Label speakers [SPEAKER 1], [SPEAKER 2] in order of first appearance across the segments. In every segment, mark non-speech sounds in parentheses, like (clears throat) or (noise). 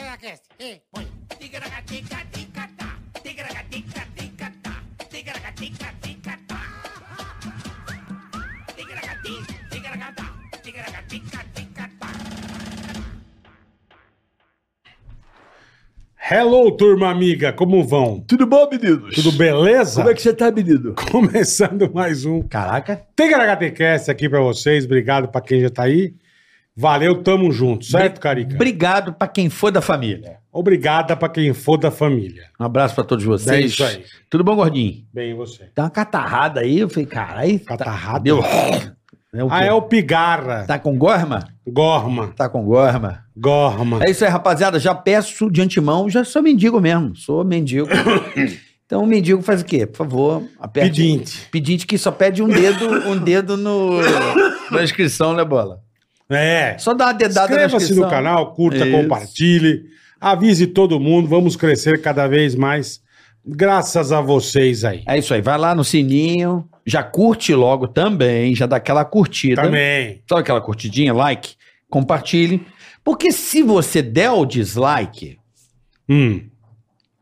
[SPEAKER 1] Tigracast, e põe. Tigragatica-ticatá, tigragatica-ticatá, tigragatica-ticatá. Tigragati, tigragatá, tigragatica-ticatá.
[SPEAKER 2] Hello, turma amiga, como vão?
[SPEAKER 3] Tudo bom, meninos?
[SPEAKER 2] Tudo beleza?
[SPEAKER 3] Como é que você tá, menino?
[SPEAKER 2] Começando mais um
[SPEAKER 3] Caraca.
[SPEAKER 2] TKHTcast aqui pra vocês. Obrigado pra quem já tá aí. Valeu, tamo junto, certo, Carica?
[SPEAKER 3] Obrigado pra quem for da família.
[SPEAKER 2] Obrigada pra quem for da família.
[SPEAKER 3] Um abraço pra todos vocês.
[SPEAKER 2] É isso aí.
[SPEAKER 3] Tudo bom, gordinho?
[SPEAKER 2] Bem, e você.
[SPEAKER 3] Dá uma catarrada aí, eu falei, caralho.
[SPEAKER 2] Catarrada?
[SPEAKER 3] Deu. É o
[SPEAKER 2] Ah,
[SPEAKER 3] quê?
[SPEAKER 2] é o Pigarra.
[SPEAKER 3] Tá com gorma?
[SPEAKER 2] Gorma,
[SPEAKER 3] Tá com gorma.
[SPEAKER 2] gorma.
[SPEAKER 3] É isso aí, rapaziada. Já peço de antemão, já sou mendigo mesmo. Sou (coughs) mendigo. Então, o mendigo faz o quê? Por favor, aperta.
[SPEAKER 2] Pedinte.
[SPEAKER 3] Pedinte que só pede um dedo, um dedo no, na inscrição, né, bola?
[SPEAKER 2] É.
[SPEAKER 3] Só dá uma dedada na
[SPEAKER 2] Inscreva-se
[SPEAKER 3] inscrição.
[SPEAKER 2] no canal, curta,
[SPEAKER 3] Isso.
[SPEAKER 2] compartilhe, avise todo mundo. Vamos crescer cada vez mais, graças a vocês aí.
[SPEAKER 3] É isso aí, vai lá no sininho, já curte logo também, já dá aquela curtida.
[SPEAKER 2] Também.
[SPEAKER 3] Sabe aquela curtidinha, like, compartilhe. Porque se você der o dislike,
[SPEAKER 2] Hum,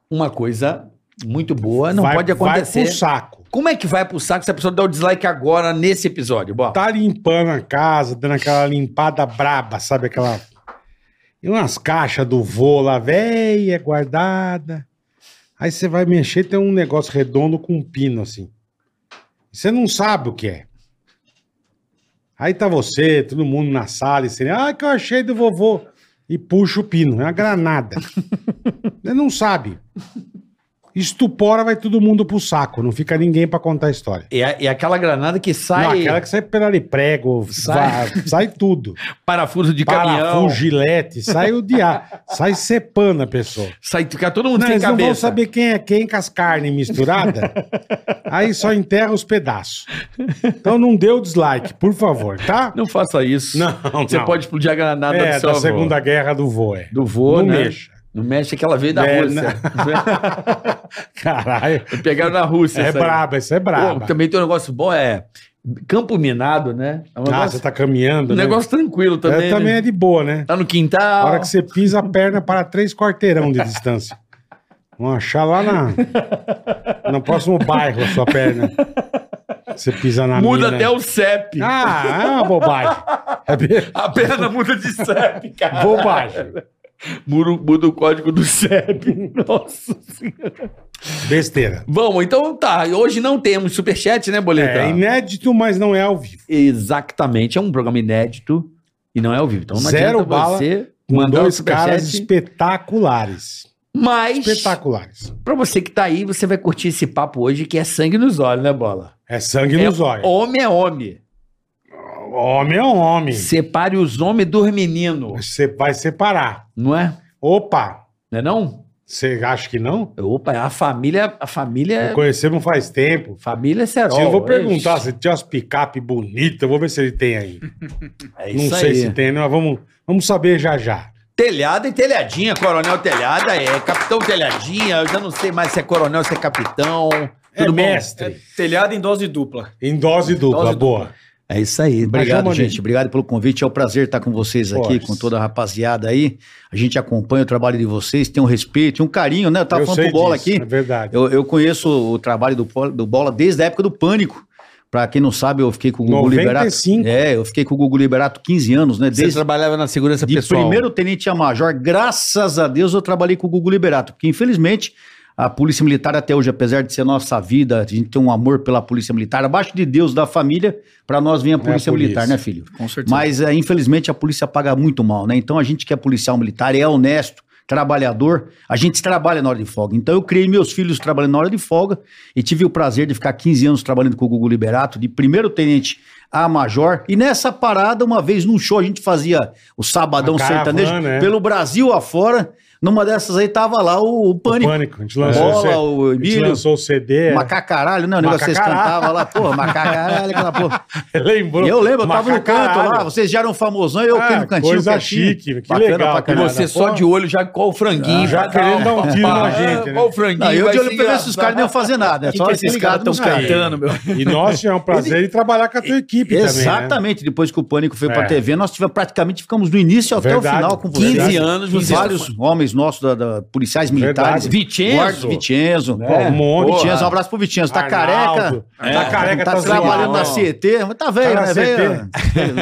[SPEAKER 3] uma coisa muito boa não
[SPEAKER 2] vai-
[SPEAKER 3] pode acontecer.
[SPEAKER 2] Vai pro saco.
[SPEAKER 3] Como é que vai pro saco se a pessoa der o dislike agora nesse episódio? Bom,
[SPEAKER 2] tá limpando a casa, dando aquela limpada braba, sabe aquela. E umas caixas do vô lá, velha, guardada. Aí você vai mexer, tem um negócio redondo com um pino assim. Você não sabe o que é. Aí tá você, todo mundo na sala, e você, ah, que eu achei do vovô. E puxa o pino, é uma
[SPEAKER 3] (laughs)
[SPEAKER 2] granada. você não sabe. Estupora, vai todo mundo pro saco, não fica ninguém pra contar a história.
[SPEAKER 3] é, é aquela granada que
[SPEAKER 2] Não,
[SPEAKER 3] sai
[SPEAKER 2] aquela que sai pedaço de prego,
[SPEAKER 3] Sai.
[SPEAKER 2] sai, sai tudo.
[SPEAKER 3] parafuso (laughs) de caminhão,
[SPEAKER 2] Parafuso, gilete, sai o diabo. sai cepando a pessoa.
[SPEAKER 3] sai fica todo mundo
[SPEAKER 2] Não,
[SPEAKER 3] sem
[SPEAKER 2] eles não
[SPEAKER 3] cabeça.
[SPEAKER 2] vão saber quem é quem com as carnes misturadas.
[SPEAKER 3] (laughs)
[SPEAKER 2] aí só enterra os pedaços. Então não dê o dislike, por favor, tá?
[SPEAKER 3] Não faça isso.
[SPEAKER 2] Não,
[SPEAKER 3] Você
[SPEAKER 2] não.
[SPEAKER 3] pode explodir a granada
[SPEAKER 2] é,
[SPEAKER 3] do
[SPEAKER 2] da
[SPEAKER 3] seu avô.
[SPEAKER 2] Segunda Guerra do Vô, é.
[SPEAKER 3] Do vô,
[SPEAKER 2] não
[SPEAKER 3] né?
[SPEAKER 2] mexa.
[SPEAKER 3] Não mexe que ela veio da
[SPEAKER 2] É,
[SPEAKER 3] Rússia.
[SPEAKER 2] Caralho.
[SPEAKER 3] Pegaram na Rússia.
[SPEAKER 2] É
[SPEAKER 3] essa aí.
[SPEAKER 2] braba, isso é
[SPEAKER 3] Pô,
[SPEAKER 2] braba.
[SPEAKER 3] também tem um negócio bom, é campo minado, né? É um
[SPEAKER 2] Ah,
[SPEAKER 3] negócio,
[SPEAKER 2] você tá caminhando,
[SPEAKER 3] um
[SPEAKER 2] né?
[SPEAKER 3] negócio tranquilo também.
[SPEAKER 2] é, também
[SPEAKER 3] né?
[SPEAKER 2] é de boa, né?
[SPEAKER 3] Tá no
[SPEAKER 2] A
[SPEAKER 3] quintal.
[SPEAKER 2] hora que você pisa a perna para três quarteirão de distância. Vão achar lá na, no próximo bairro a sua perna. Você pisa na
[SPEAKER 3] muda
[SPEAKER 2] mina.
[SPEAKER 3] até o CEP.
[SPEAKER 2] tá né? Ah, é uma bobagem. É be-
[SPEAKER 3] A perna muda de CEP, cara.
[SPEAKER 2] bobagem.
[SPEAKER 3] Muda, o- muda o código
[SPEAKER 2] (laughs)
[SPEAKER 3] do CEP. Nossa senhora.
[SPEAKER 2] Besteira.
[SPEAKER 3] Vamos, então tá. Hoje não temos superchat, né, Boleta?
[SPEAKER 2] É inédito, mas não é ao vivo.
[SPEAKER 3] Exatamente. É um programa inédito e não é ao vivo. Então não
[SPEAKER 2] Zero
[SPEAKER 3] adianta
[SPEAKER 2] bala,
[SPEAKER 3] você
[SPEAKER 2] Com
[SPEAKER 3] mandar o
[SPEAKER 2] dois caras
[SPEAKER 3] superchat.
[SPEAKER 2] espetaculares.
[SPEAKER 3] Mas,
[SPEAKER 2] Espetaculares.
[SPEAKER 3] pra você que tá aí, você vai curtir esse papo hoje que é sangue nos olhos, né, Bola?
[SPEAKER 2] É sangue nos
[SPEAKER 3] é,
[SPEAKER 2] olhos.
[SPEAKER 3] Homem é homem.
[SPEAKER 2] Homem é homem.
[SPEAKER 3] Separe os homens dos meninos,
[SPEAKER 2] Você vai separar.
[SPEAKER 3] não é?
[SPEAKER 2] Opa,
[SPEAKER 3] Não é não?
[SPEAKER 2] você acha que não?
[SPEAKER 3] Opa, a família, a família, é,
[SPEAKER 2] Conhecemos faz tempo.
[SPEAKER 3] família é Serol.
[SPEAKER 2] Se Assim, eu vou
[SPEAKER 3] é
[SPEAKER 2] perguntar
[SPEAKER 3] isso.
[SPEAKER 2] se tinha umas picape bonitas, eu vou ver se ele tem aí.
[SPEAKER 3] É
[SPEAKER 2] Não
[SPEAKER 3] isso
[SPEAKER 2] sei
[SPEAKER 3] aí.
[SPEAKER 2] se tem, né? mas vamos, vamos saber já já.
[SPEAKER 3] Telhada e telhadinha, coronel telhada, é capitão telhadinha, eu já não sei mais se é coronel, se é capitão.
[SPEAKER 2] É
[SPEAKER 3] Tudo bom?
[SPEAKER 2] mestre,
[SPEAKER 4] Telhado em dose dupla.
[SPEAKER 2] em dose dupla,
[SPEAKER 4] dupla.
[SPEAKER 2] boa.
[SPEAKER 5] É isso aí.
[SPEAKER 2] Mas,
[SPEAKER 5] Obrigado,
[SPEAKER 2] João Maneiro.
[SPEAKER 5] gente. Obrigado pelo convite. É um prazer estar com vocês aqui,
[SPEAKER 2] Pois.
[SPEAKER 5] com toda a rapaziada aí. A gente acompanha o trabalho de vocês, tem um respeito, um carinho, né? Eu tava
[SPEAKER 2] Eu
[SPEAKER 5] falando
[SPEAKER 2] sei
[SPEAKER 5] pro Bola
[SPEAKER 2] disso, É
[SPEAKER 5] aqui.
[SPEAKER 2] verdade.
[SPEAKER 5] Eu, eu conheço o trabalho do, Pol- do Bola desde a época do Pânico. Pra quem não sabe, eu fiquei com o Gugu
[SPEAKER 2] 95.
[SPEAKER 5] Liberato. É, eu fiquei com o Gugu Liberato 15 anos, né?
[SPEAKER 3] Você
[SPEAKER 5] Desde
[SPEAKER 3] trabalhava na segurança
[SPEAKER 5] de
[SPEAKER 3] pessoal.
[SPEAKER 5] primeiro tenente a major. Graças a Deus eu trabalhei com o Gugu Liberato, porque infelizmente a Polícia Militar até hoje, apesar de ser nossa vida, a gente tem um amor pela Polícia Militar, abaixo de Deus, da família, pra nós vem a Polícia,
[SPEAKER 2] polícia.
[SPEAKER 5] Militar, né, filho?
[SPEAKER 4] Com certeza.
[SPEAKER 5] Mas é, infelizmente a polícia paga muito mal, né? Então a gente que é policial militar é honesto, trabalhador, a gente trabalha na hora de folga. Então eu criei meus filhos trabalhando na hora de folga e tive o prazer de ficar 15 anos trabalhando com o Gugu Liberato, de primeiro tenente a major. E nessa parada, uma vez num show, a gente fazia o Sabadão
[SPEAKER 2] A caravana,
[SPEAKER 5] Sertanejo
[SPEAKER 2] é.
[SPEAKER 5] pelo Brasil afora. Numa dessas aí tava lá o, o Pânico.
[SPEAKER 2] Pânico. A gente lançou,
[SPEAKER 5] Bola,
[SPEAKER 2] o, C-
[SPEAKER 5] o
[SPEAKER 2] a gente
[SPEAKER 5] Emílio.
[SPEAKER 2] lançou o CD.
[SPEAKER 5] Macacaralho, não, o negócio que vocês
[SPEAKER 2] é. Macacaralho.
[SPEAKER 5] cantavam lá, porra, macacaralho, aquela
[SPEAKER 2] (laughs)
[SPEAKER 5] porra.
[SPEAKER 2] (laughs) Lembrou?
[SPEAKER 5] Eu lembro, eu tava no
[SPEAKER 2] Macacaralho.
[SPEAKER 5] canto lá, vocês já eram famosão, eu
[SPEAKER 2] Ah,
[SPEAKER 5] aqui no cantinho.
[SPEAKER 2] coisa
[SPEAKER 5] quietinho.
[SPEAKER 2] chique, que
[SPEAKER 5] Bacana
[SPEAKER 2] legal, cara.
[SPEAKER 5] pra
[SPEAKER 3] E
[SPEAKER 5] caralho.
[SPEAKER 3] você só
[SPEAKER 2] porra.
[SPEAKER 3] de olho, já qual o franguinho?
[SPEAKER 2] Já
[SPEAKER 3] pra cá,
[SPEAKER 2] querendo dar um
[SPEAKER 3] ó,
[SPEAKER 2] tiro
[SPEAKER 3] pá,
[SPEAKER 2] na gente, né?
[SPEAKER 3] Qual o franguinho?
[SPEAKER 5] Não, eu
[SPEAKER 3] vai
[SPEAKER 5] de olho
[SPEAKER 3] se
[SPEAKER 5] pra ver
[SPEAKER 3] enganar.
[SPEAKER 5] se os caras não iam fazer nada, é
[SPEAKER 3] Que
[SPEAKER 5] só
[SPEAKER 3] que
[SPEAKER 5] esses
[SPEAKER 3] esse
[SPEAKER 5] caras
[SPEAKER 3] cara
[SPEAKER 5] estão
[SPEAKER 3] tão
[SPEAKER 2] cantando?
[SPEAKER 3] cantando, meu?
[SPEAKER 2] E nós é um prazer e trabalhar com a tua equipe também. né?
[SPEAKER 5] Exatamente, depois que o Pânico foi pra
[SPEAKER 2] É.
[SPEAKER 5] TV, nós tivemos, praticamente ficamos do início até
[SPEAKER 2] Verdade.
[SPEAKER 5] o final com vocês.
[SPEAKER 3] 15
[SPEAKER 2] Verdade.
[SPEAKER 3] anos,
[SPEAKER 5] Os
[SPEAKER 3] você
[SPEAKER 5] vários homens nossos, da, da- policiais militares.
[SPEAKER 2] Verdade.
[SPEAKER 3] Vicenzo.
[SPEAKER 5] Guardas Vicenzo.
[SPEAKER 2] Pô, um monte.
[SPEAKER 5] Vicenzo, um abraço pro Vicenzo. Tá
[SPEAKER 2] Arnaldo.
[SPEAKER 5] careca.
[SPEAKER 2] Tá careca,
[SPEAKER 5] tá,
[SPEAKER 2] tá
[SPEAKER 5] trabalhando
[SPEAKER 2] zoado.
[SPEAKER 5] na CT. Mas tá velho,
[SPEAKER 2] Tá na
[SPEAKER 5] né, velho?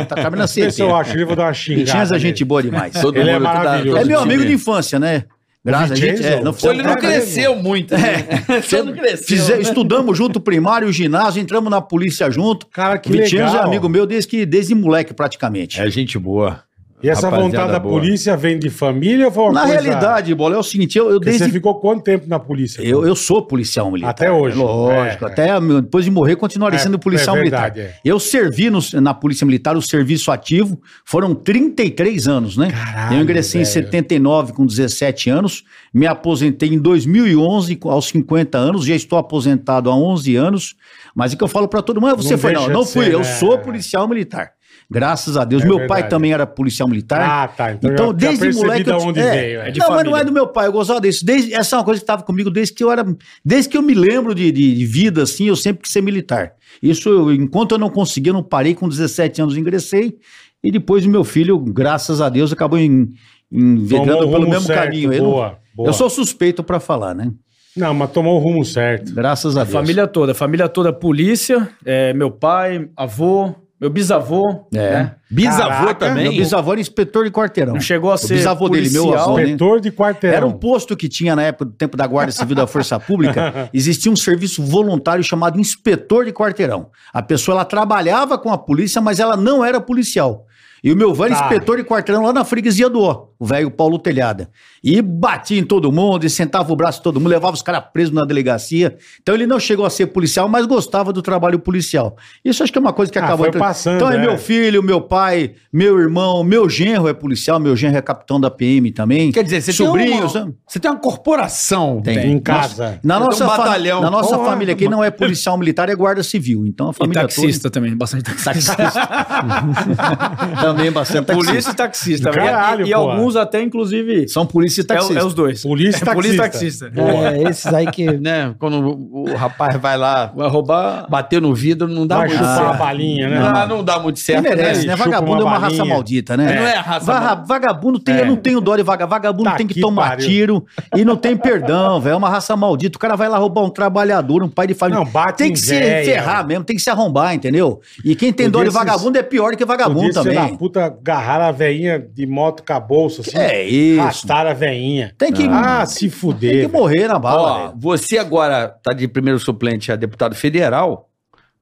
[SPEAKER 5] Tá trabalhando na
[SPEAKER 2] Vê
[SPEAKER 5] CT.
[SPEAKER 2] se eu acho, ele vou dar uma xingada.
[SPEAKER 5] Vicenzo é
[SPEAKER 2] nele.
[SPEAKER 5] gente boa demais.
[SPEAKER 3] Todo
[SPEAKER 2] Ele é
[SPEAKER 3] mundo que dá-
[SPEAKER 2] maravilhoso.
[SPEAKER 5] É meu
[SPEAKER 3] todo
[SPEAKER 5] amigo
[SPEAKER 3] mundo.
[SPEAKER 5] de infância, né? Graças a gente.
[SPEAKER 2] Vicenzo?
[SPEAKER 5] É, não
[SPEAKER 2] Pô,
[SPEAKER 5] precisamos
[SPEAKER 3] Ele não
[SPEAKER 5] tá-
[SPEAKER 3] cresceu muito. né? Você não cresceu.
[SPEAKER 5] Fize- estudamos junto o primário, o ginásio, entramos na polícia junto.
[SPEAKER 2] Cara, que
[SPEAKER 5] Vicenzo
[SPEAKER 2] legal.
[SPEAKER 5] é amigo meu desde, que, desde moleque,
[SPEAKER 3] né?
[SPEAKER 5] praticamente.
[SPEAKER 4] É gente boa.
[SPEAKER 2] E essa
[SPEAKER 4] Rapaziada
[SPEAKER 2] vontade da
[SPEAKER 4] boa.
[SPEAKER 2] polícia vem de família ou foi é uma
[SPEAKER 5] Na
[SPEAKER 2] coisa-
[SPEAKER 5] realidade, Bola, é o seguinte, eu, eu
[SPEAKER 2] Porque Você
[SPEAKER 5] desde...
[SPEAKER 2] ficou quanto tempo na polícia?
[SPEAKER 5] Eu, eu sou policial militar.
[SPEAKER 2] Até hoje.
[SPEAKER 5] É, Lógico,
[SPEAKER 2] É,
[SPEAKER 5] até meu, depois de morrer continuarei
[SPEAKER 2] É,
[SPEAKER 5] sendo policial
[SPEAKER 2] é
[SPEAKER 5] militar.
[SPEAKER 2] verdade, é.
[SPEAKER 5] Eu servi no- na Polícia Militar o serviço ativo, foram 33 anos, né?
[SPEAKER 2] Caralho,
[SPEAKER 5] eu ingressei em
[SPEAKER 2] velho.
[SPEAKER 5] 79 com 17 anos, me aposentei em 2011 com- aos 50 anos, já estou aposentado há 11 anos, mas o que eu falo pra todo mundo, é, você
[SPEAKER 2] Não
[SPEAKER 5] foi não,
[SPEAKER 2] deixa
[SPEAKER 5] não
[SPEAKER 2] de
[SPEAKER 5] fui,
[SPEAKER 2] ser,
[SPEAKER 5] eu
[SPEAKER 2] né?
[SPEAKER 5] sou policial militar. Graças a Deus,
[SPEAKER 2] É
[SPEAKER 5] meu pai
[SPEAKER 2] verdade.
[SPEAKER 5] também era policial militar.
[SPEAKER 2] Ah, tá. Então,
[SPEAKER 5] Então,
[SPEAKER 2] já- já
[SPEAKER 5] desde
[SPEAKER 2] percebi
[SPEAKER 5] moleque.
[SPEAKER 2] da
[SPEAKER 5] eu-
[SPEAKER 2] onde
[SPEAKER 5] é,
[SPEAKER 2] veio. é.
[SPEAKER 4] é de
[SPEAKER 5] não, mas
[SPEAKER 4] família.
[SPEAKER 5] não é do meu pai, eu gostava disso. Desde, essa é uma coisa que estava comigo desde que eu era. Desde que eu me lembro de, de- de vida, assim, eu sempre quis ser militar. Isso, eu- enquanto eu não consegui, eu não parei com 17 anos, ingressei. E depois o meu filho, graças a Deus, acabou em,
[SPEAKER 2] Tomou
[SPEAKER 5] envedrando
[SPEAKER 2] o
[SPEAKER 5] pelo
[SPEAKER 2] rumo
[SPEAKER 5] mesmo
[SPEAKER 2] certo,
[SPEAKER 5] caminho. Eu, não-
[SPEAKER 2] Boa, boa.
[SPEAKER 5] eu sou suspeito para falar, né?
[SPEAKER 2] Não, mas tomou o rumo certo.
[SPEAKER 5] Graças a Deus.
[SPEAKER 4] Família toda, família toda, polícia, é, meu pai, avô, meu bisavô,
[SPEAKER 5] É.
[SPEAKER 4] né?
[SPEAKER 3] Bisavô
[SPEAKER 2] Caraca,
[SPEAKER 5] Meu
[SPEAKER 3] também?
[SPEAKER 5] bisavô era inspetor de quarteirão.
[SPEAKER 4] Não chegou a ser
[SPEAKER 5] bisavô dele, meu
[SPEAKER 4] policial.
[SPEAKER 5] avô, né?
[SPEAKER 2] Inspetor de quarteirão.
[SPEAKER 5] Era um posto que tinha na época do tempo da Guarda Civil da
[SPEAKER 2] (laughs)
[SPEAKER 5] Força Pública, existia um serviço voluntário chamado inspetor de quarteirão. A pessoa ela trabalhava com a polícia, mas ela não era policial. E o meu velho
[SPEAKER 2] Tá.
[SPEAKER 5] inspetor de quarteirão lá na freguesia do Ó, o velho Paulo Telhada. E batia em todo mundo, e sentava o braço em todo mundo, levava os caras presos na delegacia. Então ele não chegou a ser policial, mas gostava do trabalho policial. Isso acho que é uma coisa que
[SPEAKER 2] Ah,
[SPEAKER 5] acabou
[SPEAKER 2] foi
[SPEAKER 5] entrando.
[SPEAKER 2] passando,
[SPEAKER 5] Então é
[SPEAKER 2] é.
[SPEAKER 5] meu filho, meu pai, meu irmão, meu genro é policial, meu genro é capitão da PM também.
[SPEAKER 3] Quer dizer, você
[SPEAKER 5] Sobrinhos,
[SPEAKER 3] tem
[SPEAKER 5] né?
[SPEAKER 3] uma, você tem uma corporação.
[SPEAKER 5] Tem.
[SPEAKER 2] Em casa.
[SPEAKER 5] Na
[SPEAKER 3] Tem
[SPEAKER 5] nossa,
[SPEAKER 3] um
[SPEAKER 5] fa-
[SPEAKER 3] batalhão.
[SPEAKER 5] na nossa
[SPEAKER 2] Porra.
[SPEAKER 5] família, quem não é policial militar é guarda civil. Então a
[SPEAKER 4] E
[SPEAKER 5] família é
[SPEAKER 4] taxista também, bastante taxista.
[SPEAKER 3] (laughs)
[SPEAKER 5] toda também bastante
[SPEAKER 4] Polícia e taxista. né?
[SPEAKER 2] Caralho,
[SPEAKER 4] e e
[SPEAKER 2] pô.
[SPEAKER 4] alguns até, inclusive,
[SPEAKER 5] São polícia e
[SPEAKER 4] é,
[SPEAKER 5] taxista.
[SPEAKER 4] é os dois.
[SPEAKER 2] Polícia e
[SPEAKER 4] É, Polícia e
[SPEAKER 2] taxista.
[SPEAKER 4] taxista.
[SPEAKER 2] Boa.
[SPEAKER 3] É, esses aí que, né, quando o, o rapaz vai lá
[SPEAKER 4] Vai roubar...
[SPEAKER 3] bater no vidro, não dá
[SPEAKER 2] Vai
[SPEAKER 3] muito
[SPEAKER 2] chupar
[SPEAKER 3] certo.
[SPEAKER 2] uma balinha, né?
[SPEAKER 3] Não, não dá muito
[SPEAKER 5] Quem
[SPEAKER 3] certo.
[SPEAKER 5] merece,
[SPEAKER 2] né?
[SPEAKER 5] né?
[SPEAKER 2] Chupa
[SPEAKER 5] Vagabundo é
[SPEAKER 2] uma
[SPEAKER 5] uma raça
[SPEAKER 2] balinha.
[SPEAKER 5] maldita, né?
[SPEAKER 3] Não é a raça
[SPEAKER 5] Va-
[SPEAKER 3] maldita.
[SPEAKER 5] vagabundo tem,
[SPEAKER 2] É.
[SPEAKER 5] eu não tenho dó de vaga, vagabundo
[SPEAKER 2] Tá
[SPEAKER 5] tem que
[SPEAKER 2] que
[SPEAKER 5] tomar
[SPEAKER 2] pariu.
[SPEAKER 5] tiro e não tem perdão, velho. É uma raça maldita. O cara vai lá roubar um trabalhador, um pai de família.
[SPEAKER 2] Não, bate
[SPEAKER 5] tem
[SPEAKER 2] em
[SPEAKER 5] que se
[SPEAKER 2] véia.
[SPEAKER 5] ferrar mesmo, tem que se arrombar, entendeu? E quem tem dó de
[SPEAKER 2] Podia se-
[SPEAKER 5] vagabundo é pior que vagabundo
[SPEAKER 2] Podia ser da
[SPEAKER 5] também.
[SPEAKER 2] puta agarrar a veinha de moto com a bolsa, assim.
[SPEAKER 5] É isso.
[SPEAKER 2] Arrastar a veinha.
[SPEAKER 5] Tem que,
[SPEAKER 2] Ah, se
[SPEAKER 5] tem que
[SPEAKER 2] fuder.
[SPEAKER 5] morrer na bala,
[SPEAKER 3] Ó,
[SPEAKER 5] velho.
[SPEAKER 3] você agora tá de primeiro suplente a deputado federal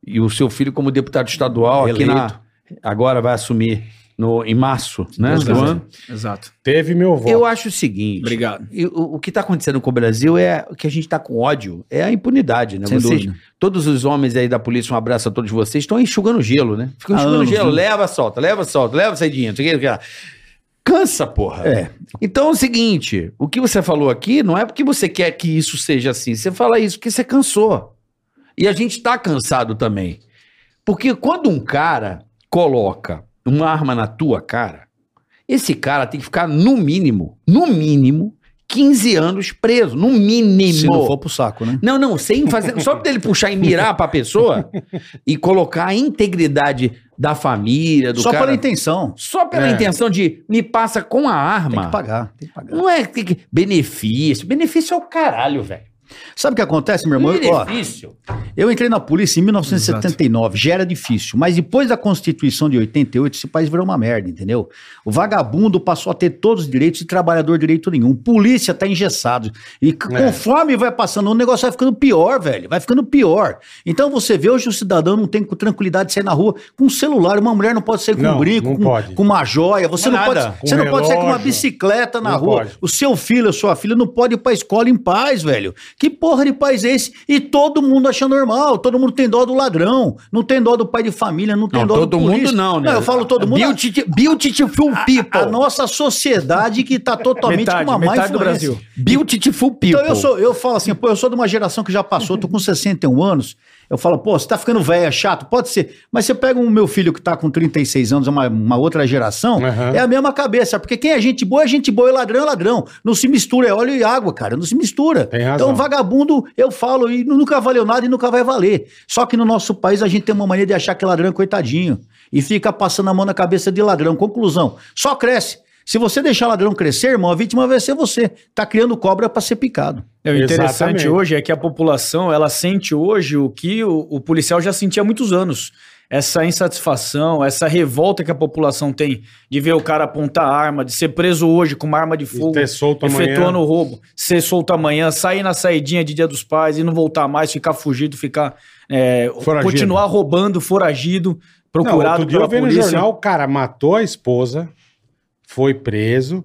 [SPEAKER 3] e o seu filho como deputado estadual aqui na agora vai assumir no em março, né?
[SPEAKER 4] Exato.
[SPEAKER 3] do ano.
[SPEAKER 4] Exato.
[SPEAKER 2] Teve meu voto.
[SPEAKER 3] Eu acho o seguinte,
[SPEAKER 4] Obrigado.
[SPEAKER 3] e o, o que está acontecendo com o Brasil é o que a gente está com ódio, é a impunidade, né?
[SPEAKER 5] Sem
[SPEAKER 3] Vocês-
[SPEAKER 5] dúvida.
[SPEAKER 3] todos os homens aí da polícia, um abraço a todos vocês, estão enxugando gelo, né? Ficam
[SPEAKER 5] Há
[SPEAKER 3] enxugando
[SPEAKER 5] anos,
[SPEAKER 3] gelo,
[SPEAKER 5] né?
[SPEAKER 3] leva, solta, leva, solta, leva, saidinha, não sei o que, não sei o que lá. Cansa, porra.
[SPEAKER 5] É.
[SPEAKER 3] Então é o seguinte, o que você falou aqui não é porque você quer que isso seja assim, você fala isso porque você cansou. E a gente tá cansado também. Porque quando um cara coloca uma arma na tua cara, esse cara tem que ficar no mínimo, no mínimo, 15 anos preso, no mínimo.
[SPEAKER 5] Se não for pro saco, né?
[SPEAKER 3] Não, não, sem fazer. Só dele puxar e mirar pra
[SPEAKER 5] (laughs)
[SPEAKER 3] pessoa e colocar a integridade da família, do
[SPEAKER 5] Só
[SPEAKER 3] cara.
[SPEAKER 5] pela intenção.
[SPEAKER 3] Só pela
[SPEAKER 2] É.
[SPEAKER 3] intenção de me passa com a
[SPEAKER 5] Tem
[SPEAKER 3] arma.
[SPEAKER 5] que pagar, tem que pagar.
[SPEAKER 3] Não é que- que- benefício. Benefício é o caralho, velho.
[SPEAKER 5] Sabe o que acontece, meu irmão? Eu- ó,
[SPEAKER 3] Benefício.
[SPEAKER 5] eu entrei na polícia em 1979, já era difícil, mas depois da Constituição de 88, esse país virou uma merda, entendeu? O vagabundo passou a ter todos os direitos e trabalhador direito nenhum. Polícia tá engessado. E c-
[SPEAKER 2] É.
[SPEAKER 5] conforme vai passando, o negócio vai ficando pior, velho. Vai ficando pior. Então você vê hoje o cidadão não tem com tranquilidade de sair na rua com um celular, uma mulher não pode sair com
[SPEAKER 2] Não,
[SPEAKER 5] um brinco,
[SPEAKER 2] não
[SPEAKER 5] com,
[SPEAKER 2] pode.
[SPEAKER 5] com uma joia, você
[SPEAKER 3] Com
[SPEAKER 5] não
[SPEAKER 3] nada.
[SPEAKER 5] pode,
[SPEAKER 2] Com
[SPEAKER 5] você não pode sair com uma
[SPEAKER 2] relógio.
[SPEAKER 5] bicicleta na
[SPEAKER 2] Não
[SPEAKER 5] rua.
[SPEAKER 2] pode.
[SPEAKER 5] O seu filho, a sua filha não pode ir pra escola em paz, velho. O Que porra de país é esse? E todo mundo acha normal, todo mundo tem dó do ladrão, não tem dó do pai de família, não tem
[SPEAKER 3] Não,
[SPEAKER 5] dó
[SPEAKER 3] todo
[SPEAKER 5] do
[SPEAKER 3] mundo
[SPEAKER 5] polícia.
[SPEAKER 3] não, né?
[SPEAKER 5] eu falo todo mundo. é
[SPEAKER 3] Beauty, beautiful
[SPEAKER 5] a-
[SPEAKER 3] people.
[SPEAKER 5] A, a nossa sociedade que tá totalmente
[SPEAKER 4] Metade,
[SPEAKER 5] com uma má
[SPEAKER 4] metade do
[SPEAKER 5] influência.
[SPEAKER 4] Brasil.
[SPEAKER 3] Beautiful people.
[SPEAKER 5] Então eu sou, eu falo assim, pô, eu sou de uma geração que já passou, tô com 61 anos. Eu falo, pô, você tá ficando velho, é chato, pode ser. Mas você pega um meu filho que tá com 36 anos, é uma, uma outra geração,
[SPEAKER 2] Aham.
[SPEAKER 5] é a mesma cabeça. Porque quem é gente boa é gente boa, e ladrão é ladrão. Não se mistura, é óleo e água, cara. Não se mistura.
[SPEAKER 2] Tem razão.
[SPEAKER 5] Então, vagabundo, eu falo, e nunca valeu nada e nunca vai valer. Só que no nosso país a gente tem uma mania de achar que ladrão é coitadinho. E fica passando a mão na cabeça de ladrão. Conclusão, só cresce. Se você deixar ladrão crescer, irmão, a vítima vai ser você. Tá criando cobra pra ser picado.
[SPEAKER 4] É, o interessante
[SPEAKER 2] Exatamente.
[SPEAKER 4] hoje é que a população ela sente hoje o que o, o policial já sentia há muitos anos. Essa insatisfação, essa revolta que a população tem de ver o cara apontar arma, de ser preso hoje com uma arma de
[SPEAKER 2] E
[SPEAKER 4] fogo,
[SPEAKER 2] ter solto amanhã.
[SPEAKER 4] efetuando o roubo, ser solto amanhã, sair na saidinha de Dia dos Pais e não voltar mais, ficar fugido, ficar é,
[SPEAKER 2] Foragido.
[SPEAKER 4] continuar roubando, foragido,
[SPEAKER 2] Não,
[SPEAKER 4] procurado
[SPEAKER 2] outro dia eu
[SPEAKER 4] pela
[SPEAKER 2] vi no
[SPEAKER 4] polícia.
[SPEAKER 2] jornal, o cara matou a esposa, foi preso,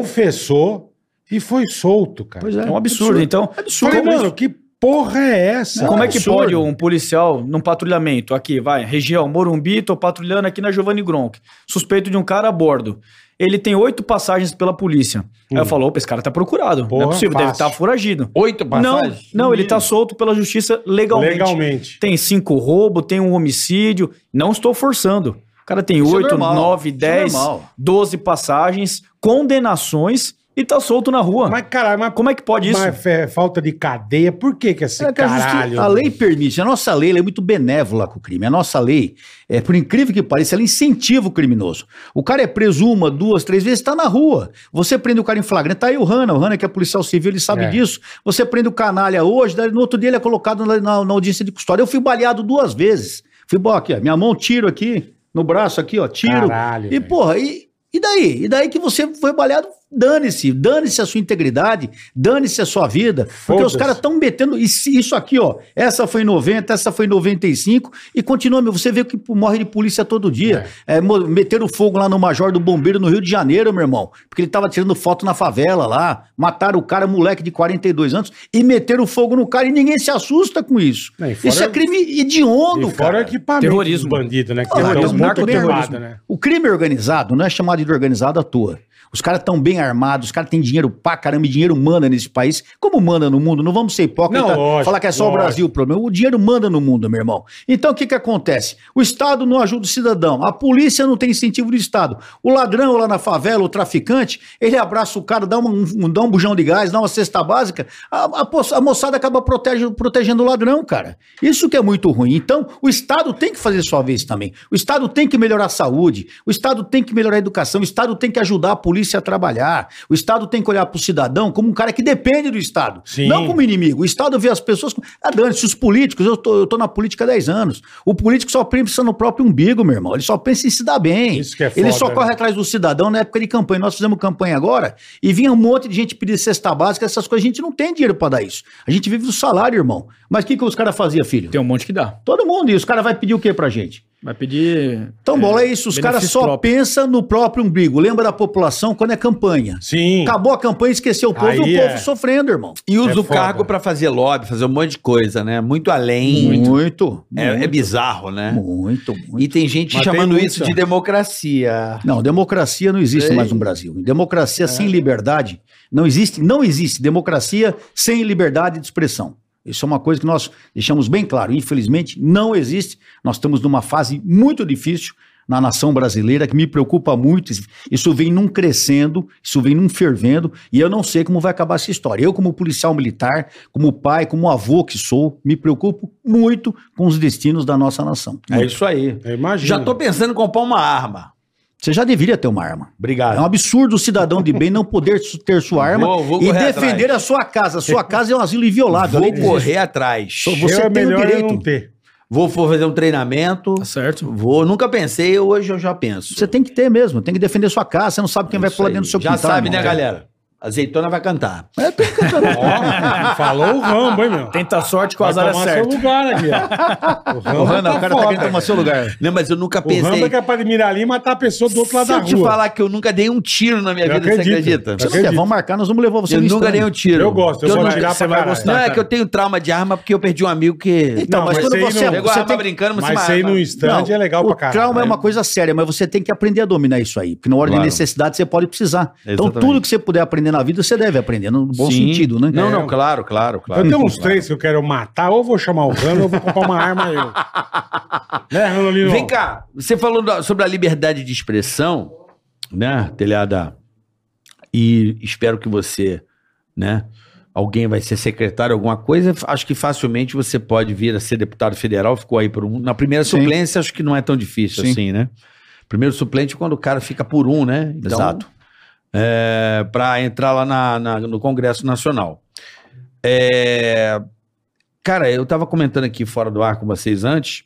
[SPEAKER 2] confessou e foi solto, cara.
[SPEAKER 5] Pois
[SPEAKER 4] É um absurdo. Então,
[SPEAKER 2] Falei, mano, que porra é essa?
[SPEAKER 4] Como é que
[SPEAKER 5] absurdo.
[SPEAKER 4] pode um policial num patrulhamento aqui, vai, região Morumbi, tô patrulhando aqui na Giovanni Gronk, suspeito de um cara a bordo. Ele tem oito passagens pela polícia. Aí eu falo, opa, esse cara tá procurado.
[SPEAKER 2] Porra,
[SPEAKER 4] não é possível, deve
[SPEAKER 2] Hum. fácil.
[SPEAKER 4] estar foragido.
[SPEAKER 3] Oito passagens?
[SPEAKER 4] Não, não, ele tá solto pela justiça
[SPEAKER 5] um
[SPEAKER 4] legalmente.
[SPEAKER 2] Legalmente.
[SPEAKER 4] Tem cinco roubo, tem um homicídio. Não estou forçando. O cara tem
[SPEAKER 5] Isso é
[SPEAKER 4] oito,
[SPEAKER 5] normal.
[SPEAKER 4] nove,
[SPEAKER 5] Isso é
[SPEAKER 4] dez,
[SPEAKER 5] normal.
[SPEAKER 4] doze passagens, condenações e tá solto na rua.
[SPEAKER 2] Mas, caralho, mas,
[SPEAKER 4] Como é que pode isso?
[SPEAKER 2] mas é falta de cadeia, por que que esse
[SPEAKER 5] É que a, justi-
[SPEAKER 2] caralho...
[SPEAKER 5] a lei permite, a nossa lei ela é muito benévola com o crime. A nossa lei, é, por incrível que pareça, ela incentiva o criminoso. O cara é preso uma, duas, três vezes, está na rua. Você prende o cara em flagrante, tá aí o Hanna, o Hanna que é policial civil, ele sabe
[SPEAKER 2] É.
[SPEAKER 5] disso. Você prende o canalha hoje, daí no outro dia ele é colocado na, na- na audiência de custódia. Eu fui baleado duas vezes. Fui, bom, aqui, ó, minha mão, tiro aqui, no braço aqui, ó, tiro.
[SPEAKER 2] Caralho,
[SPEAKER 5] e,
[SPEAKER 2] velho.
[SPEAKER 5] porra, e, e daí? E daí que você foi baleado, dane-se. Dane-se a sua integridade, dane-se a sua vida. Porque os
[SPEAKER 2] Foda-se.
[SPEAKER 5] caras estão metendo isso, isso aqui, ó. Essa foi em 90, essa foi em 95 e continua. meu, Você vê que morre de polícia todo dia. É. mo- meteram fogo lá no Major do Bombeiro no Rio de Janeiro, meu irmão. Porque ele tava tirando foto na favela lá. Mataram o cara, moleque de 42 anos, e meteram fogo no cara e ninguém se assusta com isso.
[SPEAKER 2] Não, e fora-
[SPEAKER 5] isso é crime idiondo,
[SPEAKER 2] E fora o
[SPEAKER 5] cara.
[SPEAKER 2] equipamento
[SPEAKER 4] Terrorismo.
[SPEAKER 2] dos bandidos, né? Que
[SPEAKER 5] Porra,
[SPEAKER 2] eles
[SPEAKER 5] então,
[SPEAKER 2] estão muito
[SPEAKER 5] narcoterrorismo.
[SPEAKER 2] equipados, né?
[SPEAKER 5] O crime organizado não é chamado de organizado à toa. Os caras estão bem armados, os caras têm dinheiro pra caramba, e dinheiro manda nesse país. Como manda no mundo? Não vamos ser hipócritas,
[SPEAKER 2] Não, lógico,
[SPEAKER 5] falar que é só
[SPEAKER 2] lógico.
[SPEAKER 5] o Brasil o problema. O dinheiro manda no mundo, meu irmão. Então o que que acontece? O Estado não ajuda o cidadão, a polícia não tem incentivo do Estado. O ladrão lá na favela, o traficante, ele abraça o cara, dá um, um- dá um bujão de gás, dá uma cesta básica, a, a po- a moçada acaba protege- protegendo o ladrão, cara. Isso que é muito ruim. Então o Estado tem que fazer sua vez também. O Estado tem que melhorar a saúde, o Estado tem que melhorar a educação, o Estado tem que ajudar a polícia a trabalhar, o Estado tem que olhar para o cidadão como um cara que depende do Estado,
[SPEAKER 2] Sim.
[SPEAKER 5] não como como inimigo. O Estado vê as pessoas. como- Ah, dane-se, os políticos, eu tô, eu tô na política há 10 anos. O político só pensa no próprio umbigo, meu irmão. Ele só pensa em se dar bem.
[SPEAKER 2] Isso que é
[SPEAKER 5] Ele
[SPEAKER 2] foda,
[SPEAKER 5] só
[SPEAKER 2] né?
[SPEAKER 5] corre atrás do cidadão na época de campanha. Nós fizemos campanha agora e vinha um monte de gente pedir cesta básica, essas coisas. A gente não tem dinheiro pra dar isso. A gente vive do salário, irmão. Mas o que, que os caras faziam, filho?
[SPEAKER 4] Tem um monte que dá.
[SPEAKER 5] Todo mundo. E os caras vão pedir o quê pra gente?
[SPEAKER 4] Vai pedir.
[SPEAKER 5] Então, bola, é isso. Os caras
[SPEAKER 4] benefício
[SPEAKER 5] só
[SPEAKER 4] próprio.
[SPEAKER 5] pensam no próprio umbigo. Lembra da população quando é campanha.
[SPEAKER 2] Sim.
[SPEAKER 5] Acabou a campanha, esqueceu o povo
[SPEAKER 2] Aí
[SPEAKER 5] e o povo
[SPEAKER 2] é.
[SPEAKER 5] sofrendo, irmão.
[SPEAKER 3] E usa
[SPEAKER 2] É
[SPEAKER 3] o
[SPEAKER 2] foda.
[SPEAKER 3] cargo pra fazer lobby, fazer um monte de coisa, né? Muito além.
[SPEAKER 5] Muito.
[SPEAKER 3] É, é
[SPEAKER 5] muito.
[SPEAKER 3] bizarro, né?
[SPEAKER 5] Muito, muito.
[SPEAKER 3] E tem gente
[SPEAKER 2] Mas tem
[SPEAKER 3] chamando
[SPEAKER 2] muito,
[SPEAKER 3] isso
[SPEAKER 2] ó.
[SPEAKER 3] de democracia.
[SPEAKER 5] Não, democracia não existe mais no Brasil. Democracia sem liberdade não existe, não existe democracia sem liberdade de expressão. Isso é uma coisa que nós deixamos bem claro. Infelizmente, não existe. Nós estamos numa fase muito difícil na nação brasileira que me preocupa muito. Isso vem num crescendo, isso vem num fervendo, e eu não sei como vai acabar essa história. Eu, como policial militar, como pai, como avô que sou, me preocupo muito com os destinos da nossa nação.
[SPEAKER 3] É isso aí.
[SPEAKER 2] Eu imagino.
[SPEAKER 3] Já tô pensando em comprar uma arma.
[SPEAKER 5] Você já deveria ter uma arma. É um
[SPEAKER 3] Obrigado.
[SPEAKER 5] absurdo o cidadão de bem não poder su- ter sua arma
[SPEAKER 3] Vou- vou
[SPEAKER 5] e
[SPEAKER 3] correr
[SPEAKER 5] defender a sua casa. Sua casa é um asilo inviolável.
[SPEAKER 3] Vou
[SPEAKER 5] além disso.
[SPEAKER 3] correr atrás.
[SPEAKER 5] Sou
[SPEAKER 2] Eu
[SPEAKER 5] você
[SPEAKER 2] é
[SPEAKER 5] tem o
[SPEAKER 2] melhor eu
[SPEAKER 5] direito.
[SPEAKER 2] não ter.
[SPEAKER 3] Vou vou fazer um treinamento.
[SPEAKER 4] Tá certo.
[SPEAKER 3] Vou. Nunca pensei, hoje eu já penso.
[SPEAKER 5] Você tem que ter mesmo, tem que defender sua casa, você não sabe quem vai
[SPEAKER 3] Isso
[SPEAKER 5] pular
[SPEAKER 3] aí.
[SPEAKER 5] dentro do seu
[SPEAKER 3] Já
[SPEAKER 5] quintal.
[SPEAKER 3] sabe,
[SPEAKER 5] irmão.
[SPEAKER 3] né, galera? Azeitona vai cantar.
[SPEAKER 2] Ó, falou o Rambo, hein, meu?
[SPEAKER 4] Tenta a sorte com o
[SPEAKER 2] Vai
[SPEAKER 4] azar é
[SPEAKER 2] tomar
[SPEAKER 4] certo.
[SPEAKER 2] seu lugar aqui, ó. O Rambo,
[SPEAKER 5] Ô, Rana, (laughs) o cara tá querendo
[SPEAKER 2] foda.
[SPEAKER 5] tomar seu lugar.
[SPEAKER 3] Não, mas eu nunca
[SPEAKER 2] O Rambo
[SPEAKER 3] pensei.
[SPEAKER 2] é capaz de mirar ali e matar a pessoa do outro lado
[SPEAKER 3] Se
[SPEAKER 2] da
[SPEAKER 3] eu
[SPEAKER 2] rua.
[SPEAKER 3] te falar que eu nunca dei um tiro na minha
[SPEAKER 2] Eu
[SPEAKER 3] vida, você
[SPEAKER 2] acredito.
[SPEAKER 3] acredita?
[SPEAKER 5] Se você quiser, vamos marcar, nós vamos levar você
[SPEAKER 3] Eu
[SPEAKER 5] no
[SPEAKER 3] nunca
[SPEAKER 5] stand.
[SPEAKER 3] dei um tiro.
[SPEAKER 2] Eu gosto, eu
[SPEAKER 3] Eu
[SPEAKER 2] só
[SPEAKER 3] não-
[SPEAKER 2] tirar pra
[SPEAKER 4] você vai
[SPEAKER 2] caralho.
[SPEAKER 4] gostar.
[SPEAKER 3] Não, é
[SPEAKER 4] cara.
[SPEAKER 3] que eu tenho trauma de arma porque eu perdi um amigo que.
[SPEAKER 5] Então,
[SPEAKER 2] Não,
[SPEAKER 5] mas,
[SPEAKER 2] mas você
[SPEAKER 5] quando
[SPEAKER 2] ir
[SPEAKER 5] você.
[SPEAKER 2] no-
[SPEAKER 3] Chegou a
[SPEAKER 5] você
[SPEAKER 3] arma
[SPEAKER 5] tem que-
[SPEAKER 3] brincando, não se
[SPEAKER 2] Mas você ir
[SPEAKER 3] mata.
[SPEAKER 2] no stand
[SPEAKER 5] Não,
[SPEAKER 2] é legal
[SPEAKER 5] o
[SPEAKER 2] pra caralho.
[SPEAKER 5] trauma é uma coisa séria, mas você tem que aprender a dominar isso aí, porque na hora
[SPEAKER 3] né? Claro.
[SPEAKER 5] de necessidade você pode precisar. Então
[SPEAKER 3] Exatamente.
[SPEAKER 5] tudo que você puder aprender na vida, você deve aprender, no bom
[SPEAKER 3] Sim.
[SPEAKER 5] sentido, né?
[SPEAKER 3] Não,
[SPEAKER 5] É.
[SPEAKER 3] não, claro, claro, claro.
[SPEAKER 2] Eu tenho uns
[SPEAKER 3] Claro.
[SPEAKER 2] três que eu quero matar, ou vou chamar o Rano, ou vou comprar uma arma eu.
[SPEAKER 5] (laughs)
[SPEAKER 2] né, Ranolino?
[SPEAKER 3] Vem cá, você falou da- sobre a liberdade de expressão, né, telhada? E espero que você, né? Alguém vai ser secretário, alguma coisa. Acho que facilmente você pode vir a ser deputado federal. Ficou aí por um. Na primeira
[SPEAKER 5] Sim.
[SPEAKER 3] suplência, acho que não é tão difícil
[SPEAKER 5] Sim.
[SPEAKER 3] assim, né? Primeiro suplente é quando o cara fica por um, né? Então,
[SPEAKER 5] Exato.
[SPEAKER 3] É, para entrar lá na- na- no Congresso Nacional. É, cara, eu estava comentando aqui fora do ar com vocês antes.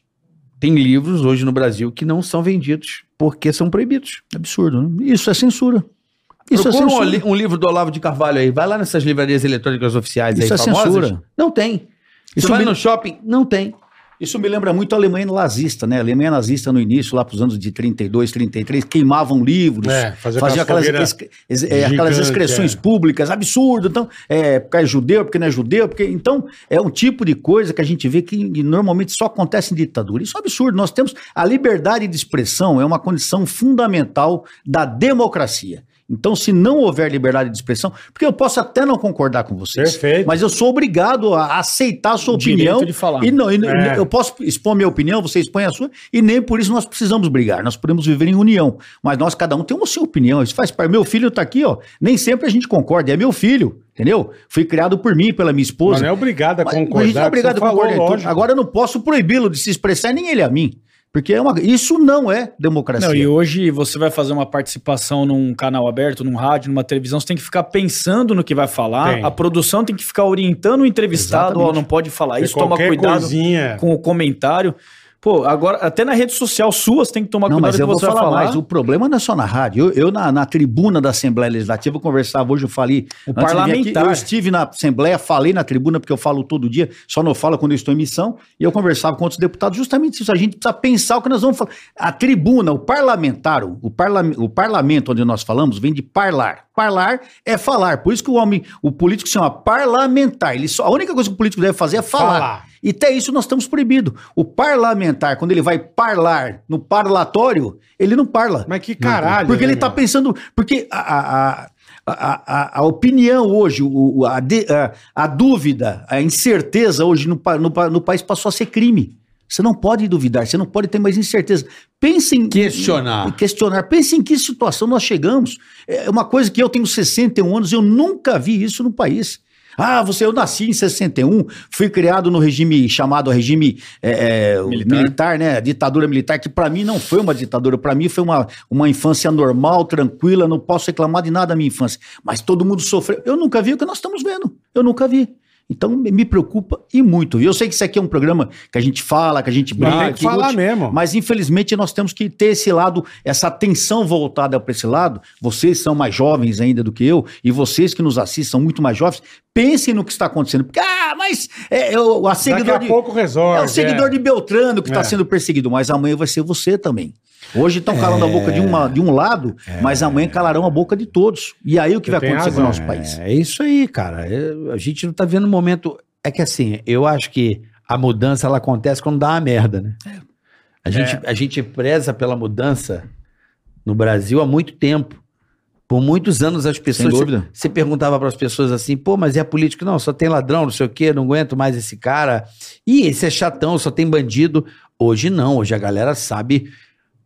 [SPEAKER 3] Tem livros hoje no Brasil que não são vendidos porque são proibidos.
[SPEAKER 5] Absurdo, né? Isso é censura. Isso
[SPEAKER 3] Procura
[SPEAKER 5] é
[SPEAKER 3] um,
[SPEAKER 5] censura.
[SPEAKER 3] li- um livro do Olavo de Carvalho aí. Vai lá nessas livrarias eletrônicas oficiais
[SPEAKER 5] Isso
[SPEAKER 3] aí
[SPEAKER 5] é
[SPEAKER 3] famosas.
[SPEAKER 5] censura.
[SPEAKER 3] Não tem. Você
[SPEAKER 5] Isso
[SPEAKER 3] vai
[SPEAKER 5] me-
[SPEAKER 3] no shopping? Não tem.
[SPEAKER 5] Isso me lembra muito a Alemanha nazista, né? A Alemanha nazista no início, lá para os anos de 32, 33, queimavam livros,
[SPEAKER 2] É, fazia aquela
[SPEAKER 5] faziam aquelas,
[SPEAKER 2] fogueira
[SPEAKER 5] excre- ex- é, aquelas
[SPEAKER 2] gigante,
[SPEAKER 5] excreções
[SPEAKER 2] é.
[SPEAKER 5] públicas, absurdo. Então, é, porque é judeu, porque não é judeu, porque. Então, é um tipo de coisa que a gente vê que normalmente só acontece em ditadura. Isso é um absurdo. Nós temos. A liberdade de expressão é uma condição fundamental da democracia. Então, se não houver liberdade de expressão, porque eu posso até não concordar com vocês,
[SPEAKER 2] Perfeito.
[SPEAKER 5] mas eu sou obrigado a aceitar a sua
[SPEAKER 4] Direito
[SPEAKER 5] opinião
[SPEAKER 4] de falar.
[SPEAKER 5] e não, e não-
[SPEAKER 2] É.
[SPEAKER 5] eu posso expor minha opinião, você expõe a sua, e nem por isso nós precisamos brigar, nós podemos viver em união. Mas nós, cada um tem uma sua opinião, isso faz parte. Meu filho tá aqui, ó, nem sempre a gente concorda, é meu filho, entendeu? Fui criado por mim, pela minha
[SPEAKER 2] Mas
[SPEAKER 5] esposa.
[SPEAKER 2] não é obrigado a
[SPEAKER 5] Mas
[SPEAKER 2] concordar.
[SPEAKER 5] a gente não é obrigado
[SPEAKER 2] você
[SPEAKER 5] a concordar. em
[SPEAKER 2] falou,
[SPEAKER 5] tudo.
[SPEAKER 2] lógico.
[SPEAKER 5] Agora eu não posso proibi-lo de se expressar, e nem ele a mim. Porque é uma- isso não é democracia.
[SPEAKER 4] Não, e hoje você vai fazer uma participação num canal aberto, num rádio, numa televisão, você tem que ficar pensando no que vai falar,
[SPEAKER 2] Tem.
[SPEAKER 4] a produção tem que ficar orientando o entrevistado, ó,
[SPEAKER 5] Exatamente.
[SPEAKER 4] não pode falar
[SPEAKER 2] Porque
[SPEAKER 4] isso, toma
[SPEAKER 2] É qualquer
[SPEAKER 4] cuidado
[SPEAKER 5] É.
[SPEAKER 2] coisinha.
[SPEAKER 4] com o comentário. Pô, agora, até na rede social sua, você tem que tomar
[SPEAKER 5] Não,
[SPEAKER 4] cuidado
[SPEAKER 5] mas
[SPEAKER 4] com
[SPEAKER 5] eu
[SPEAKER 4] o
[SPEAKER 5] vou
[SPEAKER 4] que você
[SPEAKER 5] falar,
[SPEAKER 4] vai falar.
[SPEAKER 5] mais. O problema não é só na rádio. Eu, eu na, na tribuna da Assembleia Legislativa, eu conversava hoje, eu falei.
[SPEAKER 4] O
[SPEAKER 5] antes de vir aqui,
[SPEAKER 4] parlamentar.
[SPEAKER 5] eu estive na Assembleia, falei na tribuna, porque eu falo todo dia, só não falo quando eu estou em missão. E eu conversava com outros deputados justamente isso. A gente precisa pensar o que nós vamos falar. A tribuna, o parlamentar, o, parla- o parlamento onde nós falamos, vem de parlar. Parlar é falar. Por isso que o homem, o político se chama parlamentar. Ele só, a única coisa que o político deve fazer é falar.
[SPEAKER 2] Falar.
[SPEAKER 5] E até isso nós estamos proibido. O parlamentar, quando ele vai parlar no parlatório, ele não parla.
[SPEAKER 2] Mas que caralho.
[SPEAKER 5] porque
[SPEAKER 2] né,
[SPEAKER 5] ele tá está
[SPEAKER 2] meu?
[SPEAKER 5] pensando. Porque a, a, a- a, a, a opinião hoje, o, o- a, de- a, a dúvida, a incerteza hoje no, pa- no, pa- no país passou a ser crime. Você não pode duvidar, você não pode ter mais incerteza. Pense em
[SPEAKER 3] Questionar.
[SPEAKER 5] questionar. Pense em que situação nós chegamos. É uma coisa que eu tenho 61 anos, eu nunca vi isso no país. Ah, você, eu nasci em 61, fui criado no regime chamado regime é, é, militar. né? Ditadura militar, que pra mim não foi uma ditadura, pra mim foi uma, uma infância normal, tranquila, não posso reclamar de nada da minha infância. Mas todo mundo sofreu. Eu nunca vi o que nós estamos vendo. Eu nunca vi. Então me me preocupa e muito. viu? Eu sei que isso aqui é um programa que a gente fala, que a gente
[SPEAKER 2] Mas
[SPEAKER 5] brinca,
[SPEAKER 2] tem que falar
[SPEAKER 5] hoje-
[SPEAKER 2] mesmo.
[SPEAKER 5] mas infelizmente nós temos que ter esse lado, essa atenção voltada para esse lado. Vocês são mais jovens ainda do que eu, e vocês que nos assistem são muito mais jovens, pensem no que está acontecendo. Porque, ah, mas é, é o a
[SPEAKER 2] Daqui
[SPEAKER 5] seguidor
[SPEAKER 2] a
[SPEAKER 5] de.
[SPEAKER 2] pouco resolve.
[SPEAKER 5] É o seguidor de Beltrano que está
[SPEAKER 2] É.
[SPEAKER 5] sendo perseguido, mas amanhã vai ser você também. Hoje estão calando
[SPEAKER 2] É.
[SPEAKER 5] a boca de, uma, de um lado, mas amanhã calarão a boca de todos. E aí o que
[SPEAKER 2] Você
[SPEAKER 5] vai
[SPEAKER 2] tem
[SPEAKER 5] acontecer no nosso
[SPEAKER 2] É. razão,
[SPEAKER 5] país?
[SPEAKER 3] É isso aí, cara. É, a gente não tá vendo um momento. É que assim, eu acho que a mudança ela acontece quando dá uma merda, né?
[SPEAKER 5] É.
[SPEAKER 3] A gente, a gente preza pela mudança no Brasil há muito tempo. Por muitos anos as pessoas.
[SPEAKER 5] dúvida.
[SPEAKER 3] Você perguntava para as pessoas assim, pô, mas é político? Não, só tem ladrão, não sei o quê, não aguento mais esse cara. Ih, esse é chatão, só tem bandido. Hoje não, hoje a galera sabe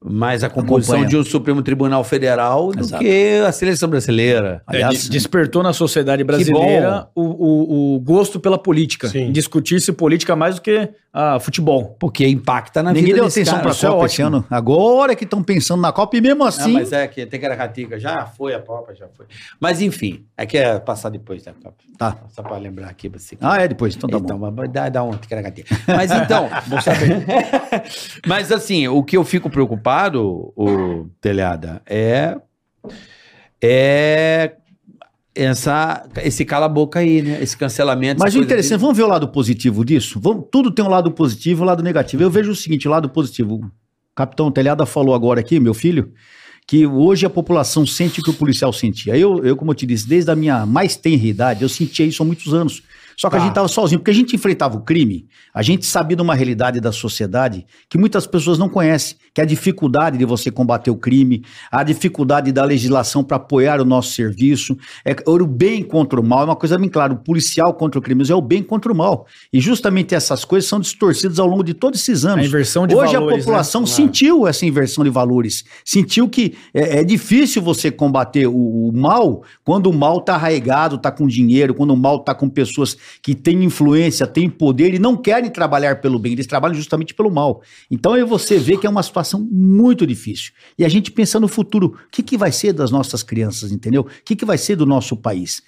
[SPEAKER 3] mais a composição
[SPEAKER 5] Acompanha.
[SPEAKER 3] de um Supremo Tribunal Federal do
[SPEAKER 5] Exato.
[SPEAKER 3] que a seleção brasileira.
[SPEAKER 4] É,
[SPEAKER 5] Aliás,
[SPEAKER 4] de- despertou na sociedade brasileira o, o- o gosto pela política.
[SPEAKER 2] Sim.
[SPEAKER 4] Discutir-se política é mais do que ah, futebol.
[SPEAKER 3] Porque impacta na
[SPEAKER 5] ninguém
[SPEAKER 3] vida
[SPEAKER 5] deu
[SPEAKER 3] desse
[SPEAKER 5] atenção
[SPEAKER 3] cara.
[SPEAKER 5] para a
[SPEAKER 3] Isso é
[SPEAKER 5] Copa esse
[SPEAKER 3] ótimo.
[SPEAKER 5] ano. Agora que estão pensando na Copa, e mesmo
[SPEAKER 3] Ah,
[SPEAKER 5] assim.
[SPEAKER 3] mas é que tem que era ratica. Já foi a Copa, já foi. Mas enfim, é que é passar depois da Copa.
[SPEAKER 5] Tá.
[SPEAKER 3] Só para lembrar aqui pra você.
[SPEAKER 5] Ah, é depois, então tá bom.
[SPEAKER 3] então, mas dá, dá um ticaracatica. Mas
[SPEAKER 5] (laughs)
[SPEAKER 3] então. Bom saber. (laughs) mas assim, o que eu fico preocupado, o Telhada, é. É. essa, esse cala-boca aí, né? Esse cancelamento.
[SPEAKER 5] Mas
[SPEAKER 3] essa
[SPEAKER 5] o é
[SPEAKER 3] coisa
[SPEAKER 5] interessante,
[SPEAKER 3] de-
[SPEAKER 5] vamos ver o lado positivo disso? Vamos, tudo tem um lado positivo e um lado negativo. Eu vejo o seguinte, o lado positivo. O capitão Telhada falou agora aqui, meu filho, que hoje a população sente o que o policial sentia. Eu, eu como eu te disse, desde a minha mais tenra idade, eu sentia isso há muitos anos. Só
[SPEAKER 2] Tá.
[SPEAKER 5] que a gente estava sozinho, porque a gente enfrentava o crime, a gente sabia de uma realidade da sociedade que muitas pessoas não conhecem, que é a dificuldade de você combater o crime, a dificuldade da legislação para apoiar o nosso serviço, é é o bem contra o mal, é uma coisa bem clara, o policial contra o crime mas é o bem contra o mal. E justamente essas coisas são distorcidas ao longo de todos esses anos.
[SPEAKER 4] A inversão de
[SPEAKER 5] Hoje a
[SPEAKER 4] valores, né?
[SPEAKER 5] população
[SPEAKER 4] Claro.
[SPEAKER 5] sentiu essa inversão de valores, sentiu que é, é difícil você combater o, o mal quando o mal está arraigado, está com dinheiro, quando o mal está com pessoas que têm influência, têm poder e não querem trabalhar pelo bem, eles trabalham justamente pelo mal. Então aí você vê que é uma situação muito difícil. E a gente pensa no futuro, o que, que vai ser das nossas crianças, entendeu? O que, que vai ser do nosso país?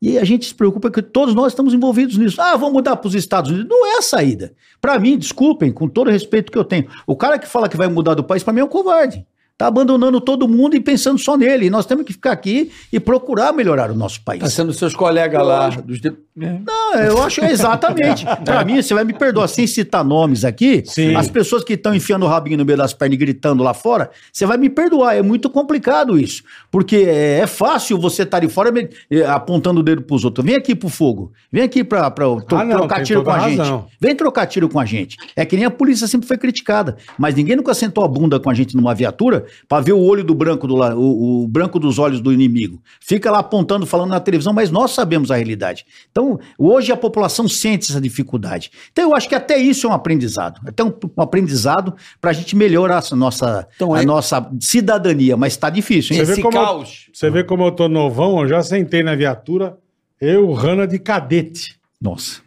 [SPEAKER 5] E a gente se preocupa que todos nós estamos envolvidos nisso. Ah, vamos mudar para os Estados Unidos. Não é a saída. Para mim, desculpem, com todo o respeito que eu tenho, o cara que fala que vai mudar do país, para mim é um covarde. Tá abandonando todo mundo e pensando só nele. E nós temos que ficar aqui e procurar melhorar o nosso país.
[SPEAKER 3] Tá sendo seus colegas lá. Dos de-
[SPEAKER 5] Ah, eu acho
[SPEAKER 2] (laughs)
[SPEAKER 5] exatamente. Pra mim, você vai me perdoar, sem citar nomes aqui,
[SPEAKER 2] Sim.
[SPEAKER 5] as pessoas que estão enfiando o rabinho no meio das pernas e gritando lá fora, você vai me perdoar. É muito complicado isso. Porque é, é fácil você estar de fora me- eh, apontando o dedo pros outros. Vem aqui pro fogo. Vem aqui pra, pra tro-
[SPEAKER 2] Ah, não,
[SPEAKER 5] trocar
[SPEAKER 2] tem
[SPEAKER 5] tiro com
[SPEAKER 2] toda
[SPEAKER 5] a
[SPEAKER 2] a
[SPEAKER 5] gente.
[SPEAKER 2] razão.
[SPEAKER 5] Vem trocar tiro com a gente. É que nem a polícia sempre foi criticada. Mas ninguém nunca sentou a bunda com a gente numa viatura pra ver o olho do branco do la- o, o branco dos olhos do inimigo. Fica lá apontando, falando na televisão, mas nós sabemos a realidade. Então, hoje a população sente essa dificuldade. Então, eu acho que até isso é um aprendizado. Até um, um aprendizado pra gente melhorar a nossa,
[SPEAKER 3] Então,
[SPEAKER 5] a
[SPEAKER 3] é-
[SPEAKER 5] nossa cidadania. Mas tá difícil, hein?
[SPEAKER 2] Você vê
[SPEAKER 3] Esse
[SPEAKER 2] como eu-
[SPEAKER 3] caos.
[SPEAKER 2] Você vê como eu tô novão, eu já sentei na viatura, eu, Rana de cadete.
[SPEAKER 5] Nossa.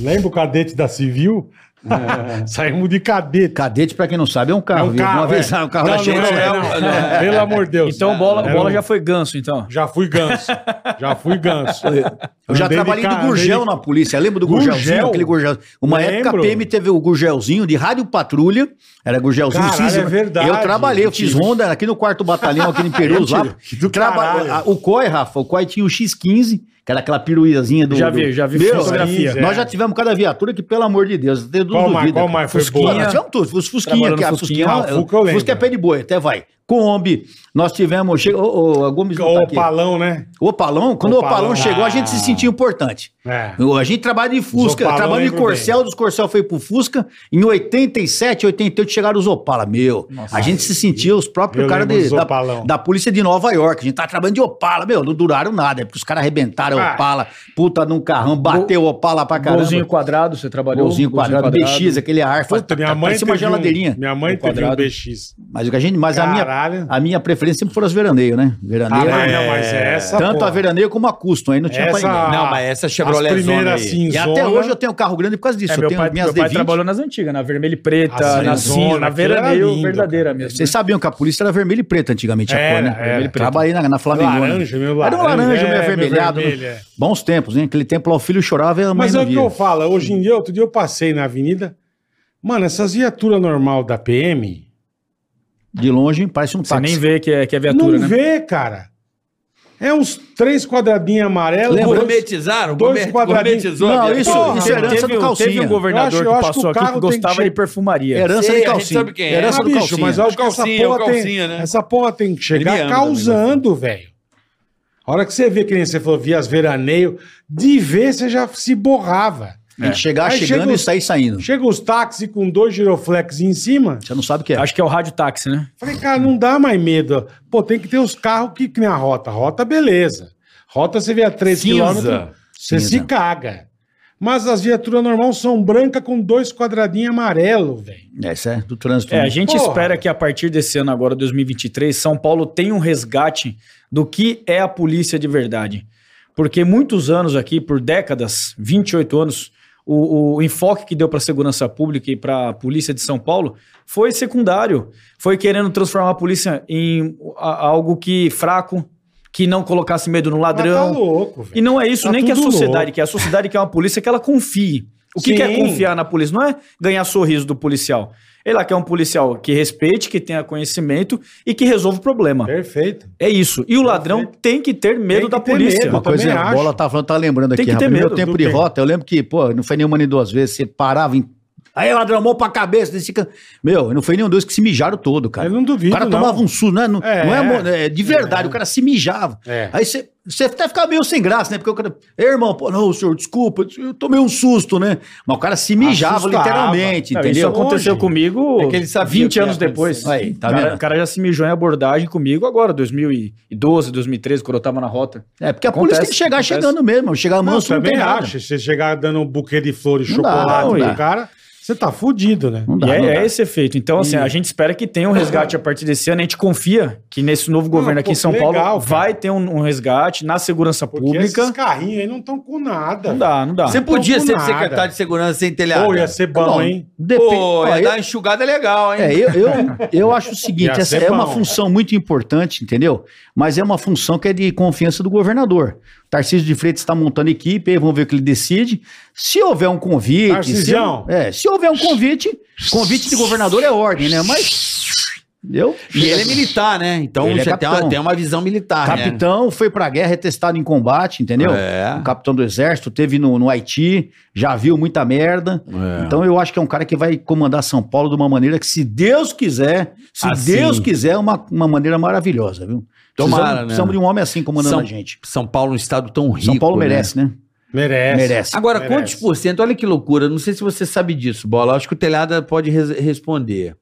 [SPEAKER 2] Lembra o cadete da Civil? (laughs) Saímos de cadete.
[SPEAKER 5] Cadete, pra quem não sabe, é um carro.
[SPEAKER 2] É um
[SPEAKER 5] É. viu?
[SPEAKER 2] carro,
[SPEAKER 5] Uma vez,
[SPEAKER 2] é.
[SPEAKER 5] um carro
[SPEAKER 2] Não,
[SPEAKER 5] da gente.
[SPEAKER 2] não é, não. Pelo amor de Deus.
[SPEAKER 4] Então o bola,
[SPEAKER 5] É
[SPEAKER 2] Era
[SPEAKER 4] bola
[SPEAKER 2] um-
[SPEAKER 4] já foi ganso, então.
[SPEAKER 2] Já fui ganso. Já fui ganso.
[SPEAKER 5] Eu já
[SPEAKER 2] Andei de
[SPEAKER 5] trabalhei
[SPEAKER 2] ca-
[SPEAKER 5] do Gurgel
[SPEAKER 2] andei de-
[SPEAKER 5] na polícia. Lembra do
[SPEAKER 2] Gurgel?
[SPEAKER 5] Gurgelzinho? Aquele Gurgel. Uma
[SPEAKER 2] Lembro.
[SPEAKER 5] época a PM teve o Gurgelzinho de Rádio Patrulha. Era Gurgelzinho
[SPEAKER 2] Caralho,
[SPEAKER 5] cinza.
[SPEAKER 2] é verdade.
[SPEAKER 5] Eu trabalhei, eu fiz ronda aqui no quarto
[SPEAKER 2] (laughs)
[SPEAKER 5] batalhão, aqui em Perus lá.
[SPEAKER 2] Do
[SPEAKER 5] Traba-
[SPEAKER 2] caralho.
[SPEAKER 5] a- O COI, Rafa, o COI tinha o X15, que era aquela piruíazinha do.
[SPEAKER 4] Já
[SPEAKER 5] do-
[SPEAKER 4] vi, já vi
[SPEAKER 5] Meu,
[SPEAKER 4] fotografia.
[SPEAKER 2] Sim, já.
[SPEAKER 5] Nós já tivemos cada viatura que, pelo amor de Deus, eu
[SPEAKER 2] É. Qual mais-
[SPEAKER 5] duvido.
[SPEAKER 2] qual
[SPEAKER 5] cara.
[SPEAKER 2] mais foi
[SPEAKER 5] Fusquinha.
[SPEAKER 2] boa?
[SPEAKER 5] Nós tivemos todos. Os Fusquinha,
[SPEAKER 4] Trabalhou
[SPEAKER 5] que
[SPEAKER 4] no
[SPEAKER 5] a
[SPEAKER 4] Fusquinha.
[SPEAKER 5] Fusquinha.
[SPEAKER 2] Ah, Fuca eu lembro.
[SPEAKER 5] Fusca é pé de boi, até vai. Kombi. Nós tivemos. Chega, ô, ô, a Gomes não tá
[SPEAKER 2] O
[SPEAKER 5] aqui.
[SPEAKER 2] palão, né?
[SPEAKER 5] O Opalão, quando o Opalão,
[SPEAKER 2] Opalão.
[SPEAKER 5] chegou, a gente se sentia importante.
[SPEAKER 2] É.
[SPEAKER 5] A gente trabalha de
[SPEAKER 2] Os
[SPEAKER 5] Fusca,
[SPEAKER 2] Opalão
[SPEAKER 5] trabalha de
[SPEAKER 2] lembro
[SPEAKER 5] Corcel, dos Corcel foi pro Fusca. Em 87, 88 chegaram os Opala, meu. a gente se sentia os próprios
[SPEAKER 2] Eu
[SPEAKER 5] caras
[SPEAKER 2] lembro
[SPEAKER 5] de-
[SPEAKER 2] dos
[SPEAKER 5] da,
[SPEAKER 2] Opalão.
[SPEAKER 5] da polícia de Nova York. A gente tava trabalhando de Opala, meu, não duraram nada, é porque os caras arrebentaram
[SPEAKER 2] Ah.
[SPEAKER 5] a Opala, puta num carrão, bateu o Opala pra caramba.
[SPEAKER 4] Golzinho quadrado, você trabalhou.
[SPEAKER 5] Golzinho quadrado, BX, aquele ar, faz- tá-
[SPEAKER 2] Puta, minha mãe
[SPEAKER 5] parecia uma
[SPEAKER 2] teve um-
[SPEAKER 5] geladeirinha.
[SPEAKER 2] Minha mãe
[SPEAKER 5] no
[SPEAKER 2] teve um
[SPEAKER 5] quadrado.
[SPEAKER 2] BX.
[SPEAKER 5] Mas, o que a gente, mas a,
[SPEAKER 2] Caralho.
[SPEAKER 5] minha, a minha preferência sempre foram as veraneias, né? Veraneio.
[SPEAKER 2] Ah, mas não, mas essa,
[SPEAKER 5] é Tanto
[SPEAKER 2] porra.
[SPEAKER 5] a veraneio como a custom, aí não tinha pra ninguém.
[SPEAKER 2] Essa,
[SPEAKER 3] Não, mas essa Chevrolet
[SPEAKER 2] As primeiras
[SPEAKER 3] Zona aí.
[SPEAKER 5] E
[SPEAKER 2] cinzona,
[SPEAKER 5] até hoje eu tenho carro grande por causa disso.
[SPEAKER 4] É,
[SPEAKER 5] eu
[SPEAKER 4] meu
[SPEAKER 5] tenho
[SPEAKER 4] pai,
[SPEAKER 5] minhas
[SPEAKER 4] meu pai
[SPEAKER 5] D20.
[SPEAKER 4] trabalhou nas antigas, na vermelha e preta,
[SPEAKER 2] As zona,
[SPEAKER 4] na cinza, na
[SPEAKER 2] aquilo
[SPEAKER 5] é
[SPEAKER 2] era
[SPEAKER 4] veraneio
[SPEAKER 2] lindo,
[SPEAKER 4] verdadeira mesmo.
[SPEAKER 5] Vocês sabiam que a polícia era vermelho e preta antigamente,
[SPEAKER 2] Era,
[SPEAKER 5] a cor, né?
[SPEAKER 2] era.
[SPEAKER 5] Vermelho e preto. Trabalhei na, na Flamelona.
[SPEAKER 2] Laranja, meio
[SPEAKER 5] Era
[SPEAKER 2] laranja,
[SPEAKER 5] um laranja,
[SPEAKER 2] é,
[SPEAKER 5] meio
[SPEAKER 2] meio
[SPEAKER 5] avermelhado.
[SPEAKER 2] vermelho, é.
[SPEAKER 5] Bons tempos, hein? Aquele tempo lá o filho chorava e a mãe
[SPEAKER 2] Mas é
[SPEAKER 5] não
[SPEAKER 2] o que
[SPEAKER 5] via.
[SPEAKER 2] eu falo, hoje em dia, outro dia eu passei na avenida. Mano, essas viaturas normal da PM,
[SPEAKER 5] De longe, parece um
[SPEAKER 4] Você
[SPEAKER 5] táxi.
[SPEAKER 4] nem vê que é, que é viatura,
[SPEAKER 2] não
[SPEAKER 4] né?
[SPEAKER 2] vê, cara. É uns três quadradinhos amarelos.
[SPEAKER 3] Lembra?
[SPEAKER 2] dois-
[SPEAKER 3] Gourmetizaram?
[SPEAKER 2] dois
[SPEAKER 3] Gourmet-
[SPEAKER 2] quadradinhos.
[SPEAKER 3] Gourmetizou? a
[SPEAKER 5] Não,
[SPEAKER 3] minha
[SPEAKER 5] isso-
[SPEAKER 3] porra.
[SPEAKER 5] isso é herança
[SPEAKER 4] teve,
[SPEAKER 5] do
[SPEAKER 4] um- teve
[SPEAKER 5] calcinha.
[SPEAKER 4] um
[SPEAKER 2] Eu acho-
[SPEAKER 4] governador
[SPEAKER 2] eu
[SPEAKER 4] que
[SPEAKER 2] acho que o
[SPEAKER 4] passou aqui
[SPEAKER 2] carro
[SPEAKER 4] que
[SPEAKER 2] tem que
[SPEAKER 4] gostava
[SPEAKER 2] che-
[SPEAKER 4] de perfumaria.
[SPEAKER 5] Herança
[SPEAKER 3] Sei,
[SPEAKER 5] de
[SPEAKER 3] a gente
[SPEAKER 5] calcinha.
[SPEAKER 3] sabe quem é.
[SPEAKER 5] Herança
[SPEAKER 2] Ah,
[SPEAKER 5] do
[SPEAKER 2] bicho,
[SPEAKER 5] calcinha.
[SPEAKER 2] mas acho que essa
[SPEAKER 3] Calcinha,
[SPEAKER 2] porra,
[SPEAKER 3] o calcinha,
[SPEAKER 2] tem,
[SPEAKER 3] né?
[SPEAKER 2] essa porra tem que
[SPEAKER 3] Ele
[SPEAKER 2] chegar
[SPEAKER 3] ama
[SPEAKER 2] causando, velho. A hora que você vê, que nem você falou, vias veraneio, de ver você já se borrava.
[SPEAKER 5] Tem que chegar
[SPEAKER 2] Aí
[SPEAKER 5] chegando
[SPEAKER 2] chega
[SPEAKER 5] e
[SPEAKER 2] os-
[SPEAKER 5] sair saindo.
[SPEAKER 2] Chega os táxis com dois giroflex em cima.
[SPEAKER 5] Você não sabe o que é.
[SPEAKER 4] Acho que é o rádio táxi, né?
[SPEAKER 2] Falei, cara, não dá mais medo. Pô, tem que ter os carros que, que nem a rota. Rota, beleza. Rota você vê a 3
[SPEAKER 3] Cinza.
[SPEAKER 2] km, você
[SPEAKER 5] Cinza.
[SPEAKER 2] se caga. Mas as viaturas normais são brancas com dois quadradinhos amarelo, velho.
[SPEAKER 5] Essa é do trânsito.
[SPEAKER 4] É,
[SPEAKER 5] né?
[SPEAKER 4] a gente
[SPEAKER 2] Porra.
[SPEAKER 4] espera que a partir desse ano agora, 2023, São Paulo tenha um resgate do que é a polícia de verdade. Porque muitos anos aqui, por décadas, 28 anos, o, o enfoque que deu para a segurança pública e para a polícia de São Paulo foi secundário. Foi querendo transformar a polícia em a- algo que fraco, que não colocasse medo no
[SPEAKER 2] Mas tá
[SPEAKER 4] ladrão,
[SPEAKER 2] louco,
[SPEAKER 4] e
[SPEAKER 2] velho.
[SPEAKER 4] não é isso
[SPEAKER 2] Tá
[SPEAKER 4] nem que a
[SPEAKER 2] tudo
[SPEAKER 4] sociedade
[SPEAKER 2] louco.
[SPEAKER 4] quer. A sociedade quer uma polícia que ela confie. O que, que é
[SPEAKER 2] Sim.
[SPEAKER 4] confiar na polícia? Não é ganhar sorriso do policial. Ele lá quer um policial que respeite, que tenha conhecimento e que resolva o problema.
[SPEAKER 2] Perfeito.
[SPEAKER 4] É isso. E o ladrão
[SPEAKER 2] Perfeito.
[SPEAKER 4] tem que ter medo
[SPEAKER 2] Tem que
[SPEAKER 4] da
[SPEAKER 2] ter
[SPEAKER 4] polícia.
[SPEAKER 2] medo.
[SPEAKER 5] Uma coisa é,
[SPEAKER 2] também
[SPEAKER 5] a
[SPEAKER 2] acho.
[SPEAKER 5] bola tá falando, tá lembrando
[SPEAKER 4] Tem
[SPEAKER 5] aqui,
[SPEAKER 4] que ter
[SPEAKER 5] rapaz. Meu
[SPEAKER 4] medo.
[SPEAKER 5] tempo
[SPEAKER 2] Do
[SPEAKER 5] de
[SPEAKER 2] quê?
[SPEAKER 5] rota, eu lembro que, pô, não foi nenhuma nem duas vezes, você parava em. Aí, ladrão, mão pra cabeça, desse can- Meu, não foi nenhum dois que se mijaram todo, cara.
[SPEAKER 2] Eu não duvido,
[SPEAKER 5] O cara
[SPEAKER 2] não.
[SPEAKER 5] tomava um susto, né? Não, não é,
[SPEAKER 2] É.
[SPEAKER 5] mo- é de verdade, o cara se mijava.
[SPEAKER 2] É.
[SPEAKER 5] Aí você. Você até ficava meio sem graça, né? Porque o cara. Ei, irmão, pô, não, senhor, desculpa, eu tomei um susto, né? Mas o cara se mijava
[SPEAKER 2] Assustava.
[SPEAKER 5] literalmente,
[SPEAKER 4] Não, isso
[SPEAKER 5] entendeu?
[SPEAKER 4] aconteceu
[SPEAKER 2] Hoje.
[SPEAKER 4] comigo
[SPEAKER 6] É que ele sabia o
[SPEAKER 4] 20
[SPEAKER 6] que ia
[SPEAKER 4] anos depois.
[SPEAKER 6] acontecer.
[SPEAKER 5] Aí, tá
[SPEAKER 4] o, cara,
[SPEAKER 5] vendo?
[SPEAKER 4] o cara já se mijou em abordagem comigo agora, 2012, 2013, quando eu tava na rota.
[SPEAKER 5] É, porque a polícia
[SPEAKER 4] Acontece,
[SPEAKER 5] tem que chegar
[SPEAKER 4] acontece.
[SPEAKER 5] chegando mesmo, chegar
[SPEAKER 2] Não, eu
[SPEAKER 5] manso não
[SPEAKER 2] também
[SPEAKER 5] tem nada.
[SPEAKER 2] acho. Se você chegar dando um buquê de flores
[SPEAKER 5] Não dá,
[SPEAKER 2] chocolate
[SPEAKER 5] não
[SPEAKER 2] pro
[SPEAKER 5] dá.
[SPEAKER 2] cara, você tá fudido, né?
[SPEAKER 5] Não dá,
[SPEAKER 4] e é,
[SPEAKER 5] não
[SPEAKER 4] é
[SPEAKER 5] dá.
[SPEAKER 4] esse efeito. Então, assim, a gente espera que tenha um resgate a partir desse ano. A gente confia que nesse novo governo
[SPEAKER 2] pô,
[SPEAKER 4] aqui em São
[SPEAKER 2] que
[SPEAKER 4] Paulo
[SPEAKER 2] legal, cara.
[SPEAKER 4] vai ter um, um resgate na segurança
[SPEAKER 2] Porque esses
[SPEAKER 4] pública.
[SPEAKER 2] carrinhos aí não estão com nada.
[SPEAKER 4] Não dá, não dá.
[SPEAKER 3] Você podia
[SPEAKER 2] Não,
[SPEAKER 3] ser
[SPEAKER 2] nada.
[SPEAKER 3] secretário de segurança sem telhado.
[SPEAKER 2] Ou ia ser bom,
[SPEAKER 5] Bom,
[SPEAKER 2] hein?
[SPEAKER 5] Depende.
[SPEAKER 3] Pô, é
[SPEAKER 5] Ó,
[SPEAKER 3] ia
[SPEAKER 5] eu-
[SPEAKER 3] dar uma enxugada legal, hein?
[SPEAKER 5] É, eu, eu, eu acho o seguinte,
[SPEAKER 2] Ia
[SPEAKER 5] essa
[SPEAKER 2] ser
[SPEAKER 5] é uma
[SPEAKER 2] bom.
[SPEAKER 5] função muito importante, entendeu? Mas é uma função que é de confiança do governador. Tarcísio de Freitas está montando equipe, aí vamos ver o que ele decide. Se houver um convite... Se,
[SPEAKER 2] Tarcisião.
[SPEAKER 5] é, se houver um convite, convite de governador é ordem, né? Mas... Eu,
[SPEAKER 3] E ele é militar, né? Então
[SPEAKER 5] Ele é
[SPEAKER 3] já tem,
[SPEAKER 5] capitão.
[SPEAKER 3] uma, tem uma visão militar, né?
[SPEAKER 5] capitão, foi pra guerra, é testado em combate, entendeu?
[SPEAKER 3] É.
[SPEAKER 5] Um capitão do exército, teve no, no Haiti, já viu muita merda.
[SPEAKER 3] É.
[SPEAKER 5] Então eu acho que é um cara que vai comandar São Paulo de uma maneira que, se Deus quiser, se
[SPEAKER 3] Assim.
[SPEAKER 5] Deus quiser, é uma, uma maneira maravilhosa, viu?
[SPEAKER 3] Tomara,
[SPEAKER 5] precisamos,
[SPEAKER 3] né?
[SPEAKER 5] precisamos de um homem assim comandando
[SPEAKER 3] São,
[SPEAKER 5] a gente.
[SPEAKER 3] São Paulo é um estado tão rico.
[SPEAKER 5] São Paulo
[SPEAKER 3] né?
[SPEAKER 5] merece, né?
[SPEAKER 2] Merece.
[SPEAKER 5] Merece.
[SPEAKER 3] Agora,
[SPEAKER 2] Merece.
[SPEAKER 3] quantos por cento? Olha que loucura. Não sei se você sabe disso, Bola. Acho que o Telhada pode res- responder.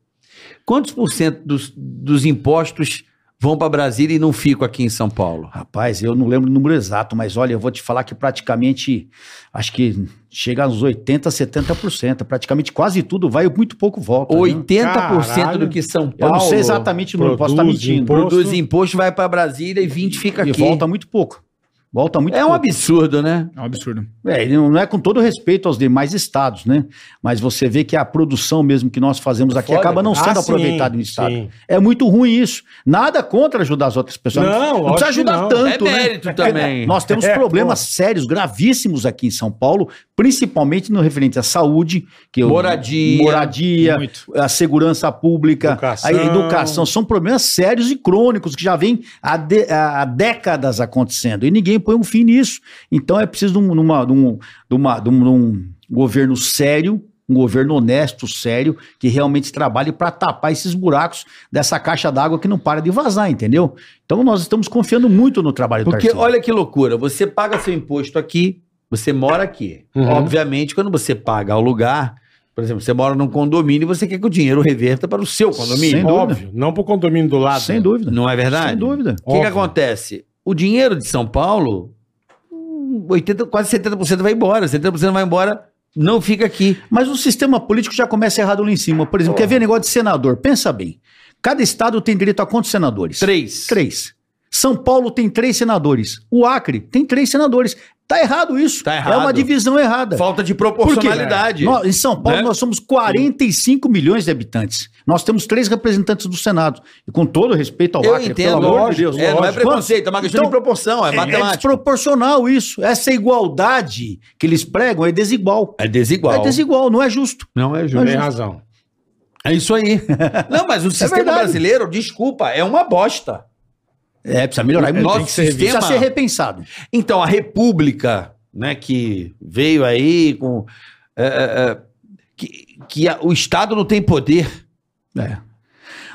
[SPEAKER 3] Quantos por cento dos, dos impostos vão para Brasília e não ficam aqui em São Paulo?
[SPEAKER 5] Rapaz, eu não lembro o número exato, mas olha, eu vou te falar que praticamente, acho que chega aos 80%, 70%. Praticamente quase tudo vai e muito pouco volta. né?
[SPEAKER 3] 80% do
[SPEAKER 2] Caralho.
[SPEAKER 3] que São
[SPEAKER 5] Eu
[SPEAKER 3] Paulo
[SPEAKER 5] não sei exatamente o número, posso estar
[SPEAKER 2] produz,
[SPEAKER 5] mentindo.
[SPEAKER 2] imposto.
[SPEAKER 3] produz imposto vai para Brasília e 20 fica
[SPEAKER 5] E
[SPEAKER 3] aqui.
[SPEAKER 5] volta muito pouco. Volta muito
[SPEAKER 3] é um
[SPEAKER 5] pouco.
[SPEAKER 3] absurdo, né?
[SPEAKER 4] É um absurdo.
[SPEAKER 5] É, e não é com todo respeito aos demais estados, né? Mas você vê que a produção mesmo que nós fazemos aqui
[SPEAKER 3] Tá Foda,
[SPEAKER 5] acaba não
[SPEAKER 2] cara.
[SPEAKER 5] sendo
[SPEAKER 2] Ah, sim,
[SPEAKER 5] aproveitada no estado.
[SPEAKER 2] sim.
[SPEAKER 5] É muito ruim isso. Nada contra ajudar as outras pessoas.
[SPEAKER 2] Não, lógico
[SPEAKER 5] precisa
[SPEAKER 2] que
[SPEAKER 5] ajudar
[SPEAKER 2] não.
[SPEAKER 5] tanto,
[SPEAKER 3] é
[SPEAKER 5] né?
[SPEAKER 3] mérito também. (laughs)
[SPEAKER 5] Nós temos
[SPEAKER 2] É,
[SPEAKER 5] problemas sérios, gravíssimos aqui em São Paulo, principalmente no referente à saúde, que eu-
[SPEAKER 3] Moradia.
[SPEAKER 5] moradia,
[SPEAKER 4] Muito.
[SPEAKER 5] a segurança pública,
[SPEAKER 2] Educação.
[SPEAKER 5] a educação, são problemas sérios e crônicos que já vêm há, de- há- há décadas acontecendo e ninguém põe um fim nisso. Então é preciso de um, numa- de um- de uma- de um- de um governo sério, um governo honesto, sério, que realmente trabalhe para tapar esses buracos dessa caixa d'água que não para de vazar, entendeu? Então nós estamos confiando muito no trabalho do
[SPEAKER 3] Porque
[SPEAKER 5] Tarcísio.
[SPEAKER 3] olha que loucura, você paga seu imposto aqui, você mora aqui.
[SPEAKER 2] Uhum.
[SPEAKER 3] Obviamente, quando você paga ao lugar, por exemplo, você mora num condomínio e você quer que o dinheiro reverta para o seu
[SPEAKER 5] Sem
[SPEAKER 3] condomínio.
[SPEAKER 5] dúvida.
[SPEAKER 2] Óbvio. Não pro condomínio do lado. né?
[SPEAKER 5] Sem dúvida.
[SPEAKER 3] Não é verdade?
[SPEAKER 5] Sem dúvida.
[SPEAKER 3] O que que,
[SPEAKER 2] Óbvio.
[SPEAKER 3] acontece? O dinheiro de São Paulo, hum, 80, quase 70% vai embora, 70% vai embora, não fica aqui.
[SPEAKER 5] Mas o sistema político já começa errado lá em cima. Por exemplo, quer ver negócio de senador? Pensa bem. Cada estado tem direito a quantos senadores?
[SPEAKER 3] Três.
[SPEAKER 5] Três. São Paulo tem três senadores. O Acre tem três senadores. Tá errado isso.
[SPEAKER 3] Tá
[SPEAKER 5] É
[SPEAKER 3] errado.
[SPEAKER 5] uma divisão errada.
[SPEAKER 3] Falta de
[SPEAKER 5] Por quê?
[SPEAKER 3] proporcionalidade.
[SPEAKER 5] Nós- em São Paulo,
[SPEAKER 3] Né?
[SPEAKER 5] nós somos 45 milhões de habitantes. Nós temos três representantes do Senado. E com todo respeito ao
[SPEAKER 3] Eu
[SPEAKER 5] Acre,
[SPEAKER 3] entendo,
[SPEAKER 5] pelo amor de
[SPEAKER 3] lógico.
[SPEAKER 5] Deus.
[SPEAKER 3] É, não é
[SPEAKER 5] lógico.
[SPEAKER 3] preconceito, é uma questão de
[SPEAKER 5] Então,
[SPEAKER 3] proporção, é,
[SPEAKER 5] É, é
[SPEAKER 3] matemática.
[SPEAKER 5] desproporcional isso. Essa igualdade que eles pregam é desigual.
[SPEAKER 3] É desigual.
[SPEAKER 5] É desigual, não é justo.
[SPEAKER 3] Não é
[SPEAKER 2] Tem razão.
[SPEAKER 3] É isso aí. (laughs) Não, mas o sistema
[SPEAKER 5] É verdade.
[SPEAKER 3] brasileiro, desculpa, é uma bosta.
[SPEAKER 5] É, precisa melhorar.
[SPEAKER 3] Nosso
[SPEAKER 5] Tem que ser revisto.
[SPEAKER 3] sistema-
[SPEAKER 5] Precisa ser repensado.
[SPEAKER 3] Então, a República, né, que veio aí com. é, é, é, que que a- o Estado não tem poder.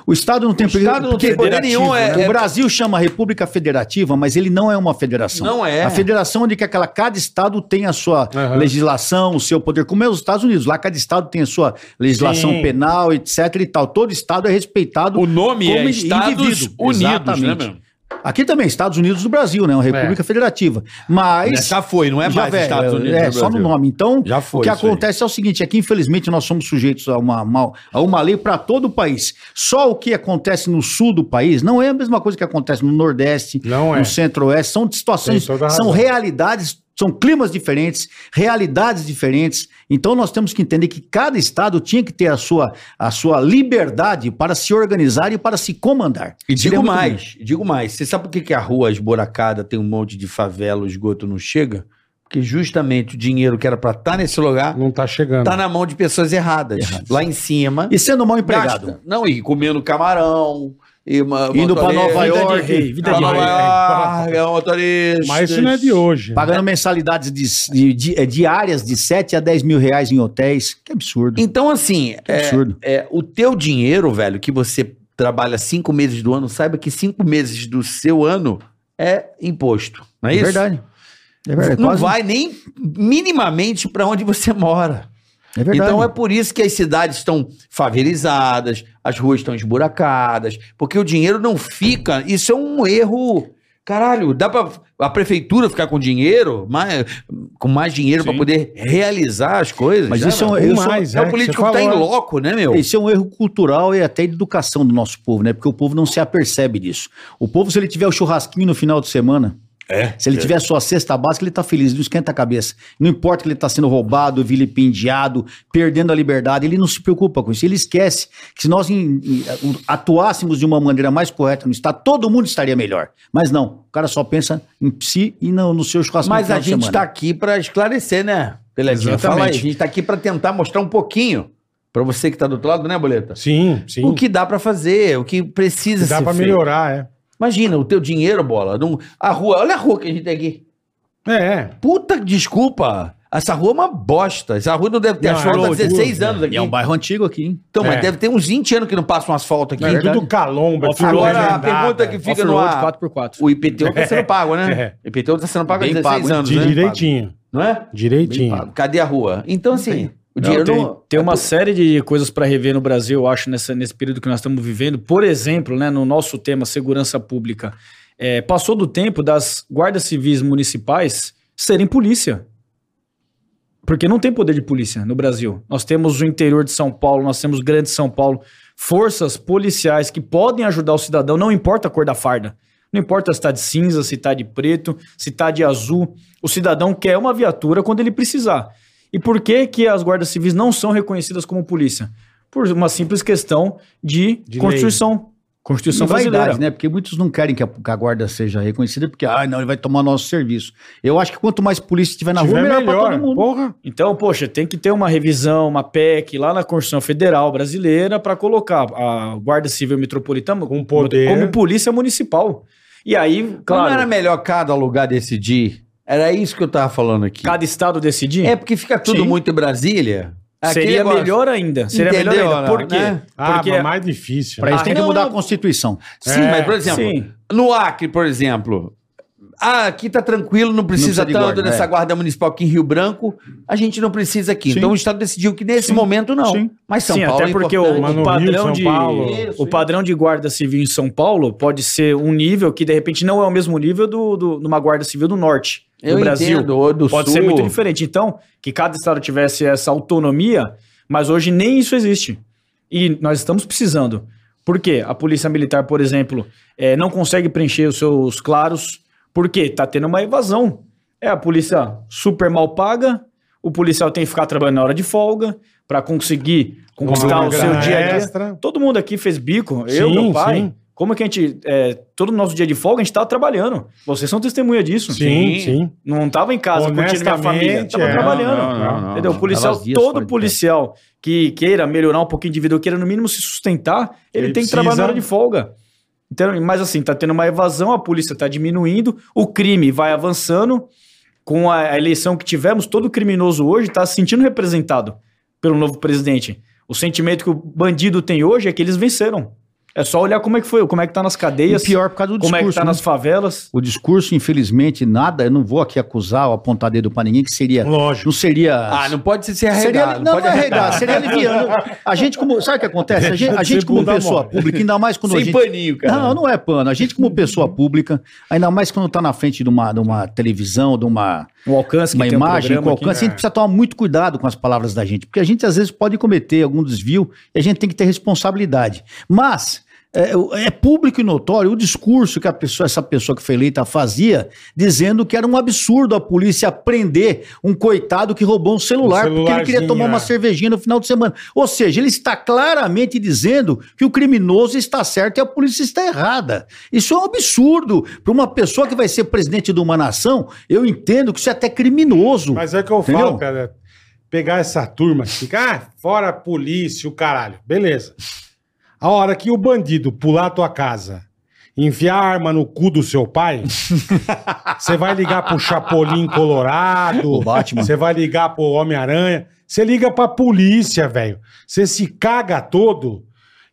[SPEAKER 5] O Estado não tem poder.
[SPEAKER 3] É. Estado não
[SPEAKER 5] porque
[SPEAKER 3] tem poder nenhum,
[SPEAKER 5] federativo,
[SPEAKER 3] é-
[SPEAKER 5] né?
[SPEAKER 3] é-
[SPEAKER 5] O Brasil chama República Federativa, mas ele não é uma federação.
[SPEAKER 3] Não é.
[SPEAKER 5] A federação é onde que aquela, cada estado tem a sua
[SPEAKER 2] Aham.
[SPEAKER 5] legislação, o seu poder, como é os Estados Unidos. Lá cada estado tem a sua legislação
[SPEAKER 2] Sim.
[SPEAKER 5] penal, etc e tal. Todo estado é respeitado.
[SPEAKER 3] nome
[SPEAKER 5] Como indivíduo. Exatamente. Aqui também, Estados Unidos do Brasil, né? Uma República Federativa. Mas...
[SPEAKER 3] Já foi, É. não é
[SPEAKER 5] já
[SPEAKER 3] mais
[SPEAKER 5] é,
[SPEAKER 3] Estados Unidos.
[SPEAKER 5] É,
[SPEAKER 3] do
[SPEAKER 5] só no
[SPEAKER 3] Brasil.
[SPEAKER 5] nome. Então,
[SPEAKER 3] Já foi
[SPEAKER 5] o que
[SPEAKER 3] isso aí.
[SPEAKER 5] acontece é o seguinte: é que infelizmente nós somos sujeitos a uma, uma- a uma lei para todo o país. Só o que acontece no sul do país não é a mesma coisa que acontece no Nordeste,
[SPEAKER 2] Não é.
[SPEAKER 5] no Centro-Oeste. São situações,
[SPEAKER 2] Tem toda a
[SPEAKER 5] são
[SPEAKER 2] razão.
[SPEAKER 5] realidades. São climas diferentes, realidades diferentes. Então nós temos que entender que cada estado tinha que ter a sua, a sua liberdade para se organizar e para se comandar.
[SPEAKER 3] E
[SPEAKER 5] Seria
[SPEAKER 3] digo
[SPEAKER 5] muito
[SPEAKER 3] mais, digo mais. Você sabe por que, que a rua esburacada tem um monte de favela, o esgoto não chega? Porque justamente o dinheiro que era pra estar nesse lugar
[SPEAKER 2] Não tá chegando.
[SPEAKER 3] tá na mão de pessoas erradas. Lá em cima.
[SPEAKER 5] E sendo mal empregado.
[SPEAKER 3] Gasta. Não, e comendo camarão. E uma,
[SPEAKER 5] Indo
[SPEAKER 3] motorista,
[SPEAKER 5] pra Nova
[SPEAKER 4] Vida de
[SPEAKER 5] York.
[SPEAKER 4] rei, vida
[SPEAKER 3] pra
[SPEAKER 4] de
[SPEAKER 3] Nova
[SPEAKER 4] rei.
[SPEAKER 3] York, é um motorista.
[SPEAKER 2] Mas isso não é de hoje. né?
[SPEAKER 5] Pagando mensalidades de- de- de- eh, diárias de 7 a 10 mil reais em hotéis. Que absurdo.
[SPEAKER 3] Então, assim,
[SPEAKER 5] Que
[SPEAKER 3] é,
[SPEAKER 5] absurdo.
[SPEAKER 3] é, o teu dinheiro, velho, que você trabalha cinco meses do ano, saiba que cinco meses do seu ano é imposto. Não é isso?
[SPEAKER 5] verdade. É verdade.
[SPEAKER 3] Não
[SPEAKER 5] quase-
[SPEAKER 3] vai nem minimamente pra onde você mora.
[SPEAKER 5] É verdade.
[SPEAKER 3] Então é por isso que as cidades estão favelizadas, as ruas estão esburacadas, porque o dinheiro não fica. Isso é um erro. Caralho, dá pra a prefeitura ficar com dinheiro, mais, com mais dinheiro pra
[SPEAKER 4] Sim.
[SPEAKER 3] poder realizar as coisas.
[SPEAKER 5] Mas
[SPEAKER 3] né,
[SPEAKER 5] isso é um,
[SPEAKER 3] mano?
[SPEAKER 2] Ou
[SPEAKER 5] eu sou-
[SPEAKER 3] é o político
[SPEAKER 2] você
[SPEAKER 3] que tá em
[SPEAKER 2] falou, né?
[SPEAKER 3] loco, né, meu?
[SPEAKER 5] Esse é um erro cultural e até de educação do nosso povo, né? Porque o povo não se apercebe disso. O povo, se ele tiver o churrasquinho no final de semana, se ele tiver a sua cesta básica, ele tá feliz, não esquenta a cabeça. Não importa que ele tá sendo roubado, vilipendiado, perdendo a liberdade, ele não se preocupa com isso. Ele esquece que se nós em- em- um, atuássemos de uma maneira mais correta no Estado, todo mundo estaria melhor. Mas não, o cara só pensa em si e no, no seu churrasquinho
[SPEAKER 3] Mas
[SPEAKER 5] no final
[SPEAKER 3] a
[SPEAKER 5] de
[SPEAKER 3] gente
[SPEAKER 5] semana.
[SPEAKER 3] tá aqui pra esclarecer, né? Peledinha,
[SPEAKER 4] Exatamente.
[SPEAKER 3] fala aí. A gente tá aqui pra tentar mostrar um pouquinho pra você que tá do outro lado, né, Boleta?
[SPEAKER 2] Sim, sim.
[SPEAKER 3] O que dá pra fazer, o que precisa
[SPEAKER 2] Dá
[SPEAKER 3] ser
[SPEAKER 2] pra
[SPEAKER 3] feito.
[SPEAKER 2] melhorar, é.
[SPEAKER 3] Imagina, o teu dinheiro, bola. Não, a rua, olha a rua que a gente tem aqui.
[SPEAKER 2] é. É.
[SPEAKER 3] Puta desculpa. Essa rua é uma bosta. Essa rua não deve ter
[SPEAKER 2] Não,
[SPEAKER 3] asfalto
[SPEAKER 2] é
[SPEAKER 3] há 16
[SPEAKER 2] horroroso,
[SPEAKER 3] anos aqui.
[SPEAKER 5] E é um bairro antigo aqui, hein?
[SPEAKER 3] Então, mas
[SPEAKER 2] É.
[SPEAKER 3] deve ter uns 20 anos que não passa um asfalto aqui.
[SPEAKER 2] Tem tudo calomba. tudo
[SPEAKER 3] Agora, a
[SPEAKER 2] remendada.
[SPEAKER 3] pergunta que fica no
[SPEAKER 4] Off-road
[SPEAKER 3] ar.
[SPEAKER 4] 4x4.
[SPEAKER 3] O IPTU
[SPEAKER 2] (laughs)
[SPEAKER 3] tá sendo pago, né?
[SPEAKER 2] É.
[SPEAKER 3] O IPTU tá sendo pago há
[SPEAKER 5] Bem
[SPEAKER 3] 16
[SPEAKER 5] pago, hein?
[SPEAKER 3] anos,
[SPEAKER 2] Di-
[SPEAKER 3] né?
[SPEAKER 2] Direitinho.
[SPEAKER 3] Não é?
[SPEAKER 2] Direitinho.
[SPEAKER 3] Cadê a rua? Então, assim, o dinheiro
[SPEAKER 4] Não,
[SPEAKER 3] não... é
[SPEAKER 4] tem, tem uma série de coisas para rever no Brasil, eu acho, nessa- nesse período que nós estamos vivendo. Por exemplo, né, no nosso tema segurança pública, é, passou do tempo das guardas civis municipais serem polícia. Porque não tem poder de polícia no Brasil. Nós temos o interior de São Paulo, nós temos o Grande São Paulo, forças policiais que podem ajudar o cidadão, não importa a cor da farda. Não importa se está de cinza, se está de preto, se está de azul. O cidadão quer uma viatura quando ele precisar. E por que, que as guardas civis não são reconhecidas como polícia? Por uma simples questão de,
[SPEAKER 2] De
[SPEAKER 4] Constituição.
[SPEAKER 5] Isso
[SPEAKER 4] Constituição brasileira.
[SPEAKER 5] vaidade, né? Porque muitos não querem que a, que a guarda seja reconhecida, porque, ah, não, ele vai tomar nosso serviço. Eu acho que quanto mais polícia tiver na
[SPEAKER 2] Tiver
[SPEAKER 5] rua, é melhor, pra todo mundo.
[SPEAKER 2] Porra.
[SPEAKER 4] Então, poxa, tem que ter uma revisão, uma PEC lá na Constituição Federal Brasileira para colocar a Guarda Civil Metropolitana
[SPEAKER 2] Com poder.
[SPEAKER 4] como polícia municipal. E aí,
[SPEAKER 3] Não era
[SPEAKER 4] claro,
[SPEAKER 3] melhor cada lugar decidir? Era isso que eu tava falando aqui.
[SPEAKER 4] cada estado decidir,
[SPEAKER 3] É porque fica tudo
[SPEAKER 4] Sim.
[SPEAKER 3] muito em Brasília. é Aquele
[SPEAKER 4] seria
[SPEAKER 3] negócio-
[SPEAKER 4] melhor ainda. Seria
[SPEAKER 3] Entendeu,
[SPEAKER 4] melhor ainda. Por
[SPEAKER 3] né?
[SPEAKER 4] quê?
[SPEAKER 2] Ah,
[SPEAKER 4] Porque-
[SPEAKER 2] mas mais difícil.
[SPEAKER 5] Pra
[SPEAKER 2] né?
[SPEAKER 5] isso tem que
[SPEAKER 4] não,
[SPEAKER 5] mudar
[SPEAKER 4] não.
[SPEAKER 5] a Constituição.
[SPEAKER 3] Sim,
[SPEAKER 2] É,
[SPEAKER 3] mas por exemplo,
[SPEAKER 4] Sim.
[SPEAKER 3] no Acre, por exemplo, ah, aqui tá tranquilo, não precisa,
[SPEAKER 5] Não precisa de
[SPEAKER 3] tanto
[SPEAKER 5] guarda,
[SPEAKER 3] dessa
[SPEAKER 5] é.
[SPEAKER 3] guarda municipal aqui em Rio Branco, a gente não precisa aqui.
[SPEAKER 5] Sim.
[SPEAKER 3] Então o Estado decidiu que nesse
[SPEAKER 5] Sim.
[SPEAKER 3] momento não.
[SPEAKER 5] Sim.
[SPEAKER 3] Mas São
[SPEAKER 4] Sim,
[SPEAKER 3] Paulo
[SPEAKER 4] até
[SPEAKER 3] é
[SPEAKER 4] porque o,
[SPEAKER 3] importante.
[SPEAKER 2] Mas
[SPEAKER 4] o
[SPEAKER 2] no Rio,
[SPEAKER 4] padrão
[SPEAKER 2] São
[SPEAKER 4] de
[SPEAKER 2] Paulo.
[SPEAKER 3] Isso,
[SPEAKER 4] o padrão de guarda civil em São Paulo pode ser um nível que de repente não é o mesmo nível do, do- de uma guarda civil do norte
[SPEAKER 3] Eu
[SPEAKER 4] do Brasil.
[SPEAKER 3] entendo, ou do
[SPEAKER 4] Pode
[SPEAKER 3] Sul.
[SPEAKER 4] ser muito diferente. Então, que cada estado tivesse essa autonomia, mas hoje nem isso existe. E nós estamos precisando. Por quê? A polícia militar, por exemplo, eh, não consegue preencher os seus claros, porque está tendo uma evasão. É a polícia super mal paga, o policial tem que ficar trabalhando na hora de folga para conseguir conquistar
[SPEAKER 2] Uma
[SPEAKER 4] o seu
[SPEAKER 2] grana
[SPEAKER 4] dia a dia.
[SPEAKER 2] extra.
[SPEAKER 4] Todo mundo aqui fez bico, eu,
[SPEAKER 2] Sim,
[SPEAKER 4] meu pai.
[SPEAKER 2] sim.
[SPEAKER 4] Como que a gente. eh, todo nosso dia de folga a gente está trabalhando. Vocês são testemunha disso.
[SPEAKER 2] Sim, sim.
[SPEAKER 4] Não tava em casa curtindo minha família, tava
[SPEAKER 2] Honestamente, é.
[SPEAKER 4] trabalhando.
[SPEAKER 5] Não, não, não,
[SPEAKER 4] entendeu?
[SPEAKER 5] não.
[SPEAKER 4] O policial,
[SPEAKER 5] Tava dias fora
[SPEAKER 4] todo
[SPEAKER 5] Tá de
[SPEAKER 4] policial que queira melhorar um pouquinho de vida, ou queira no mínimo se sustentar, ele,
[SPEAKER 2] Ele
[SPEAKER 4] tem que
[SPEAKER 2] precisa-
[SPEAKER 4] trabalhar na hora de folga. Entendeu? Mas assim, tá tendo uma evasão, a polícia tá diminuindo, o crime vai avançando. Com a a eleição que tivemos, todo criminoso hoje tá se sentindo representado pelo novo presidente. O sentimento que o bandido tem hoje é que eles venceram. É só olhar como é que foi, como é que tá nas
[SPEAKER 5] E
[SPEAKER 4] cadeias,
[SPEAKER 5] pior por causa do
[SPEAKER 4] como é que
[SPEAKER 5] discurso.
[SPEAKER 4] tá
[SPEAKER 5] né?
[SPEAKER 4] nas favelas.
[SPEAKER 5] O discurso, infelizmente, nada, eu não vou aqui acusar ou apontar dedo pra ninguém, que seria.
[SPEAKER 2] Lógico.
[SPEAKER 5] Não seria.
[SPEAKER 3] Ah, não pode se arredar.
[SPEAKER 5] Seria, não, não
[SPEAKER 3] pode
[SPEAKER 5] é arregar, seria aliviando. A gente, como. Sabe o que acontece? A gente, a
[SPEAKER 2] Deixa de
[SPEAKER 5] gente
[SPEAKER 2] ser
[SPEAKER 5] como
[SPEAKER 2] bunda
[SPEAKER 5] pessoa
[SPEAKER 2] mole.
[SPEAKER 5] pública, ainda mais quando a
[SPEAKER 3] Sem
[SPEAKER 5] gente.
[SPEAKER 3] paninho, cara.
[SPEAKER 5] Não, não é pano. A gente, como pessoa pública, ainda mais quando tá na frente de uma, de uma televisão, de uma,
[SPEAKER 4] O alcance que
[SPEAKER 5] uma
[SPEAKER 4] tem um
[SPEAKER 5] imagem, com
[SPEAKER 4] programa aqui.
[SPEAKER 5] alcance, a gente precisa tomar muito cuidado com as palavras da gente, porque a gente às vezes pode cometer algum desvio e a gente tem que ter responsabilidade. Mas É, o- é público e notório o discurso que a pessoa- essa pessoa que foi eleita fazia, dizendo que era um absurdo a polícia prender um coitado que roubou um celular, porque ele queria
[SPEAKER 2] celularzinho,
[SPEAKER 5] tomar uma
[SPEAKER 2] é.
[SPEAKER 5] cervejinha no final de semana. Ou seja, ele está claramente dizendo que o criminoso está certo e a polícia está errada. Isso é um absurdo. Para uma pessoa que vai ser presidente de uma nação, eu entendo que isso é até criminoso.
[SPEAKER 2] Mas é o que eu
[SPEAKER 5] Entendeu?
[SPEAKER 2] falo, cara. Pegar essa turma que fica, ah, fora a polícia, o caralho. Beleza. A hora que o bandido pular a tua casa, enfiar a arma no cu do seu pai,
[SPEAKER 5] (laughs)
[SPEAKER 2] você vai ligar pro Chapolin Colorado,
[SPEAKER 5] O (laughs) Batman.
[SPEAKER 2] você vai ligar pro Homem-Aranha, você liga pra polícia, velho. Você se caga todo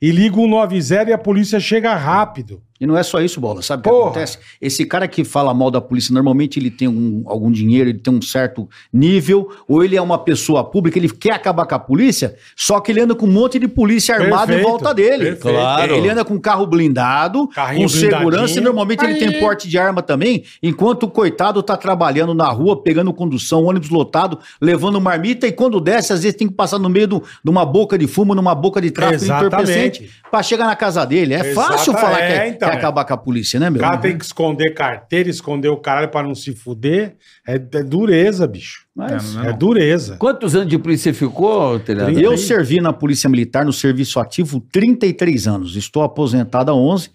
[SPEAKER 2] e liga o 90 e a polícia chega rápido.
[SPEAKER 5] E não é só isso, Bola. Sabe o que
[SPEAKER 2] Porra.
[SPEAKER 5] acontece? Esse cara que fala mal da polícia, normalmente ele tem um- algum dinheiro, ele tem um certo nível, ou ele é uma pessoa pública, ele quer acabar com a polícia, só que ele anda com um monte de polícia armada
[SPEAKER 2] Perfeito,
[SPEAKER 5] em volta dele.
[SPEAKER 2] perfeito.
[SPEAKER 3] Claro.
[SPEAKER 5] Ele anda com carro blindado,
[SPEAKER 2] Carrinho
[SPEAKER 5] com segurança,
[SPEAKER 2] blindadinho.
[SPEAKER 5] e normalmente ele tem porte de arma também, enquanto o coitado tá trabalhando na rua, pegando condução, ônibus lotado, levando marmita, e quando desce, às vezes tem que passar no meio do- de uma boca de fumo, numa boca de tráfico
[SPEAKER 2] Exatamente.
[SPEAKER 5] entorpecente, pra chegar na casa dele. É fácil
[SPEAKER 2] Exata-
[SPEAKER 5] falar
[SPEAKER 2] é,
[SPEAKER 5] que é,
[SPEAKER 2] então,
[SPEAKER 5] quer
[SPEAKER 2] é.
[SPEAKER 5] acabar com a polícia, né,
[SPEAKER 2] O
[SPEAKER 5] meu?
[SPEAKER 2] cara tem que esconder carteira, esconder o caralho pra não se fuder. É, é dureza, bicho.
[SPEAKER 5] Mas
[SPEAKER 2] É dureza.
[SPEAKER 3] Quantos anos de polícia você ficou, Telhado?
[SPEAKER 5] eu servi na Polícia Militar no serviço ativo 33 anos. Estou aposentado há 11.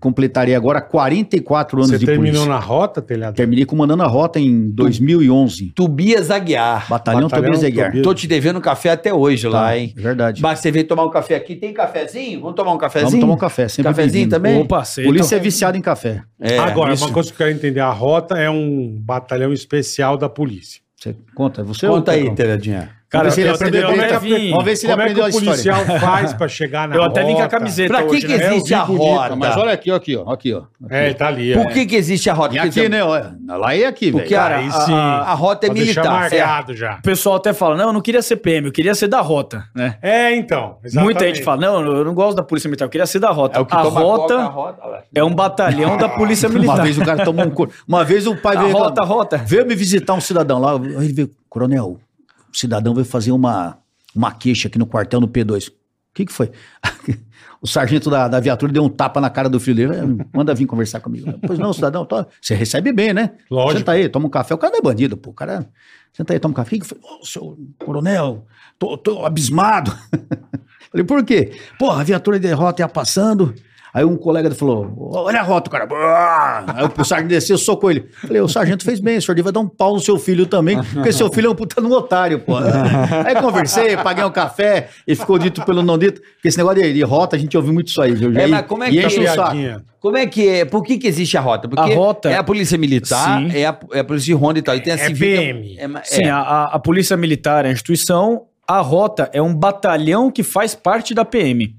[SPEAKER 5] Completarei agora 44 anos
[SPEAKER 2] Você
[SPEAKER 5] de
[SPEAKER 2] terminou
[SPEAKER 5] polícia.
[SPEAKER 2] na rota, telhado?
[SPEAKER 5] Terminei comandando a rota em 2011.
[SPEAKER 3] Tobias Aguiar.
[SPEAKER 5] Batalhão, Tá.
[SPEAKER 2] Batalhão
[SPEAKER 5] Tobias Aguiar.
[SPEAKER 2] Tobias.
[SPEAKER 3] Tô te devendo um café até hoje lá, hein?
[SPEAKER 5] É Verdade.
[SPEAKER 3] Mas você veio tomar um café aqui. Tem cafezinho? Vamos tomar um cafezinho?
[SPEAKER 5] Vamos tomar um café. Sempre
[SPEAKER 3] Cafezinho
[SPEAKER 5] bem-vindo.
[SPEAKER 3] também?
[SPEAKER 4] Opa, sei.
[SPEAKER 5] Polícia é viciada em café.
[SPEAKER 3] É,
[SPEAKER 2] Agora,
[SPEAKER 5] isso.
[SPEAKER 2] uma coisa que eu quero entender: a rota é um batalhão especial da polícia.
[SPEAKER 5] Você conta, é você
[SPEAKER 3] Conta
[SPEAKER 5] ou-
[SPEAKER 3] aí, Telhadinha.
[SPEAKER 4] Cara,
[SPEAKER 5] Vamos ver se ele
[SPEAKER 4] eu,
[SPEAKER 5] aprendeu
[SPEAKER 4] eu
[SPEAKER 5] bem,
[SPEAKER 4] até
[SPEAKER 5] tá?
[SPEAKER 4] vim.
[SPEAKER 5] Vamos ver se ele
[SPEAKER 2] Como é que
[SPEAKER 5] aprendeu
[SPEAKER 2] o
[SPEAKER 5] a história.
[SPEAKER 2] policial faz pra chegar na
[SPEAKER 4] Eu
[SPEAKER 2] rota?
[SPEAKER 4] até vim com a camiseta.
[SPEAKER 3] Pra que
[SPEAKER 4] hoje,
[SPEAKER 3] que
[SPEAKER 4] né?
[SPEAKER 3] existe
[SPEAKER 2] É, eu
[SPEAKER 3] a
[SPEAKER 2] vi bonito,
[SPEAKER 3] roda?
[SPEAKER 5] Mas olha aqui, ó, aqui, ó, aqui, ó.
[SPEAKER 2] É, ele tá ali.
[SPEAKER 3] Por
[SPEAKER 2] é.
[SPEAKER 3] que que existe a roda?
[SPEAKER 5] E
[SPEAKER 3] Quer
[SPEAKER 5] aqui,
[SPEAKER 3] dizer,
[SPEAKER 5] né? Olha, lá e aqui, velho.
[SPEAKER 3] Porque a,
[SPEAKER 2] Aí
[SPEAKER 3] a-
[SPEAKER 2] sim.
[SPEAKER 3] a- a rota é
[SPEAKER 2] Pra deixar
[SPEAKER 3] militar, certo?
[SPEAKER 2] marcado já.
[SPEAKER 4] O pessoal até fala, não, eu não queria ser PM, eu queria ser da rota, né?
[SPEAKER 2] É, então.
[SPEAKER 4] Muita gente fala, não, eu não gosto da Polícia Militar, eu queria ser da rota. a
[SPEAKER 3] coca,
[SPEAKER 4] rota
[SPEAKER 3] rota.
[SPEAKER 4] é um batalhão da Polícia
[SPEAKER 5] Uma
[SPEAKER 4] Militar.
[SPEAKER 5] vez o cara tomou um couro. Uma vez o pai
[SPEAKER 4] A
[SPEAKER 5] veio.
[SPEAKER 4] rota, a rota.
[SPEAKER 5] Veio me visitar um cidadão lá. aí Ele veio, coronel, o cidadão veio fazer uma, uma queixa aqui no quartel no P2. O que, que foi? (laughs) O sargento da, da viatura deu um tapa na cara do filho dele. "Eh, Manda vir conversar comigo. Pois não, cidadão, to- você recebe bem, né?
[SPEAKER 2] Lógico.
[SPEAKER 5] Senta aí, toma um café. O cara não é bandido, pô. O cara. Senta aí, toma um café. O que que foi? Ô, seu coronel, tô, tô abismado. (laughs) Falei, por quê? Porra, a viatura de rota ia passando. Aí um colega dele falou: olha a rota, cara. (laughs) Ah! Aí o sargento desceu, socou ele. Falei, o sargento fez bem, o senhor vai dar um pau no seu filho também, porque seu filho é um puta de um
[SPEAKER 3] (laughs)
[SPEAKER 5] otário, pô. Aí conversei, paguei um café e ficou dito pelo não dito, porque esse negócio de, de rota, a gente ouviu muito isso aí, viu?
[SPEAKER 3] É,
[SPEAKER 5] E-
[SPEAKER 3] mas como é
[SPEAKER 5] e
[SPEAKER 3] que-
[SPEAKER 5] enche o saco.
[SPEAKER 2] piadinha.
[SPEAKER 3] Como é que é? Por que que existe a rota? Porque
[SPEAKER 4] A rota-
[SPEAKER 3] é a polícia militar,
[SPEAKER 4] Sim.
[SPEAKER 3] é a, é a polícia de ronda e tal. E tem a
[SPEAKER 2] É
[SPEAKER 3] civil. que
[SPEAKER 2] PM.
[SPEAKER 3] É, é-
[SPEAKER 4] Sim,
[SPEAKER 3] é.
[SPEAKER 4] a, a- a Polícia Militar é a instituição, a Rota é um batalhão que faz parte da PM.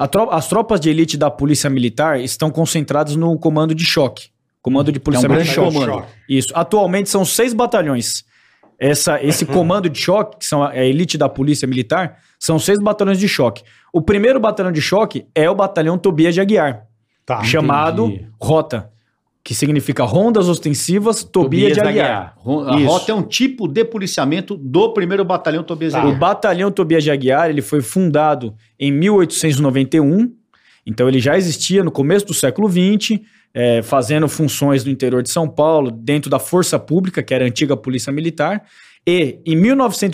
[SPEAKER 4] A tro- as tropas de elite da Polícia Militar estão concentradas no Comando de Choque. Comando de Polícia
[SPEAKER 5] É um
[SPEAKER 4] Militar
[SPEAKER 5] grande
[SPEAKER 4] de
[SPEAKER 2] Batalhão
[SPEAKER 4] Choque.
[SPEAKER 2] de
[SPEAKER 5] comando.
[SPEAKER 2] choque.
[SPEAKER 4] Isso. Atualmente são seis batalhões. Essa, esse comando de choque, que são a a elite da polícia militar, são seis batalhões de choque. O primeiro batalhão de choque é o batalhão Tobias de Aguiar,
[SPEAKER 2] Tá.
[SPEAKER 4] chamado
[SPEAKER 3] entendi.
[SPEAKER 4] Rota, que significa Rondas Ostensivas Tobias,
[SPEAKER 3] Tobias
[SPEAKER 4] de Aguiar.
[SPEAKER 3] Aguiar.
[SPEAKER 5] Ro- A
[SPEAKER 4] Isso.
[SPEAKER 5] rota é um tipo de policiamento do primeiro batalhão Tobias
[SPEAKER 3] Tá.
[SPEAKER 4] O
[SPEAKER 5] Aguiar.
[SPEAKER 4] batalhão Tobias de Aguiar ele foi fundado em 1891, então ele já existia no começo do século XX, eh, fazendo funções no interior de São Paulo, dentro da Força Pública, que era a antiga Polícia Militar. E em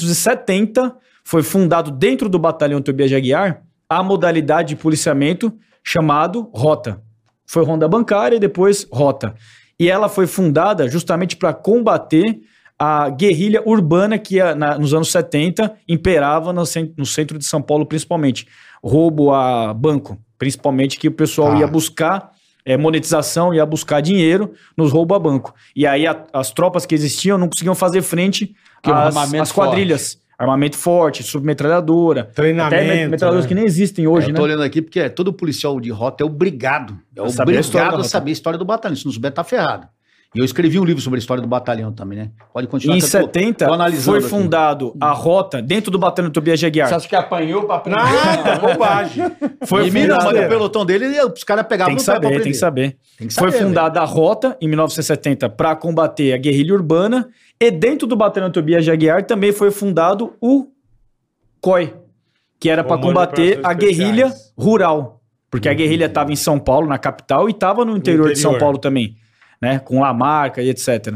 [SPEAKER 4] 1970 foi fundado dentro do batalhão Tobias de Aguiar a modalidade de policiamento chamado Rota. Foi Ronda Bancária e depois Rota. E ela foi fundada justamente para combater a guerrilha urbana que ah, na- nos anos 70 imperava no, cen- no centro de São Paulo, principalmente. Roubo a banco, principalmente que o pessoal
[SPEAKER 2] Tá.
[SPEAKER 4] ia buscar eh, monetização, ia buscar dinheiro nos roubo a banco. E aí a- as tropas que existiam não conseguiam fazer frente
[SPEAKER 3] Que o
[SPEAKER 4] às,
[SPEAKER 3] armamento
[SPEAKER 4] às quadrilhas. Armamento forte, submetralhadora. Até me-
[SPEAKER 2] Treinamento.
[SPEAKER 4] metralhadoras
[SPEAKER 2] né?
[SPEAKER 4] que nem existem
[SPEAKER 5] eu
[SPEAKER 4] hoje,
[SPEAKER 5] tô
[SPEAKER 4] né?
[SPEAKER 5] olhando aqui porque é, todo policial de rota é obrigado. É
[SPEAKER 4] A saber a história da
[SPEAKER 5] obrigado a
[SPEAKER 4] rota.
[SPEAKER 5] saber a história do batalhão. Se não souber, tá ferrado. E eu escrevi um livro sobre a história do batalhão também, né? Pode continuar.
[SPEAKER 4] Em
[SPEAKER 5] que eu tô- tô
[SPEAKER 4] 70,
[SPEAKER 5] analisando
[SPEAKER 4] foi
[SPEAKER 5] aqui. Hum.
[SPEAKER 4] fundado a rota dentro do batalhão Tobias de Aguiar.
[SPEAKER 3] Você acha que apanhou pra aprender?
[SPEAKER 2] Nada, bobagem.
[SPEAKER 4] Foi
[SPEAKER 5] e mira,
[SPEAKER 4] fundado-
[SPEAKER 5] mas o pelotão dele, os caras pegavam
[SPEAKER 4] Tem que
[SPEAKER 5] no pé pra
[SPEAKER 4] saber, tem que
[SPEAKER 5] prender.
[SPEAKER 4] saber.
[SPEAKER 5] Tem que
[SPEAKER 4] Foi
[SPEAKER 5] saber,
[SPEAKER 4] fundada a Rota em 1970 para combater a guerrilha urbana e dentro do Batalhão Tobias de Aguiar também foi fundado o COI, que era para
[SPEAKER 2] Comando de
[SPEAKER 4] combater
[SPEAKER 2] Operações
[SPEAKER 4] a guerrilha
[SPEAKER 2] Especiais.
[SPEAKER 4] rural, Porque a guerrilha estava em São Paulo, na capital, e estava no interior de São
[SPEAKER 2] Uhum. interior.
[SPEAKER 4] Paulo também, né? Com Lamarca e etc.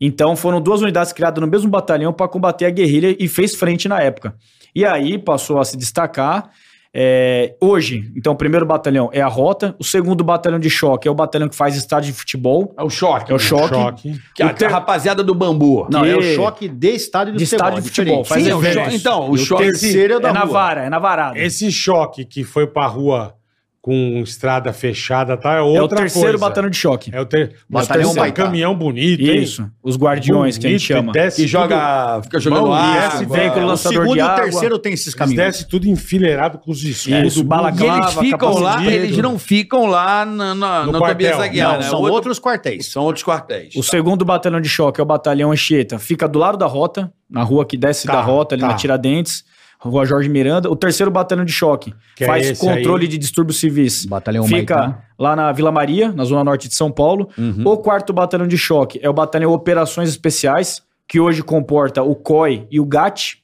[SPEAKER 4] Então foram duas unidades criadas no mesmo batalhão para combater a guerrilha e fez frente na época. E aí passou a se destacar. é, hoje, então, o primeiro batalhão é a Rota, o segundo batalhão de choque é o batalhão que faz estádio de futebol,
[SPEAKER 3] É o choque.
[SPEAKER 4] É o choque.
[SPEAKER 3] Que a,
[SPEAKER 4] O ter-
[SPEAKER 3] a rapaziada do bambu.
[SPEAKER 5] Não, é o
[SPEAKER 4] Que-
[SPEAKER 5] choque de estádio de,
[SPEAKER 4] De
[SPEAKER 5] futebol.
[SPEAKER 4] estádio de futebol,
[SPEAKER 5] diferente.
[SPEAKER 4] faz um-
[SPEAKER 5] Sim,
[SPEAKER 2] um
[SPEAKER 3] é o
[SPEAKER 5] é
[SPEAKER 3] choque. Então, o
[SPEAKER 5] o
[SPEAKER 3] choque.
[SPEAKER 5] terceiro é o da
[SPEAKER 4] é na
[SPEAKER 5] rua.
[SPEAKER 4] vara, é na varada.
[SPEAKER 2] Esse choque que foi pra rua com estrada fechada, tá? É
[SPEAKER 4] é
[SPEAKER 2] outra
[SPEAKER 4] o terceiro
[SPEAKER 2] coisa.
[SPEAKER 4] batalhão de choque.
[SPEAKER 2] É o ter... Mas
[SPEAKER 5] Batalhão
[SPEAKER 2] tem um
[SPEAKER 5] Baitá.
[SPEAKER 2] caminhão bonito, hein?
[SPEAKER 4] Isso, os guardiões que a gente
[SPEAKER 2] Bonito,
[SPEAKER 4] chama.
[SPEAKER 2] desce
[SPEAKER 3] Que
[SPEAKER 2] tudo-
[SPEAKER 3] joga. Fica jogando
[SPEAKER 2] Mão,
[SPEAKER 3] água.
[SPEAKER 2] desce,
[SPEAKER 4] vem com o
[SPEAKER 5] O
[SPEAKER 4] lançador
[SPEAKER 5] segundo
[SPEAKER 4] de
[SPEAKER 5] e o
[SPEAKER 4] água.
[SPEAKER 5] terceiro tem esses
[SPEAKER 2] Eles
[SPEAKER 5] caminhos.
[SPEAKER 2] descem tudo enfileirado com os escudos.
[SPEAKER 4] Isso, bala
[SPEAKER 3] E eles
[SPEAKER 4] clava,
[SPEAKER 3] ficam lá,
[SPEAKER 4] capacete.
[SPEAKER 3] eles não ficam lá na, na,
[SPEAKER 2] No
[SPEAKER 3] na
[SPEAKER 2] quartel.
[SPEAKER 3] Tobias Aguiar,
[SPEAKER 4] É,
[SPEAKER 5] Não,
[SPEAKER 3] né?
[SPEAKER 5] são
[SPEAKER 3] Outro-
[SPEAKER 5] outros quartéis.
[SPEAKER 3] são outros quartéis.
[SPEAKER 4] O
[SPEAKER 2] Tá.
[SPEAKER 4] segundo batalhão de choque é o batalhão Anchieta. Fica do lado da rota, na rua que desce
[SPEAKER 2] Tá,
[SPEAKER 4] da rota, ali
[SPEAKER 2] tá.
[SPEAKER 4] na Tiradentes, rua Jorge Miranda. O terceiro batalhão de choque
[SPEAKER 2] Que é
[SPEAKER 4] faz
[SPEAKER 2] esse
[SPEAKER 4] controle
[SPEAKER 2] aí.
[SPEAKER 4] de distúrbios civis.
[SPEAKER 5] Batalhão
[SPEAKER 4] Fica
[SPEAKER 5] Maitá.
[SPEAKER 4] lá na Vila Maria, na zona norte de São Paulo.
[SPEAKER 2] Uhum.
[SPEAKER 4] O quarto batalhão de choque é o batalhão Operações Especiais, que hoje comporta o COI e o GAT.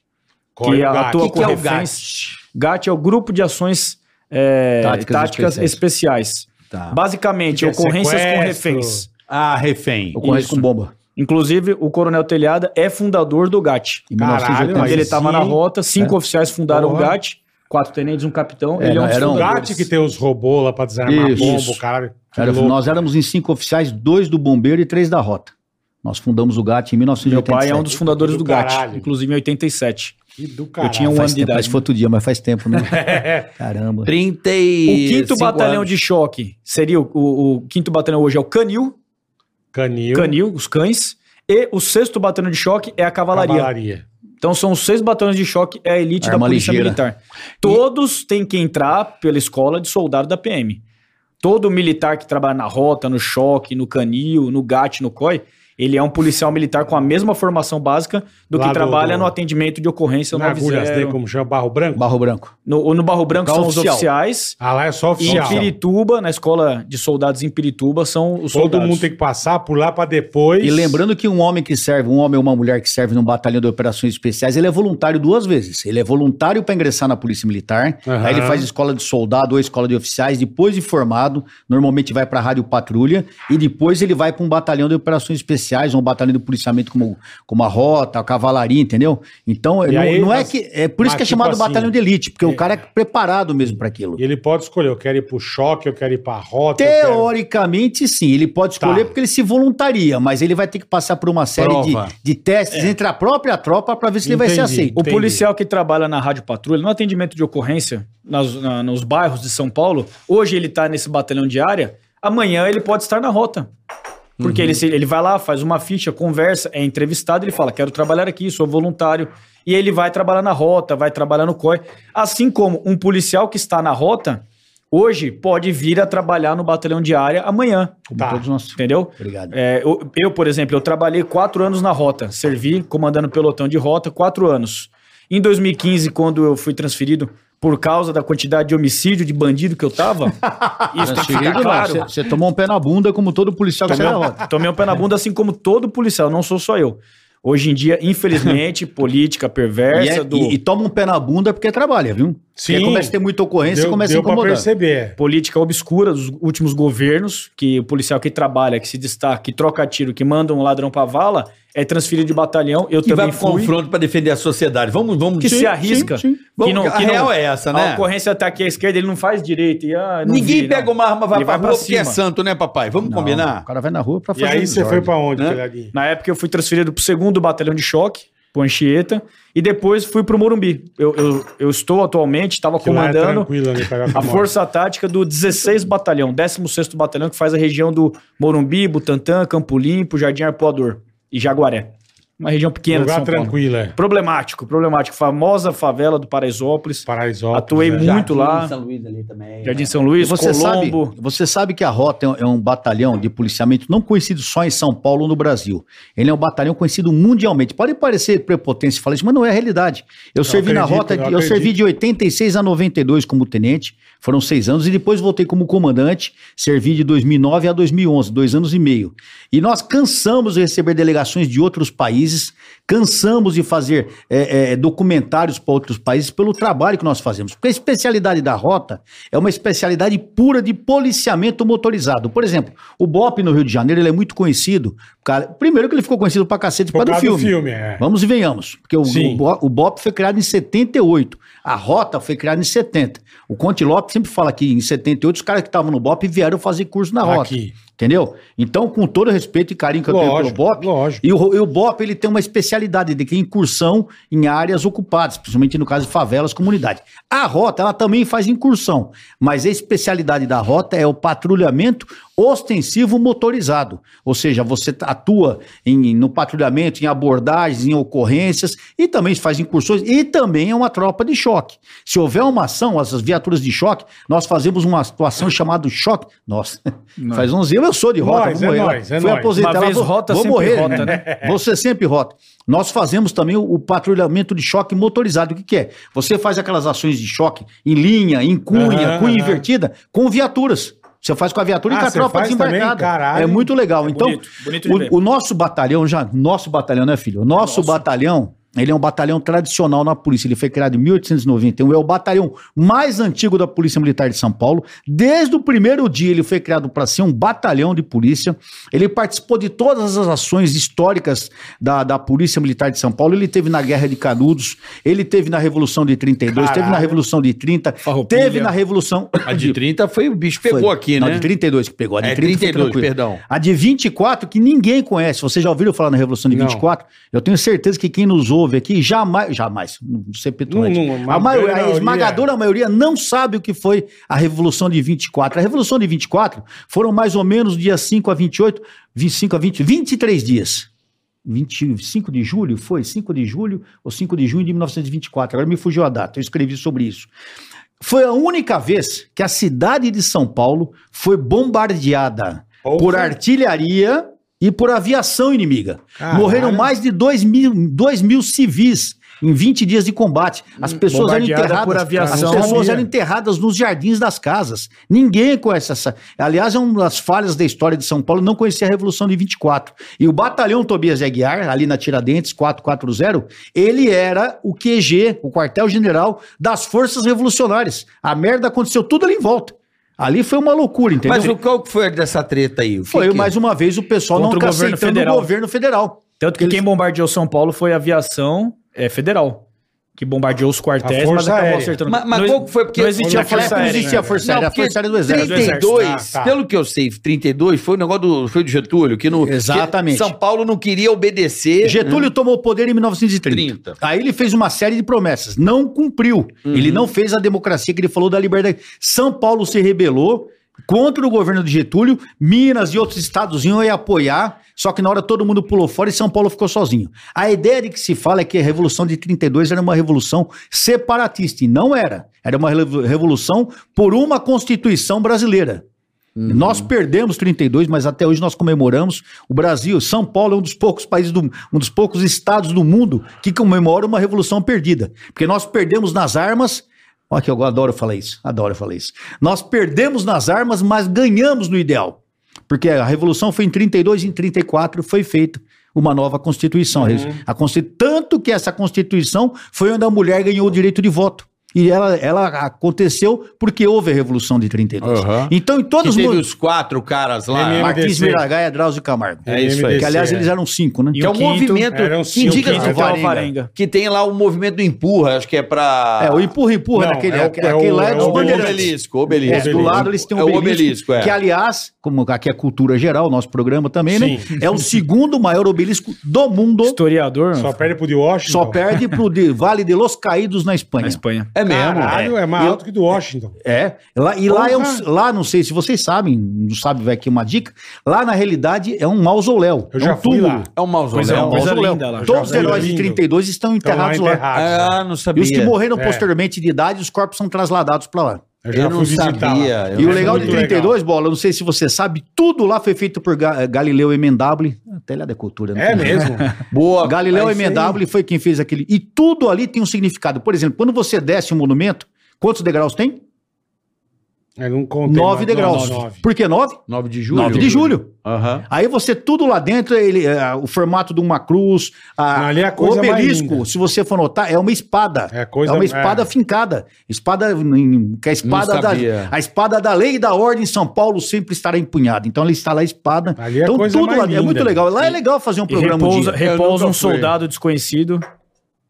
[SPEAKER 2] Corre
[SPEAKER 4] que
[SPEAKER 2] o gato.
[SPEAKER 4] atua
[SPEAKER 3] que que é o
[SPEAKER 4] com reféns. GAT é o Grupo de Ações é,
[SPEAKER 5] Táticas
[SPEAKER 4] Táticas, Especiais.
[SPEAKER 5] Tá.
[SPEAKER 4] Basicamente,
[SPEAKER 2] Que é
[SPEAKER 4] ocorrências com
[SPEAKER 2] sequestro.
[SPEAKER 4] reféns.
[SPEAKER 3] Ah, refém.
[SPEAKER 5] Ocorrência
[SPEAKER 4] Isso.
[SPEAKER 5] com bomba.
[SPEAKER 4] Inclusive, o Coronel Telhada é fundador do GAT.
[SPEAKER 5] Em
[SPEAKER 2] Caralho,
[SPEAKER 5] 1980.
[SPEAKER 2] Mas
[SPEAKER 4] ele
[SPEAKER 2] sim.
[SPEAKER 4] estava na rota, cinco oficiais fundaram
[SPEAKER 2] Porra.
[SPEAKER 4] o GAT, quatro tenentes, um capitão.
[SPEAKER 5] É,
[SPEAKER 4] ele é um
[SPEAKER 5] não,
[SPEAKER 4] dos
[SPEAKER 5] era um-
[SPEAKER 2] O
[SPEAKER 4] fundadores.
[SPEAKER 2] gato que tem os robôs lá pra desarmar
[SPEAKER 5] Isso.
[SPEAKER 2] bomba, o cara. Que
[SPEAKER 5] Era-
[SPEAKER 2] louco.
[SPEAKER 5] nós éramos em cinco oficiais, dois do bombeiro e três da rota. Nós fundamos o GAT em
[SPEAKER 4] Meu
[SPEAKER 5] 1987.
[SPEAKER 4] pai é um dos fundadores do,
[SPEAKER 2] Do
[SPEAKER 4] GAT,
[SPEAKER 2] caralho.
[SPEAKER 4] inclusive em 87.
[SPEAKER 2] Que do caralho.
[SPEAKER 4] tinha um-
[SPEAKER 5] faz
[SPEAKER 4] ano de
[SPEAKER 5] tempo,
[SPEAKER 4] idade,
[SPEAKER 5] mas foi outro dia, mas faz tempo,
[SPEAKER 4] (laughs)
[SPEAKER 5] né? Caramba.
[SPEAKER 3] 30
[SPEAKER 4] O quinto batalhão de choque seria o, o- o quinto batalhão hoje é o Canil,
[SPEAKER 2] (laughs) Canil.
[SPEAKER 4] Canil, os cães. E o sexto batalhão de choque é a cavalaria.
[SPEAKER 2] Cavalaria.
[SPEAKER 4] Então são os seis batalhões de choque, é a elite
[SPEAKER 5] Arma
[SPEAKER 4] da polícia
[SPEAKER 5] ligeira.
[SPEAKER 4] militar. Todos têm que entrar pela escola de soldado da PM. Todo militar que trabalha na rota, no choque, no canil, no GAT, no COI, ele é um policial militar com a mesma formação básica do
[SPEAKER 2] Lá
[SPEAKER 4] que
[SPEAKER 2] do-
[SPEAKER 4] trabalha
[SPEAKER 2] do-
[SPEAKER 4] no atendimento de ocorrência
[SPEAKER 2] Na agulha, tem
[SPEAKER 4] 90.
[SPEAKER 2] como chama? Barro Branco?
[SPEAKER 5] Barro Branco.
[SPEAKER 4] No, ou no Barro Branco
[SPEAKER 5] Tá
[SPEAKER 4] são
[SPEAKER 5] oficial.
[SPEAKER 4] os oficiais.
[SPEAKER 2] Ah, lá é só
[SPEAKER 4] E em
[SPEAKER 2] oficial.
[SPEAKER 4] Pirituba, na escola de soldados em Pirituba, são
[SPEAKER 2] Todo
[SPEAKER 4] os soldados.
[SPEAKER 2] mundo tem que passar por lá pra depois.
[SPEAKER 5] E lembrando que um homem que serve, um homem ou uma mulher que serve num batalhão de operações especiais, ele é voluntário duas vezes. Ele é voluntário para ingressar na Polícia Militar,
[SPEAKER 2] Aham.
[SPEAKER 5] aí ele faz escola de soldado ou escola de oficiais, depois de formado, normalmente vai para a Rádio Patrulha, e depois ele vai para um batalhão de operações especiais, um batalhão de policiamento como, como a Rota, a Cavalaria, entendeu? Então,
[SPEAKER 2] E
[SPEAKER 5] não,
[SPEAKER 2] aí,
[SPEAKER 5] não é
[SPEAKER 2] mas-
[SPEAKER 5] que. É por isso
[SPEAKER 2] mas
[SPEAKER 5] que é
[SPEAKER 2] tipo
[SPEAKER 5] chamado
[SPEAKER 2] assim,
[SPEAKER 5] batalhão de elite, porque o cara é preparado mesmo para aquilo.
[SPEAKER 2] E ele pode escolher, eu quero ir pro choque, eu quero ir pra rota. eu quero-
[SPEAKER 5] Teoricamente, sim. Ele pode
[SPEAKER 2] Tá.
[SPEAKER 5] escolher porque ele se voluntaria, mas ele vai ter que passar por uma série de,
[SPEAKER 3] Prova.
[SPEAKER 5] de testes entre a própria tropa para ver se ele vai ser
[SPEAKER 2] É. Entendi.
[SPEAKER 5] aceito.
[SPEAKER 4] O
[SPEAKER 2] Entendi.
[SPEAKER 4] policial que trabalha na rádio patrulha, no atendimento de ocorrência, nas- na- nos bairros de São Paulo, hoje ele está nesse batalhão de área, amanhã ele pode estar na rota.
[SPEAKER 2] Uhum.
[SPEAKER 4] Porque ele, se- ele vai lá, faz uma ficha, conversa, é entrevistado, ele fala, quero trabalhar aqui, sou voluntário. E ele vai trabalhar na rota, vai trabalhar no COI. Assim como um policial que está na rota, hoje pode vir a trabalhar no batalhão de área amanhã,
[SPEAKER 5] Como
[SPEAKER 2] Tá.
[SPEAKER 5] todos nós.
[SPEAKER 4] entendeu?
[SPEAKER 5] Obrigado.
[SPEAKER 4] É, eu, eu, por exemplo, eu trabalhei quatro anos na rota, servi comandando pelotão de rota, quatro anos. Em 2015, quando eu fui transferido por causa da quantidade de homicídio de bandido que
[SPEAKER 5] (laughs)
[SPEAKER 4] eu tava, isso
[SPEAKER 2] tá
[SPEAKER 4] tem que
[SPEAKER 5] Transferido,
[SPEAKER 4] ficar
[SPEAKER 5] não.
[SPEAKER 4] claro.
[SPEAKER 5] Você- Você tomou um pé na bunda como todo policial que sai da rota.
[SPEAKER 4] Tomei um pé na bunda, assim como todo policial, não sou só eu. Hoje em dia,
[SPEAKER 5] (laughs)
[SPEAKER 4] infelizmente, política
[SPEAKER 5] E, é-
[SPEAKER 4] perversa do
[SPEAKER 5] e- e toma um pé na bunda porque trabalha, viu?
[SPEAKER 2] Sim.
[SPEAKER 5] Porque começa a ter muita ocorrência
[SPEAKER 2] deu,
[SPEAKER 5] e começa a
[SPEAKER 2] deu pra
[SPEAKER 5] incomodar.
[SPEAKER 2] perceber.
[SPEAKER 4] política obscura dos últimos governos, que o policial que trabalha, que se destaca, que troca tiro, que manda um ladrão pra vala, é transferido de batalhão. Eu
[SPEAKER 3] Que vai
[SPEAKER 4] também
[SPEAKER 3] pro
[SPEAKER 4] fui.
[SPEAKER 3] confronto pra defender a sociedade. Vamos, vamos.
[SPEAKER 4] que se arrisca.
[SPEAKER 3] Vamos,
[SPEAKER 4] Que não,
[SPEAKER 3] a
[SPEAKER 4] que
[SPEAKER 3] real
[SPEAKER 4] não,
[SPEAKER 3] é essa,
[SPEAKER 4] A
[SPEAKER 3] né?
[SPEAKER 4] ocorrência tá aqui à esquerda, ele não faz direito. E, ah, não
[SPEAKER 3] Ninguém
[SPEAKER 4] vi,
[SPEAKER 3] pega
[SPEAKER 4] não.
[SPEAKER 3] uma arma, vai
[SPEAKER 4] Ele
[SPEAKER 3] pra
[SPEAKER 4] vai pra
[SPEAKER 3] rua porque é
[SPEAKER 4] cima.
[SPEAKER 3] santo, né, papai? Vamos
[SPEAKER 5] Não,
[SPEAKER 3] combinar?
[SPEAKER 5] O cara vai na rua pra
[SPEAKER 2] E
[SPEAKER 5] fazer
[SPEAKER 2] aí
[SPEAKER 5] um
[SPEAKER 2] você
[SPEAKER 5] desordem.
[SPEAKER 2] foi pra onde,
[SPEAKER 3] Né?
[SPEAKER 2] Telhadinho?
[SPEAKER 4] Na época eu fui transferido pro segundo batalhão de choque, pro Anchieta, e depois fui pro Morumbi. Eu, eu, eu estou atualmente, estava
[SPEAKER 2] Que lá é
[SPEAKER 4] comandando
[SPEAKER 2] tranquilo ali, pegar
[SPEAKER 4] a
[SPEAKER 2] comando.
[SPEAKER 4] força tática do 16 batalhão, 16º batalhão que faz a região do Morumbi, Butantã, Campo Limpo, Jardim Arpoador e Jaguaré. Uma região pequena de
[SPEAKER 2] Um Lugar
[SPEAKER 4] São Paulo.
[SPEAKER 2] tranquilo, é.
[SPEAKER 4] Problemático, problemático. Famosa favela do Paraisópolis.
[SPEAKER 2] Paraisópolis.
[SPEAKER 4] Atuei
[SPEAKER 3] é.
[SPEAKER 2] né?
[SPEAKER 4] muito. lá.
[SPEAKER 3] São Luís ali também.
[SPEAKER 4] Jardim São Luís,
[SPEAKER 5] Você sabe,
[SPEAKER 4] Colombo.
[SPEAKER 5] você sabe que a Rota é um- é um batalhão de policiamento não conhecido só em São Paulo ou no Brasil. Ele é um batalhão conhecido mundialmente. Pode parecer prepotência falar isso, mas não é a realidade. Eu, servi na
[SPEAKER 2] acredito,
[SPEAKER 5] Rota,
[SPEAKER 2] eu
[SPEAKER 5] eu,
[SPEAKER 2] acredito.
[SPEAKER 5] servi de 86 a 92 como tenente, foram seis anos, e depois voltei como comandante, servi de 2009 a 2011, dois anos e meio. E nós cansamos de receber delegações de outros países países, cansamos de fazer é, é, documentários para outros países pelo trabalho que nós fazemos. Porque a especialidade da rota é uma especialidade pura de policiamento motorizado. Por exemplo, o BOP no Rio de Janeiro ele é muito conhecido. cara- primeiro que ele ficou conhecido pra cacete por,
[SPEAKER 2] Por
[SPEAKER 5] causa do
[SPEAKER 2] causa do filme,
[SPEAKER 5] filme.
[SPEAKER 2] é.
[SPEAKER 5] Vamos e venhamos. Porque o,
[SPEAKER 2] Sim.
[SPEAKER 5] o, Bo- o BOP foi criado em 78. A Rota foi criada em 70. O Conte Lopes sempre fala que em 78 os caras que estavam no BOP vieram fazer curso na Rota.
[SPEAKER 2] Aqui.
[SPEAKER 5] Entendeu? Então, com todo respeito e carinho que eu tenho pelo
[SPEAKER 2] Lógico,
[SPEAKER 5] BOP,
[SPEAKER 2] lógico.
[SPEAKER 5] e o, e o BOP ele tem uma especialidade de que é incursão em áreas ocupadas, principalmente no caso de favelas, comunidade. A rota ela também faz incursão, mas a especialidade da rota é o patrulhamento ostensivo motorizado, ou seja, você atua em- no patrulhamento, em abordagens, em ocorrências e também faz incursões e também é uma tropa de choque. Se houver uma ação, essas viaturas de choque, nós fazemos uma atuação chamada choque. Nossa, (laughs) faz 11 anos eu sou de rota,
[SPEAKER 2] Nós,
[SPEAKER 5] vou
[SPEAKER 2] é
[SPEAKER 5] morrer lá.
[SPEAKER 2] nós, é
[SPEAKER 5] Fui
[SPEAKER 2] nós.
[SPEAKER 5] aposentado
[SPEAKER 4] Uma
[SPEAKER 5] ela
[SPEAKER 4] vez
[SPEAKER 5] vou-
[SPEAKER 4] rota,
[SPEAKER 5] vou
[SPEAKER 4] sempre
[SPEAKER 5] morrer.
[SPEAKER 4] rota, né?
[SPEAKER 5] (laughs) Você sempre rota. Nós fazemos também o, o patrulhamento de choque motorizado. O que, que é? Você faz aquelas ações de choque em linha, em cunha,
[SPEAKER 2] Aham,
[SPEAKER 5] cunha
[SPEAKER 2] aham.
[SPEAKER 5] invertida, com viaturas. Você faz com a viatura e
[SPEAKER 2] Ah,
[SPEAKER 5] com a
[SPEAKER 2] você
[SPEAKER 5] tropa
[SPEAKER 2] faz também?
[SPEAKER 5] desembarcada.
[SPEAKER 2] Caralho.
[SPEAKER 5] É muito legal. então,
[SPEAKER 4] bonito, bonito de
[SPEAKER 5] o-
[SPEAKER 4] ver.
[SPEAKER 5] o, nosso batalhão, já, nosso batalhão, né, filho? O nosso batalhão, ele é um batalhão tradicional na polícia. Ele foi criado em 1891. É o batalhão mais antigo da Polícia Militar de São Paulo. Desde o primeiro dia, ele foi criado para ser um batalhão de polícia. Ele participou de todas as ações históricas da, da Polícia Militar de São Paulo. Ele teve na Guerra de Canudos, ele teve na Revolução de 32, teve na
[SPEAKER 2] Caralho.
[SPEAKER 5] Revolução de 30,
[SPEAKER 4] Farroupilha.
[SPEAKER 5] teve na Revolução.
[SPEAKER 3] A de 30 foi o bicho pegou
[SPEAKER 5] Foi.
[SPEAKER 3] aqui,
[SPEAKER 5] Não,
[SPEAKER 3] né?
[SPEAKER 5] de 32 que pegou. A de
[SPEAKER 3] É,
[SPEAKER 5] 30 foi
[SPEAKER 3] 32,
[SPEAKER 5] tranquilo.
[SPEAKER 3] perdão.
[SPEAKER 5] A de 24 que ninguém conhece. Vocês já ouviram falar na Revolução de
[SPEAKER 2] Não.
[SPEAKER 5] 24? Eu tenho certeza que quem nos ouve aqui jamais, jamais, não sei petulante.
[SPEAKER 2] Não, não, é
[SPEAKER 5] a,
[SPEAKER 2] mas
[SPEAKER 5] maioria,
[SPEAKER 2] grande
[SPEAKER 5] a
[SPEAKER 2] maioria.
[SPEAKER 5] esmagadora maioria não sabe o que foi a Revolução de 24. A Revolução de 24 foram mais ou menos dia 5 a 28, 25 a 20, 23 dias. 25 de julho, foi? 5 de julho ou 5 de junho de 1924. Agora me fugiu a data, eu escrevi sobre isso. Foi a única vez que a cidade de São Paulo foi bombardeada
[SPEAKER 2] Porra.
[SPEAKER 5] por artilharia e por aviação inimiga.
[SPEAKER 2] Caralho.
[SPEAKER 5] Morreram mais de 2 mil, dois mil civis em 20 dias de combate.
[SPEAKER 2] Hum.
[SPEAKER 5] As pessoas eram
[SPEAKER 4] Bombardeada
[SPEAKER 5] enterradas.
[SPEAKER 4] por aviação.
[SPEAKER 5] As pessoas
[SPEAKER 2] Sabia.
[SPEAKER 5] eram enterradas nos jardins das casas. Ninguém conhece essa. Aliás, é uma das falhas da história de São Paulo, não conhecia a Revolução de 24. E o batalhão Tobias Aguiar, ali na Tiradentes 440, ele era o QG, o quartel-general das forças revolucionárias. A merda aconteceu tudo ali em volta. Ali foi uma loucura, entendeu?
[SPEAKER 3] Mas o qual que foi dessa treta aí? O que
[SPEAKER 5] Foi
[SPEAKER 3] que- é?
[SPEAKER 5] mais um uma vez o pessoal
[SPEAKER 4] é?
[SPEAKER 5] não
[SPEAKER 4] Contra o
[SPEAKER 5] tá
[SPEAKER 4] governo
[SPEAKER 5] aceitando
[SPEAKER 4] federal.
[SPEAKER 5] o governo federal.
[SPEAKER 4] Tanto que quem bombardeou São Paulo foi a aviação é, federal, que bombardeou os
[SPEAKER 2] A
[SPEAKER 4] quartéis,
[SPEAKER 2] Força
[SPEAKER 4] mas acabou
[SPEAKER 2] Aérea.
[SPEAKER 4] acertando.
[SPEAKER 3] Mas, mas
[SPEAKER 4] Não-
[SPEAKER 3] qual que foi? Porque
[SPEAKER 4] não existia
[SPEAKER 2] Olha,
[SPEAKER 4] força
[SPEAKER 5] não
[SPEAKER 4] aérea. né?
[SPEAKER 5] existia a Força Aérea, a
[SPEAKER 3] porque
[SPEAKER 5] Força Aérea do Exército.
[SPEAKER 3] 32,
[SPEAKER 2] Ah, tá.
[SPEAKER 3] pelo que eu sei, 32 foi o negócio do foi do Getúlio, que no
[SPEAKER 5] Exatamente.
[SPEAKER 3] que São Paulo não queria obedecer.
[SPEAKER 5] Getúlio tomou o poder em 1930.
[SPEAKER 3] 30.
[SPEAKER 5] Aí ele fez uma série de promessas, não cumpriu. Ele não fez a democracia que ele falou da liberdade. São Paulo se rebelou contra o governo de Getúlio, Minas e outros estados iam apoiar, só que na hora todo mundo pulou fora e São Paulo ficou sozinho. A ideia de que se fala é que a Revolução de 32 era uma revolução separatista, e não era. Era uma revo- revolução por uma Constituição brasileira. Nós perdemos 32, mas até hoje nós comemoramos. O Brasil, São Paulo é um dos poucos países, do, um dos poucos estados do mundo que comemora uma revolução perdida. Porque nós perdemos nas armas. Olha que eu adoro falar isso, adoro falar isso. Nós perdemos nas armas, mas ganhamos no ideal. Porque a revolução foi em 32 e em 34 foi feita uma nova constituição. A Consti- Tanto que essa constituição foi onde a mulher ganhou o direito de voto. E ela, ela aconteceu porque houve a revolução de 32.
[SPEAKER 3] Aham.
[SPEAKER 5] Então, em
[SPEAKER 3] Que
[SPEAKER 5] todos os
[SPEAKER 3] teve
[SPEAKER 5] mundos.
[SPEAKER 3] os quatro caras lá.
[SPEAKER 2] MMM.
[SPEAKER 5] Marquinhos
[SPEAKER 2] MDC.
[SPEAKER 5] Miragaia, Drauzio Camargo.
[SPEAKER 3] É isso aí.
[SPEAKER 5] Que, aliás, eles eram cinco, né?
[SPEAKER 4] E
[SPEAKER 3] Que é
[SPEAKER 4] o
[SPEAKER 3] um
[SPEAKER 4] quinto,
[SPEAKER 3] movimento
[SPEAKER 2] eram
[SPEAKER 3] que
[SPEAKER 2] cinco,
[SPEAKER 3] indica
[SPEAKER 2] né?
[SPEAKER 3] de
[SPEAKER 4] Então,
[SPEAKER 3] Alvarenga,
[SPEAKER 4] Alvarenga.
[SPEAKER 3] que tem lá o movimento do empurra, acho que é pra
[SPEAKER 5] É, o empurra, empurra,
[SPEAKER 2] Não,
[SPEAKER 5] daquele,
[SPEAKER 2] é o-
[SPEAKER 5] aquele,
[SPEAKER 2] é o-
[SPEAKER 5] aquele lá é
[SPEAKER 2] é o
[SPEAKER 5] dos
[SPEAKER 2] Bandeirantes.
[SPEAKER 3] obelisco,
[SPEAKER 5] É,
[SPEAKER 3] obelisco.
[SPEAKER 5] do lado eles têm
[SPEAKER 3] É
[SPEAKER 5] um
[SPEAKER 3] o
[SPEAKER 5] obelisco,
[SPEAKER 3] obelisco, é.
[SPEAKER 5] que aliás, como aqui é cultura geral, nosso programa também, né?
[SPEAKER 2] Sim.
[SPEAKER 5] É o segundo maior obelisco do mundo,
[SPEAKER 4] Historiador
[SPEAKER 2] Só perde pro de Washington.
[SPEAKER 5] só perde pro de Vale de los Caídos na Espanha.
[SPEAKER 4] na Espanha.
[SPEAKER 3] É mesmo.
[SPEAKER 2] Caralho, é, mais alto que do Washington.
[SPEAKER 5] É, lá, e lá é um,
[SPEAKER 2] Porra.
[SPEAKER 5] lá não sei se vocês sabem, não sabe vai aqui uma dica, lá na realidade é um mausoléu,
[SPEAKER 2] Eu
[SPEAKER 5] é
[SPEAKER 2] já
[SPEAKER 5] um
[SPEAKER 2] fui lá.
[SPEAKER 3] É um
[SPEAKER 4] Pois é,
[SPEAKER 3] mausoléu.
[SPEAKER 4] uma coisa
[SPEAKER 5] mausoléu.
[SPEAKER 4] linda lá.
[SPEAKER 5] Todos os
[SPEAKER 2] Já fui.
[SPEAKER 5] heróis de
[SPEAKER 2] Lindo.
[SPEAKER 5] 32 estão
[SPEAKER 2] Estão lá
[SPEAKER 5] enterrados lá.
[SPEAKER 2] enterrados.
[SPEAKER 3] Ah, não
[SPEAKER 5] E
[SPEAKER 3] sabia.
[SPEAKER 5] os que morreram
[SPEAKER 2] É.
[SPEAKER 5] posteriormente de idade, os corpos são trasladados pra lá.
[SPEAKER 2] Eu
[SPEAKER 3] Eu não
[SPEAKER 2] lá.
[SPEAKER 3] sabia, eu
[SPEAKER 5] E
[SPEAKER 3] não
[SPEAKER 5] o
[SPEAKER 3] É
[SPEAKER 5] legal de
[SPEAKER 2] muito
[SPEAKER 5] 32, bola, eu não sei se você sabe, tudo lá foi feito por Ga- eh, Galileu Emendable. Até lá da cultura,
[SPEAKER 2] É
[SPEAKER 5] tem jeito.
[SPEAKER 2] mesmo?
[SPEAKER 3] Boa.
[SPEAKER 5] Galileu
[SPEAKER 3] Aí você-
[SPEAKER 5] Emendable foi quem fez aquele. E tudo ali tem um significado. Por exemplo, quando você desce um monumento, quantos degraus tem?
[SPEAKER 2] É, não contei
[SPEAKER 5] Nove
[SPEAKER 2] mais,
[SPEAKER 5] degraus.
[SPEAKER 2] não, nove.
[SPEAKER 5] Por que nove?
[SPEAKER 3] 9 de julho?
[SPEAKER 5] 9 de julho.
[SPEAKER 3] Aham.
[SPEAKER 5] Aí você, tudo lá dentro, ele, é, o formato de uma cruz,
[SPEAKER 2] Não,
[SPEAKER 5] a,
[SPEAKER 2] ali é a
[SPEAKER 5] o
[SPEAKER 2] coisa mais
[SPEAKER 5] obelisco,
[SPEAKER 2] linda.
[SPEAKER 5] se você for notar, é uma espada.
[SPEAKER 2] É a coisa-
[SPEAKER 5] é uma espada
[SPEAKER 2] é.
[SPEAKER 5] fincada. Espada, em- que é a espada, da,
[SPEAKER 3] sabia.
[SPEAKER 5] a espada da lei e da ordem em São Paulo sempre estará empunhada. Então ela está lá a espada.
[SPEAKER 2] Ali é a
[SPEAKER 5] então
[SPEAKER 2] coisa mais
[SPEAKER 5] lá, é
[SPEAKER 2] linda.
[SPEAKER 5] muito legal. Lá é legal fazer um
[SPEAKER 4] E
[SPEAKER 5] programa um
[SPEAKER 4] repousa
[SPEAKER 5] dia.
[SPEAKER 4] repousa
[SPEAKER 3] Eu
[SPEAKER 4] um
[SPEAKER 3] nunca fui.
[SPEAKER 4] soldado desconhecido,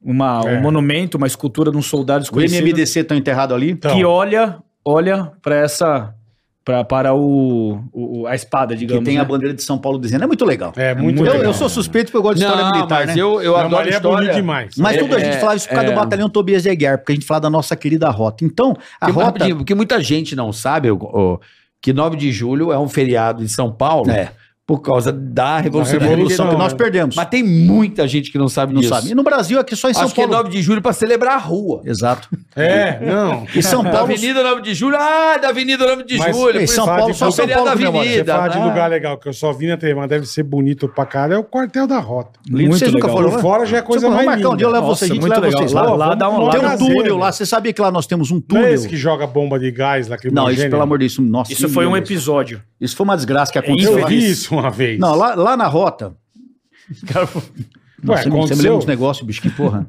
[SPEAKER 4] uma,
[SPEAKER 2] É.
[SPEAKER 4] um monumento, uma escultura de um soldado
[SPEAKER 5] O
[SPEAKER 4] desconhecido
[SPEAKER 5] MMDC está enterrado ali.
[SPEAKER 2] Então,
[SPEAKER 4] que olha, olha para essa, pra, para o, o- a espada,
[SPEAKER 5] que
[SPEAKER 4] digamos.
[SPEAKER 5] tem a
[SPEAKER 4] né?
[SPEAKER 5] bandeira de São Paulo dizendo. É muito legal.
[SPEAKER 2] É muito
[SPEAKER 5] eu,
[SPEAKER 2] legal.
[SPEAKER 5] eu sou suspeito porque eu gosto de história
[SPEAKER 3] Não,
[SPEAKER 5] militar,
[SPEAKER 3] mas
[SPEAKER 5] né?
[SPEAKER 3] eu, eu
[SPEAKER 2] Não,
[SPEAKER 3] adoro
[SPEAKER 2] ali é
[SPEAKER 3] história.
[SPEAKER 2] bonito demais.
[SPEAKER 5] Mas tudo a gente
[SPEAKER 3] É,
[SPEAKER 5] falava isso por causa
[SPEAKER 3] é.
[SPEAKER 5] do batalhão Tobias de Aguiar, porque a gente fala da nossa querida rota. Então, a
[SPEAKER 3] Porque,
[SPEAKER 5] rota.
[SPEAKER 3] rapidinho, porque muita gente não sabe ô, ô, que 9 de julho é um feriado em São Paulo
[SPEAKER 5] É.
[SPEAKER 3] por causa da Revolução,
[SPEAKER 2] Da Revolução,
[SPEAKER 5] que
[SPEAKER 3] Americana.
[SPEAKER 5] nós
[SPEAKER 2] é.
[SPEAKER 5] perdemos.
[SPEAKER 3] Mas tem muita gente que não sabe
[SPEAKER 5] não
[SPEAKER 3] disso.
[SPEAKER 5] sabe. E no Brasil, aqui só em São
[SPEAKER 3] Acho que é
[SPEAKER 5] Paulo.
[SPEAKER 3] 9 de julho pra celebrar a rua.
[SPEAKER 5] Exato.
[SPEAKER 2] É,
[SPEAKER 5] (laughs)
[SPEAKER 2] não.
[SPEAKER 3] (laughs)
[SPEAKER 5] E São
[SPEAKER 3] Da
[SPEAKER 5] Paulo.
[SPEAKER 3] Tá Avenida 9 de Julho, ah, da Avenida 9 de
[SPEAKER 2] Mas,
[SPEAKER 3] Julho.
[SPEAKER 5] Ei,
[SPEAKER 3] por
[SPEAKER 5] São
[SPEAKER 3] isso-
[SPEAKER 2] sabe,
[SPEAKER 5] Paulo, só
[SPEAKER 2] é
[SPEAKER 5] São
[SPEAKER 3] feriado
[SPEAKER 5] Paulo
[SPEAKER 3] da
[SPEAKER 5] que comemora.
[SPEAKER 2] Você
[SPEAKER 3] Vida,
[SPEAKER 2] fala de
[SPEAKER 3] né?
[SPEAKER 2] lugar legal, que eu só vi na TV, mas deve ser bonito pra cara, é o quartel da rota.
[SPEAKER 5] Lindo, vocês nunca
[SPEAKER 4] legal.
[SPEAKER 5] foram
[SPEAKER 2] Por
[SPEAKER 5] lá?
[SPEAKER 2] fora já é coisa
[SPEAKER 5] Você
[SPEAKER 2] mais
[SPEAKER 5] falou, Marcão, um dia eu
[SPEAKER 2] linda.
[SPEAKER 5] levo
[SPEAKER 4] Nossa,
[SPEAKER 5] vocês, a gente
[SPEAKER 4] muito
[SPEAKER 5] leva
[SPEAKER 4] legal.
[SPEAKER 5] vocês
[SPEAKER 4] Lá,
[SPEAKER 5] lá.
[SPEAKER 4] lá dá um, lá
[SPEAKER 5] Tem
[SPEAKER 4] dá
[SPEAKER 5] um
[SPEAKER 2] prazer,
[SPEAKER 5] túnel lá.
[SPEAKER 2] velho.
[SPEAKER 5] Você sabia que lá nós temos um
[SPEAKER 2] Não é
[SPEAKER 5] túnel?
[SPEAKER 2] esse que joga bomba de gás lacrimogêneo?
[SPEAKER 5] Não, isso, pelo amor de Deus, isso- nossa.
[SPEAKER 4] Isso foi um episódio.
[SPEAKER 5] Isso foi uma desgraça que aconteceu.
[SPEAKER 2] Eu
[SPEAKER 5] lá.
[SPEAKER 2] vi isso uma vez.
[SPEAKER 5] Não, lá, lá na rota. Cara, Nossa, me- você me
[SPEAKER 2] aconteceu?
[SPEAKER 5] lembra uns negócios, bicho, que porra.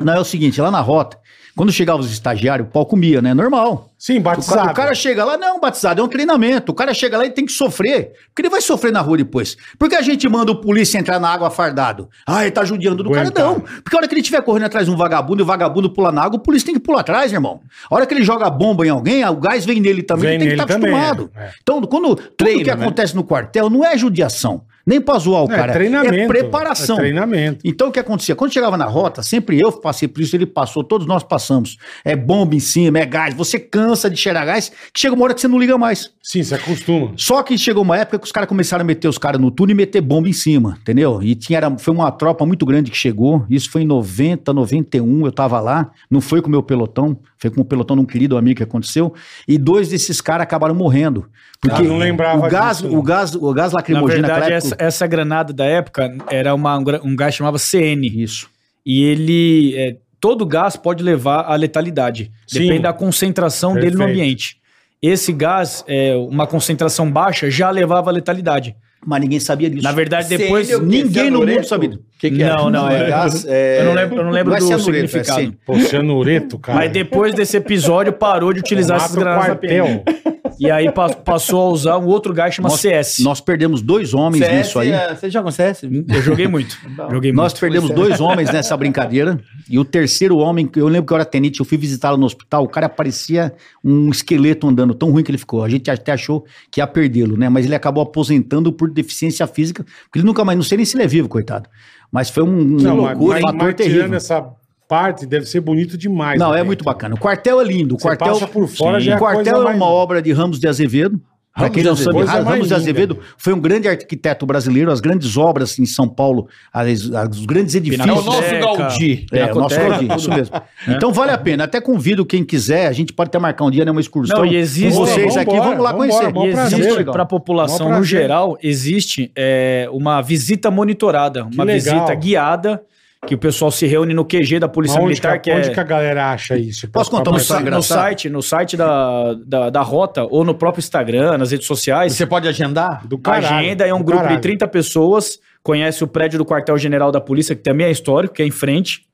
[SPEAKER 5] Não, é o seguinte, lá na rota, quando chegavam os estagiários, o pau comia, né? Normal.
[SPEAKER 2] Sim,
[SPEAKER 5] O
[SPEAKER 2] batizado.
[SPEAKER 5] cara, o cara chega lá, não, batizado, é um treinamento. O cara chega lá e tem que sofrer. Porque ele vai sofrer na rua depois. Porque a gente manda o polícia entrar na água fardado. Ah, ele tá judiando do cara,
[SPEAKER 2] Aguentar.
[SPEAKER 5] não. Porque a hora que ele estiver correndo atrás de um vagabundo e o vagabundo pula na água, o polícia tem que pular atrás, irmão. A hora que ele joga a bomba em alguém, ah, o gás vem nele também,
[SPEAKER 2] Vem
[SPEAKER 5] ele tem que
[SPEAKER 2] nele
[SPEAKER 5] estar
[SPEAKER 2] também,
[SPEAKER 5] acostumado.
[SPEAKER 2] é, é.
[SPEAKER 5] Então, quando tudo
[SPEAKER 3] Treino,
[SPEAKER 5] que
[SPEAKER 3] né?
[SPEAKER 5] acontece no quartel não é judiação. Nem pra zoar o
[SPEAKER 2] É,
[SPEAKER 5] cara.
[SPEAKER 2] treinamento.
[SPEAKER 5] É preparação.
[SPEAKER 2] É treinamento.
[SPEAKER 5] Então o que acontecia? Quando chegava na rota, sempre eu passei por isso, ele passou, todos nós passamos. É bomba em cima, é gás. Você cansa de cheirar gás, que chega uma hora que você não liga mais.
[SPEAKER 2] Sim, você acostuma.
[SPEAKER 5] Só que chegou uma época que os caras começaram a meter os caras no túnel e meter bomba em cima, entendeu? E tinha, era, foi uma tropa muito grande que chegou. Isso foi em 90, 91, eu tava lá. Não foi com o meu pelotão, foi com o pelotão de um querido amigo que aconteceu. E dois desses caras acabaram morrendo. Porque
[SPEAKER 2] Ah, não lembrava
[SPEAKER 5] o gás,
[SPEAKER 2] disso, não.
[SPEAKER 5] o gás, o gás
[SPEAKER 4] Na
[SPEAKER 5] lacrimogêneo
[SPEAKER 4] verdade,
[SPEAKER 5] naquela
[SPEAKER 4] essa,
[SPEAKER 5] época-
[SPEAKER 4] essa granada da época era uma, um gra- um gás que chamava CN.
[SPEAKER 5] Isso.
[SPEAKER 4] E ele. é, todo gás pode levar à letalidade.
[SPEAKER 2] Sim.
[SPEAKER 4] Depende da concentração dele no
[SPEAKER 2] Perfeito.
[SPEAKER 4] ambiente. Esse gás, é, uma concentração baixa, já levava à letalidade.
[SPEAKER 5] Mas ninguém sabia disso.
[SPEAKER 4] Na verdade,
[SPEAKER 3] CN
[SPEAKER 4] depois.
[SPEAKER 3] é o quê?
[SPEAKER 5] ninguém no
[SPEAKER 3] Cianureto?
[SPEAKER 5] mundo sabia.
[SPEAKER 3] Que que é?
[SPEAKER 4] Não, não, é.
[SPEAKER 5] Gás, é-
[SPEAKER 4] Eu não lembro, eu não lembro
[SPEAKER 5] Não é
[SPEAKER 4] do
[SPEAKER 5] cianureto, é
[SPEAKER 4] significado.
[SPEAKER 5] sim.
[SPEAKER 2] Pô, cianureto,
[SPEAKER 5] Tá.
[SPEAKER 2] cara.
[SPEAKER 4] Mas depois desse episódio, parou de
[SPEAKER 5] Um
[SPEAKER 4] utilizar
[SPEAKER 2] Mata
[SPEAKER 4] essas
[SPEAKER 2] o
[SPEAKER 4] granadas da
[SPEAKER 2] quartel.
[SPEAKER 4] PM. E aí pas- passou a usar um outro gás chamado
[SPEAKER 5] Nós-
[SPEAKER 4] CS.
[SPEAKER 5] Nós perdemos dois homens
[SPEAKER 3] CS,
[SPEAKER 5] nisso aí.
[SPEAKER 3] é, Você joga um CS?
[SPEAKER 4] Eu joguei muito. joguei
[SPEAKER 5] Nós
[SPEAKER 4] muito.
[SPEAKER 5] perdemos dois homens nessa brincadeira. E o terceiro homem, que eu lembro que eu era tenente, eu fui visitá-lo no hospital, o cara parecia um esqueleto andando, tão ruim que ele ficou. A gente até achou que ia perdê-lo, né? Mas ele acabou aposentando por deficiência física, porque ele nunca mais, não sei nem se ele é vivo, coitado. Mas foi um, um
[SPEAKER 2] Não, mas-
[SPEAKER 5] loucura,
[SPEAKER 2] mas,
[SPEAKER 5] um
[SPEAKER 4] é
[SPEAKER 5] fator
[SPEAKER 2] mas tirando
[SPEAKER 5] terrível.
[SPEAKER 2] essa parte, deve ser bonito demais. né?
[SPEAKER 5] Não,
[SPEAKER 2] lá
[SPEAKER 5] é
[SPEAKER 2] dentro.
[SPEAKER 5] muito
[SPEAKER 4] então.
[SPEAKER 5] bacana. O quartel é lindo. O
[SPEAKER 2] Você
[SPEAKER 5] quartel,
[SPEAKER 2] passa por fora, já é
[SPEAKER 5] o
[SPEAKER 2] a coisa
[SPEAKER 5] quartel é
[SPEAKER 2] mais-
[SPEAKER 5] uma obra de Ramos de Azevedo. Pra
[SPEAKER 3] Ramos
[SPEAKER 5] quem
[SPEAKER 3] de
[SPEAKER 5] não sabe,
[SPEAKER 2] Azevedo. é
[SPEAKER 5] Ra-
[SPEAKER 2] Coisa
[SPEAKER 5] Ramos de
[SPEAKER 2] mais linda,
[SPEAKER 5] Azevedo
[SPEAKER 2] meu.
[SPEAKER 5] foi um grande arquiteto brasileiro. As grandes obras em São Paulo, as- as- os grandes edifícios.
[SPEAKER 3] É o nosso
[SPEAKER 4] Pinacoteca.
[SPEAKER 3] Gaudí.
[SPEAKER 5] É, o nosso
[SPEAKER 4] Pinacoteca, É.
[SPEAKER 5] Claudinho,
[SPEAKER 4] tudo.
[SPEAKER 5] isso mesmo. Então vale a pena. Até convido quem quiser, a gente pode até marcar um dia, né, uma excursão
[SPEAKER 4] Não, e existe-
[SPEAKER 5] com vocês
[SPEAKER 2] Vambora,
[SPEAKER 5] aqui. Vamos lá
[SPEAKER 2] vambora,
[SPEAKER 5] conhecer.
[SPEAKER 2] mó
[SPEAKER 4] E
[SPEAKER 2] prazer,
[SPEAKER 4] existe
[SPEAKER 2] legal.
[SPEAKER 4] para a população
[SPEAKER 2] Mó
[SPEAKER 4] no
[SPEAKER 2] prazer.
[SPEAKER 4] geral existe é, uma visita monitorada, uma
[SPEAKER 2] legal.
[SPEAKER 4] visita guiada que o pessoal se reúne no QG da
[SPEAKER 2] Mas
[SPEAKER 4] Polícia
[SPEAKER 2] onde,
[SPEAKER 4] Militar
[SPEAKER 2] que,
[SPEAKER 4] que
[SPEAKER 2] onde que a
[SPEAKER 4] é
[SPEAKER 2] galera acha isso?
[SPEAKER 5] Posso contar uma
[SPEAKER 2] Pra-
[SPEAKER 4] no,
[SPEAKER 5] Isso é
[SPEAKER 4] sa- no
[SPEAKER 5] engraçado.
[SPEAKER 4] site, no site da, da, da rota ou no próprio Instagram, nas redes sociais.
[SPEAKER 3] Você é pode agendar?
[SPEAKER 2] Do
[SPEAKER 4] A
[SPEAKER 2] caralho.
[SPEAKER 4] agenda é um
[SPEAKER 2] do
[SPEAKER 4] grupo
[SPEAKER 2] caralho.
[SPEAKER 4] de 30 pessoas, conhece o prédio do quartel-general da polícia, que também é histórico, que é em frente.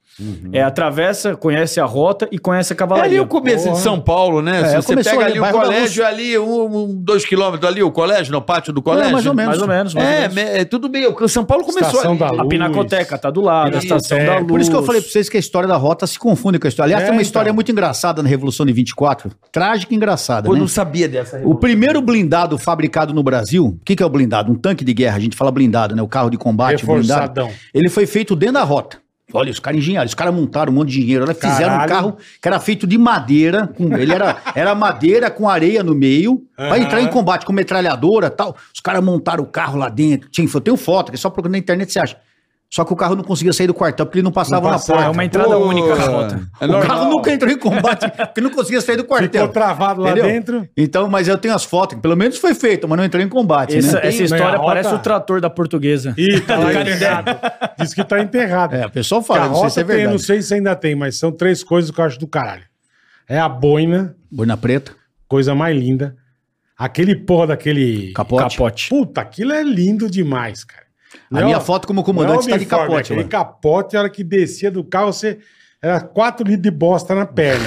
[SPEAKER 4] É, atravessa, conhece a rota e conhece
[SPEAKER 3] É
[SPEAKER 4] a
[SPEAKER 3] ali
[SPEAKER 4] cavalaria.
[SPEAKER 3] o começo
[SPEAKER 2] Porra.
[SPEAKER 3] de São Paulo, né?
[SPEAKER 5] É,
[SPEAKER 3] Se você
[SPEAKER 5] começou
[SPEAKER 3] pega
[SPEAKER 5] ali,
[SPEAKER 3] ali o
[SPEAKER 5] bairro da
[SPEAKER 3] colégio, ali, um, um, dois quilômetros ali, o colégio, no pátio do colégio.
[SPEAKER 5] mais ou menos.
[SPEAKER 4] Mais ou menos. mais ou
[SPEAKER 3] É,
[SPEAKER 4] menos.
[SPEAKER 3] me- é tudo bem. O São Paulo começou
[SPEAKER 2] Estação
[SPEAKER 3] ali.
[SPEAKER 2] da
[SPEAKER 4] A
[SPEAKER 2] Luz.
[SPEAKER 4] Pinacoteca tá do lado, a Estação da
[SPEAKER 2] Pinacoteca.
[SPEAKER 4] Luz.
[SPEAKER 5] Por isso que eu falei pra vocês que a história da rota se confunde com a história. Aliás,
[SPEAKER 2] É,
[SPEAKER 5] tem
[SPEAKER 2] então.
[SPEAKER 5] uma história muito engraçada na Revolução de 24. Trágica e engraçada,
[SPEAKER 3] Eu
[SPEAKER 5] né?
[SPEAKER 3] não sabia dessa.
[SPEAKER 5] O primeiro blindado fabricado no Brasil, o que, que é o blindado? Um tanque de guerra, a gente fala blindado, né? O carro de combate, blindado.
[SPEAKER 2] Reforçadão.
[SPEAKER 5] Ele foi feito dentro da rota. Olha, os caras engenharam, os caras montaram um monte de dinheiro. Olha, fizeram um
[SPEAKER 2] Caralho.
[SPEAKER 5] carro que era feito de madeira. com- ele era, era madeira com areia no meio, pra
[SPEAKER 2] Aham.
[SPEAKER 5] entrar em combate com metralhadora e tal. Os caras montaram o carro lá dentro. Tinha, eu tenho foto, que é só procurando na internet você acha. Só que o carro não conseguia sair do quartel, porque ele não passava
[SPEAKER 2] Não
[SPEAKER 5] na
[SPEAKER 2] passava.
[SPEAKER 5] porta.
[SPEAKER 4] É uma entrada
[SPEAKER 3] Pô,
[SPEAKER 4] única na rota.
[SPEAKER 3] É
[SPEAKER 5] o
[SPEAKER 3] normal.
[SPEAKER 5] carro nunca entrou em combate, porque não conseguia sair do quartel.
[SPEAKER 2] Ficou travado lá
[SPEAKER 5] Entendeu?
[SPEAKER 2] dentro.
[SPEAKER 5] Então, mas eu tenho as fotos, que pelo menos foi feito, mas não entrou em combate,
[SPEAKER 4] Essa,
[SPEAKER 5] né?
[SPEAKER 4] essa
[SPEAKER 2] Tem, né? A
[SPEAKER 4] história
[SPEAKER 2] rota-
[SPEAKER 4] parece o trator da portuguesa.
[SPEAKER 5] (laughs)
[SPEAKER 2] Ih, tá lá enterrado. Diz que tá enterrado.
[SPEAKER 5] É, o pessoal
[SPEAKER 2] Que a
[SPEAKER 5] fala, não sei se é
[SPEAKER 2] rota tem,
[SPEAKER 5] verdade.
[SPEAKER 2] não sei se ainda tem, mas são três coisas que eu acho do caralho. É a boina,
[SPEAKER 5] Boina preta.
[SPEAKER 2] coisa mais linda. Aquele porra daquele.
[SPEAKER 5] Capote.
[SPEAKER 2] Puta, aquilo é lindo demais, cara.
[SPEAKER 5] A minha foto como comandante está de capote.
[SPEAKER 2] é Aquele
[SPEAKER 5] mano.
[SPEAKER 2] capote, a hora que descia do carro, você. Era 4 litros de bosta na
[SPEAKER 5] (laughs)
[SPEAKER 2] perna.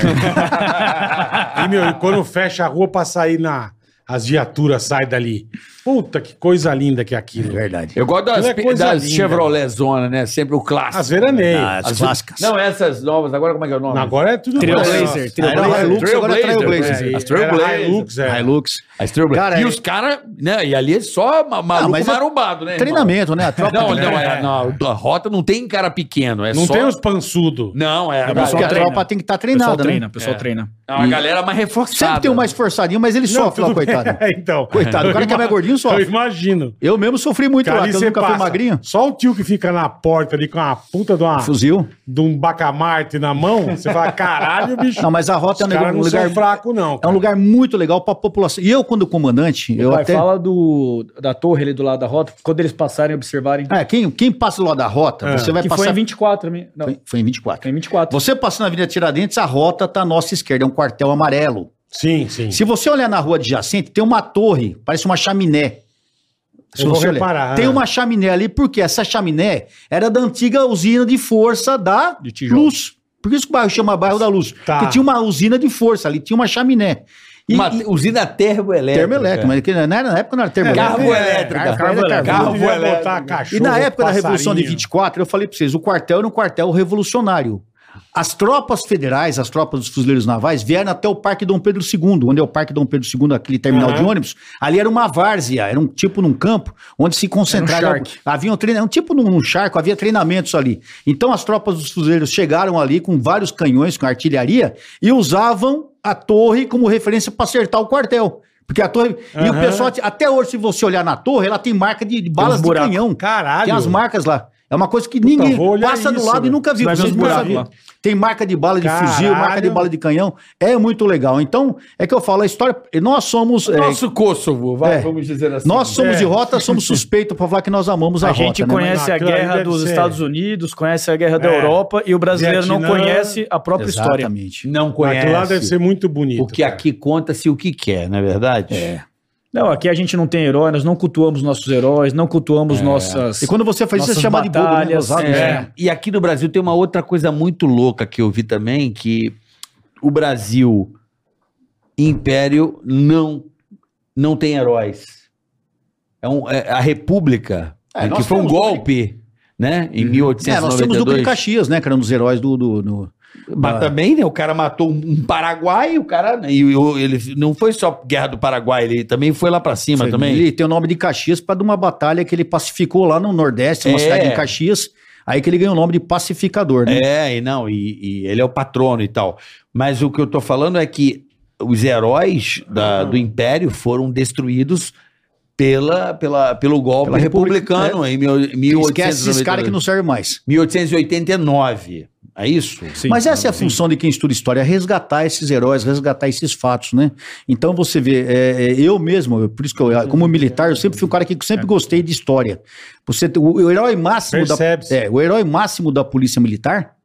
[SPEAKER 2] e, meu, e quando fecha a rua pra sair na. As viaturas saem dali. Puta, que coisa linda que é
[SPEAKER 5] É
[SPEAKER 2] aquilo.
[SPEAKER 5] verdade.
[SPEAKER 3] Eu gosto das,
[SPEAKER 2] Aquilo é coisa
[SPEAKER 3] das
[SPEAKER 2] linda.
[SPEAKER 3] Chevrolet Zona, né? Sempre o clássico.
[SPEAKER 2] As veraneias.
[SPEAKER 5] Ah, as clássicas.
[SPEAKER 3] Não, essas novas. Agora como é que é o nome?
[SPEAKER 2] Agora é tudo.
[SPEAKER 4] Trailblazer,
[SPEAKER 5] Ah, era
[SPEAKER 2] Trailblazer.
[SPEAKER 5] Hilux, agora é Trailblazer.
[SPEAKER 2] É,
[SPEAKER 3] As Trailblazer.
[SPEAKER 2] era Hilux, é.
[SPEAKER 5] Hilux.
[SPEAKER 3] As Trailblazer.
[SPEAKER 5] Cara,
[SPEAKER 3] e
[SPEAKER 5] é-
[SPEAKER 3] os caras, né? E ali é só ma- maluco
[SPEAKER 5] mas é
[SPEAKER 3] marombado, né? irmão?
[SPEAKER 5] Treinamento, né? A tropa
[SPEAKER 3] Não,
[SPEAKER 5] de-
[SPEAKER 3] não, é, não, da rota não tem cara pequeno. É
[SPEAKER 2] Não
[SPEAKER 3] só...
[SPEAKER 2] tem os pançudos.
[SPEAKER 3] Não, é.
[SPEAKER 4] É,
[SPEAKER 3] não,
[SPEAKER 4] mas só
[SPEAKER 5] Porque a
[SPEAKER 4] treina.
[SPEAKER 5] tropa tem que estar
[SPEAKER 4] O pessoal
[SPEAKER 5] treinada,
[SPEAKER 4] treina, né?
[SPEAKER 5] né?
[SPEAKER 4] o pessoal treina.
[SPEAKER 3] é uma galera mais reforçada.
[SPEAKER 5] Sempre tem um mais forçadinho, mas ele sofre lá,
[SPEAKER 2] tudo bem. (laughs)
[SPEAKER 5] coitado.
[SPEAKER 2] É, então.
[SPEAKER 5] Coitado, o cara que é mais gordinho
[SPEAKER 2] Eu
[SPEAKER 5] sofre.
[SPEAKER 2] imagino.
[SPEAKER 5] Eu mesmo sofri muito
[SPEAKER 2] Cara,
[SPEAKER 5] lá,
[SPEAKER 2] ali
[SPEAKER 5] que eu
[SPEAKER 2] você
[SPEAKER 5] nunca fui
[SPEAKER 2] passa. Ah.
[SPEAKER 5] magrinho.
[SPEAKER 2] Só o tio que fica na porta ali com a puta de, uma,
[SPEAKER 5] Fuzil.
[SPEAKER 2] de um bacamarte na mão, você fala, caralho, bicho.
[SPEAKER 5] Não, mas a
[SPEAKER 2] os
[SPEAKER 5] rota é
[SPEAKER 2] caras
[SPEAKER 5] um, negócio-
[SPEAKER 2] não
[SPEAKER 5] um lugar
[SPEAKER 2] são fraco não.
[SPEAKER 5] É um
[SPEAKER 2] cara.
[SPEAKER 5] lugar muito legal pra população. E eu, quando comandante, eu
[SPEAKER 4] Vai,
[SPEAKER 5] até.
[SPEAKER 4] fala do, da torre ali do lado da rota, quando eles passarem e observarem.
[SPEAKER 5] É, quem, quem passa do lado da rota,
[SPEAKER 2] É.
[SPEAKER 5] você vai
[SPEAKER 4] que
[SPEAKER 5] passar.
[SPEAKER 4] foi em 24, né? não,
[SPEAKER 5] Foi- foi em 24.
[SPEAKER 4] foi em 24.
[SPEAKER 5] Você passa na Avenida Tiradentes, a rota tá à nossa esquerda, é um quartel amarelo.
[SPEAKER 2] Sim, sim.
[SPEAKER 5] Se você olhar na rua adjacente, tem uma torre, parece uma chaminé. Se
[SPEAKER 2] Eu vou
[SPEAKER 5] você olhar,
[SPEAKER 2] reparar.
[SPEAKER 5] Tem uma chaminé ali, porque essa chaminé era da antiga usina de força da
[SPEAKER 4] De tijolo.
[SPEAKER 5] Luz. Por isso que o bairro chama Bairro da Luz.
[SPEAKER 2] Tá.
[SPEAKER 5] Porque tinha uma usina de força ali, tinha uma chaminé. E,
[SPEAKER 3] Uma
[SPEAKER 5] e
[SPEAKER 3] usina termoelétrica.
[SPEAKER 5] termoelétrica, mas que não era- na época não era termoelétrica.
[SPEAKER 3] Carro elétrico.
[SPEAKER 5] Carro elétrico.
[SPEAKER 3] Carro
[SPEAKER 2] Devia
[SPEAKER 3] elétrico.
[SPEAKER 2] botar cachorro,
[SPEAKER 5] E na época da Revolução de
[SPEAKER 2] passarinho.
[SPEAKER 5] 24, eu falei pra vocês, o quartel era um quartel revolucionário. As tropas federais, as tropas dos fuzileiros navais, vieram até o Parque Dom Pedro II, onde é o Parque Dom Pedro II, aquele terminal
[SPEAKER 2] Aham.
[SPEAKER 5] de ônibus. Ali era uma várzea, era um tipo num campo, onde se concentraram.
[SPEAKER 4] charque.
[SPEAKER 5] havia um treino, um tipo num, num charco, havia treinamentos ali. Então as tropas dos fuzileiros chegaram ali com vários canhões, com artilharia, e usavam a torre como referência para acertar o quartel. Porque a torre. E o
[SPEAKER 2] Aham.
[SPEAKER 5] pessoal, até hoje, se você olhar na torre, ela tem marca de, de balas de
[SPEAKER 4] buraco.
[SPEAKER 5] canhão.
[SPEAKER 2] Caralho.
[SPEAKER 5] um, Tem as marcas lá. É uma coisa que ninguém
[SPEAKER 2] vou olhar
[SPEAKER 5] passa do
[SPEAKER 2] isso,
[SPEAKER 5] lado e
[SPEAKER 2] velho.
[SPEAKER 5] nunca viu.
[SPEAKER 4] Vai ver
[SPEAKER 5] Vocês
[SPEAKER 4] os
[SPEAKER 5] nunca
[SPEAKER 4] buracos
[SPEAKER 5] viram.
[SPEAKER 4] lá.
[SPEAKER 5] Tem marca de bala de fuzil,
[SPEAKER 2] Caralho.
[SPEAKER 5] marca de bala de canhão. É muito legal. Então, é que eu falo, a história. Nós somos. é,
[SPEAKER 3] Nosso Kosovo, vai,
[SPEAKER 5] É.
[SPEAKER 3] vamos dizer assim.
[SPEAKER 5] nós somos
[SPEAKER 2] é.
[SPEAKER 5] de rota, somos suspeitos pra falar que nós amamos a,
[SPEAKER 4] A
[SPEAKER 5] rota.
[SPEAKER 4] gente
[SPEAKER 5] né? Mas-
[SPEAKER 4] conhece a
[SPEAKER 2] aquilo ali
[SPEAKER 4] guerra
[SPEAKER 2] deve
[SPEAKER 4] dos
[SPEAKER 2] ser-
[SPEAKER 4] Estados Unidos, conhece a guerra da
[SPEAKER 2] É.
[SPEAKER 4] Europa e o brasileiro não
[SPEAKER 2] Vietnã-
[SPEAKER 4] conhece a própria história.
[SPEAKER 5] Exatamente.
[SPEAKER 3] não
[SPEAKER 2] Mas aquilo lá
[SPEAKER 3] conhece.
[SPEAKER 2] deve ser muito bonito.
[SPEAKER 3] O que
[SPEAKER 2] cara.
[SPEAKER 3] aqui conta-se o que quer, não é verdade? É.
[SPEAKER 4] Não, aqui a gente não tem herói, nós não cultuamos nossos heróis, não cultuamos nossas.
[SPEAKER 5] É. E quando você faz isso, você
[SPEAKER 4] Nossas
[SPEAKER 5] é chamado de bobo, né?
[SPEAKER 4] batalhas,
[SPEAKER 5] Gozado,
[SPEAKER 3] É,
[SPEAKER 5] né?
[SPEAKER 3] E aqui no Brasil tem uma outra coisa muito louca que eu vi também, que o Brasil Império não não tem heróis. É um- é- a República,
[SPEAKER 5] É,
[SPEAKER 3] que
[SPEAKER 5] nós
[SPEAKER 3] foi um
[SPEAKER 5] temos o
[SPEAKER 3] golpe, né, em
[SPEAKER 5] É, nós temos o Ah. Duque de
[SPEAKER 3] 1892.
[SPEAKER 5] Caxias, né? Que era um dos heróis do. do- no-
[SPEAKER 3] Mas também, né, o cara matou um- um Paraguai, o cara né, e, o- ele não foi só guerra do Paraguai, ele também foi lá pra cima
[SPEAKER 5] Foi-
[SPEAKER 3] também.
[SPEAKER 5] Ele tem o nome de Caxias por causa de uma batalha que ele pacificou lá no Nordeste, uma
[SPEAKER 3] É.
[SPEAKER 5] cidade em Caxias. Aí que ele ganhou o nome de pacificador, né?
[SPEAKER 3] É, e não, e, e ele é o patrono e tal. Mas o que eu tô falando é que os heróis da-
[SPEAKER 5] Uhum.
[SPEAKER 3] do Império foram destruídos pela, pela, pelo golpe
[SPEAKER 5] Pela República, é.
[SPEAKER 3] republicano em mil-
[SPEAKER 5] Esquece esses caras que não
[SPEAKER 3] 1892.
[SPEAKER 5] servem mais.
[SPEAKER 3] 1889. É isso?
[SPEAKER 4] Sim,
[SPEAKER 5] Mas essa é a
[SPEAKER 4] sim.
[SPEAKER 5] função de quem estuda história, é resgatar esses heróis, resgatar esses fatos, né? Então você vê, é, é, eu mesmo, eu- por isso que eu, como militar, eu sempre fui um cara que
[SPEAKER 4] É.
[SPEAKER 5] sempre gostei de história. Você, tem- o, o herói máximo da,
[SPEAKER 2] Percebe-se.
[SPEAKER 5] é, o herói máximo da polícia militar,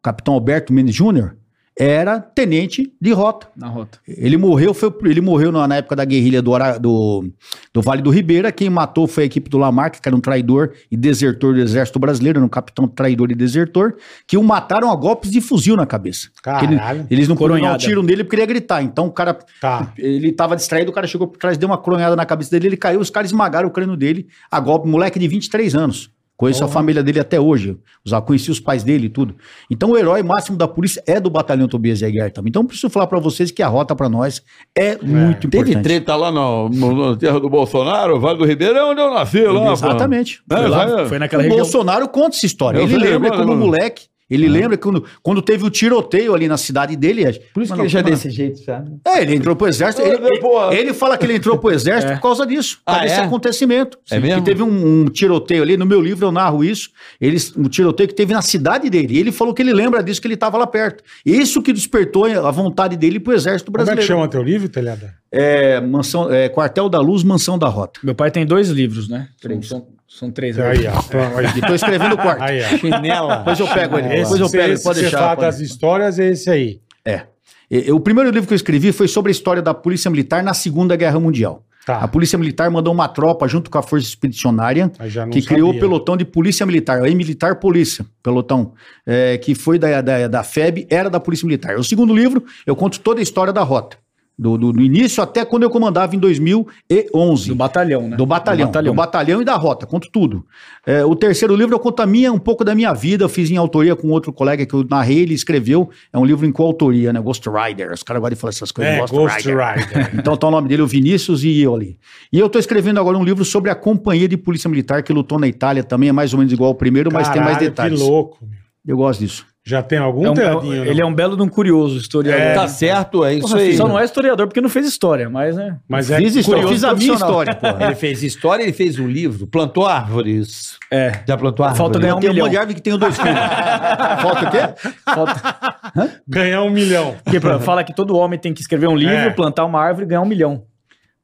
[SPEAKER 5] o capitão Alberto Mendes Júnior, era tenente de rota.
[SPEAKER 4] Na rota.
[SPEAKER 5] Ele morreu, foi, ele morreu na, na época da guerrilha do, Ara- do- do Vale do Ribeira. Quem matou foi a equipe do Lamarck, que era um traidor e desertor do Exército Brasileiro, era um capitão traidor e desertor, que o mataram a golpes de fuzil na cabeça.
[SPEAKER 2] Caralho.
[SPEAKER 5] Ele- eles não podiam dar um
[SPEAKER 4] Coronhada.
[SPEAKER 5] tiro nele porque ele ia gritar. Então o cara,
[SPEAKER 2] Tá.
[SPEAKER 5] ele tava distraído, o cara chegou por trás, deu uma coronhada na cabeça dele, ele caiu, os caras esmagaram o crânio dele a golpe, moleque de 23 anos. Conheço a família dele até hoje. Os- Conheci os pais dele e tudo. Então, o herói máximo da polícia é do batalhão Tobias Yeguer também. Então, preciso falar pra vocês que a rota pra nós é, muito importante.
[SPEAKER 3] Teve treta lá no, no, no terra do Bolsonaro, Vale do Ribeiro, é onde eu nasci lá. pô.
[SPEAKER 5] Exatamente.
[SPEAKER 3] É,
[SPEAKER 5] Foi lá-
[SPEAKER 3] vai-
[SPEAKER 4] Foi
[SPEAKER 5] o
[SPEAKER 4] naquela região.
[SPEAKER 5] Bolsonaro conta essa história.
[SPEAKER 3] Eu
[SPEAKER 5] ele
[SPEAKER 3] falei,
[SPEAKER 5] lembra
[SPEAKER 3] mano, Ah.
[SPEAKER 5] como
[SPEAKER 3] mano.
[SPEAKER 5] moleque. Ele lembra quando, quando teve o tiroteio ali na cidade dele.
[SPEAKER 3] Por isso que
[SPEAKER 5] Mano,
[SPEAKER 3] ele já é
[SPEAKER 5] mano,
[SPEAKER 3] desse jeito, sabe?
[SPEAKER 5] É, ele entrou pro exército. Ele,
[SPEAKER 3] Ô, porra.
[SPEAKER 5] ele fala que ele entrou pro
[SPEAKER 2] (laughs)
[SPEAKER 5] exército
[SPEAKER 4] É.
[SPEAKER 5] por causa disso, por
[SPEAKER 3] Ah,
[SPEAKER 5] causa desse
[SPEAKER 3] é?
[SPEAKER 5] acontecimento.
[SPEAKER 3] É mesmo?
[SPEAKER 5] E teve um, um tiroteio ali, no meu livro eu narro isso. Eles, um tiroteio que teve na cidade dele. E ele falou que ele lembra disso, que ele estava lá perto. Isso que despertou a vontade dele pro exército
[SPEAKER 2] Como é que
[SPEAKER 5] brasileiro.
[SPEAKER 2] chama teu livro, Telhada?
[SPEAKER 5] É, mansão, é, Quartel da Luz, Mansão da Rota.
[SPEAKER 4] Meu pai tem dois livros, né?
[SPEAKER 5] Três.
[SPEAKER 4] São, são três. né?
[SPEAKER 2] Aí, ó. Pronto, aí.
[SPEAKER 5] E tô escrevendo o (laughs)
[SPEAKER 2] (laughs)
[SPEAKER 5] quarto.
[SPEAKER 2] Aí, ó.
[SPEAKER 3] Chinela.
[SPEAKER 5] Depois eu pego ele.
[SPEAKER 2] Esse,
[SPEAKER 5] Depois eu pego ele,
[SPEAKER 2] esse
[SPEAKER 5] pode
[SPEAKER 2] que você
[SPEAKER 5] deixar.
[SPEAKER 2] fala
[SPEAKER 5] pode
[SPEAKER 2] das
[SPEAKER 5] deixar.
[SPEAKER 2] histórias é esse aí.
[SPEAKER 5] É. E- e- O primeiro livro que eu escrevi foi sobre a história da Polícia Militar na Segunda Guerra Mundial.
[SPEAKER 2] Tá.
[SPEAKER 5] A Polícia Militar mandou uma tropa junto com a Força Expedicionária
[SPEAKER 2] Aí já não
[SPEAKER 5] que criou o
[SPEAKER 2] sabia.
[SPEAKER 5] pelotão de polícia militar, aí militar polícia, pelotão, é, que foi da, da, da FEB, era da polícia militar. É O segundo livro, eu conto toda a história da rota, do, do- do início até quando eu comandava em 2011.
[SPEAKER 4] Do batalhão, né?
[SPEAKER 5] Do batalhão, do batalhão, e da rota, conto tudo. É, o terceiro livro eu conto a minha, um pouco da minha vida, eu fiz em autoria com outro colega que eu narrei, ele escreveu, é um livro em coautoria, né, Ghost Rider, os caras gostam de falar essas coisas,
[SPEAKER 2] É, Ghost Rider.
[SPEAKER 5] então tá o nome dele, o Vinícius e eu ali. E eu tô escrevendo agora um livro sobre a companhia de polícia militar que lutou na Itália também, é mais ou menos igual ao primeiro, mas tem mais
[SPEAKER 2] Caralho,
[SPEAKER 5] detalhes.
[SPEAKER 2] Que louco. meu.
[SPEAKER 5] Eu gosto disso.
[SPEAKER 2] Já tem algum
[SPEAKER 4] É um-
[SPEAKER 2] teadinho,
[SPEAKER 4] ele
[SPEAKER 2] né?
[SPEAKER 4] é um belo de um curioso historiador.
[SPEAKER 3] Tá certo, é isso
[SPEAKER 4] Porra,
[SPEAKER 3] aí.
[SPEAKER 4] Só não é historiador porque não fez história, mas
[SPEAKER 5] um
[SPEAKER 4] né?
[SPEAKER 2] Mas é
[SPEAKER 5] fiz história,
[SPEAKER 2] curioso.
[SPEAKER 5] fiz a minha
[SPEAKER 3] profissional.
[SPEAKER 5] história, porra.
[SPEAKER 3] Ele fez história, ele fez um livro, plantou árvores.
[SPEAKER 4] É.
[SPEAKER 3] Já plantou árvores?
[SPEAKER 4] Falta ganhar um
[SPEAKER 5] Tem um
[SPEAKER 4] milhão.
[SPEAKER 5] monte de árvore que tem dois
[SPEAKER 2] (laughs)
[SPEAKER 5] filhos. Falta o quê?
[SPEAKER 4] Falta-
[SPEAKER 5] é
[SPEAKER 2] ganhar um milhão.
[SPEAKER 4] Porque pra- fala que todo homem tem que escrever um livro,
[SPEAKER 2] É.
[SPEAKER 4] plantar uma árvore e ganhar um milhão.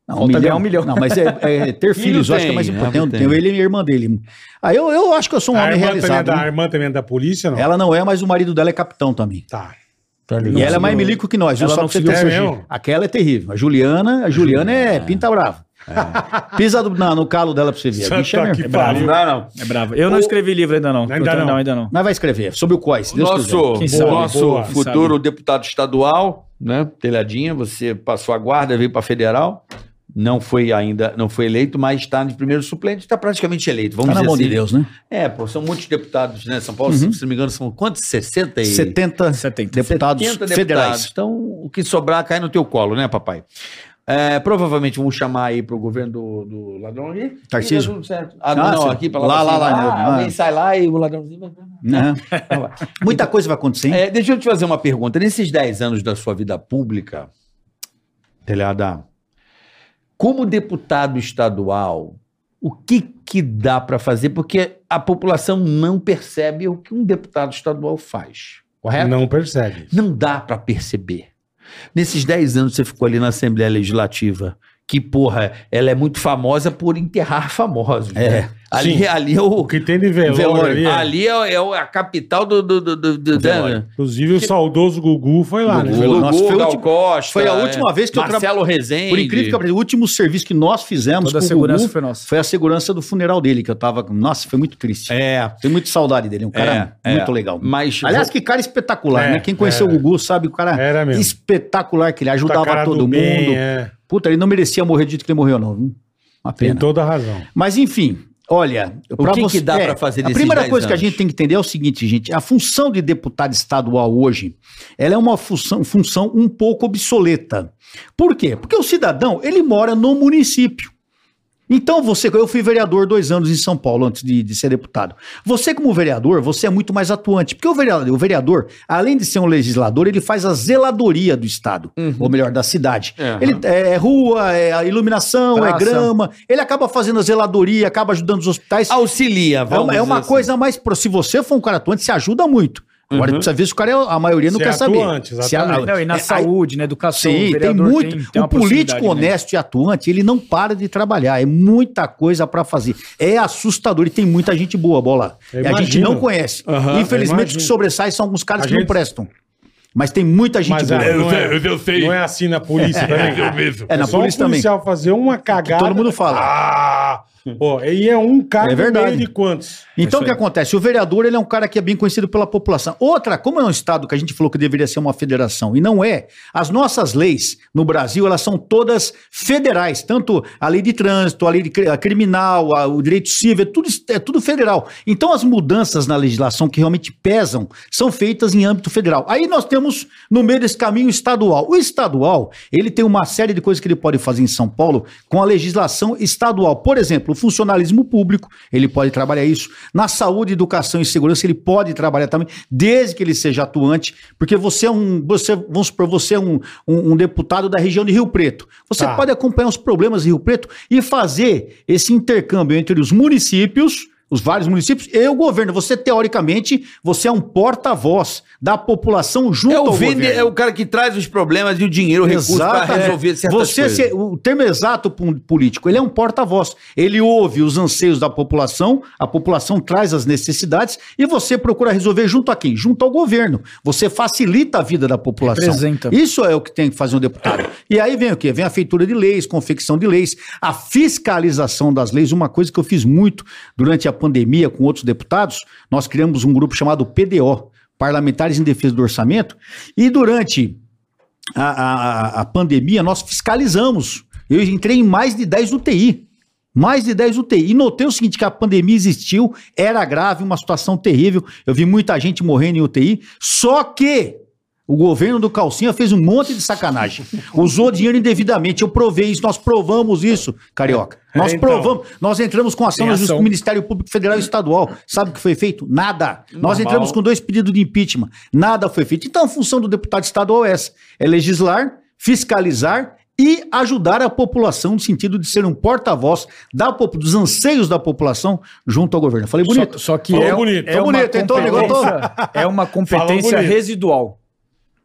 [SPEAKER 5] Não,
[SPEAKER 4] Falta ganhar um milhão.
[SPEAKER 5] Não, mas é, é ter
[SPEAKER 3] Filho
[SPEAKER 5] filhos, eu acho que
[SPEAKER 3] tem,
[SPEAKER 5] é mais importante.
[SPEAKER 3] árvore
[SPEAKER 5] Tenho, tenho
[SPEAKER 3] tem.
[SPEAKER 5] ele e minha irmã dele. Ah, eu, eu acho que eu sou um
[SPEAKER 2] A
[SPEAKER 5] homem
[SPEAKER 2] irmã, também é
[SPEAKER 5] realizado.
[SPEAKER 2] da, a
[SPEAKER 5] né?
[SPEAKER 2] irmã também é da polícia, não?
[SPEAKER 5] Ela não é, mas o marido dela é capitão também.
[SPEAKER 2] Tá.
[SPEAKER 5] e ela é mais milico que nós, viu?
[SPEAKER 4] Ela
[SPEAKER 5] Só
[SPEAKER 4] não
[SPEAKER 5] pra você
[SPEAKER 2] conseguiu
[SPEAKER 5] ter
[SPEAKER 2] fugir.
[SPEAKER 5] surgido. Aquela é terrível. A Juliana, a Juliana é pinta brava. (laughs) Pisa do- na- no calo dela pra você ver. A
[SPEAKER 2] Santa
[SPEAKER 5] bicha é mesmo.
[SPEAKER 2] que
[SPEAKER 5] É brava.
[SPEAKER 2] pariu.
[SPEAKER 3] Não, não.
[SPEAKER 4] É bravo. Eu não escrevi livro ainda não.
[SPEAKER 2] Ainda
[SPEAKER 4] Eu também
[SPEAKER 2] não.
[SPEAKER 4] ainda não.
[SPEAKER 5] Nós vai escrever sobre o COI, se Deus quiser. Tá
[SPEAKER 3] nosso
[SPEAKER 4] Quem sabe?
[SPEAKER 3] nosso
[SPEAKER 2] Boa.
[SPEAKER 3] futuro deputado estadual, né? Telhadinha, você passou a guarda, veio para federal. Não foi ainda, não foi eleito, mas está de primeiro suplente, está praticamente eleito. Vamos
[SPEAKER 5] Tá na
[SPEAKER 3] dizer
[SPEAKER 5] mão
[SPEAKER 3] assim.
[SPEAKER 5] de Deus, Uhum. né?
[SPEAKER 3] É, pô, são muitos deputados, né? São Paulo, se não me engano, são quantos? 60 e
[SPEAKER 5] 70,
[SPEAKER 4] 70.
[SPEAKER 5] deputados
[SPEAKER 3] 70
[SPEAKER 5] federais.
[SPEAKER 3] Então, o que sobrar cai no teu colo, né, papai? É, provavelmente vamos chamar aí pro governo do, do ladrão ali.
[SPEAKER 5] Tarcísio?
[SPEAKER 3] E dá tudo certo. Ah, não,
[SPEAKER 5] Ah,
[SPEAKER 3] não,
[SPEAKER 5] sim.
[SPEAKER 3] aqui pra pra
[SPEAKER 5] Lá, lá,
[SPEAKER 3] cima.
[SPEAKER 5] lá,
[SPEAKER 3] Ah,
[SPEAKER 5] né?
[SPEAKER 3] alguém
[SPEAKER 5] Ah.
[SPEAKER 3] sai lá e o ladrãozinho vai.
[SPEAKER 5] Né?
[SPEAKER 3] Vai lá.
[SPEAKER 5] Muita coisa vai acontecer, hein?
[SPEAKER 3] É, deixa eu te fazer uma pergunta. Nesses 10 anos da sua vida pública, Telhada, como deputado estadual, o que que dá para fazer? Porque a população não percebe o que um deputado estadual faz, correto?
[SPEAKER 2] Não percebe.
[SPEAKER 3] Não dá para perceber. Nesses 10 anos você ficou ali na Assembleia Legislativa, que, porra, ela é muito famosa por enterrar famosos.
[SPEAKER 5] É,
[SPEAKER 3] né? Ali,
[SPEAKER 2] sim.
[SPEAKER 3] ali é o...
[SPEAKER 2] O que tem de velório,
[SPEAKER 3] velório.
[SPEAKER 2] ali, é-
[SPEAKER 3] Ali é, é o- a capital do... do, do, do- né? do-
[SPEAKER 5] Velório.
[SPEAKER 2] Inclusive o saudoso Gugu foi lá, né?
[SPEAKER 5] Gugu.
[SPEAKER 3] Gugu,
[SPEAKER 5] Nossa, foi a
[SPEAKER 3] Gal
[SPEAKER 5] última-
[SPEAKER 3] Costa,
[SPEAKER 5] foi a última vez que eu
[SPEAKER 3] é, Marcelo Marcelo Rezende.
[SPEAKER 5] Por incrível que pareça, o último serviço que nós fizemos
[SPEAKER 4] Toda a
[SPEAKER 5] com o
[SPEAKER 4] segurança
[SPEAKER 5] Gugu
[SPEAKER 4] foi nossa.
[SPEAKER 5] foi a segurança do funeral dele, que eu tava. com- Nossa, foi muito triste.
[SPEAKER 3] É,
[SPEAKER 5] Tenho muita saudade dele, um cara
[SPEAKER 3] É, é.
[SPEAKER 5] muito legal.
[SPEAKER 3] mas...
[SPEAKER 5] Aliás, que cara espetacular,
[SPEAKER 2] É,
[SPEAKER 5] né? Quem conheceu
[SPEAKER 2] é.
[SPEAKER 5] o Gugu sabe o cara
[SPEAKER 2] Era mesmo.
[SPEAKER 5] espetacular que ele
[SPEAKER 2] Puta
[SPEAKER 5] ajudava
[SPEAKER 2] cara do
[SPEAKER 5] todo mundo.
[SPEAKER 2] bem, é.
[SPEAKER 5] Puta, ele não merecia morrer do jeito que ele morreu, não. viu? Uma
[SPEAKER 2] Tem
[SPEAKER 5] pena.
[SPEAKER 2] toda a razão.
[SPEAKER 5] Mas enfim, olha, é,
[SPEAKER 3] O que que dá pra fazer
[SPEAKER 5] A
[SPEAKER 3] nesses
[SPEAKER 5] primeira
[SPEAKER 3] 10
[SPEAKER 5] coisa que a
[SPEAKER 3] anos?
[SPEAKER 5] gente tem que entender é o seguinte, gente, a função de deputado estadual hoje, ela é uma função, função um pouco obsoleta. Por quê? Porque o cidadão, ele mora no município. Então você, eu fui vereador dois anos em São Paulo antes de, de ser deputado. Você como vereador, você é muito mais atuante, porque o vereador, o vereador, além de ser um legislador, ele faz a zeladoria do estado, ou melhor, da cidade.
[SPEAKER 3] Uhum. É.
[SPEAKER 5] Ele é rua, é a iluminação, é
[SPEAKER 4] Praça.
[SPEAKER 5] grama, ele acaba fazendo a zeladoria, acaba ajudando os hospitais.
[SPEAKER 3] auxilia,
[SPEAKER 5] É
[SPEAKER 3] vamos
[SPEAKER 5] uma, é uma
[SPEAKER 3] dizer assim.
[SPEAKER 5] coisa mais. pro- Se você for um cara atuante, se ajuda muito. Agora
[SPEAKER 3] Uhum.
[SPEAKER 5] precisa ver se o cara é. A maioria não
[SPEAKER 2] Se é
[SPEAKER 5] quer
[SPEAKER 2] atuante,
[SPEAKER 5] saber. Se
[SPEAKER 2] exatamente.
[SPEAKER 4] Ah, Não, e na
[SPEAKER 5] é,
[SPEAKER 4] saúde, na educação,
[SPEAKER 5] Sim, tem
[SPEAKER 4] vereador
[SPEAKER 5] muito.
[SPEAKER 4] uma
[SPEAKER 5] o político
[SPEAKER 4] proximidade, né?
[SPEAKER 5] honesto e atuante, ele não para de trabalhar. É muita coisa pra fazer. É assustador e tem muita gente boa, bola.
[SPEAKER 2] Eu
[SPEAKER 5] E a gente
[SPEAKER 2] imagino.
[SPEAKER 5] não conhece.
[SPEAKER 2] Aham, eu
[SPEAKER 5] Infelizmente, os
[SPEAKER 2] imagino.
[SPEAKER 5] que sobressaem são alguns caras
[SPEAKER 2] A
[SPEAKER 5] que não
[SPEAKER 2] gente-
[SPEAKER 5] prestam. Mas tem muita gente
[SPEAKER 2] Mas
[SPEAKER 5] boa.
[SPEAKER 2] ah, não, é,
[SPEAKER 1] Eu sei, eu sei.
[SPEAKER 2] não é assim
[SPEAKER 1] (laughs)
[SPEAKER 2] na polícia também.
[SPEAKER 5] É, na
[SPEAKER 2] só
[SPEAKER 5] polícia
[SPEAKER 2] o
[SPEAKER 5] também.
[SPEAKER 2] policial fazer uma
[SPEAKER 5] Que
[SPEAKER 2] cagada.
[SPEAKER 5] todo mundo fala.
[SPEAKER 2] Ah! Pô, e é um cara
[SPEAKER 5] É
[SPEAKER 2] no meio
[SPEAKER 5] verdade.
[SPEAKER 2] de quantos?
[SPEAKER 5] Então,
[SPEAKER 4] É isso
[SPEAKER 5] o que
[SPEAKER 4] aí.
[SPEAKER 5] acontece? O vereador ele é um cara que é bem conhecido pela população. Outra, como é um estado que a gente falou que deveria ser uma federação e não é, as nossas leis no Brasil elas são todas federais, tanto a lei de trânsito, a lei de cri- a criminal, a- o direito civil, é tudo, es- é tudo federal. Então, as mudanças na legislação que realmente pesam são feitas em âmbito federal. Aí nós temos no meio desse caminho o estadual. O estadual ele tem uma série de coisas que ele pode fazer em São Paulo com a legislação estadual. Por exemplo, o funcionalismo público, ele pode trabalhar isso. Na saúde, educação e segurança, ele pode trabalhar também, desde que ele seja atuante, porque você é um, você, vamos supor, você é um, um- um deputado da região de Rio Preto. Você
[SPEAKER 2] Tá.
[SPEAKER 5] pode acompanhar os problemas de Rio Preto e fazer esse intercâmbio entre os municípios os vários municípios, e o governo. Você, teoricamente, você é um porta-voz da população junto
[SPEAKER 3] É
[SPEAKER 5] ao
[SPEAKER 3] o, vende,
[SPEAKER 5] governo.
[SPEAKER 3] é o cara que traz os problemas e o dinheiro, o recurso para
[SPEAKER 5] Exatamente.
[SPEAKER 3] resolver certas
[SPEAKER 5] Você,
[SPEAKER 3] coisas.
[SPEAKER 5] se- o termo exato para um político, ele é um porta-voz. Ele ouve os anseios da população, a população traz as necessidades e você procura resolver junto a quem? Junto ao governo. Você facilita a vida da população.
[SPEAKER 4] Representa.
[SPEAKER 5] Isso é o que tem que fazer um deputado. E aí vem o quê? Vem a feitura de leis, confecção de leis, a fiscalização das leis. Uma coisa que eu fiz muito durante a pandemia com outros deputados, nós criamos um grupo chamado PDO, Parlamentares em Defesa do Orçamento, e durante a, a- a- a pandemia, nós fiscalizamos. Eu entrei em mais de 10 UTI. Mais de 10 UTI. E notei o seguinte: que a pandemia existiu, era grave, uma situação terrível. Eu vi muita gente morrendo em UTI. Só que o governo do Calcinha fez um monte de sacanagem. Usou dinheiro indevidamente. Eu provei isso, nós provamos isso, Carioca. Nós
[SPEAKER 2] então.
[SPEAKER 5] provamos, nós entramos com ação
[SPEAKER 4] É, Tem
[SPEAKER 5] na justiça
[SPEAKER 4] ação.
[SPEAKER 5] com o Ministério Público Federal e Estadual. Sabe o que foi feito? Nada. Nós entramos com dois pedidos de impeachment. Nada foi feito. Então a função do deputado estadual é essa: é legislar, fiscalizar e ajudar a população no sentido de ser um porta-voz da popu- dos anseios da população junto ao governo. Eu Falei bonito.
[SPEAKER 4] Só, só que
[SPEAKER 2] Falou
[SPEAKER 4] é,
[SPEAKER 2] bonito,
[SPEAKER 4] é
[SPEAKER 5] falou
[SPEAKER 4] uma
[SPEAKER 5] bonito, então,
[SPEAKER 4] competência,
[SPEAKER 5] negócio
[SPEAKER 4] é uma competência
[SPEAKER 2] bonito.
[SPEAKER 4] residual.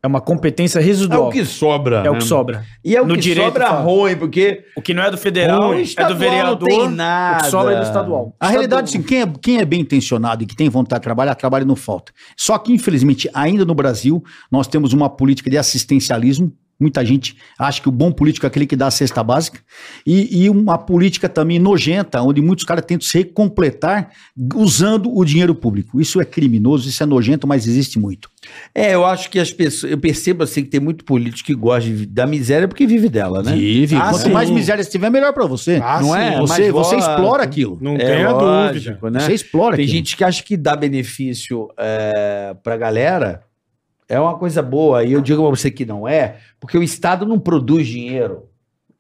[SPEAKER 4] É uma competência
[SPEAKER 3] É
[SPEAKER 4] residual.
[SPEAKER 3] o que sobra.
[SPEAKER 4] É o
[SPEAKER 3] né?
[SPEAKER 4] que sobra.
[SPEAKER 3] E é o
[SPEAKER 4] No
[SPEAKER 3] que
[SPEAKER 4] direito,
[SPEAKER 3] sobra
[SPEAKER 4] fala.
[SPEAKER 3] ruim, porque
[SPEAKER 4] O que não é do federal
[SPEAKER 3] O
[SPEAKER 4] é
[SPEAKER 3] estadual
[SPEAKER 4] do
[SPEAKER 3] tá não
[SPEAKER 4] vereador.
[SPEAKER 3] tem
[SPEAKER 4] O
[SPEAKER 3] nada.
[SPEAKER 4] que sobra é do estadual.
[SPEAKER 5] A realidade é assim, quem é, quem é bem intencionado e que tem vontade de trabalhar, trabalho não falta. Só que, infelizmente, ainda no Brasil, nós temos uma política de assistencialismo. Muita gente acha que o bom político é aquele que dá a cesta básica. E, e uma política também nojenta, onde muitos caras tentam se recompletar usando o dinheiro público. Isso é criminoso, isso é nojento, mas existe muito.
[SPEAKER 3] É, eu acho que as pessoas. Eu percebo assim que tem muito político que gosta de vi- da miséria porque vive dela, né?
[SPEAKER 5] Vive.
[SPEAKER 3] Ah,
[SPEAKER 5] Quanto
[SPEAKER 3] sim.
[SPEAKER 5] mais miséria você tiver, melhor pra você.
[SPEAKER 2] Ah,
[SPEAKER 3] não
[SPEAKER 2] sim,
[SPEAKER 3] é?
[SPEAKER 5] você,
[SPEAKER 3] mas
[SPEAKER 5] você
[SPEAKER 3] rola-
[SPEAKER 5] explora aquilo.
[SPEAKER 2] Não
[SPEAKER 3] É,
[SPEAKER 2] tenha
[SPEAKER 3] lógico,
[SPEAKER 2] dúvida.
[SPEAKER 3] né?
[SPEAKER 5] Você explora
[SPEAKER 3] Tem
[SPEAKER 5] aquilo.
[SPEAKER 3] gente que acha que dá benefício é, pra galera. É uma coisa boa. E eu digo pra você que não é, porque o Estado não produz dinheiro.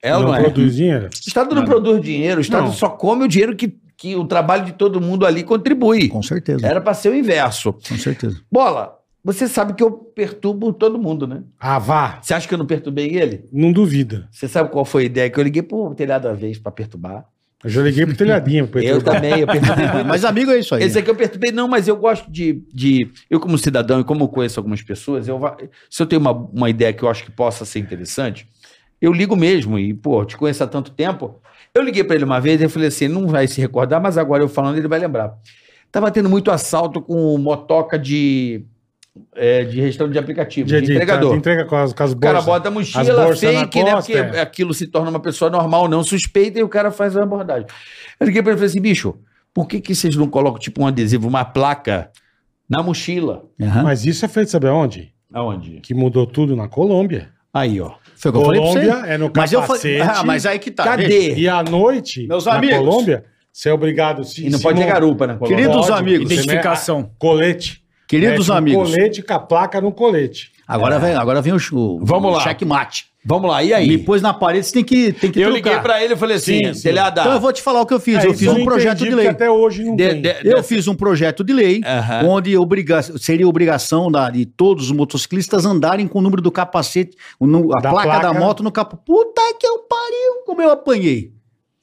[SPEAKER 3] É ou não,
[SPEAKER 2] não
[SPEAKER 3] é?
[SPEAKER 2] produz dinheiro?
[SPEAKER 3] O Estado não produz dinheiro, o Estado
[SPEAKER 2] Não.
[SPEAKER 3] só come o dinheiro que, que o trabalho de todo mundo ali contribui.
[SPEAKER 5] Com certeza,
[SPEAKER 3] Era pra ser o inverso.
[SPEAKER 5] com certeza.
[SPEAKER 3] Bola, você sabe que eu perturbo todo mundo, né?
[SPEAKER 2] Ah, vá.
[SPEAKER 3] Você acha que eu não perturbei ele?
[SPEAKER 2] Não duvida.
[SPEAKER 3] Você sabe qual foi a ideia? Que eu liguei pro telhado uma vez pra perturbar.
[SPEAKER 2] Eu já liguei pro telhadinho. Pro
[SPEAKER 3] Eu
[SPEAKER 2] Petrobras.
[SPEAKER 3] também, eu perturbei. (laughs) muito.
[SPEAKER 5] Mas amigo é isso aí.
[SPEAKER 3] Esse aqui eu perturbei, não, mas eu gosto de. de eu, como cidadão e como eu conheço algumas pessoas, eu, va- se eu tenho uma, uma ideia que eu acho que possa ser interessante, eu ligo mesmo. E, pô, eu te conheço há tanto tempo. Eu liguei pra ele uma vez e eu falei assim: não vai se recordar, mas agora eu falando, ele vai lembrar. Tava tendo muito assalto com motoca de. é, de restaurante de aplicativo,
[SPEAKER 2] Dia
[SPEAKER 3] de,
[SPEAKER 2] de-
[SPEAKER 3] entregador.
[SPEAKER 2] tá, Entrega com as, com as
[SPEAKER 3] O cara
[SPEAKER 2] bolsas.
[SPEAKER 3] bota a
[SPEAKER 2] As
[SPEAKER 3] mochila
[SPEAKER 2] bolsas na
[SPEAKER 3] fake, né?
[SPEAKER 2] costa,
[SPEAKER 3] Porque
[SPEAKER 2] é.
[SPEAKER 3] aquilo se torna uma pessoa normal, não suspeita, e o cara faz a abordagem. Eu liguei pra ele e falei assim, bicho, por que, que vocês não colocam, tipo, um adesivo, uma placa na mochila?
[SPEAKER 5] Aham.
[SPEAKER 2] Mas isso é feito, sabe aonde?
[SPEAKER 3] Aonde?
[SPEAKER 2] Que mudou tudo na Colômbia.
[SPEAKER 3] Aí, ó.
[SPEAKER 5] Foi o que eu falei pra você.
[SPEAKER 2] Colômbia é no
[SPEAKER 5] Mas eu
[SPEAKER 2] capacete.
[SPEAKER 5] falei, ah, mas aí que tá.
[SPEAKER 3] Cadê?
[SPEAKER 5] veja.
[SPEAKER 2] E à noite,
[SPEAKER 5] Meus
[SPEAKER 2] na
[SPEAKER 5] amigos.
[SPEAKER 2] Colômbia, você é obrigado... Se,
[SPEAKER 3] E não
[SPEAKER 2] se
[SPEAKER 3] pode ter
[SPEAKER 2] mon-
[SPEAKER 3] garupa né? na Colômbia.
[SPEAKER 5] Queridos
[SPEAKER 2] Pode,
[SPEAKER 5] amigos,
[SPEAKER 2] você
[SPEAKER 4] Identificação.
[SPEAKER 2] me- Colete.
[SPEAKER 5] Queridos
[SPEAKER 2] Mete um
[SPEAKER 5] amigos,
[SPEAKER 2] Colete com a placa no colete.
[SPEAKER 5] agora vem, agora vem o, ch- o,
[SPEAKER 3] Vamos
[SPEAKER 5] o
[SPEAKER 3] lá.
[SPEAKER 5] checkmate.
[SPEAKER 3] Vamos lá, e
[SPEAKER 5] Me
[SPEAKER 3] aí?
[SPEAKER 5] pôs na parede, você tem que, tem que
[SPEAKER 3] eu
[SPEAKER 5] trucar.
[SPEAKER 3] liguei pra ele e falei assim,
[SPEAKER 2] Sim, sim.
[SPEAKER 3] telhada...
[SPEAKER 5] Então eu vou te falar o que eu fiz.
[SPEAKER 2] É,
[SPEAKER 5] eu
[SPEAKER 2] isso
[SPEAKER 5] fiz um
[SPEAKER 2] não
[SPEAKER 5] projeto
[SPEAKER 2] entendi,
[SPEAKER 5] de lei.
[SPEAKER 2] porque até hoje não
[SPEAKER 3] de-
[SPEAKER 2] tem.
[SPEAKER 3] de-
[SPEAKER 5] Eu Então
[SPEAKER 3] dessa-
[SPEAKER 5] fiz um projeto de lei
[SPEAKER 3] Aham.
[SPEAKER 5] onde obriga seria obrigação da- de todos os motociclistas andarem com o número do capacete, o nu- a
[SPEAKER 2] Da
[SPEAKER 5] placa, da
[SPEAKER 2] placa.
[SPEAKER 5] moto no capô. Puta que eu pariu, como eu apanhei.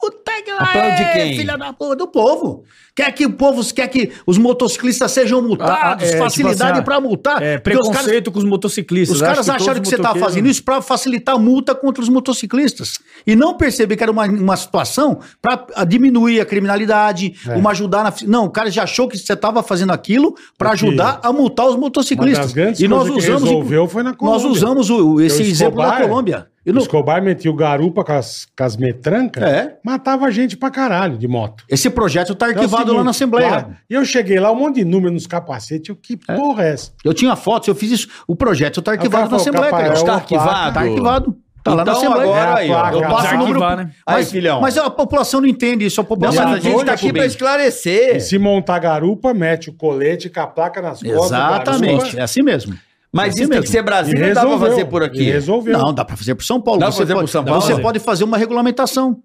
[SPEAKER 5] Puta que
[SPEAKER 3] Apanhou de
[SPEAKER 5] Aê,
[SPEAKER 3] quem?
[SPEAKER 5] Filha da porra, do povo. Quer que o povo, quer que os motociclistas sejam multados,
[SPEAKER 4] Ah, ah, é, tipo
[SPEAKER 5] facilidade
[SPEAKER 4] assim, ah,
[SPEAKER 5] pra multar.
[SPEAKER 4] É,
[SPEAKER 5] porque os caras-
[SPEAKER 4] preconceito com os motociclistas.
[SPEAKER 5] Os
[SPEAKER 4] Acho
[SPEAKER 5] caras
[SPEAKER 4] todos
[SPEAKER 5] acharam que
[SPEAKER 4] os
[SPEAKER 5] você estava
[SPEAKER 4] motoqueiros-
[SPEAKER 5] fazendo isso para facilitar a multa contra os motociclistas. E não perceber que era uma, uma situação para diminuir a criminalidade,
[SPEAKER 2] É.
[SPEAKER 5] uma ajudar na. Não, o cara já achou que você estava fazendo aquilo para
[SPEAKER 2] Porque-
[SPEAKER 5] ajudar a multar os
[SPEAKER 2] Uma das
[SPEAKER 5] motociclistas.
[SPEAKER 2] grandes
[SPEAKER 5] E nós
[SPEAKER 2] coisas que
[SPEAKER 5] usamos.
[SPEAKER 2] resolveu foi na
[SPEAKER 5] Nós
[SPEAKER 2] Colômbia.
[SPEAKER 5] usamos o- o- esse
[SPEAKER 2] Porque o
[SPEAKER 5] exemplo da
[SPEAKER 2] Escobar-
[SPEAKER 5] Colômbia. E
[SPEAKER 2] O
[SPEAKER 5] não-
[SPEAKER 2] Escobar metia o garupa com as, com as metrancas,
[SPEAKER 5] É.
[SPEAKER 2] matava gente pra caralho de moto.
[SPEAKER 5] Esse projeto está
[SPEAKER 2] Então é o
[SPEAKER 5] arquivado lá
[SPEAKER 2] seguinte,
[SPEAKER 5] na Assembleia.
[SPEAKER 2] lá- E eu cheguei lá, um monte de número nos capacetes. Eu, que porra é essa?
[SPEAKER 5] Eu tinha fotos, eu fiz isso. O projeto está
[SPEAKER 2] cara
[SPEAKER 5] arquivado na
[SPEAKER 2] falou,
[SPEAKER 5] Assembleia,
[SPEAKER 2] Capael,
[SPEAKER 5] cara.
[SPEAKER 2] uma
[SPEAKER 3] Está Tá arquivado?
[SPEAKER 5] Está arquivado. Está lá na
[SPEAKER 3] Então
[SPEAKER 5] Assembleia.
[SPEAKER 3] agora
[SPEAKER 2] É,
[SPEAKER 3] aí, ó.
[SPEAKER 2] placa.
[SPEAKER 5] Eu passo o número.
[SPEAKER 4] Desarquivar, né?
[SPEAKER 3] Aí,
[SPEAKER 5] Mas,
[SPEAKER 3] filhão.
[SPEAKER 5] mas a população não entende isso. A
[SPEAKER 3] Não,
[SPEAKER 5] população
[SPEAKER 3] mas a
[SPEAKER 2] Mas
[SPEAKER 3] gente
[SPEAKER 2] hoje,
[SPEAKER 3] tá aqui pra
[SPEAKER 5] Rubens. É.
[SPEAKER 3] esclarecer.
[SPEAKER 2] E se montar garupa, mete o colete com a placa nas costas.
[SPEAKER 5] Exatamente, é
[SPEAKER 2] garupa,
[SPEAKER 5] assim mesmo.
[SPEAKER 3] Mas
[SPEAKER 5] Assim
[SPEAKER 3] isso tem que
[SPEAKER 5] mesmo.
[SPEAKER 3] ser
[SPEAKER 2] e
[SPEAKER 3] Brasília, não dá pra
[SPEAKER 2] resolveu.
[SPEAKER 3] fazer por
[SPEAKER 2] E
[SPEAKER 3] aqui.
[SPEAKER 2] resolveu.
[SPEAKER 5] Não, dá pra fazer por São Paulo.
[SPEAKER 3] Dá pra
[SPEAKER 5] você
[SPEAKER 3] fazer por
[SPEAKER 5] pode,
[SPEAKER 3] São Paulo?
[SPEAKER 5] Você pode fazer uma regulamentação.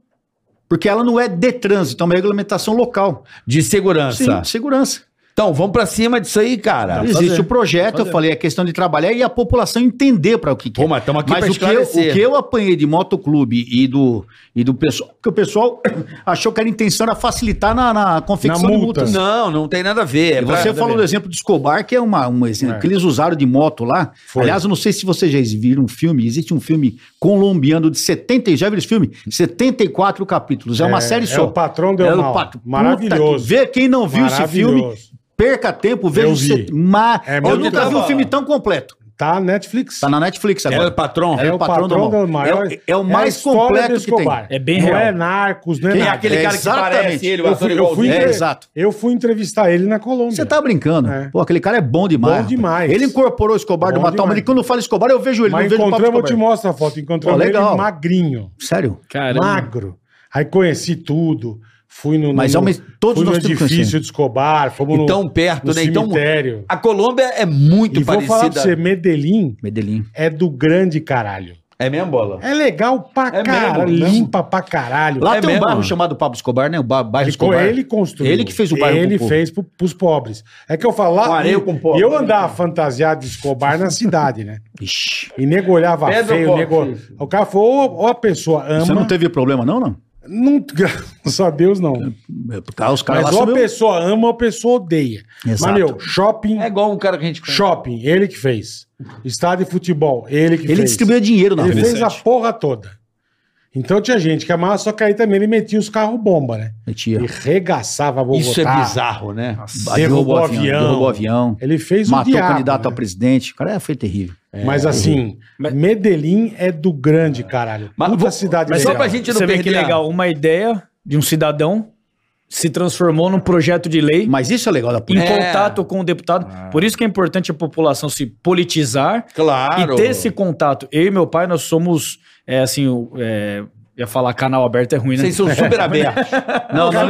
[SPEAKER 5] Porque ela não é de trânsito, é uma regulamentação local.
[SPEAKER 3] De segurança.
[SPEAKER 5] Sim, de segurança.
[SPEAKER 3] Então, vamos pra cima disso aí, cara.
[SPEAKER 5] Existe
[SPEAKER 4] fazer.
[SPEAKER 5] o projeto, eu falei, a questão de trabalhar e a população entender para o que, que é.
[SPEAKER 3] Pô, mas estamos aqui
[SPEAKER 5] Mas
[SPEAKER 3] pra
[SPEAKER 5] o que, eu,
[SPEAKER 3] esclarecer.
[SPEAKER 5] o que eu apanhei de motoclube e do, e do pessoal, porque o pessoal achou que a intenção era facilitar na, na confecção
[SPEAKER 2] Na
[SPEAKER 5] de
[SPEAKER 2] multa.
[SPEAKER 5] multas.
[SPEAKER 3] Não, não tem nada a ver. é
[SPEAKER 5] E
[SPEAKER 3] pra-
[SPEAKER 5] você falou do exemplo do Escobar, que é uma, um exemplo
[SPEAKER 2] É.
[SPEAKER 5] que eles usaram de moto lá.
[SPEAKER 2] Foi.
[SPEAKER 5] Aliás, eu não sei se vocês já viram um filme, existe um filme colombiano de 70, e- já viram esse filme? 74 capítulos, é uma série só.
[SPEAKER 2] É o patrão deu
[SPEAKER 5] Era o
[SPEAKER 2] mal.
[SPEAKER 5] pato- Puta
[SPEAKER 2] Maravilhoso.
[SPEAKER 5] que- Vê quem não viu esse filme,
[SPEAKER 2] Maravilhoso.
[SPEAKER 5] perca tempo, veja
[SPEAKER 2] Eu
[SPEAKER 5] o
[SPEAKER 2] vi.
[SPEAKER 5] set- Ma...
[SPEAKER 2] É
[SPEAKER 5] eu
[SPEAKER 2] muito
[SPEAKER 5] nunca vi
[SPEAKER 3] bom.
[SPEAKER 5] um filme tão completo.
[SPEAKER 2] Tá Netflix.
[SPEAKER 5] Tá na Netflix
[SPEAKER 3] É o
[SPEAKER 5] agora.
[SPEAKER 3] patrão.
[SPEAKER 5] É,
[SPEAKER 2] É
[SPEAKER 5] o patrão, do mal.
[SPEAKER 2] da maior-
[SPEAKER 5] É, o- é o
[SPEAKER 2] a
[SPEAKER 5] mais
[SPEAKER 2] história
[SPEAKER 5] completo
[SPEAKER 2] do
[SPEAKER 5] que tem.
[SPEAKER 2] Escobar.
[SPEAKER 4] É bem
[SPEAKER 2] não
[SPEAKER 4] real.
[SPEAKER 2] Não é Narcos, não é
[SPEAKER 3] Quem é
[SPEAKER 2] nada.
[SPEAKER 3] aquele cara que
[SPEAKER 5] Exatamente.
[SPEAKER 3] parece ele, o
[SPEAKER 2] Eu
[SPEAKER 3] ator
[SPEAKER 2] fui, eu, fui
[SPEAKER 3] igualzinho?
[SPEAKER 5] É,
[SPEAKER 2] entre-
[SPEAKER 5] exato.
[SPEAKER 2] eu fui entrevistar ele na Colômbia.
[SPEAKER 5] Você tá brincando?
[SPEAKER 2] É.
[SPEAKER 5] Pô, aquele cara é bom demais.
[SPEAKER 2] Bom
[SPEAKER 5] rapaz.
[SPEAKER 2] demais.
[SPEAKER 5] Ele incorporou o Escobar de
[SPEAKER 2] Bom
[SPEAKER 5] uma tal
[SPEAKER 2] demais.
[SPEAKER 5] maneira que quando eu falo Escobar, eu vejo ele, não
[SPEAKER 2] Mas
[SPEAKER 5] vejo o Pablo
[SPEAKER 2] encontramos, eu te
[SPEAKER 5] Escobar.
[SPEAKER 2] mostro a foto. Encontramos
[SPEAKER 5] Pô, legal.
[SPEAKER 2] ele magrinho,
[SPEAKER 5] Sério?
[SPEAKER 4] Caramba.
[SPEAKER 2] magro. Aí conheci tudo. Fui no, no,
[SPEAKER 5] Mas é uma- todos
[SPEAKER 2] fui no
[SPEAKER 5] nós temos que
[SPEAKER 2] edifício de Escobar, fomos
[SPEAKER 3] E tão
[SPEAKER 2] no,
[SPEAKER 3] perto,
[SPEAKER 2] no
[SPEAKER 3] né? Então-
[SPEAKER 2] cemitério.
[SPEAKER 3] A Colômbia é muito
[SPEAKER 2] e vou
[SPEAKER 3] parecida.
[SPEAKER 2] falar pra você, Medellín
[SPEAKER 5] Medellín.
[SPEAKER 2] é do grande caralho.
[SPEAKER 3] É mesmo, bola?
[SPEAKER 2] É legal pra
[SPEAKER 3] É mesmo,
[SPEAKER 2] caralho,
[SPEAKER 3] mesmo.
[SPEAKER 2] limpa pra caralho.
[SPEAKER 5] né? Lá
[SPEAKER 3] É
[SPEAKER 5] tem
[SPEAKER 3] mesmo?
[SPEAKER 5] um bairro chamado Pablo Escobar, né? O ba- bairro
[SPEAKER 2] Ele,
[SPEAKER 5] Escobar.
[SPEAKER 2] ele construiu.
[SPEAKER 5] Ele que fez o bairro
[SPEAKER 2] Ele
[SPEAKER 5] pro povo.
[SPEAKER 2] fez pro, pros pobres. É que eu falava.
[SPEAKER 3] Com areia,
[SPEAKER 2] e-
[SPEAKER 3] com pobre. né?
[SPEAKER 2] E eu andava fantasiado de Escobar na cidade, né?
[SPEAKER 5] Ixi.
[SPEAKER 2] E nego olhava
[SPEAKER 3] Pedra
[SPEAKER 2] feio,
[SPEAKER 3] ou
[SPEAKER 2] nego...
[SPEAKER 3] pobre?
[SPEAKER 2] O cara falou, ou, ou a pessoa
[SPEAKER 5] Você
[SPEAKER 2] ama...
[SPEAKER 5] não teve problema, não, não?
[SPEAKER 2] Não, (laughs) graças a Deus, não.
[SPEAKER 5] Ah, Os caras
[SPEAKER 2] Mas
[SPEAKER 5] lá
[SPEAKER 2] ou a
[SPEAKER 5] são meio-
[SPEAKER 2] pessoa ama ou a pessoa odeia.
[SPEAKER 5] Exato.
[SPEAKER 2] Mas, meu, shopping,
[SPEAKER 3] É igual um cara que a gente conhece.
[SPEAKER 2] shopping, ele que fez. Estádio de futebol, ele que
[SPEAKER 5] Ele
[SPEAKER 2] fez.
[SPEAKER 5] distribuía dinheiro na
[SPEAKER 2] Ele
[SPEAKER 5] rua.
[SPEAKER 2] fez a porra toda. Então tinha gente que amava, só que aí também ele metia os carros bomba, né?
[SPEAKER 5] Metia.
[SPEAKER 2] E regaçava a Bogotá.
[SPEAKER 3] Isso é bizarro, né?
[SPEAKER 2] Derrubou avião.
[SPEAKER 5] Ah, Derrubou avião.
[SPEAKER 2] Ele fez o
[SPEAKER 5] Matou o
[SPEAKER 2] diabo,
[SPEAKER 5] candidato
[SPEAKER 2] né?
[SPEAKER 5] a É. presidente. O cara é, foi terrível.
[SPEAKER 2] Mas assim,
[SPEAKER 4] Mas-
[SPEAKER 2] Medellín é do grande, caralho.
[SPEAKER 3] Mas
[SPEAKER 2] Puta
[SPEAKER 3] vou-
[SPEAKER 2] cidade
[SPEAKER 3] mas só
[SPEAKER 2] legal.
[SPEAKER 3] pra gente não
[SPEAKER 4] Você vê
[SPEAKER 3] perder
[SPEAKER 4] que
[SPEAKER 3] a-
[SPEAKER 4] legal, uma ideia de um cidadão se transformou num projeto de lei
[SPEAKER 5] Mas isso é
[SPEAKER 2] (laughs)
[SPEAKER 5] legal da
[SPEAKER 4] em
[SPEAKER 5] política.
[SPEAKER 3] É.
[SPEAKER 4] contato com o deputado. Por isso que é importante a população se politizar
[SPEAKER 3] Claro.
[SPEAKER 4] e ter esse contato. Eu e meu pai, nós somos, é, assim, o- é, ia falar canal aberto é ruim, né?
[SPEAKER 3] Vocês são super abertos.
[SPEAKER 5] Não, não,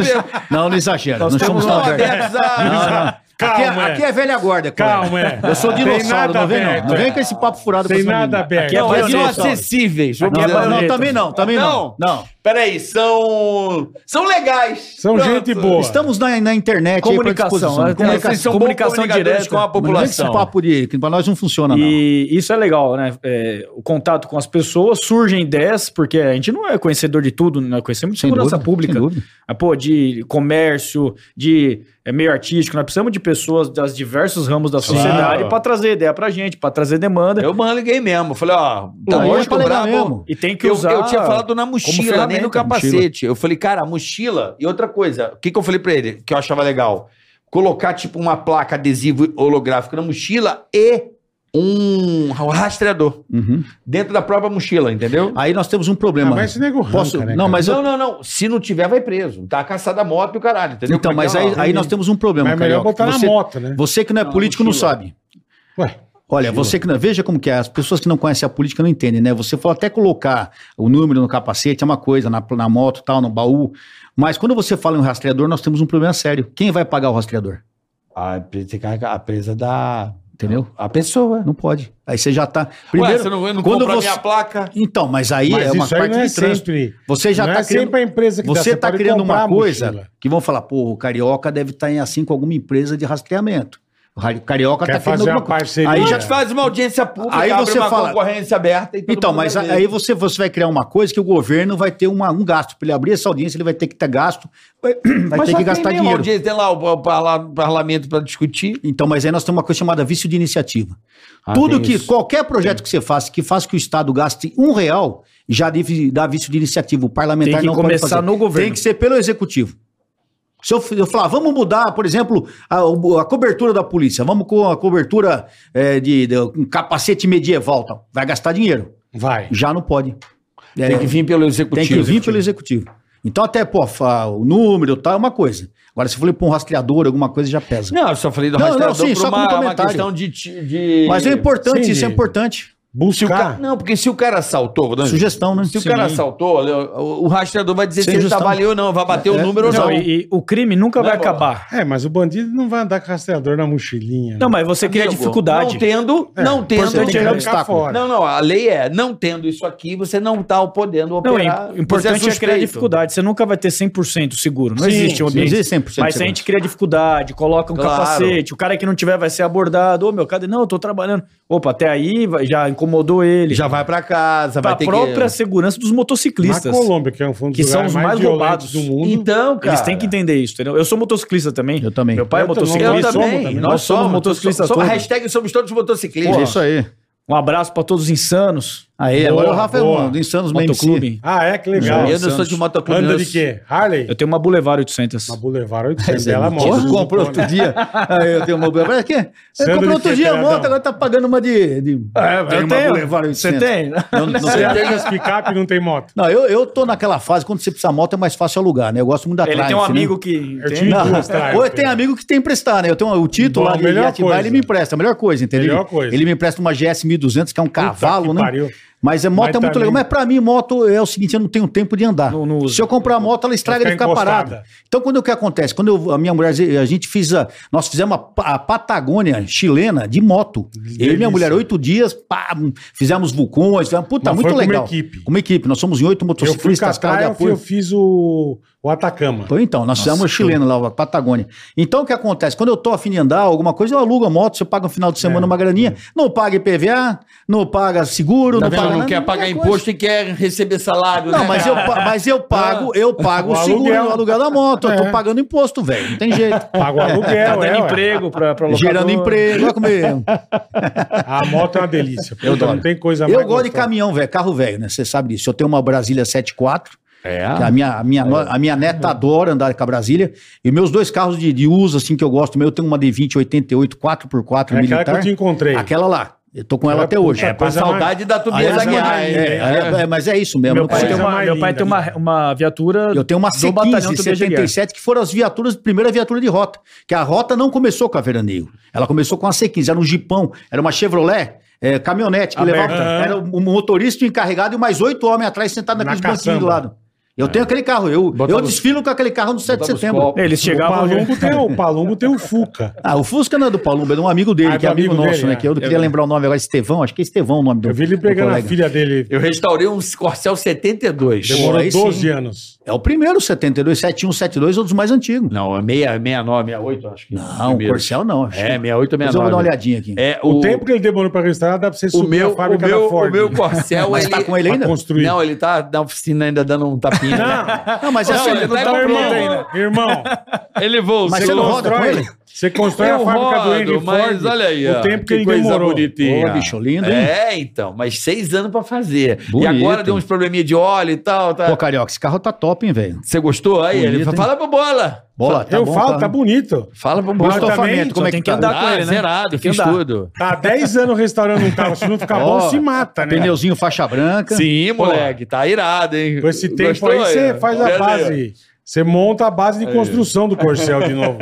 [SPEAKER 5] não, não exagera. Nós somos tão abertos. Não, não. Aqui,
[SPEAKER 2] Calma,
[SPEAKER 5] é,
[SPEAKER 2] é.
[SPEAKER 5] aqui é velha guarda. cara.
[SPEAKER 2] Calma, é.
[SPEAKER 5] Eu sou
[SPEAKER 2] Tem
[SPEAKER 5] dinossauro,
[SPEAKER 2] nada
[SPEAKER 5] não vem não.
[SPEAKER 2] aberto,
[SPEAKER 5] Não
[SPEAKER 2] é.
[SPEAKER 5] vem com esse papo furado com
[SPEAKER 2] Sem
[SPEAKER 5] essa
[SPEAKER 2] nada
[SPEAKER 5] menina.
[SPEAKER 2] aberto.
[SPEAKER 4] Aqui é
[SPEAKER 3] Mas
[SPEAKER 4] Aqui
[SPEAKER 3] não
[SPEAKER 4] é
[SPEAKER 3] acessíveis. vamos
[SPEAKER 5] Não,
[SPEAKER 3] dizer
[SPEAKER 5] não,
[SPEAKER 3] assim.
[SPEAKER 5] não, também não, também não. Não.
[SPEAKER 3] Peraí, são. São legais.
[SPEAKER 2] São
[SPEAKER 3] Pronto.
[SPEAKER 2] gente boa.
[SPEAKER 5] Estamos na, na internet
[SPEAKER 4] Comunicação,
[SPEAKER 5] aí
[SPEAKER 4] né?
[SPEAKER 5] pra disposição.
[SPEAKER 3] Vocês são
[SPEAKER 4] Comunicação
[SPEAKER 3] comunicação direta
[SPEAKER 4] direta.
[SPEAKER 3] com a
[SPEAKER 5] Mas não vem com esse
[SPEAKER 3] população.
[SPEAKER 5] papo de... que Pra nós não funciona, não.
[SPEAKER 4] E isso é legal, né? É, o contato com as pessoas, surgem ideias, porque a gente não é conhecedor de tudo, né? Conhecemos de
[SPEAKER 5] Sem
[SPEAKER 4] segurança
[SPEAKER 5] dúvida,
[SPEAKER 4] pública.
[SPEAKER 5] sem dúvida.
[SPEAKER 4] Ah, pô, de comércio, de é, meio artístico. Nós precisamos de pessoas das diversos ramos da
[SPEAKER 2] Claro.
[SPEAKER 4] sociedade pra trazer ideia pra gente, pra trazer demanda.
[SPEAKER 3] Eu liguei mesmo. Falei, ó, tá
[SPEAKER 5] Não,
[SPEAKER 3] longe
[SPEAKER 5] eu
[SPEAKER 3] do
[SPEAKER 5] falei
[SPEAKER 3] brabo.
[SPEAKER 5] mesmo.
[SPEAKER 4] E tem que
[SPEAKER 3] Eu,
[SPEAKER 4] usar.
[SPEAKER 3] eu tinha falado na mochila, nem
[SPEAKER 4] ferramenta,
[SPEAKER 3] no capacete. Eu falei, cara, a mochila. E outra coisa, o que, que eu falei pra ele que eu achava legal? Colocar, tipo, uma placa adesivo holográfico na mochila e um rastreador
[SPEAKER 5] Uhum.
[SPEAKER 3] dentro da própria mochila, entendeu?
[SPEAKER 5] Aí nós temos um
[SPEAKER 2] Ah,
[SPEAKER 5] problema.
[SPEAKER 2] mas esse nego arranca,
[SPEAKER 5] Posso-
[SPEAKER 2] né,
[SPEAKER 5] não,
[SPEAKER 2] cara?
[SPEAKER 5] mas eu-
[SPEAKER 3] não, não, não. Se não tiver, vai preso. Tá caçada a moto e o caralho, entendeu?
[SPEAKER 5] Então,
[SPEAKER 3] Como é
[SPEAKER 5] mas
[SPEAKER 3] que é
[SPEAKER 5] aí,
[SPEAKER 3] lá?
[SPEAKER 5] aí nós temos um problema,
[SPEAKER 2] Mas é melhor
[SPEAKER 5] Carioca.
[SPEAKER 2] botar
[SPEAKER 5] você,
[SPEAKER 2] na moto, né?
[SPEAKER 5] Você que não é
[SPEAKER 3] Não,
[SPEAKER 5] político não
[SPEAKER 3] mochila.
[SPEAKER 5] sabe.
[SPEAKER 2] Ué,
[SPEAKER 5] Olha, você que não. Veja como que é. As pessoas que não conhecem a política não entendem, né? Você falou até colocar o número no capacete, é uma coisa, na, na moto tal, no baú. Mas quando você fala em rastreador, nós temos um problema sério. Quem vai pagar o rastreador? é
[SPEAKER 3] Ah, tem que carregar a presa da.
[SPEAKER 5] Entendeu?
[SPEAKER 3] A pessoa.
[SPEAKER 5] Não pode. Aí você já tá.
[SPEAKER 3] Primeiro,
[SPEAKER 5] Primeiro,
[SPEAKER 3] Ué, você não, não
[SPEAKER 5] quando
[SPEAKER 3] compra a
[SPEAKER 5] você-
[SPEAKER 3] minha placa?
[SPEAKER 5] Então, mas aí
[SPEAKER 2] mas
[SPEAKER 5] é uma
[SPEAKER 2] isso aí
[SPEAKER 5] parte
[SPEAKER 2] não é
[SPEAKER 5] de trânsito.
[SPEAKER 2] sempre.
[SPEAKER 5] Você já
[SPEAKER 2] não
[SPEAKER 5] tá
[SPEAKER 2] é
[SPEAKER 5] criando-
[SPEAKER 2] sempre a empresa que dá,
[SPEAKER 5] Você está
[SPEAKER 2] pode um
[SPEAKER 5] criando
[SPEAKER 2] comprar
[SPEAKER 5] uma
[SPEAKER 2] a
[SPEAKER 5] coisa
[SPEAKER 2] mochila.
[SPEAKER 5] que vão falar, pô, o carioca deve estar em assim com alguma empresa de rastreamento. O ra- carioca tá
[SPEAKER 2] Quer
[SPEAKER 5] está
[SPEAKER 2] fazer uma parceria.
[SPEAKER 5] Aí
[SPEAKER 3] Aí já
[SPEAKER 5] já
[SPEAKER 3] te faz uma audiência pública,
[SPEAKER 5] Aí você fala-
[SPEAKER 3] concorrência aberta e todo
[SPEAKER 5] Então,
[SPEAKER 3] mundo
[SPEAKER 5] mas
[SPEAKER 3] vai
[SPEAKER 5] a-
[SPEAKER 3] ver.
[SPEAKER 5] aí você, você vai criar uma coisa que o governo vai ter uma- um gasto. Para ele abrir essa audiência, ele vai ter que ter gasto, (clears throat) vai, vai
[SPEAKER 3] Mas
[SPEAKER 5] ter
[SPEAKER 3] já
[SPEAKER 5] que
[SPEAKER 3] tem
[SPEAKER 5] gastar
[SPEAKER 3] mesmo
[SPEAKER 5] dinheiro.
[SPEAKER 3] audiência, Tem lá o, o parla- parlamento para discutir.
[SPEAKER 5] Então, mas aí nós temos uma coisa chamada vício de iniciativa. Tudo
[SPEAKER 3] Ah, tem
[SPEAKER 5] que,
[SPEAKER 3] isso.
[SPEAKER 5] qualquer projeto que você faça, que faça que o Estado gaste um real, já deve dar vício de iniciativa. O parlamentar
[SPEAKER 4] Tem que
[SPEAKER 5] não
[SPEAKER 4] começar no governo.
[SPEAKER 5] Tem que ser pelo executivo. Se eu, f- eu falar, vamos mudar, por exemplo, a, o- a cobertura da polícia, vamos com a cobertura eh, de, de um capacete medieval, tal. vai gastar dinheiro.
[SPEAKER 2] Vai.
[SPEAKER 5] Já não pode. É,
[SPEAKER 3] Tem que vir pelo executivo.
[SPEAKER 5] tem que vir pelo executivo. Então, até, pô, fa- o número tal é uma coisa. Agora, se for para um rastreador, alguma coisa já pesa.
[SPEAKER 3] Não, eu só falei do
[SPEAKER 5] Não,
[SPEAKER 3] rastreador
[SPEAKER 5] não, sim,
[SPEAKER 3] por
[SPEAKER 5] só como
[SPEAKER 3] uma, uma
[SPEAKER 5] comentário.
[SPEAKER 3] questão de, ti- de-
[SPEAKER 5] Mas é importante,
[SPEAKER 2] Sim,
[SPEAKER 5] isso é
[SPEAKER 2] de-
[SPEAKER 5] importante.
[SPEAKER 3] Se o ca-
[SPEAKER 2] Buscar.
[SPEAKER 3] Não, porque se o cara assaltou, vou dar um exemplo.
[SPEAKER 5] Sugestão, né?
[SPEAKER 3] se o cara
[SPEAKER 4] Sim.
[SPEAKER 3] assaltou, o, o rastreador vai dizer
[SPEAKER 5] Sem
[SPEAKER 3] se ele
[SPEAKER 5] justa-
[SPEAKER 3] trabalhou ou não, vai bater o
[SPEAKER 5] É,
[SPEAKER 3] número ou
[SPEAKER 4] Não,
[SPEAKER 3] não.
[SPEAKER 4] e, e o crime nunca
[SPEAKER 3] Não
[SPEAKER 4] vai
[SPEAKER 3] é bola.
[SPEAKER 4] acabar.
[SPEAKER 2] É, mas o bandido não vai andar com rastreador na mochilinha.
[SPEAKER 4] Não,
[SPEAKER 2] né?
[SPEAKER 4] mas você cria
[SPEAKER 3] Amigo,
[SPEAKER 4] dificuldade.
[SPEAKER 3] Não tendo, não
[SPEAKER 5] Você
[SPEAKER 3] tendo.
[SPEAKER 5] tem que
[SPEAKER 2] Tirar o
[SPEAKER 5] obstáculo.
[SPEAKER 2] carro fora.
[SPEAKER 3] Não, não, a lei é, não tendo isso aqui, você não tá podendo
[SPEAKER 4] Não, é
[SPEAKER 3] operar.
[SPEAKER 4] im- importante
[SPEAKER 3] você
[SPEAKER 4] é, criar
[SPEAKER 3] suspeito.
[SPEAKER 4] dificuldade. Você nunca vai ter 100% seguro. Não
[SPEAKER 2] Sim,
[SPEAKER 4] existe um
[SPEAKER 5] Não
[SPEAKER 4] ambiente.
[SPEAKER 5] existe 100% de
[SPEAKER 4] Mas se a
[SPEAKER 5] segurança.
[SPEAKER 4] gente cria dificuldade, coloca um
[SPEAKER 3] Claro.
[SPEAKER 4] capacete, o cara que não tiver vai ser abordado. Ô, meu, cadê? Não, eu tô trabalhando. Opa, até aí vai- já incomodou ele. Tá
[SPEAKER 3] Já vai pra casa, vai
[SPEAKER 4] a
[SPEAKER 3] ter
[SPEAKER 4] própria
[SPEAKER 3] que... Então,
[SPEAKER 4] segurança dos
[SPEAKER 2] Na
[SPEAKER 4] motociclistas.
[SPEAKER 2] Colômbia, que é um fundo
[SPEAKER 4] Que são os mais roubados.
[SPEAKER 2] do mundo.
[SPEAKER 3] Então, cara...
[SPEAKER 4] Eles têm que entender isso, entendeu? Eu sou motociclista também.
[SPEAKER 5] Eu também.
[SPEAKER 4] Meu pai é
[SPEAKER 2] Eu também.
[SPEAKER 4] motociclista.
[SPEAKER 3] Eu
[SPEAKER 2] Nós somos
[SPEAKER 3] também.
[SPEAKER 2] também.
[SPEAKER 3] Nós somos
[SPEAKER 4] motociclistas
[SPEAKER 3] somos-
[SPEAKER 4] todos.
[SPEAKER 3] Hashtag somos todos motociclistas.
[SPEAKER 5] É isso aí.
[SPEAKER 4] Um abraço pra todos os insanos.
[SPEAKER 5] Aí,
[SPEAKER 2] Boa,
[SPEAKER 5] agora o Rafa é
[SPEAKER 2] boa.
[SPEAKER 5] um do Insanos Meme (laughs)
[SPEAKER 4] Motoclube.
[SPEAKER 2] Ah, é, que
[SPEAKER 3] Eu
[SPEAKER 2] legal.
[SPEAKER 3] não sou de motoclube.
[SPEAKER 2] Anda
[SPEAKER 3] eu
[SPEAKER 2] de
[SPEAKER 3] sou-
[SPEAKER 2] quê? Harley?
[SPEAKER 4] Eu tenho uma Boulevard 800.
[SPEAKER 2] Na Boulevard 800,
[SPEAKER 5] é Você
[SPEAKER 2] ela
[SPEAKER 5] Porra,
[SPEAKER 2] mostra.
[SPEAKER 5] comprou outro dia. Aí Ah, eu tenho uma. Mas é aqui,
[SPEAKER 2] Sandro
[SPEAKER 5] Ele comprou
[SPEAKER 2] de
[SPEAKER 5] outro dia a
[SPEAKER 2] Fernandão.
[SPEAKER 5] moto, agora tá pagando uma de. de
[SPEAKER 4] É,
[SPEAKER 5] Tem uma Boulevard 800.
[SPEAKER 4] Você tem?
[SPEAKER 5] não, não,
[SPEAKER 2] Você tem as picape e não tem
[SPEAKER 5] (laughs)
[SPEAKER 2] moto.
[SPEAKER 5] não, eu, eu tô naquela fase, quando você precisa moto, é mais fácil alugar, né? Eu gosto muito da
[SPEAKER 4] Ele
[SPEAKER 5] Triumph,
[SPEAKER 4] tem um
[SPEAKER 5] né?
[SPEAKER 4] amigo que.
[SPEAKER 2] Eu
[SPEAKER 4] tem? um
[SPEAKER 2] tive
[SPEAKER 5] Não.
[SPEAKER 2] duas Triumph.
[SPEAKER 5] Ou tem amigo que tem emprestar, né? Eu tenho um- o título
[SPEAKER 2] Bom,
[SPEAKER 5] lá de
[SPEAKER 2] melhor
[SPEAKER 5] Ativar,
[SPEAKER 2] coisa.
[SPEAKER 5] ele me empresta. a Melhor coisa, entendeu?
[SPEAKER 2] Melhor
[SPEAKER 5] Ele-
[SPEAKER 2] coisa.
[SPEAKER 5] Ele me empresta uma GS 1200, que é um cavalo,
[SPEAKER 2] que
[SPEAKER 5] né?
[SPEAKER 2] pariu.
[SPEAKER 5] Mas a moto
[SPEAKER 2] Mas
[SPEAKER 5] é muito
[SPEAKER 2] também-
[SPEAKER 5] legal. Mas pra mim, moto é o seguinte, eu não tenho tempo de andar.
[SPEAKER 4] Não- não uso.
[SPEAKER 5] Se eu comprar a moto, ela estraga de
[SPEAKER 2] Vai ficar
[SPEAKER 5] ficar
[SPEAKER 2] encostada.
[SPEAKER 5] parada. Então, quando o que acontece? Quando eu- a minha mulher, a gente fez a... Nós fizemos a, Pa- a Patagônia chilena de moto. Eu e minha mulher, oito dias, pá, fizemos vulcões, fizemos... Puta,
[SPEAKER 2] Mas foi
[SPEAKER 5] muito
[SPEAKER 2] com uma
[SPEAKER 5] legal.
[SPEAKER 2] equipe.
[SPEAKER 5] Uma equipe. Nós somos em oito
[SPEAKER 2] Eu fui
[SPEAKER 5] motociclistas,
[SPEAKER 2] catar,
[SPEAKER 5] carro de
[SPEAKER 2] eu, fui,
[SPEAKER 5] apoio.
[SPEAKER 2] eu fiz o, o Atacama.
[SPEAKER 5] Pô, então, nós fizemos chileno lá, a Patagônia. Então, o que acontece? Quando eu tô afim de andar, alguma coisa, eu alugo a moto, você paga um final de
[SPEAKER 3] É.
[SPEAKER 5] semana uma graninha, não paga IPVA, não paga seguro,
[SPEAKER 3] Tá
[SPEAKER 5] não
[SPEAKER 3] vendo?
[SPEAKER 5] paga
[SPEAKER 3] Não
[SPEAKER 5] nada,
[SPEAKER 3] quer
[SPEAKER 5] muita
[SPEAKER 3] pagar
[SPEAKER 5] coisa.
[SPEAKER 3] imposto e quer receber salário,
[SPEAKER 5] Não,
[SPEAKER 3] né, É.
[SPEAKER 5] mas eu,
[SPEAKER 3] cara?
[SPEAKER 5] pa- mas eu pago, eu pago
[SPEAKER 2] O
[SPEAKER 5] o seguro,
[SPEAKER 2] aluguel.
[SPEAKER 5] o aluguel da moto, eu
[SPEAKER 2] É.
[SPEAKER 5] tô pagando imposto, velho, não tem
[SPEAKER 3] (laughs)
[SPEAKER 5] jeito.
[SPEAKER 2] Pago
[SPEAKER 4] Tá
[SPEAKER 2] aluguel,
[SPEAKER 4] dando
[SPEAKER 2] é, ué.
[SPEAKER 4] emprego pra, pra locadora.
[SPEAKER 5] Gerando emprego, olha como eu-
[SPEAKER 2] A moto é uma delícia. Puta,
[SPEAKER 5] adoro.
[SPEAKER 2] Não tem coisa
[SPEAKER 5] Eu gosto de
[SPEAKER 2] gostosa.
[SPEAKER 5] caminhão, velho, carro velho, né? Você sabe disso. Eu tenho uma Brasília 74,
[SPEAKER 3] É.
[SPEAKER 5] que a minha, a minha, no- a minha neta
[SPEAKER 2] É.
[SPEAKER 5] adora andar com a Brasília, e meus dois carros de, de uso, assim, que eu gosto, meu, eu tenho uma D20 88 4x4
[SPEAKER 2] É aquela
[SPEAKER 5] militar.
[SPEAKER 2] que eu te encontrei.
[SPEAKER 5] Aquela lá. Eu tô com ela
[SPEAKER 2] Ela
[SPEAKER 5] até
[SPEAKER 2] é
[SPEAKER 5] hoje.
[SPEAKER 2] puta,
[SPEAKER 5] É,
[SPEAKER 3] Com a
[SPEAKER 2] Coisa mais-
[SPEAKER 3] saudade da
[SPEAKER 5] aí
[SPEAKER 3] Tobias
[SPEAKER 5] ela é-
[SPEAKER 3] Aguiar, hein?
[SPEAKER 5] é,
[SPEAKER 2] né?
[SPEAKER 5] é, é, mas é isso mesmo.
[SPEAKER 4] Meu
[SPEAKER 5] eu
[SPEAKER 4] pai,
[SPEAKER 5] consigo-
[SPEAKER 4] tem
[SPEAKER 2] Coisa
[SPEAKER 4] uma, né?
[SPEAKER 2] mais
[SPEAKER 4] meu pai
[SPEAKER 2] linda,
[SPEAKER 4] tem uma,
[SPEAKER 2] cara.
[SPEAKER 4] uma viatura.
[SPEAKER 5] eu tenho uma
[SPEAKER 4] do batalhão
[SPEAKER 5] C15
[SPEAKER 4] do BGR.
[SPEAKER 5] 77 que foram as viaturas, primeira viatura de rota. Que a rota não começou com a Veraneio. Ela começou com a C15. Era um jipão, era uma Chevrolet, é, caminhonete que
[SPEAKER 4] Aberta.
[SPEAKER 5] levava. Era o motorista, o encarregado e mais oito homens atrás sentados naqueles
[SPEAKER 2] Na
[SPEAKER 5] banquinhos
[SPEAKER 2] caçamba.
[SPEAKER 5] do
[SPEAKER 2] É.
[SPEAKER 5] lado. Eu tenho aquele carro. Eu,
[SPEAKER 3] Botava
[SPEAKER 5] eu
[SPEAKER 3] os-
[SPEAKER 5] desfilo com aquele carro no 7 de
[SPEAKER 3] botava os
[SPEAKER 5] setembro.
[SPEAKER 3] copos.
[SPEAKER 4] Eles
[SPEAKER 2] O
[SPEAKER 4] chegavam.
[SPEAKER 2] Palumbo, tem, o Palumbo tem o Fuca.
[SPEAKER 5] Ah, o Fusca não é do Palumba, é de um amigo dele,
[SPEAKER 2] Ah, é
[SPEAKER 5] que é
[SPEAKER 2] do
[SPEAKER 5] amigo,
[SPEAKER 2] amigo
[SPEAKER 5] nosso,
[SPEAKER 2] dele,
[SPEAKER 5] né?
[SPEAKER 2] é.
[SPEAKER 5] Que eu não
[SPEAKER 2] Eu-
[SPEAKER 5] queria lembrar o nome agora, Estevão, acho que é Estevão o nome do
[SPEAKER 2] Eu vi ele
[SPEAKER 5] do
[SPEAKER 2] pegando a
[SPEAKER 5] colega.
[SPEAKER 2] filha dele.
[SPEAKER 3] Eu restaurei um Corcel 72.
[SPEAKER 2] Demorou
[SPEAKER 5] aí sim.
[SPEAKER 2] 12 anos.
[SPEAKER 5] É o primeiro 72, 71, 72 é um dos mais antigos.
[SPEAKER 3] Não, é 6, 69, 68, acho que.
[SPEAKER 5] Não, o Corcel não. acho.
[SPEAKER 3] É, 68,
[SPEAKER 5] Mas eu vou dar uma
[SPEAKER 3] 69.
[SPEAKER 5] olhadinha aqui.
[SPEAKER 3] É,
[SPEAKER 2] O, tempo que ele demorou pra registrar, dá pra você
[SPEAKER 3] o
[SPEAKER 2] subir
[SPEAKER 3] meu,
[SPEAKER 2] a
[SPEAKER 3] o
[SPEAKER 2] fábrica da
[SPEAKER 3] meu, o
[SPEAKER 2] Ford.
[SPEAKER 3] meu Corcel,
[SPEAKER 5] (laughs) Mas tá com ele
[SPEAKER 2] pra
[SPEAKER 5] ainda?
[SPEAKER 2] construir.
[SPEAKER 3] Não, ele tá na oficina ainda dando um tapinha.
[SPEAKER 5] (laughs) Não, mas é
[SPEAKER 3] Não,
[SPEAKER 5] assim,
[SPEAKER 3] ele
[SPEAKER 5] não
[SPEAKER 3] tá
[SPEAKER 5] tá
[SPEAKER 3] com
[SPEAKER 5] pronto
[SPEAKER 3] problema.
[SPEAKER 5] ainda.
[SPEAKER 2] irmão, irmão,
[SPEAKER 3] ele voa.
[SPEAKER 5] Mas
[SPEAKER 3] você
[SPEAKER 5] você não
[SPEAKER 3] voa.
[SPEAKER 5] roda com
[SPEAKER 2] constrói-
[SPEAKER 5] ele?
[SPEAKER 2] Você constrói
[SPEAKER 3] Eu
[SPEAKER 2] a fábrica do
[SPEAKER 3] rodo,
[SPEAKER 2] Henry Ford.
[SPEAKER 3] mas olha aí, ó,
[SPEAKER 2] O tempo que,
[SPEAKER 3] que
[SPEAKER 2] ele
[SPEAKER 3] coisa
[SPEAKER 2] demorou.
[SPEAKER 3] bonitinha.
[SPEAKER 5] Ô, bicho lindo, hein?
[SPEAKER 3] É, então, mas seis anos pra fazer.
[SPEAKER 5] Bonito.
[SPEAKER 3] E agora deu uns probleminha de óleo e tal. tá-
[SPEAKER 5] Pô, Carioca, esse carro tá top, hein, velho?
[SPEAKER 3] Você gostou? Aí ele
[SPEAKER 5] Bonito,
[SPEAKER 3] fala,
[SPEAKER 5] hein?
[SPEAKER 3] fala pra bola.
[SPEAKER 5] Bola, tá
[SPEAKER 2] eu
[SPEAKER 5] bom,
[SPEAKER 2] falo,
[SPEAKER 5] tá
[SPEAKER 2] tá bonito.
[SPEAKER 3] Fala pra
[SPEAKER 5] O
[SPEAKER 3] bola.
[SPEAKER 2] Mas também
[SPEAKER 5] estofamento, como
[SPEAKER 4] só
[SPEAKER 5] é que
[SPEAKER 4] tem que
[SPEAKER 5] tá?
[SPEAKER 4] andar com ele, né?
[SPEAKER 3] zerado,
[SPEAKER 4] Tem que
[SPEAKER 3] fiz
[SPEAKER 4] andar.
[SPEAKER 3] tudo.
[SPEAKER 2] Tá há 10 anos restaurando um carro. Se não ficar
[SPEAKER 5] Ó,
[SPEAKER 2] bom, se mata, né?
[SPEAKER 5] Pneuzinho faixa branca.
[SPEAKER 3] Sim, moleque, tá irado, hein?
[SPEAKER 2] Com esse tempo
[SPEAKER 3] Gostou
[SPEAKER 2] aí, você faz a
[SPEAKER 3] Olha aí, ó.
[SPEAKER 2] base. Você monta a base de construção do Corcel de novo.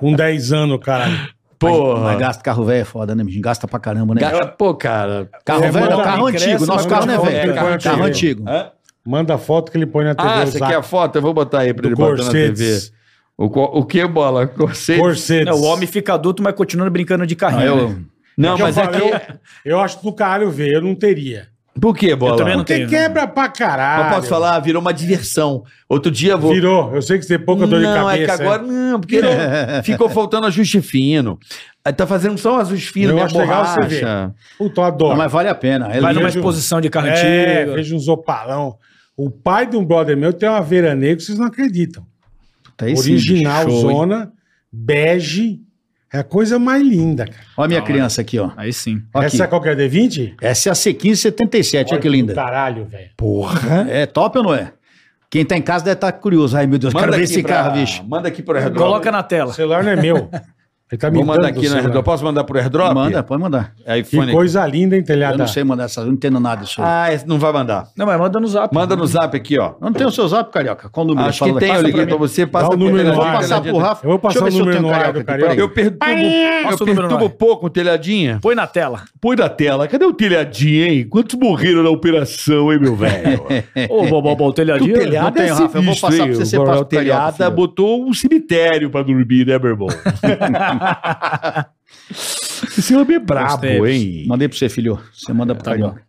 [SPEAKER 2] Com 10 anos, caralho.
[SPEAKER 5] Porra. Mas
[SPEAKER 3] Porra.
[SPEAKER 5] gasta carro velho é foda, né, bicho? Gasta pra caramba, né?
[SPEAKER 3] Gasta- Pô, cara.
[SPEAKER 5] Carro
[SPEAKER 2] É,
[SPEAKER 5] velho, não,
[SPEAKER 2] manda-
[SPEAKER 5] carro
[SPEAKER 2] cresce,
[SPEAKER 5] antigo. Nosso
[SPEAKER 2] manda
[SPEAKER 5] carro não é
[SPEAKER 2] foto,
[SPEAKER 5] velho.
[SPEAKER 2] põe na
[SPEAKER 5] Carro,
[SPEAKER 2] TV.
[SPEAKER 5] antigo.
[SPEAKER 2] Manda a foto que ele põe na TV.
[SPEAKER 3] Ah, você
[SPEAKER 2] usada.
[SPEAKER 3] quer a foto? Eu vou botar aí pra
[SPEAKER 2] Do
[SPEAKER 3] ele botar na TV.
[SPEAKER 2] Corsetes.
[SPEAKER 3] O, co- o que, bola? Corsetes?
[SPEAKER 2] Corcetes.
[SPEAKER 4] Não, o homem fica adulto, mas continuando brincando de
[SPEAKER 5] Ah,
[SPEAKER 4] carrinho. né?
[SPEAKER 5] eu-
[SPEAKER 3] Não,
[SPEAKER 2] Que eu
[SPEAKER 3] mas é
[SPEAKER 2] falei,
[SPEAKER 3] que...
[SPEAKER 2] eu, eu acho do caralho ver, eu não teria.
[SPEAKER 3] Por que, bola?
[SPEAKER 4] também não
[SPEAKER 2] Porque
[SPEAKER 4] tenho, né?
[SPEAKER 2] quebra pra caralho.
[SPEAKER 3] Mas posso falar, virou uma diversão. Outro dia eu vou...
[SPEAKER 2] Virou, eu sei que você tem pouca dor de
[SPEAKER 3] não,
[SPEAKER 2] cabeça.
[SPEAKER 3] é que agora...
[SPEAKER 2] né?
[SPEAKER 3] Não, porque
[SPEAKER 2] (laughs)
[SPEAKER 3] não- ficou faltando ajuste fino. Aí Tá fazendo só um ajuste fino,
[SPEAKER 2] Eu
[SPEAKER 3] minha
[SPEAKER 2] acho legal você ver.
[SPEAKER 3] borracha.
[SPEAKER 2] Puta, eu adoro.
[SPEAKER 5] Não, mas vale a pena. É
[SPEAKER 4] Vai numa
[SPEAKER 5] lindo.
[SPEAKER 2] vejo-
[SPEAKER 4] exposição de carro
[SPEAKER 2] é,
[SPEAKER 4] antigo.
[SPEAKER 2] vejo uns opalão. O pai de um brother meu tem uma veraneio que vocês não acreditam.
[SPEAKER 5] Tá aí sim,
[SPEAKER 2] Original,
[SPEAKER 5] bicho, show, hein?
[SPEAKER 2] zona, bege. É a coisa mais linda, cara.
[SPEAKER 5] Olha a minha criança aqui, ó.
[SPEAKER 4] Aí sim.
[SPEAKER 5] Ó aqui.
[SPEAKER 2] Essa é qualquer D20?
[SPEAKER 5] Essa é a C1577, olha que
[SPEAKER 2] Olha
[SPEAKER 5] linda.
[SPEAKER 2] Caralho, velho.
[SPEAKER 5] Porra. É top ou não é? Quem tá em casa deve estar curioso. Ai, meu Deus, quero ver
[SPEAKER 3] aqui
[SPEAKER 5] esse
[SPEAKER 3] pra-
[SPEAKER 5] carro, bicho.
[SPEAKER 3] Manda aqui pro
[SPEAKER 4] Coloca
[SPEAKER 3] redor.
[SPEAKER 4] na
[SPEAKER 2] O
[SPEAKER 4] tela.
[SPEAKER 2] celular não é meu. Ele tá me
[SPEAKER 3] Vou mandar
[SPEAKER 2] dando
[SPEAKER 3] aqui
[SPEAKER 2] o
[SPEAKER 3] no
[SPEAKER 2] celular.
[SPEAKER 3] airdrop. Posso mandar pro airdrop? É
[SPEAKER 5] Manda, pode mandar.
[SPEAKER 3] iPhone.
[SPEAKER 2] Que coisa linda, hein,
[SPEAKER 5] Eu
[SPEAKER 2] telhada?
[SPEAKER 5] não sei mandar essas, eu não entendo nada disso. aí.
[SPEAKER 3] Ah, esse não vai mandar.
[SPEAKER 4] Não, mas manda no zap.
[SPEAKER 3] Manda no zap aqui, ó.
[SPEAKER 5] Eu não tenho o seu zap, Carioca. Qual o número?
[SPEAKER 3] Acho
[SPEAKER 5] Fala
[SPEAKER 3] que
[SPEAKER 5] daqui.
[SPEAKER 3] tem, eu
[SPEAKER 5] Passa
[SPEAKER 3] liguei pra
[SPEAKER 5] mim.
[SPEAKER 3] você.
[SPEAKER 2] Dá
[SPEAKER 3] Passa
[SPEAKER 2] o
[SPEAKER 3] pro
[SPEAKER 2] número
[SPEAKER 5] Eu
[SPEAKER 3] telhadinho,
[SPEAKER 5] vou
[SPEAKER 2] no ar, né,
[SPEAKER 5] passar
[SPEAKER 3] telhadinho.
[SPEAKER 5] pro Rafa.
[SPEAKER 2] Eu vou passar o
[SPEAKER 5] Deixa ver se eu
[SPEAKER 2] número
[SPEAKER 5] tenho
[SPEAKER 2] no ar do
[SPEAKER 5] aqui,
[SPEAKER 2] Carioca.
[SPEAKER 5] peraí.
[SPEAKER 3] Eu perturbo, eu
[SPEAKER 4] Passa o número
[SPEAKER 3] perturbo
[SPEAKER 4] no ar.
[SPEAKER 3] pouco o telhadinha.
[SPEAKER 4] Põe na tela.
[SPEAKER 3] Põe na tela. Cadê o telhadinho, hein? Quantos morreram na operação, hein, meu velho?
[SPEAKER 2] (laughs)
[SPEAKER 5] É,
[SPEAKER 4] Ô, Bobó, o telhadinho.
[SPEAKER 3] O telhado
[SPEAKER 5] Não tem,
[SPEAKER 3] é
[SPEAKER 5] Rafa, eu vou
[SPEAKER 3] sinistro,
[SPEAKER 5] passar
[SPEAKER 3] hein?
[SPEAKER 5] pra você, você
[SPEAKER 3] O
[SPEAKER 5] passa
[SPEAKER 3] Coronel
[SPEAKER 5] pro Carioca,
[SPEAKER 3] telhada
[SPEAKER 5] filho.
[SPEAKER 3] botou um cemitério pra dormir, né, meu irmão? (laughs) Esse homem é brabo,
[SPEAKER 4] Gostei.
[SPEAKER 3] hein?
[SPEAKER 5] Mandei pra você, filho. Você manda pro
[SPEAKER 2] É,
[SPEAKER 4] Tá
[SPEAKER 5] Carioca.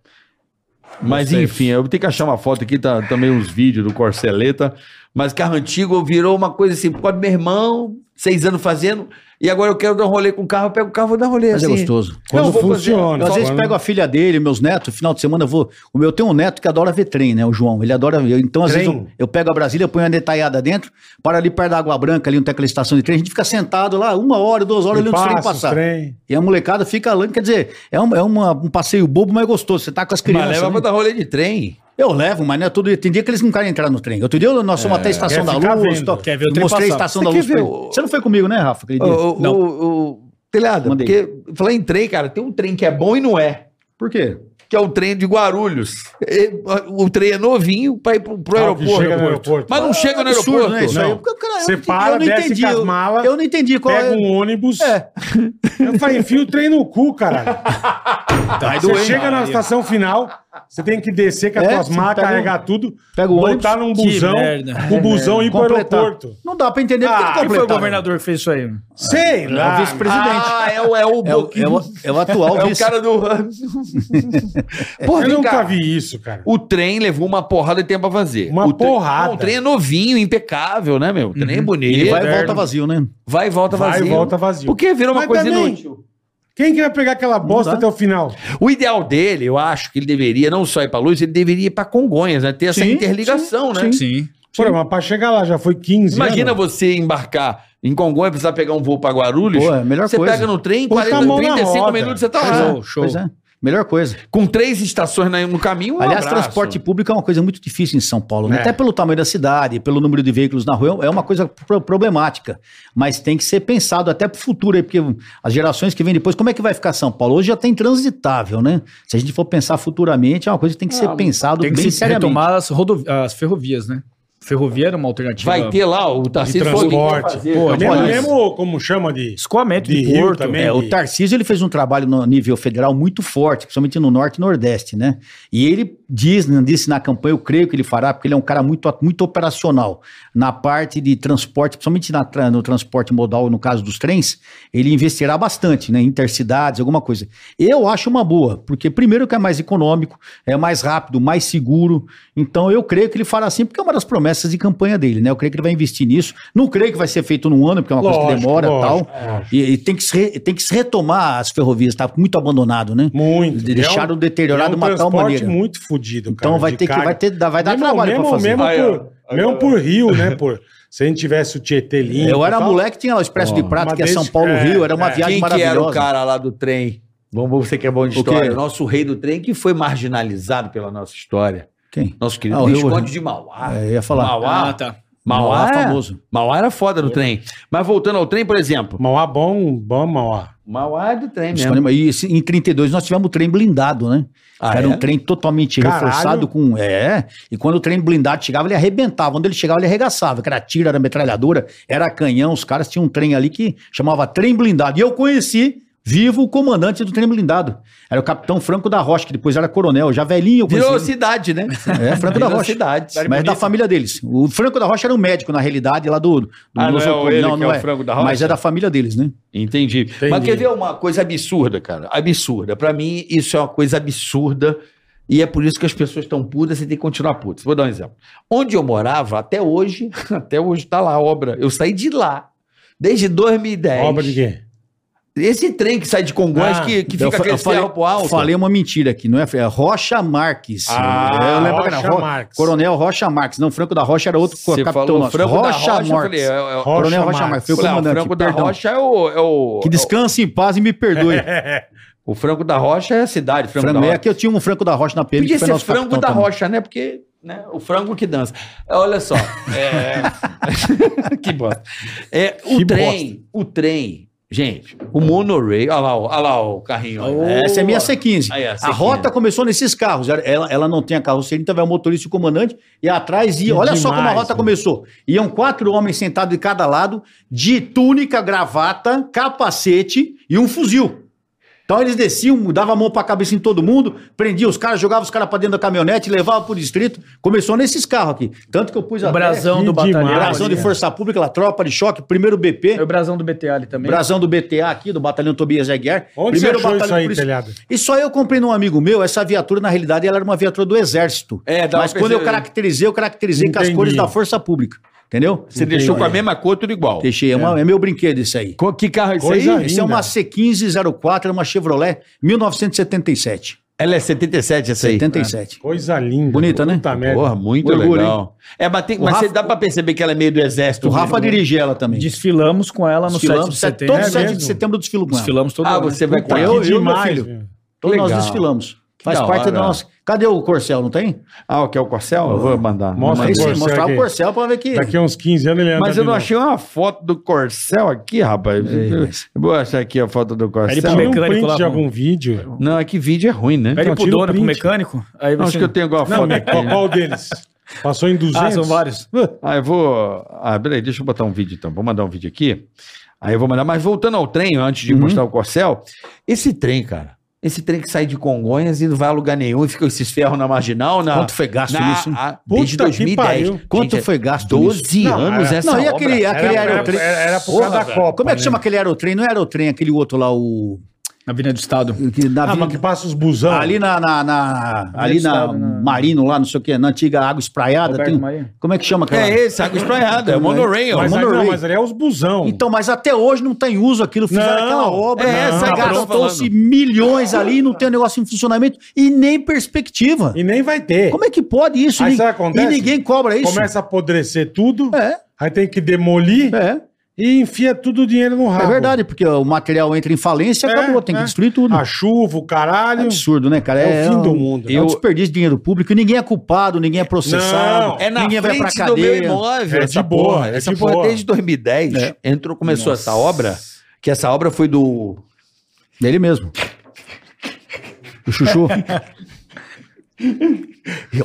[SPEAKER 3] Mas
[SPEAKER 4] Gostei.
[SPEAKER 3] enfim, eu tenho que achar uma foto aqui, tá, também uns vídeos do Corceleta. Mas carro antigo virou uma coisa assim, pode meu irmão, seis anos fazendo, e agora eu quero dar um rolê com o carro, eu pego o carro e vou dar um rolê.
[SPEAKER 5] Mas é
[SPEAKER 3] assim.
[SPEAKER 5] gostoso.
[SPEAKER 2] Quando
[SPEAKER 3] Não, vou fazer-
[SPEAKER 2] funciona.
[SPEAKER 5] Eu, às vezes
[SPEAKER 2] Quando-
[SPEAKER 5] pego a filha dele, meus netos, final de semana eu vou. O meu tem um neto que adora ver trem, né? O João. Ele adora ver. Então, às
[SPEAKER 2] Trem?
[SPEAKER 5] vezes, eu, eu pego a Brasília, ponho a detalhada dentro, para ali perto da Água Branca, ali onde tem aquela estação de trem. A gente fica sentado lá, uma hora, duas horas,
[SPEAKER 2] E
[SPEAKER 5] olhando os trem
[SPEAKER 2] passa os
[SPEAKER 5] passar.
[SPEAKER 2] trem.
[SPEAKER 5] E a molecada fica lá, quer dizer, é, um, é uma- um passeio bobo, mas gostoso. Você tá com as
[SPEAKER 3] Mas
[SPEAKER 5] crianças.
[SPEAKER 3] leva
[SPEAKER 5] né?
[SPEAKER 3] pra dar rolê de trem.
[SPEAKER 5] Eu levo, mas não é tudo. Tem dia que eles não querem entrar no trem. Outro dia nós fomos até a Estação
[SPEAKER 2] Quer
[SPEAKER 5] da
[SPEAKER 2] ficar
[SPEAKER 5] Luz.
[SPEAKER 2] vendo.
[SPEAKER 5] tal.
[SPEAKER 4] Quer ver o trem
[SPEAKER 5] Mostrei a
[SPEAKER 4] passar.
[SPEAKER 5] Estação
[SPEAKER 3] Você
[SPEAKER 5] da
[SPEAKER 3] quer
[SPEAKER 5] Luz.
[SPEAKER 3] ver
[SPEAKER 5] pra ele.
[SPEAKER 3] o-
[SPEAKER 5] Você não foi comigo, né, Rafa? aquele
[SPEAKER 3] Ô,
[SPEAKER 5] dia?
[SPEAKER 3] ô,
[SPEAKER 5] Não.
[SPEAKER 3] ô, ô, Telhada,
[SPEAKER 5] Mandei.
[SPEAKER 3] porque falar em trem, cara, tem um trem que é bom e não é.
[SPEAKER 5] Por quê?
[SPEAKER 3] que é o trem de Guarulhos. E, O trem é novinho para ir pro, pro
[SPEAKER 2] Ah, o que
[SPEAKER 3] aeroporto.
[SPEAKER 2] chega no aeroporto.
[SPEAKER 3] Mas não chega no
[SPEAKER 5] Absurdo,
[SPEAKER 3] aeroporto.
[SPEAKER 5] né, isso aí?
[SPEAKER 2] Não.
[SPEAKER 5] Porque, cara, eu
[SPEAKER 2] Você
[SPEAKER 5] não entendi-
[SPEAKER 2] para,
[SPEAKER 5] eu não
[SPEAKER 2] desce
[SPEAKER 5] entendi,
[SPEAKER 2] com as
[SPEAKER 5] eu-
[SPEAKER 2] malas,
[SPEAKER 5] Eu não entendi qual
[SPEAKER 2] Pega
[SPEAKER 5] é.
[SPEAKER 2] um ônibus.
[SPEAKER 5] É.
[SPEAKER 2] (laughs) Eu falei, enfia o trem no cu, caralho.
[SPEAKER 5] Vai
[SPEAKER 2] Você
[SPEAKER 5] doer.
[SPEAKER 2] chega na estação final, você tem que descer com as
[SPEAKER 5] É,
[SPEAKER 2] tuas
[SPEAKER 5] você
[SPEAKER 2] malas,
[SPEAKER 5] pega um-
[SPEAKER 2] carregar tudo,
[SPEAKER 5] pega o
[SPEAKER 2] botar num
[SPEAKER 4] Que
[SPEAKER 2] busão,
[SPEAKER 4] merda.
[SPEAKER 2] o busão e ir pro
[SPEAKER 5] Completar.
[SPEAKER 2] aeroporto.
[SPEAKER 5] Não dá pra entender porque
[SPEAKER 2] Ah,
[SPEAKER 5] ele
[SPEAKER 4] Quem foi o
[SPEAKER 5] completaram.
[SPEAKER 4] governador que fez isso aí?
[SPEAKER 2] Sei
[SPEAKER 5] É o
[SPEAKER 2] lá.
[SPEAKER 5] vice-presidente.
[SPEAKER 3] Ah, é o, é o,
[SPEAKER 5] é, o, é, o, é o atual
[SPEAKER 3] é o
[SPEAKER 5] vice. (laughs)
[SPEAKER 3] cara do. Hum. Porra,
[SPEAKER 2] Eu
[SPEAKER 3] vem
[SPEAKER 2] nunca
[SPEAKER 3] cá.
[SPEAKER 2] vi isso, cara.
[SPEAKER 3] O trem levou uma porrada de tempo pra fazer.
[SPEAKER 2] Uma
[SPEAKER 3] O trem-
[SPEAKER 2] porrada. Uhum.
[SPEAKER 3] Não, O trem é novinho, impecável, né, meu? O trem é bonito.
[SPEAKER 5] Ele vai e
[SPEAKER 3] vai,
[SPEAKER 5] volta vazio, né?
[SPEAKER 3] e volta
[SPEAKER 2] Vai
[SPEAKER 3] tá vazio.
[SPEAKER 2] e volta vazio.
[SPEAKER 3] Porque virou uma
[SPEAKER 2] Mas
[SPEAKER 3] coisa
[SPEAKER 2] também-
[SPEAKER 3] inútil.
[SPEAKER 2] Quem que vai pegar aquela bosta
[SPEAKER 5] dá.
[SPEAKER 2] até o final?
[SPEAKER 3] O ideal dele, eu acho que ele deveria não só ir pra Luz, ele deveria ir pra Congonhas, né? Ter essa
[SPEAKER 5] Sim,
[SPEAKER 3] interligação, né?
[SPEAKER 4] Sim.
[SPEAKER 2] Pô, mas pra chegar lá já foi 15
[SPEAKER 3] Imagina
[SPEAKER 2] anos.
[SPEAKER 3] você embarcar em Congonha, precisar pegar um voo pra Guarulhos.
[SPEAKER 5] Pô, é a melhor
[SPEAKER 3] você
[SPEAKER 5] coisa.
[SPEAKER 3] pega no trem,
[SPEAKER 2] Põe a
[SPEAKER 3] 40,
[SPEAKER 2] mão na
[SPEAKER 3] 35
[SPEAKER 2] roda.
[SPEAKER 3] minutos você tá lá.
[SPEAKER 4] Show, show.
[SPEAKER 5] Pois é. Melhor coisa.
[SPEAKER 3] Com três estações na- no caminho, um
[SPEAKER 5] Aliás,
[SPEAKER 3] abraço.
[SPEAKER 5] transporte público é uma coisa muito difícil em São Paulo, né?
[SPEAKER 2] É.
[SPEAKER 5] Até pelo tamanho da cidade, pelo número de veículos na rua, é uma coisa pro- problemática. Mas tem que ser pensado até para o futuro, aí, porque as gerações que vêm depois, como é que vai ficar São Paulo? Hoje já tem intransitável, né? Se a gente for pensar futuramente, é uma coisa que tem que ser pensado
[SPEAKER 4] Ah, Tem que
[SPEAKER 5] bem
[SPEAKER 4] se
[SPEAKER 5] seriamente.
[SPEAKER 4] retomar as, rodovi- as ferrovias, né? Ferrovia era uma alternativa.
[SPEAKER 3] Vai ter lá o Tarcísio
[SPEAKER 2] De
[SPEAKER 3] Pô, o que que vai
[SPEAKER 2] transporte. É
[SPEAKER 3] fazer?
[SPEAKER 4] Pô,
[SPEAKER 3] Não,
[SPEAKER 4] é
[SPEAKER 2] Mesmo,
[SPEAKER 5] Olha
[SPEAKER 3] pode-
[SPEAKER 5] isso.
[SPEAKER 2] mesmo como chama de...
[SPEAKER 4] Escoamento
[SPEAKER 2] De
[SPEAKER 4] de,
[SPEAKER 2] rio
[SPEAKER 4] porto.
[SPEAKER 2] também.
[SPEAKER 5] É, o
[SPEAKER 2] E-
[SPEAKER 5] Tarcísio ele fez um trabalho no nível federal muito forte, principalmente no Norte e Nordeste, né? E ele diz, né, disse na campanha, eu creio que ele fará, porque ele é um cara muito, muito operacional na parte de transporte, principalmente na tra- no transporte modal, no caso dos trens, ele investirá bastante, né? Intercidades, alguma coisa. Eu acho uma boa, porque primeiro que é mais econômico, é mais rápido, mais seguro. Então eu creio que ele fará assim, porque é uma das promessas de campanha dele, né? Eu creio que ele vai investir nisso. Não creio que vai ser feito num ano, porque é uma coisa que
[SPEAKER 2] Lógico,
[SPEAKER 5] demora e tal.
[SPEAKER 2] lógico, lógico.
[SPEAKER 5] E, e tem, que se re- tem que se retomar as ferrovias, tá muito abandonado, né?
[SPEAKER 2] Muito. É
[SPEAKER 5] De- deixaram deteriorado de uma tal
[SPEAKER 2] um- transporte
[SPEAKER 5] maneira.
[SPEAKER 2] muito fodido, cara.
[SPEAKER 5] Então vai
[SPEAKER 2] de
[SPEAKER 5] ter que-
[SPEAKER 2] carga.
[SPEAKER 5] vai ter- dá- vai dar
[SPEAKER 2] Mesmo-
[SPEAKER 5] trabalho pra
[SPEAKER 2] mesmo,
[SPEAKER 5] fazer.
[SPEAKER 2] Mesmo,
[SPEAKER 3] Aí,
[SPEAKER 2] por,
[SPEAKER 3] ó,
[SPEAKER 2] mesmo
[SPEAKER 3] agora-
[SPEAKER 2] por Rio, né? Por, se a gente tivesse o
[SPEAKER 5] (laughs)
[SPEAKER 2] Tietê limpo.
[SPEAKER 5] Eu era
[SPEAKER 2] e tal,
[SPEAKER 5] moleque, tinha lá o Expresso de Prata,
[SPEAKER 2] mas
[SPEAKER 5] que é São
[SPEAKER 2] desde- é,
[SPEAKER 5] Paulo-Rio, era uma
[SPEAKER 2] é.
[SPEAKER 5] viagem
[SPEAKER 3] Quem que
[SPEAKER 5] maravilhosa.
[SPEAKER 3] era o cara lá do trem? Vamos ver você que é bom de
[SPEAKER 5] O quê?
[SPEAKER 3] história. O nosso rei do trem que foi marginalizado pela nossa história.
[SPEAKER 5] Quem?
[SPEAKER 3] Nosso querido
[SPEAKER 5] Ah, o Rio-
[SPEAKER 3] Visconde de Mauá.
[SPEAKER 5] É, eu ia falar.
[SPEAKER 3] Mauá.
[SPEAKER 4] Ah, tá.
[SPEAKER 3] Mauá,
[SPEAKER 5] Mauá
[SPEAKER 3] é-
[SPEAKER 5] famoso.
[SPEAKER 3] Mauá era foda no trem. Mas voltando ao trem, por exemplo.
[SPEAKER 2] Mauá bom, bom Mauá.
[SPEAKER 3] Mauá é do trem mesmo.
[SPEAKER 5] Escolhemos- E esse- em 32 nós tivemos o trem blindado, né?
[SPEAKER 3] Ah,
[SPEAKER 5] era
[SPEAKER 3] é?
[SPEAKER 5] um trem totalmente
[SPEAKER 2] Caralho.
[SPEAKER 5] reforçado com. É. E quando o trem blindado chegava, ele arrebentava. Onde ele chegava, ele arregaçava. Que era tiro, era metralhadora, era canhão. Os caras tinham um trem ali que chamava trem blindado. E eu conheci. Vivo o comandante do trem blindado. Era o capitão Franco da Rocha, que depois era coronel, já velhinho. eu conheci
[SPEAKER 3] (laughs) Virou
[SPEAKER 5] ele.
[SPEAKER 3] cidade, né?
[SPEAKER 5] É, Franco
[SPEAKER 3] Virou
[SPEAKER 5] da
[SPEAKER 3] assim.
[SPEAKER 5] Rocha.
[SPEAKER 3] cidade.
[SPEAKER 5] Mas é da família deles. O Franco da Rocha era um médico, na realidade, lá do. do
[SPEAKER 3] Ah, não é
[SPEAKER 5] nosocomio.
[SPEAKER 3] ele que é o Franco da
[SPEAKER 5] Mas
[SPEAKER 3] Rocha?
[SPEAKER 5] é da família deles, né?
[SPEAKER 3] Entendi. Mas
[SPEAKER 2] Entendi.
[SPEAKER 3] quer ver uma coisa absurda, cara? Absurda. Pra mim, isso é uma coisa absurda. E é por isso que as pessoas estão putas e tem que continuar putas. Vou dar um exemplo. Onde eu morava, até hoje, (laughs) até hoje tá lá a obra. Eu saí de lá. Desde
[SPEAKER 5] É
[SPEAKER 3] 2010.
[SPEAKER 2] Obra de quê?
[SPEAKER 3] Esse trem que sai de Congonhas,
[SPEAKER 2] Ah,
[SPEAKER 3] que, que fica
[SPEAKER 5] então fa-
[SPEAKER 3] aquele
[SPEAKER 5] falei,
[SPEAKER 3] cerro pro alto.
[SPEAKER 5] falei uma mentira aqui, não é? É Rocha Marques.
[SPEAKER 3] Ah,
[SPEAKER 5] É, eu lembro que era
[SPEAKER 2] Rocha
[SPEAKER 5] Ro-
[SPEAKER 2] Marques.
[SPEAKER 5] Coronel Rocha Marques. Não, Franco da Rocha era outro co-
[SPEAKER 3] Você
[SPEAKER 5] capitão
[SPEAKER 3] falou
[SPEAKER 5] nosso.
[SPEAKER 3] Franco da Rocha, eu falei,
[SPEAKER 5] Marques.
[SPEAKER 3] é, é, é,
[SPEAKER 5] Coronel Rocha Marques.
[SPEAKER 2] (laughs)
[SPEAKER 5] Foi o
[SPEAKER 3] Falei, ah, o
[SPEAKER 5] comandante,
[SPEAKER 3] Franco da
[SPEAKER 5] perdão.
[SPEAKER 3] Rocha é o... é o-
[SPEAKER 5] Que descanse em paz e
[SPEAKER 3] (laughs)
[SPEAKER 5] me perdoe.
[SPEAKER 2] É,
[SPEAKER 3] O Franco da Rocha é a cidade. Franco da
[SPEAKER 5] Franco,
[SPEAKER 3] Rocha.
[SPEAKER 5] é que eu tinha um Franco da Rocha na PM.
[SPEAKER 3] Podia
[SPEAKER 5] que foi
[SPEAKER 3] ser
[SPEAKER 5] nosso
[SPEAKER 3] frango
[SPEAKER 5] capitão
[SPEAKER 3] da
[SPEAKER 5] também.
[SPEAKER 3] rocha, né? Porque né, o frango que dança. Olha só. é- (laughs) que bosta. É, o
[SPEAKER 2] Que
[SPEAKER 3] trem, o trem Gente, o monorail. Olha lá, ó, olha lá ó, o carrinho. né? ó.
[SPEAKER 4] Ô,
[SPEAKER 5] Essa é minha C15.
[SPEAKER 3] Aí, ó,
[SPEAKER 5] A
[SPEAKER 3] C15.
[SPEAKER 5] rota começou nesses carros. Ela, ela não tem a carroceria, então vai o motorista e o comandante. E atrás
[SPEAKER 2] Que
[SPEAKER 5] ia. Olha só
[SPEAKER 2] demais,
[SPEAKER 5] como a rota
[SPEAKER 2] mano.
[SPEAKER 5] começou. Iam quatro homens sentados de cada lado, de túnica, gravata, capacete e um fuzil. Então eles desciam, dava a mão pra cabeça em todo mundo, prendia os caras, jogava os caras pra dentro da caminhonete, levava pro distrito. Começou nesses carros aqui. Tanto que eu pus
[SPEAKER 4] O
[SPEAKER 5] até-
[SPEAKER 4] brasão do
[SPEAKER 2] Que
[SPEAKER 4] batalhão.
[SPEAKER 2] demais,
[SPEAKER 5] brasão de
[SPEAKER 4] ali, né?
[SPEAKER 5] Força Pública, lá, tropa de choque, primeiro BP.
[SPEAKER 4] É o brasão do BTA ali também.
[SPEAKER 5] Brasão do BTA aqui, do Batalhão Tobias Aguiar.
[SPEAKER 2] Onde você achou isso aí,
[SPEAKER 5] policial-
[SPEAKER 2] telhado?
[SPEAKER 5] E só eu comprei num amigo meu, essa viatura, na realidade, ela era uma viatura do Exército.
[SPEAKER 3] É, dá
[SPEAKER 5] Mas
[SPEAKER 3] pra
[SPEAKER 5] quando eu
[SPEAKER 3] perceber.
[SPEAKER 5] caracterizei, eu caracterizei com
[SPEAKER 2] Entendi.
[SPEAKER 5] as cores da Força Pública. Entendeu?
[SPEAKER 3] Você deixou com a mesma cor, tudo igual.
[SPEAKER 5] Deixei, é, uma- é meu brinquedo isso aí.
[SPEAKER 3] Co- Que carro é esse aí?
[SPEAKER 2] Coisa-
[SPEAKER 5] Isso é uma C1504, é uma Chevrolet 1977.
[SPEAKER 3] Ela é 77 essa aí.
[SPEAKER 5] 77.
[SPEAKER 2] Coisa linda.
[SPEAKER 5] Bonita, né?
[SPEAKER 2] Puta Ah, merda.
[SPEAKER 3] Porra, muito
[SPEAKER 5] Orgulho,
[SPEAKER 3] legal. É, mas, tem-
[SPEAKER 5] O
[SPEAKER 3] mas
[SPEAKER 5] Rafa-
[SPEAKER 3] você dá pra perceber que ela é meio do exército.
[SPEAKER 5] O Rafa
[SPEAKER 3] mesmo, né?
[SPEAKER 5] dirige ela também.
[SPEAKER 4] Desfilamos com ela no 7 de
[SPEAKER 5] Desfilamos,
[SPEAKER 4] setembro.
[SPEAKER 5] todo
[SPEAKER 2] É
[SPEAKER 5] 7
[SPEAKER 2] mesmo?
[SPEAKER 5] de setembro eu desfilo com ela.
[SPEAKER 4] Desfilamos todo
[SPEAKER 3] Ah,
[SPEAKER 4] ano.
[SPEAKER 3] você vai
[SPEAKER 2] Puta,
[SPEAKER 3] estar.
[SPEAKER 5] Eu-
[SPEAKER 2] que
[SPEAKER 5] eu e
[SPEAKER 2] Tá
[SPEAKER 5] meu
[SPEAKER 2] demais,
[SPEAKER 5] filho.
[SPEAKER 2] velho.
[SPEAKER 5] Todos nós
[SPEAKER 3] Legal.
[SPEAKER 5] desfilamos. Faz
[SPEAKER 3] da
[SPEAKER 5] parte
[SPEAKER 3] hora.
[SPEAKER 5] da nossa. Cadê o Corcel, não tem?
[SPEAKER 3] Ah, o que é o Corcel? Eu vou
[SPEAKER 2] Mostra
[SPEAKER 3] mandar. Vou
[SPEAKER 5] Aí
[SPEAKER 2] o
[SPEAKER 3] mandar.
[SPEAKER 5] sim,
[SPEAKER 2] Corcel
[SPEAKER 5] mostrar
[SPEAKER 2] Tá aqui.
[SPEAKER 5] o Corcel pra ver que...
[SPEAKER 2] Daqui a uns 15 anos ele anda
[SPEAKER 3] Mas eu
[SPEAKER 2] de
[SPEAKER 3] não
[SPEAKER 2] novo.
[SPEAKER 3] achei uma foto do Corcel aqui, rapaz. Eu Vou achar aqui a foto do
[SPEAKER 2] Ele
[SPEAKER 3] Corcel.
[SPEAKER 4] Então,
[SPEAKER 2] põe um
[SPEAKER 4] mecânico
[SPEAKER 2] print
[SPEAKER 4] lá,
[SPEAKER 2] de
[SPEAKER 4] vamos.
[SPEAKER 2] algum vídeo.
[SPEAKER 3] Não, é que vídeo é ruim, né?
[SPEAKER 4] Pede
[SPEAKER 2] Então,
[SPEAKER 4] pro
[SPEAKER 2] tira o
[SPEAKER 4] dono, pro
[SPEAKER 2] print.
[SPEAKER 4] mecânico. Aí
[SPEAKER 3] Não,
[SPEAKER 4] você...
[SPEAKER 3] acho que eu tenho igual a
[SPEAKER 2] Não,
[SPEAKER 3] foto
[SPEAKER 2] mas
[SPEAKER 3] aqui.
[SPEAKER 2] qual, qual
[SPEAKER 5] né?
[SPEAKER 2] deles? Passou em 200?
[SPEAKER 4] Ah, são vários.
[SPEAKER 3] Ah, eu vou. Ah, peraí, deixa eu botar um vídeo então. Vou mandar um vídeo aqui. Aí eu vou mandar. Mas voltando ao trem, antes de
[SPEAKER 5] Uhum.
[SPEAKER 3] mostrar o Corcel, esse trem, cara. Esse trem que sai de Congonhas e não vai a lugar nenhum e fica esses ferros na marginal. Na,
[SPEAKER 5] Quanto foi gasto
[SPEAKER 3] na,
[SPEAKER 2] né?
[SPEAKER 5] nisso?
[SPEAKER 3] a-
[SPEAKER 2] Puta
[SPEAKER 3] desde
[SPEAKER 2] que
[SPEAKER 3] 2010.
[SPEAKER 2] pariu.
[SPEAKER 5] Quanto
[SPEAKER 3] Gente,
[SPEAKER 5] foi gasto
[SPEAKER 3] 12
[SPEAKER 5] nisso?
[SPEAKER 2] Não,
[SPEAKER 3] anos
[SPEAKER 2] era-
[SPEAKER 3] essa
[SPEAKER 5] não, e
[SPEAKER 3] obra.
[SPEAKER 5] aquele- aquele
[SPEAKER 2] Era,
[SPEAKER 5] aerotrem-
[SPEAKER 2] era, era por
[SPEAKER 3] Porra,
[SPEAKER 2] causa da
[SPEAKER 3] velho.
[SPEAKER 2] Copa.
[SPEAKER 5] Como é que
[SPEAKER 2] né?
[SPEAKER 5] chama aquele aerotrem? Não é aerotrem, aquele outro lá, o.
[SPEAKER 4] Na Avenida do Estado.
[SPEAKER 5] que na
[SPEAKER 2] Ah,
[SPEAKER 5] Avenida-
[SPEAKER 2] mas que passa os busão.
[SPEAKER 5] ali na. na- na- ali na
[SPEAKER 4] Estado, na-
[SPEAKER 5] Marino, lá, não sei o que, na antiga Água Espraiada.
[SPEAKER 4] Alberto
[SPEAKER 5] Tem,
[SPEAKER 4] Marinho.
[SPEAKER 5] como é que chama aquela?
[SPEAKER 3] É esse, água espraiada, é o monorail.
[SPEAKER 2] mas, aí, não,
[SPEAKER 5] Monorail.
[SPEAKER 2] mas ali é os busão.
[SPEAKER 5] Então, mas até hoje não tem uso aquilo, fizeram
[SPEAKER 2] Não,
[SPEAKER 5] aquela obra, né?
[SPEAKER 3] é essa
[SPEAKER 5] não,
[SPEAKER 3] que eu tô
[SPEAKER 5] gastou-se
[SPEAKER 3] falando.
[SPEAKER 5] milhões ali, não tem o negócio em funcionamento e nem perspectiva.
[SPEAKER 2] E nem vai ter.
[SPEAKER 5] Como é que pode isso?
[SPEAKER 2] Aí
[SPEAKER 5] Ni-
[SPEAKER 2] sabe o que acontece?
[SPEAKER 5] E ninguém cobra
[SPEAKER 3] é
[SPEAKER 5] isso.
[SPEAKER 2] Começa a apodrecer tudo,
[SPEAKER 5] É,
[SPEAKER 2] aí tem que demolir
[SPEAKER 5] é.
[SPEAKER 2] e enfia tudo o dinheiro no rabo.
[SPEAKER 5] É verdade, porque o material entra em falência e
[SPEAKER 2] Ah, É,
[SPEAKER 5] acabou, tem que
[SPEAKER 2] é.
[SPEAKER 5] destruir tudo.
[SPEAKER 2] A chuva, o
[SPEAKER 5] É
[SPEAKER 2] caralho.
[SPEAKER 5] absurdo, né, cara?
[SPEAKER 2] É o fim do
[SPEAKER 5] um-
[SPEAKER 2] mundo.
[SPEAKER 5] É
[SPEAKER 2] Eu-
[SPEAKER 5] um desperdício de dinheiro público e ninguém é culpado, ninguém é processado.
[SPEAKER 2] Não,
[SPEAKER 3] É na
[SPEAKER 5] ninguém
[SPEAKER 3] frente do meu imóvel.
[SPEAKER 2] É
[SPEAKER 3] essa
[SPEAKER 2] de boa,
[SPEAKER 3] porra.
[SPEAKER 2] é
[SPEAKER 3] essa
[SPEAKER 2] de
[SPEAKER 3] porra
[SPEAKER 2] boa.
[SPEAKER 3] desde 2010
[SPEAKER 5] É.
[SPEAKER 3] entrou, começou essa obra, que essa obra foi do
[SPEAKER 5] Dele mesmo. O Chuchu.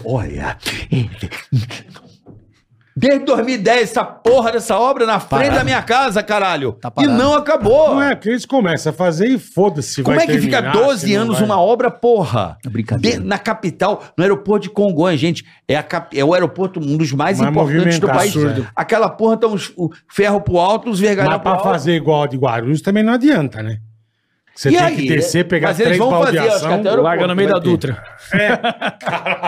[SPEAKER 3] Olha. Desde 2010, essa porra dessa obra na frente
[SPEAKER 5] Parado.
[SPEAKER 3] da minha casa, caralho.
[SPEAKER 5] Tá
[SPEAKER 3] e
[SPEAKER 5] parado.
[SPEAKER 3] não acabou.
[SPEAKER 2] Não é, porque eles começam a fazer e foda-se.
[SPEAKER 3] Como
[SPEAKER 2] vai
[SPEAKER 3] é que fica
[SPEAKER 2] terminar,
[SPEAKER 3] 12
[SPEAKER 2] se não
[SPEAKER 3] anos
[SPEAKER 2] vai.
[SPEAKER 3] uma obra, porra?
[SPEAKER 5] É brincadeira.
[SPEAKER 3] De- na capital, no aeroporto de Congonhas, gente. É, a cap- é o aeroporto, um dos mais,
[SPEAKER 2] Mais
[SPEAKER 3] importantes do
[SPEAKER 2] movimentado,
[SPEAKER 3] país.
[SPEAKER 2] absurdo.
[SPEAKER 3] Aquela porra tá uns, o ferro pro alto, os vergalhão
[SPEAKER 2] Mas
[SPEAKER 3] pro
[SPEAKER 2] pra
[SPEAKER 3] alto.
[SPEAKER 2] fazer igual a de Guarulhos também não adianta, né? Você tem que descer, pegar
[SPEAKER 3] Mas
[SPEAKER 2] três
[SPEAKER 3] eles vão fazer, acho que
[SPEAKER 2] baldeação.
[SPEAKER 3] até o
[SPEAKER 4] Larga no meio da
[SPEAKER 3] aeroporto vai ter.
[SPEAKER 4] Dutra.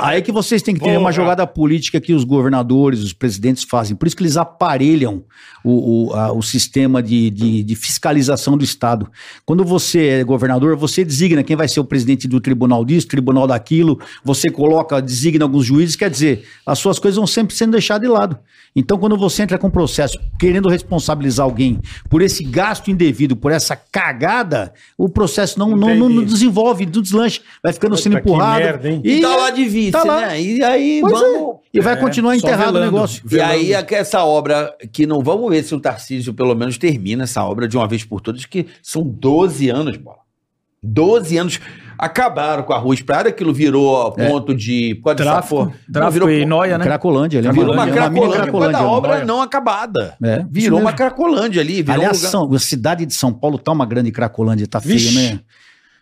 [SPEAKER 5] Aí que vocês têm que ter
[SPEAKER 2] Porra.
[SPEAKER 5] uma jogada política que os governadores, os presidentes fazem. Por isso que eles aparelham o, o, a- o sistema de, de, de fiscalização do Estado. Quando você é governador, você designa quem vai ser o presidente do tribunal disso, tribunal daquilo, você coloca, designa alguns juízes, quer dizer, as suas coisas vão sempre sendo deixadas de lado. Então, quando você entra com um processo querendo responsabilizar alguém por esse gasto indevido, por essa cagada, o processo não, não, não
[SPEAKER 2] Entendi.
[SPEAKER 5] desenvolve, não deslancha, vai ficando
[SPEAKER 2] Puta,
[SPEAKER 5] sendo
[SPEAKER 2] que
[SPEAKER 5] empurrado.
[SPEAKER 2] merda, hein?
[SPEAKER 3] E tá lá de vice,
[SPEAKER 5] Tá lá.
[SPEAKER 3] né? E aí,
[SPEAKER 5] Pois
[SPEAKER 3] vamos...
[SPEAKER 5] E
[SPEAKER 2] É,
[SPEAKER 5] vai continuar
[SPEAKER 4] só
[SPEAKER 5] enterrado
[SPEAKER 4] velando.
[SPEAKER 5] o negócio.
[SPEAKER 3] E aí é que essa obra, que não vamos ver se o Tarcísio pelo menos termina essa obra de uma vez por todas, que são 12 anos, bola. 12 anos. Acabaram com a rua Esprada, aquilo virou ponto de... por causa dessa
[SPEAKER 4] Tráfico,
[SPEAKER 3] porra. Não,
[SPEAKER 4] tráfico
[SPEAKER 3] virou,
[SPEAKER 4] e noia, né?
[SPEAKER 5] Cracolândia, ali.
[SPEAKER 3] virou
[SPEAKER 5] é
[SPEAKER 3] uma
[SPEAKER 5] mini
[SPEAKER 3] cracolândia, por causa da
[SPEAKER 5] Cracolândia,
[SPEAKER 3] obra
[SPEAKER 5] né?
[SPEAKER 3] não é? acabada.
[SPEAKER 5] É, isso
[SPEAKER 3] virou uma
[SPEAKER 5] mesmo.
[SPEAKER 3] cracolândia ali. Virou
[SPEAKER 5] Aliás,
[SPEAKER 3] um lugar-
[SPEAKER 5] São- a cidade de São Paulo tá uma grande Cracolândia, tá
[SPEAKER 2] Vixe.
[SPEAKER 5] feio, né?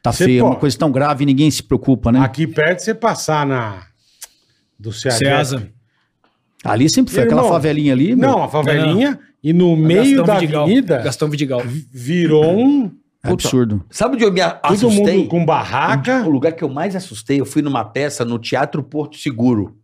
[SPEAKER 5] Tá
[SPEAKER 2] Cê
[SPEAKER 5] feio, é uma
[SPEAKER 2] pô-
[SPEAKER 5] coisa tão grave, ninguém se preocupa, né?
[SPEAKER 2] Aqui perto você passar na. Do Ceará.
[SPEAKER 4] Ceasa.
[SPEAKER 5] Ali sempre foi, aquela
[SPEAKER 2] Irmão,
[SPEAKER 5] favelinha ali. meu,
[SPEAKER 2] Não, a favelinha. E no meio
[SPEAKER 4] Gastão
[SPEAKER 2] da
[SPEAKER 4] Vidigal.
[SPEAKER 2] avenida
[SPEAKER 4] Gastão Vidigal.
[SPEAKER 2] vi- virou um.
[SPEAKER 5] é absurdo.
[SPEAKER 3] Sabe onde eu me a-
[SPEAKER 2] Todo
[SPEAKER 3] assustei?
[SPEAKER 2] mundo com barraca.
[SPEAKER 3] O lugar que eu mais assustei, eu fui numa peça no Teatro Porto Seguro.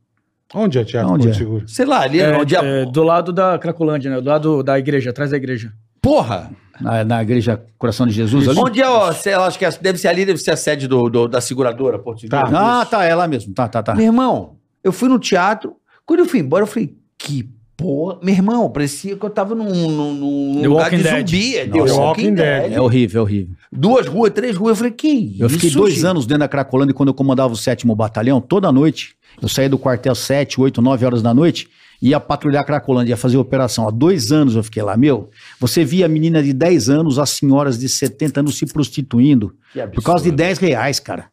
[SPEAKER 2] Onde é, Tiago?
[SPEAKER 5] Onde
[SPEAKER 2] Porto
[SPEAKER 5] é?
[SPEAKER 2] Seguro?
[SPEAKER 3] Sei lá, ali
[SPEAKER 4] É,
[SPEAKER 3] era onde a...
[SPEAKER 4] é, do lado da Cracolândia, né? Do lado da igreja, atrás da igreja.
[SPEAKER 3] Porra!
[SPEAKER 5] Na, na igreja Coração de Jesus ali.
[SPEAKER 3] Onde é, ó, sei lá, acho que é- deve ser ali, deve ser a sede do, do- da seguradora, Porto Seguro.
[SPEAKER 2] Tá.
[SPEAKER 5] Ah, tá, é lá mesmo. Tá, tá, tá.
[SPEAKER 3] Meu irmão, eu fui no teatro, quando eu fui embora, eu falei, que porra. Meu irmão, parecia que eu tava num, num- num
[SPEAKER 4] The
[SPEAKER 3] lugar
[SPEAKER 4] Walking
[SPEAKER 3] de
[SPEAKER 4] Dead.
[SPEAKER 3] zumbi. é, The
[SPEAKER 2] Nossa, Walking Dead.
[SPEAKER 5] É horrível, é horrível.
[SPEAKER 3] Duas ruas, três ruas, eu falei, que isso?
[SPEAKER 5] Eu fiquei dois
[SPEAKER 3] gente?
[SPEAKER 5] anos dentro da Cracolândia quando eu comandava o sétimo batalhão, toda noite. Eu saía do quartel 7, 8, 9 horas da noite ia patrulhar Cracolândia, ia fazer operação. Há dois anos eu fiquei lá, meu. Você via a menina de 10 anos, as senhoras de 70 anos se prostituindo por causa de 10 reais, cara.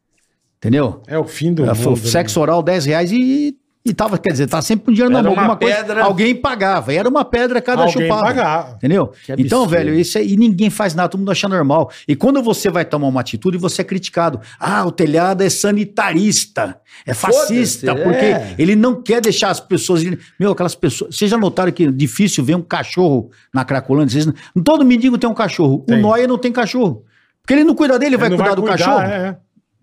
[SPEAKER 5] Entendeu?
[SPEAKER 2] É o fim do
[SPEAKER 5] Ela falou,
[SPEAKER 2] mundo, né?
[SPEAKER 5] sexo oral, 10 reais e, e tava, quer dizer, tá sempre com dinheiro na
[SPEAKER 3] Era
[SPEAKER 5] mão.
[SPEAKER 3] uma
[SPEAKER 5] Alguma
[SPEAKER 3] pedra.
[SPEAKER 5] coisa, alguém pagava. E era uma pedra cada
[SPEAKER 2] Alguém
[SPEAKER 5] chupada.
[SPEAKER 2] pagava.
[SPEAKER 5] Entendeu?
[SPEAKER 3] Que absurdo.
[SPEAKER 5] Então, velho, isso é, e ninguém faz nada, todo mundo acha normal. E quando você vai tomar uma atitude, você é criticado. Ah, o telhado é sanitarista, é fascista,
[SPEAKER 3] Foda-se,
[SPEAKER 5] porque
[SPEAKER 2] é.
[SPEAKER 5] ele não quer deixar as pessoas. Meu, aquelas pessoas. Vocês já notaram que é difícil ver um cachorro na Cracolândia? Vocês, não- todo mendigo tem um cachorro.
[SPEAKER 2] Tem.
[SPEAKER 5] O Noia não tem cachorro. Porque ele não cuida dele, vai
[SPEAKER 2] Não
[SPEAKER 5] cuidar do cachorro.
[SPEAKER 2] é.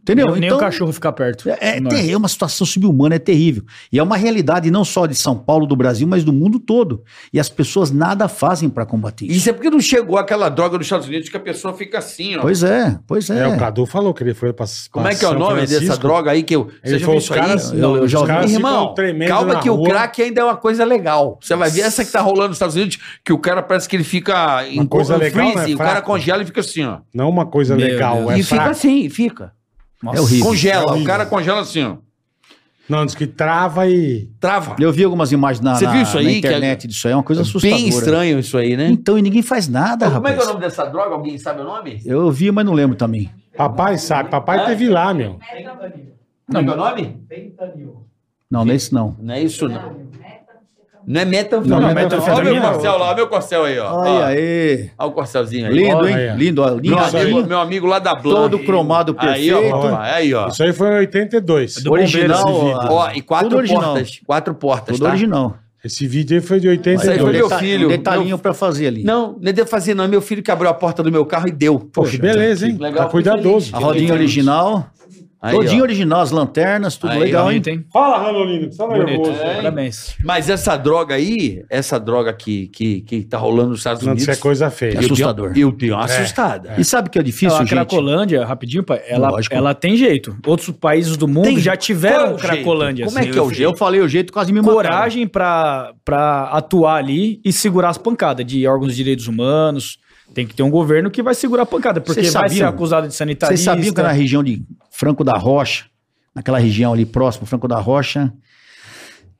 [SPEAKER 5] Entendeu? Então,
[SPEAKER 4] nem o cachorro ficar perto.
[SPEAKER 5] É, é
[SPEAKER 4] Não
[SPEAKER 5] ter- é uma situação subhumana, é terrível. E é uma realidade não só de São Paulo, do Brasil, mas do mundo todo. E as pessoas nada fazem para combater isso.
[SPEAKER 3] Isso é porque não chegou aquela droga nos Estados Unidos que a pessoa fica assim, ó.
[SPEAKER 5] Pois é, pois
[SPEAKER 2] É.
[SPEAKER 5] é.
[SPEAKER 2] o Cadu falou que ele foi pra.
[SPEAKER 3] Como
[SPEAKER 2] pra
[SPEAKER 3] é que é o
[SPEAKER 2] São
[SPEAKER 3] nome dessa
[SPEAKER 2] Francisco.
[SPEAKER 3] droga aí que
[SPEAKER 2] Ele
[SPEAKER 3] eu. Você já
[SPEAKER 2] falou,
[SPEAKER 3] viu
[SPEAKER 2] os
[SPEAKER 3] isso aí?
[SPEAKER 2] caras,
[SPEAKER 5] Eu- eu já
[SPEAKER 2] os
[SPEAKER 5] ouvi.
[SPEAKER 2] caras ficam
[SPEAKER 3] Irmão,
[SPEAKER 2] tremendo
[SPEAKER 3] calma
[SPEAKER 2] na
[SPEAKER 3] que o
[SPEAKER 2] rua.
[SPEAKER 3] crack ainda é uma coisa legal. Você vai ver essa que tá rolando nos Estados Unidos, que o cara parece que ele fica em
[SPEAKER 2] coisa
[SPEAKER 3] em
[SPEAKER 2] legal, né?
[SPEAKER 3] o cara
[SPEAKER 2] Fraco.
[SPEAKER 3] congela e fica assim, ó.
[SPEAKER 2] Não uma coisa
[SPEAKER 4] Meu
[SPEAKER 2] legal,
[SPEAKER 4] Deus.
[SPEAKER 2] é
[SPEAKER 3] e fica
[SPEAKER 2] fraco.
[SPEAKER 3] assim, fica.
[SPEAKER 5] É horrível.
[SPEAKER 2] É
[SPEAKER 3] Congela, o
[SPEAKER 2] horrível.
[SPEAKER 3] cara congela assim, ó.
[SPEAKER 2] Não, diz que trava e.
[SPEAKER 3] Trava.
[SPEAKER 5] Eu vi algumas imagens na,
[SPEAKER 3] Você
[SPEAKER 5] na-
[SPEAKER 3] viu isso
[SPEAKER 5] na
[SPEAKER 3] aí, que é-
[SPEAKER 5] internet disso aí, é uma coisa assustadora.
[SPEAKER 3] Bem estranho isso aí, né?
[SPEAKER 5] Então, e ninguém faz nada,
[SPEAKER 3] Como é
[SPEAKER 5] rapaz.
[SPEAKER 3] que é o nome dessa droga? Alguém sabe o nome?
[SPEAKER 5] Eu vi, mas não lembro também.
[SPEAKER 2] Papai sabe, papai teve lá, meu.
[SPEAKER 3] Como é que é o nome?
[SPEAKER 5] Não, nesse não.
[SPEAKER 3] Não é isso, não. Não é metanfetamina.
[SPEAKER 2] Não,
[SPEAKER 3] Olha
[SPEAKER 2] metanfetamina
[SPEAKER 3] o meu
[SPEAKER 2] é
[SPEAKER 3] corcel lá, olha o meu corcel aí, ó. Ó,
[SPEAKER 5] Aí, aí.
[SPEAKER 3] Olha o corcelzinho aí.
[SPEAKER 5] Lindo, hein?
[SPEAKER 2] Aí, ó.
[SPEAKER 5] Lindo, ó. lindo.
[SPEAKER 3] Meu
[SPEAKER 2] Nossa,
[SPEAKER 5] lindo.
[SPEAKER 3] amigo, meu amigo lá da Blanc.
[SPEAKER 5] Todo cromado
[SPEAKER 3] Aí, ó,
[SPEAKER 5] perfeito.
[SPEAKER 3] rapaz, aí, ó.
[SPEAKER 2] Isso aí foi em 82.
[SPEAKER 4] Do
[SPEAKER 5] original.
[SPEAKER 2] bombeiro, esse
[SPEAKER 5] ó.
[SPEAKER 3] Ó, e quatro
[SPEAKER 5] Tudo original.
[SPEAKER 3] portas. Quatro portas,
[SPEAKER 5] Tudo
[SPEAKER 3] tá?
[SPEAKER 5] original.
[SPEAKER 2] Esse vídeo aí foi de
[SPEAKER 5] Mas aí
[SPEAKER 2] 82.
[SPEAKER 3] foi meu
[SPEAKER 5] deta-
[SPEAKER 3] filho,
[SPEAKER 5] detalhinho
[SPEAKER 3] meu-
[SPEAKER 5] pra fazer ali.
[SPEAKER 3] Não, não devo fazer não. É meu filho que abriu a porta do meu carro e deu.
[SPEAKER 2] Pô, que beleza, hein?
[SPEAKER 3] que Ah. legal,
[SPEAKER 2] tá cuidadoso.
[SPEAKER 5] A rodinha original.
[SPEAKER 3] Aí,
[SPEAKER 5] Todinho
[SPEAKER 3] ó.
[SPEAKER 5] original, as lanternas, tudo
[SPEAKER 3] Aí,
[SPEAKER 5] legal, hein?
[SPEAKER 4] Bonito, hein?
[SPEAKER 2] Fala, Ranolino, que você tá
[SPEAKER 4] Bonito.
[SPEAKER 2] nervoso.
[SPEAKER 3] É.
[SPEAKER 4] Parabéns.
[SPEAKER 3] Mas essa droga aí, essa droga que, que, que tá rolando nos Estados
[SPEAKER 2] Não,
[SPEAKER 3] Unidos...
[SPEAKER 2] isso é coisa feia.
[SPEAKER 5] Eu-
[SPEAKER 3] eu tenho-
[SPEAKER 5] assustador. É.
[SPEAKER 3] Eu tenho uma assustada.
[SPEAKER 5] E sabe o que é difícil,
[SPEAKER 4] Não, a
[SPEAKER 5] gente?
[SPEAKER 4] Cracolândia, rapidinho, pai, ela,
[SPEAKER 5] Lógico.
[SPEAKER 4] ela tem jeito. Outros países do mundo
[SPEAKER 3] Tem-
[SPEAKER 4] já
[SPEAKER 3] Qual é
[SPEAKER 4] tiveram
[SPEAKER 3] o jeito?
[SPEAKER 4] Cracolândia. assim,
[SPEAKER 3] Como é que é o jeito?
[SPEAKER 5] assim, Eu falei o jeito quase me mataram.
[SPEAKER 4] coragem pra pra atuar ali e segurar as pancadas de órgãos de direitos humanos. Tem que ter um governo que vai segurar a pancada, porque
[SPEAKER 5] Vocês
[SPEAKER 4] vai ser
[SPEAKER 5] sabiam?
[SPEAKER 4] acusado de sanitarista.
[SPEAKER 5] Vocês sabiam que na região de Franco da Rocha, naquela região ali próximo, Franco da Rocha.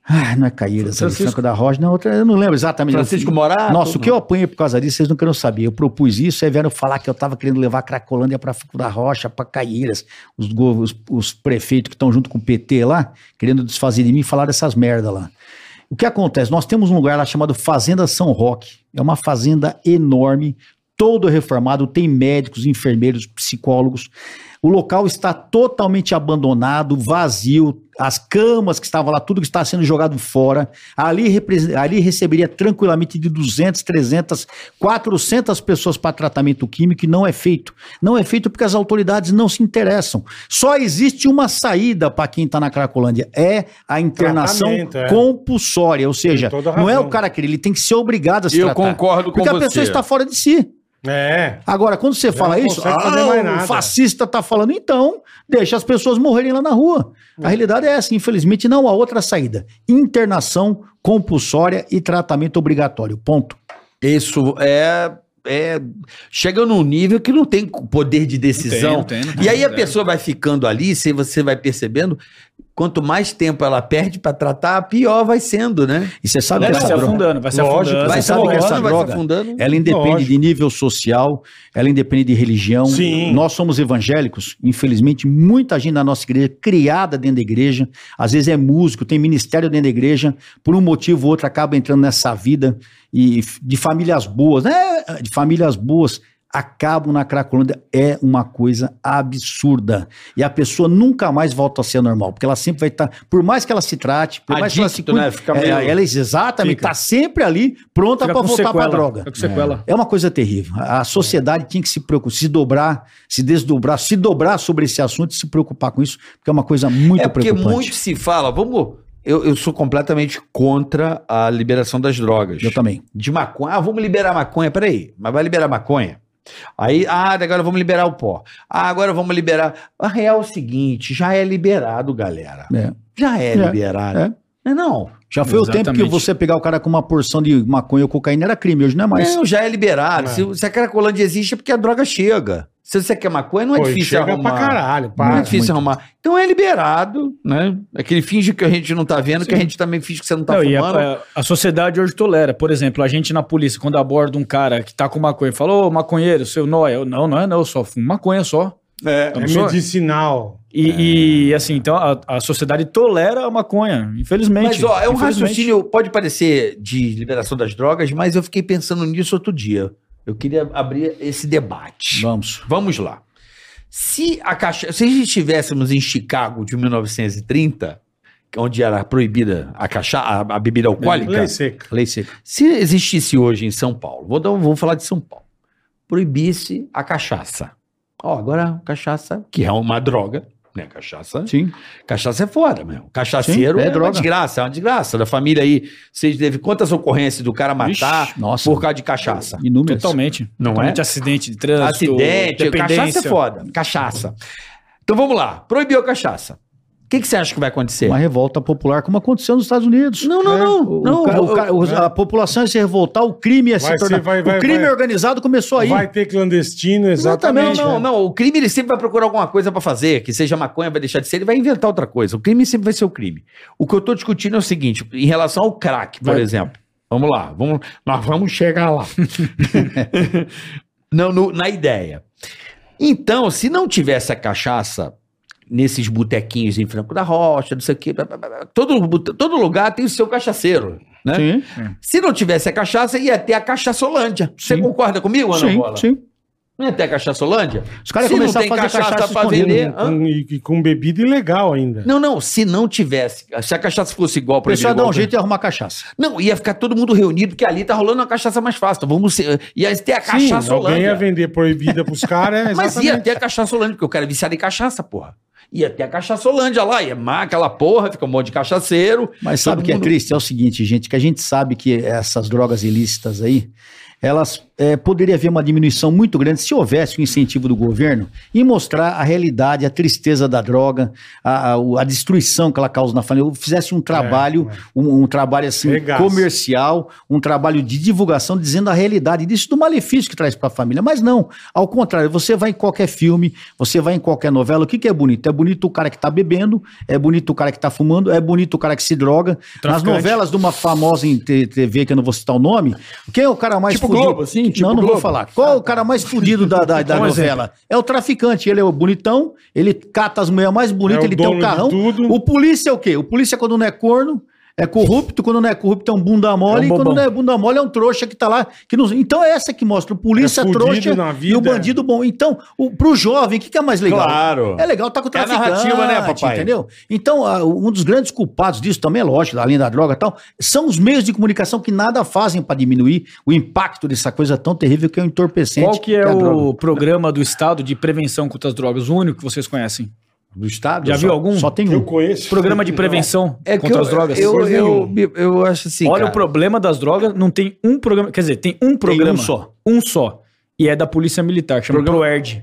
[SPEAKER 5] Ah, não é Caíras, ali,
[SPEAKER 4] Francisco-
[SPEAKER 5] Franco da Rocha, não, outra, eu não lembro exatamente.
[SPEAKER 3] Francisco
[SPEAKER 5] Eu-
[SPEAKER 3] Morato?
[SPEAKER 5] assim. Nossa, o que eu apanhei por causa disso, vocês não querem saber. Eu propus isso, aí vieram falar que eu tava querendo levar a Cracolândia pra Franco da Rocha, pra Caíras. Os, go- os- os prefeitos que estão junto com o PT lá, querendo desfazer de mim, falaram essas merda lá. O que acontece? Nós temos um lugar lá chamado Fazenda São Roque. É uma fazenda enorme, todo reformado, tem médicos, enfermeiros, psicólogos. O local está totalmente abandonado, vazio. As camas que estavam lá, tudo que está sendo jogado fora. Ali, repre- ali receberia tranquilamente de 200, 300, 400 pessoas para tratamento químico e não é feito. Não é feito porque as autoridades não se interessam. Só existe uma saída para quem está na Cracolândia: é a internação
[SPEAKER 2] Tratamento, é.
[SPEAKER 5] compulsória. Ou seja,
[SPEAKER 2] toda
[SPEAKER 5] não é
[SPEAKER 2] razão.
[SPEAKER 5] o cara querer, ele tem que ser obrigado a se
[SPEAKER 3] Eu
[SPEAKER 5] tratar.
[SPEAKER 3] concordo com
[SPEAKER 5] porque
[SPEAKER 3] você.
[SPEAKER 5] a pessoa está fora de si.
[SPEAKER 2] É.
[SPEAKER 5] Agora, quando você fala
[SPEAKER 2] não
[SPEAKER 5] isso,
[SPEAKER 2] consegue fazer
[SPEAKER 5] ah,
[SPEAKER 2] mais
[SPEAKER 5] o
[SPEAKER 2] nada."
[SPEAKER 5] fascista tá falando, então deixa as pessoas morrerem lá na rua. A realidade é essa, infelizmente não há outra saída. Internação compulsória e tratamento obrigatório, ponto.
[SPEAKER 3] Isso é, é. Chega num nível que não tem poder de decisão.
[SPEAKER 4] tem, não
[SPEAKER 3] E aí a
[SPEAKER 4] É.
[SPEAKER 3] pessoa vai ficando ali, se você vai percebendo, quanto mais tempo ela perde pra tratar, pior vai sendo, né?
[SPEAKER 5] E você sabe
[SPEAKER 4] Vai
[SPEAKER 5] que
[SPEAKER 4] se
[SPEAKER 5] essa droga,
[SPEAKER 4] afundando, vai se
[SPEAKER 2] Lógico,
[SPEAKER 3] Vai
[SPEAKER 4] afundando.
[SPEAKER 5] Você
[SPEAKER 3] se
[SPEAKER 5] sabe que
[SPEAKER 3] afundando,
[SPEAKER 5] essa
[SPEAKER 3] vai se
[SPEAKER 5] droga- É
[SPEAKER 3] afundando.
[SPEAKER 5] ela independe
[SPEAKER 2] Lógico.
[SPEAKER 5] de nível social, ela independe de religião.
[SPEAKER 2] Sim.
[SPEAKER 5] Nós somos evangélicos, infelizmente, muita gente da nossa igreja, é criada dentro da igreja, às vezes é músico, tem ministério dentro da igreja, por um motivo ou outro acaba entrando nessa vida e f- de famílias boas, né? De famílias boas acabam na Cracolândia é uma coisa absurda. E a pessoa nunca mais volta a ser normal, porque ela sempre vai estar, por mais que ela se trate, por mais que ela se
[SPEAKER 3] Adicto,
[SPEAKER 5] cuide,
[SPEAKER 3] né? Fica
[SPEAKER 5] é,
[SPEAKER 3] meio-
[SPEAKER 5] ela exatamente
[SPEAKER 4] Fica.
[SPEAKER 5] está sempre ali pronta
[SPEAKER 4] Fica
[SPEAKER 5] para
[SPEAKER 4] com
[SPEAKER 5] voltar para
[SPEAKER 4] sequela,
[SPEAKER 5] droga.
[SPEAKER 4] fica com sequela.
[SPEAKER 5] É uma coisa terrível. A a sociedade tinha que se preocupar, se dobrar, se desdobrar, se dobrar sobre esse assunto e se preocupar com isso, porque é uma coisa muito
[SPEAKER 3] é porque
[SPEAKER 5] preocupante.
[SPEAKER 3] muito se fala, vamos. Eu, eu sou completamente contra a liberação das drogas.
[SPEAKER 5] Eu também.
[SPEAKER 3] De maconha. Ah, vamos liberar maconha, peraí. Mas vai liberar maconha? Aí, ah, agora vamos liberar o pó. Ah, agora vamos liberar. A real é o seguinte: já é liberado, galera.
[SPEAKER 5] É.
[SPEAKER 3] Já é,
[SPEAKER 5] É,
[SPEAKER 3] liberado.
[SPEAKER 5] é.
[SPEAKER 3] Não, é não.
[SPEAKER 5] Já foi o tempo que
[SPEAKER 4] Exatamente.
[SPEAKER 5] você pegar o cara com uma porção de maconha ou cocaína era crime, hoje não é mais.
[SPEAKER 3] Não, já é liberado.
[SPEAKER 2] É.
[SPEAKER 3] Se, se a Cracolândia existe é porque a droga chega. Se você quer maconha, não é
[SPEAKER 2] Pô,
[SPEAKER 3] difícil
[SPEAKER 2] chega
[SPEAKER 3] arrumar.
[SPEAKER 2] pra caralho, pá.
[SPEAKER 3] não é difícil
[SPEAKER 2] Muito.
[SPEAKER 3] arrumar. Então é liberado, né? Aquele finge que a gente não tá vendo, que a gente também finge que você não tá
[SPEAKER 4] Não,
[SPEAKER 2] é
[SPEAKER 4] e
[SPEAKER 3] fumando.
[SPEAKER 4] a, a sociedade hoje tolera. Por exemplo, a gente na polícia, quando aborda um cara que tá com maconha, fala, ô maconheiro, seu nóia. Eu, não, não é não, eu só fumo maconha só.
[SPEAKER 2] É
[SPEAKER 4] Eu não sou-
[SPEAKER 2] medicinal.
[SPEAKER 4] E,
[SPEAKER 5] É.
[SPEAKER 4] e, assim, então a, a sociedade tolera a maconha, infelizmente.
[SPEAKER 3] Mas, ó, é um
[SPEAKER 4] Infelizmente.
[SPEAKER 3] raciocínio, pode parecer de liberação das drogas, mas eu fiquei pensando nisso outro dia. Eu queria abrir esse debate.
[SPEAKER 5] Vamos.
[SPEAKER 3] Vamos lá. Se a caixa, se estivéssemos em Chicago de 1930, onde era proibida a caixa, a, a bebida alcoólica,
[SPEAKER 2] Lei seca.
[SPEAKER 5] Lei seca.
[SPEAKER 3] se existisse hoje em São Paulo, vou, dar um- vou falar de São Paulo, proibisse a cachaça. Ó, agora cachaça, que é uma droga, né? Cachaça.
[SPEAKER 5] Sim.
[SPEAKER 3] Cachaça é fora, meu. Cachaceiro
[SPEAKER 5] Sim, é
[SPEAKER 3] é, uma
[SPEAKER 5] droga.
[SPEAKER 3] desgraça, é uma desgraça. Da família aí, vocês teve quantas ocorrências do cara matar
[SPEAKER 5] Vixe, nossa.
[SPEAKER 3] Tá. por causa de cachaça?
[SPEAKER 5] Inúmeras.
[SPEAKER 4] Totalmente.
[SPEAKER 3] Não é?
[SPEAKER 4] Totalmente acidente de trânsito.
[SPEAKER 3] Acidente, cachaça
[SPEAKER 4] dependência.
[SPEAKER 3] é foda. Cachaça. Então vamos lá. Proibiu a cachaça. O que, que você acha que vai acontecer?
[SPEAKER 5] Uma revolta popular, como aconteceu nos Estados Unidos.
[SPEAKER 3] Não, não,
[SPEAKER 2] É,
[SPEAKER 3] não.
[SPEAKER 5] O
[SPEAKER 3] não
[SPEAKER 5] ca-
[SPEAKER 3] eu-
[SPEAKER 5] o ca- os- a população ia se revoltar, o crime ia
[SPEAKER 2] Vai ser-
[SPEAKER 5] se tornar.
[SPEAKER 2] vai- vai-
[SPEAKER 5] o crime
[SPEAKER 2] vai.
[SPEAKER 5] organizado começou aí.
[SPEAKER 2] Vai ter clandestino, exatamente.
[SPEAKER 3] Não, não,
[SPEAKER 2] né?
[SPEAKER 3] não. O crime ele sempre vai procurar alguma coisa pra fazer, que seja maconha, vai deixar de ser, ele vai inventar outra coisa. O crime sempre vai ser o crime. O que eu tô discutindo é o seguinte, em relação ao crack, por
[SPEAKER 4] Vai.
[SPEAKER 3] exemplo. Vamos lá, vamos, nós vamos chegar
[SPEAKER 5] (laughs)
[SPEAKER 3] lá. não, no- na ideia. Então, se não tivesse a cachaça nesses botequinhos em Franco da Rocha, não sei o quê, blá, blá, blá, blá, todo, bute- todo lugar tem o seu cachaceiro, né?
[SPEAKER 5] Sim,
[SPEAKER 3] Se não tivesse a cachaça, ia ter a cachaçolândia. Você
[SPEAKER 5] Sim.
[SPEAKER 3] concorda comigo, Ana
[SPEAKER 5] sim,
[SPEAKER 3] Bola?
[SPEAKER 5] sim.
[SPEAKER 3] Não é até cachaçolândia?
[SPEAKER 5] Os caras
[SPEAKER 3] Se não
[SPEAKER 5] começaram
[SPEAKER 3] tem
[SPEAKER 5] a fazer cachaça,
[SPEAKER 3] cachaça pra
[SPEAKER 5] escondida.
[SPEAKER 3] vender,
[SPEAKER 2] Com- com- e e com bebida ilegal ainda.
[SPEAKER 3] Não, não, se não tivesse, se a cachaça fosse igual
[SPEAKER 5] O
[SPEAKER 3] para
[SPEAKER 5] pessoal dá um jeito de arrumar cachaça.
[SPEAKER 3] Não, ia ficar todo mundo reunido, porque ali tá rolando uma cachaça mais fácil. Então vamos ser, ia ter a
[SPEAKER 5] é
[SPEAKER 2] Sim, alguém ia
[SPEAKER 3] cachaçolândia.
[SPEAKER 2] vender proibida pros caras, é,
[SPEAKER 5] (laughs)
[SPEAKER 3] Mas
[SPEAKER 2] exatamente.
[SPEAKER 3] ia ter a cachaçolândia, porque o cara é viciado em cachaça, porra. Ia ter a cachaçolândia lá, ia má aquela porra, fica um monte de cachaceiro.
[SPEAKER 5] Mas sabe o
[SPEAKER 3] Todo
[SPEAKER 5] que é
[SPEAKER 3] mundo-
[SPEAKER 5] triste? É o seguinte, gente, que a gente sabe que essas drogas ilícitas aí, elas é, poderia haver uma diminuição muito grande se houvesse um incentivo do governo em mostrar a realidade, a tristeza da droga, a, a- o- a destruição que ela causa na família. Ou fizesse um trabalho,
[SPEAKER 2] é.
[SPEAKER 5] Um, um trabalho assim
[SPEAKER 2] Regaço.
[SPEAKER 5] comercial, um trabalho de divulgação dizendo a realidade disso do malefício que traz para a família. Mas não, ao contrário, você vai em qualquer filme, você vai em qualquer novela, o que, que é bonito? É bonito o cara que tá bebendo, é bonito o cara que tá fumando, é bonito o cara que se droga.
[SPEAKER 4] Traficante.
[SPEAKER 5] Nas novelas de uma famosa em T- TV, que eu não vou citar o nome, quem é o cara mais
[SPEAKER 3] Tipo Globo, assim,
[SPEAKER 5] Não,
[SPEAKER 3] tipo
[SPEAKER 5] não
[SPEAKER 3] Globo.
[SPEAKER 5] vou falar. Qual é o cara mais fudido da, da, da
[SPEAKER 4] Um
[SPEAKER 5] novela? É o traficante, ele é o bonitão, ele cata as mulheres mais bonitas,
[SPEAKER 2] É o
[SPEAKER 5] ele tem
[SPEAKER 2] dono
[SPEAKER 5] um
[SPEAKER 2] de
[SPEAKER 5] carrão.
[SPEAKER 2] tudo.
[SPEAKER 5] O polícia é o quê? O polícia quando não é corno, é corrupto, quando não é corrupto é um bunda mole,
[SPEAKER 4] É um
[SPEAKER 5] e quando
[SPEAKER 4] bobão.
[SPEAKER 5] não é bunda mole é um trouxa que tá lá. Que não... Então é essa que mostra o polícia,
[SPEAKER 2] É fudido
[SPEAKER 5] trouxa
[SPEAKER 2] na
[SPEAKER 5] e
[SPEAKER 2] vida.
[SPEAKER 5] o bandido bom. Então, o, pro jovem, o que, que é mais legal?
[SPEAKER 3] Claro.
[SPEAKER 5] É legal tá com o
[SPEAKER 3] É a
[SPEAKER 5] traficante.
[SPEAKER 3] narrativa, né, papai?
[SPEAKER 5] Entendeu? Então, ah, um dos grandes culpados disso também, é lógico, além da droga e tal, são os meios de comunicação que nada fazem para diminuir o impacto dessa coisa tão terrível que é o entorpecente.
[SPEAKER 4] Qual que é
[SPEAKER 5] a droga.
[SPEAKER 4] o programa do Estado de prevenção contra as drogas? O único que vocês conhecem?
[SPEAKER 3] Do Estado?
[SPEAKER 4] Já viu algum?
[SPEAKER 5] Só tem
[SPEAKER 2] Eu
[SPEAKER 5] um.
[SPEAKER 2] conheço.
[SPEAKER 4] Programa de prevenção
[SPEAKER 3] É que
[SPEAKER 4] contra
[SPEAKER 3] eu,
[SPEAKER 4] as drogas?
[SPEAKER 3] Eu,
[SPEAKER 2] Coisa
[SPEAKER 3] eu, eu acho assim.
[SPEAKER 4] Olha
[SPEAKER 3] cara.
[SPEAKER 4] o problema das drogas, não tem um programa. Quer dizer, tem um programa.
[SPEAKER 5] um só.
[SPEAKER 4] Um só. E é da Polícia Militar, que chama
[SPEAKER 3] Programa-
[SPEAKER 4] ProERD.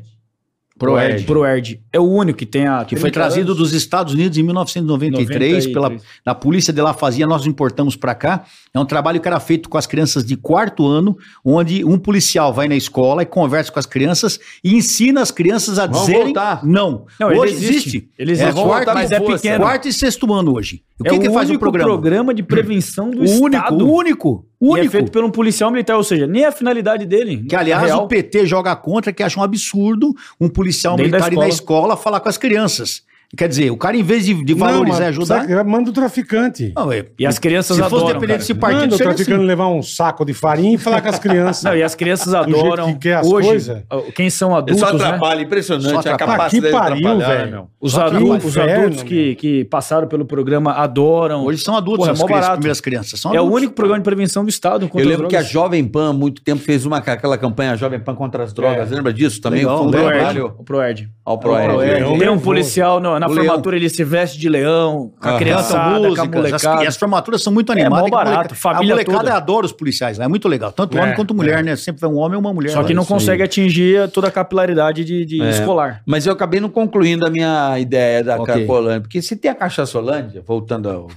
[SPEAKER 3] Proerd.
[SPEAKER 4] ProERD. É o único que tem a.
[SPEAKER 5] Que foi trazido dos Estados Unidos em 1993 pela
[SPEAKER 4] 93.
[SPEAKER 5] na polícia de lá fazia, nós importamos para cá. É um trabalho que era feito com as crianças de quarto ano, onde um policial vai na escola e conversa com as crianças e ensina as crianças a
[SPEAKER 3] Vão
[SPEAKER 5] dizerem
[SPEAKER 3] voltar.
[SPEAKER 5] não.
[SPEAKER 4] Não, ele
[SPEAKER 5] hoje
[SPEAKER 4] existe.
[SPEAKER 5] existe.
[SPEAKER 4] Ele
[SPEAKER 5] É
[SPEAKER 4] existe.
[SPEAKER 3] Vão voltar
[SPEAKER 5] quarto,
[SPEAKER 3] com
[SPEAKER 5] mas é
[SPEAKER 3] força.
[SPEAKER 5] pequeno. Quarto e sexto ano hoje. O
[SPEAKER 4] É
[SPEAKER 5] que, que
[SPEAKER 4] o
[SPEAKER 5] faz o
[SPEAKER 4] único
[SPEAKER 5] programa?
[SPEAKER 4] programa de prevenção do
[SPEAKER 5] O único,
[SPEAKER 4] Estado.
[SPEAKER 5] o único, o
[SPEAKER 4] E é
[SPEAKER 5] único.
[SPEAKER 4] feito por um policial militar, ou seja, nem a finalidade dele. é
[SPEAKER 5] Que, aliás,
[SPEAKER 4] real.
[SPEAKER 5] o PT joga contra, que acha um absurdo um policial
[SPEAKER 4] Dentro da
[SPEAKER 5] militar ir na escola falar com as crianças. Quer dizer, o cara, em vez de, de valorizar e ajudar.
[SPEAKER 2] saca, manda o traficante.
[SPEAKER 5] Não, é-
[SPEAKER 4] E as crianças
[SPEAKER 5] se
[SPEAKER 4] adoram.
[SPEAKER 5] fosse depender
[SPEAKER 4] cara.
[SPEAKER 5] desse
[SPEAKER 2] manda
[SPEAKER 5] partido,
[SPEAKER 2] o
[SPEAKER 5] seria
[SPEAKER 2] traficante
[SPEAKER 5] assim.
[SPEAKER 2] levar um saco de farinha e falar com as crianças.
[SPEAKER 4] (laughs) Não, e as crianças
[SPEAKER 2] jeito
[SPEAKER 4] adoram.
[SPEAKER 2] que quer as
[SPEAKER 4] hoje,
[SPEAKER 2] coisa.
[SPEAKER 4] quem são
[SPEAKER 3] Ele
[SPEAKER 4] adultos,
[SPEAKER 3] só
[SPEAKER 4] né?
[SPEAKER 3] atrapalha, é impressionante
[SPEAKER 5] Só
[SPEAKER 3] a
[SPEAKER 5] atrapalha.
[SPEAKER 3] capacidade
[SPEAKER 2] Ah, que
[SPEAKER 3] de
[SPEAKER 2] pariu,
[SPEAKER 3] atrapalhar,
[SPEAKER 2] velho.
[SPEAKER 3] meu.
[SPEAKER 4] Os
[SPEAKER 2] Só
[SPEAKER 4] adultos, os
[SPEAKER 2] inferno,
[SPEAKER 4] adultos que,
[SPEAKER 2] meu.
[SPEAKER 4] que passaram pelo programa adoram.
[SPEAKER 5] Hoje são adultos
[SPEAKER 4] Porra, é
[SPEAKER 5] as
[SPEAKER 4] mó
[SPEAKER 5] crianças,
[SPEAKER 4] barato.
[SPEAKER 5] as primeiras crianças. São
[SPEAKER 4] é o
[SPEAKER 5] adultos.
[SPEAKER 4] único programa de prevenção do Estado contra
[SPEAKER 3] Eu
[SPEAKER 4] as
[SPEAKER 3] lembro que a
[SPEAKER 4] drogas.
[SPEAKER 3] Jovem Pan, há muito tempo, fez uma, aquela campanha Jovem Pan contra as drogas. Lembra disso? Também
[SPEAKER 5] Legal,
[SPEAKER 3] foi um
[SPEAKER 5] legal.
[SPEAKER 3] trabalho
[SPEAKER 4] O Proerd.
[SPEAKER 3] ao Proerd.
[SPEAKER 5] Proerd.
[SPEAKER 2] Leão
[SPEAKER 4] Tem um
[SPEAKER 2] nervoso.
[SPEAKER 4] policial no- na
[SPEAKER 3] O
[SPEAKER 4] formatura, ele se veste de leão, com
[SPEAKER 3] Aham.
[SPEAKER 4] a
[SPEAKER 5] Cantam
[SPEAKER 4] criançada, com a
[SPEAKER 5] músicas, as,
[SPEAKER 4] molecada.
[SPEAKER 5] as formaturas são muito
[SPEAKER 4] É,
[SPEAKER 5] animadas.
[SPEAKER 4] mó
[SPEAKER 5] e com a
[SPEAKER 4] barato,
[SPEAKER 5] molecada-
[SPEAKER 4] família
[SPEAKER 5] a molecada
[SPEAKER 4] toda.
[SPEAKER 5] adora os policiais lá, é muito legal. Tanto
[SPEAKER 2] É,
[SPEAKER 5] homem quanto mulher, né? Sempre vai um homem e uma mulher.
[SPEAKER 4] Só
[SPEAKER 5] lá.
[SPEAKER 4] que não
[SPEAKER 5] Isso aí.
[SPEAKER 4] consegue atingir toda a capilaridade de, de
[SPEAKER 3] É.
[SPEAKER 4] escolar.
[SPEAKER 3] Mas eu acabei não concluindo a minha ideia da
[SPEAKER 5] Ok.
[SPEAKER 3] Cracolândia. Porque se tem a Cachaçolândia, voltando
[SPEAKER 5] (laughs)
[SPEAKER 3] ao...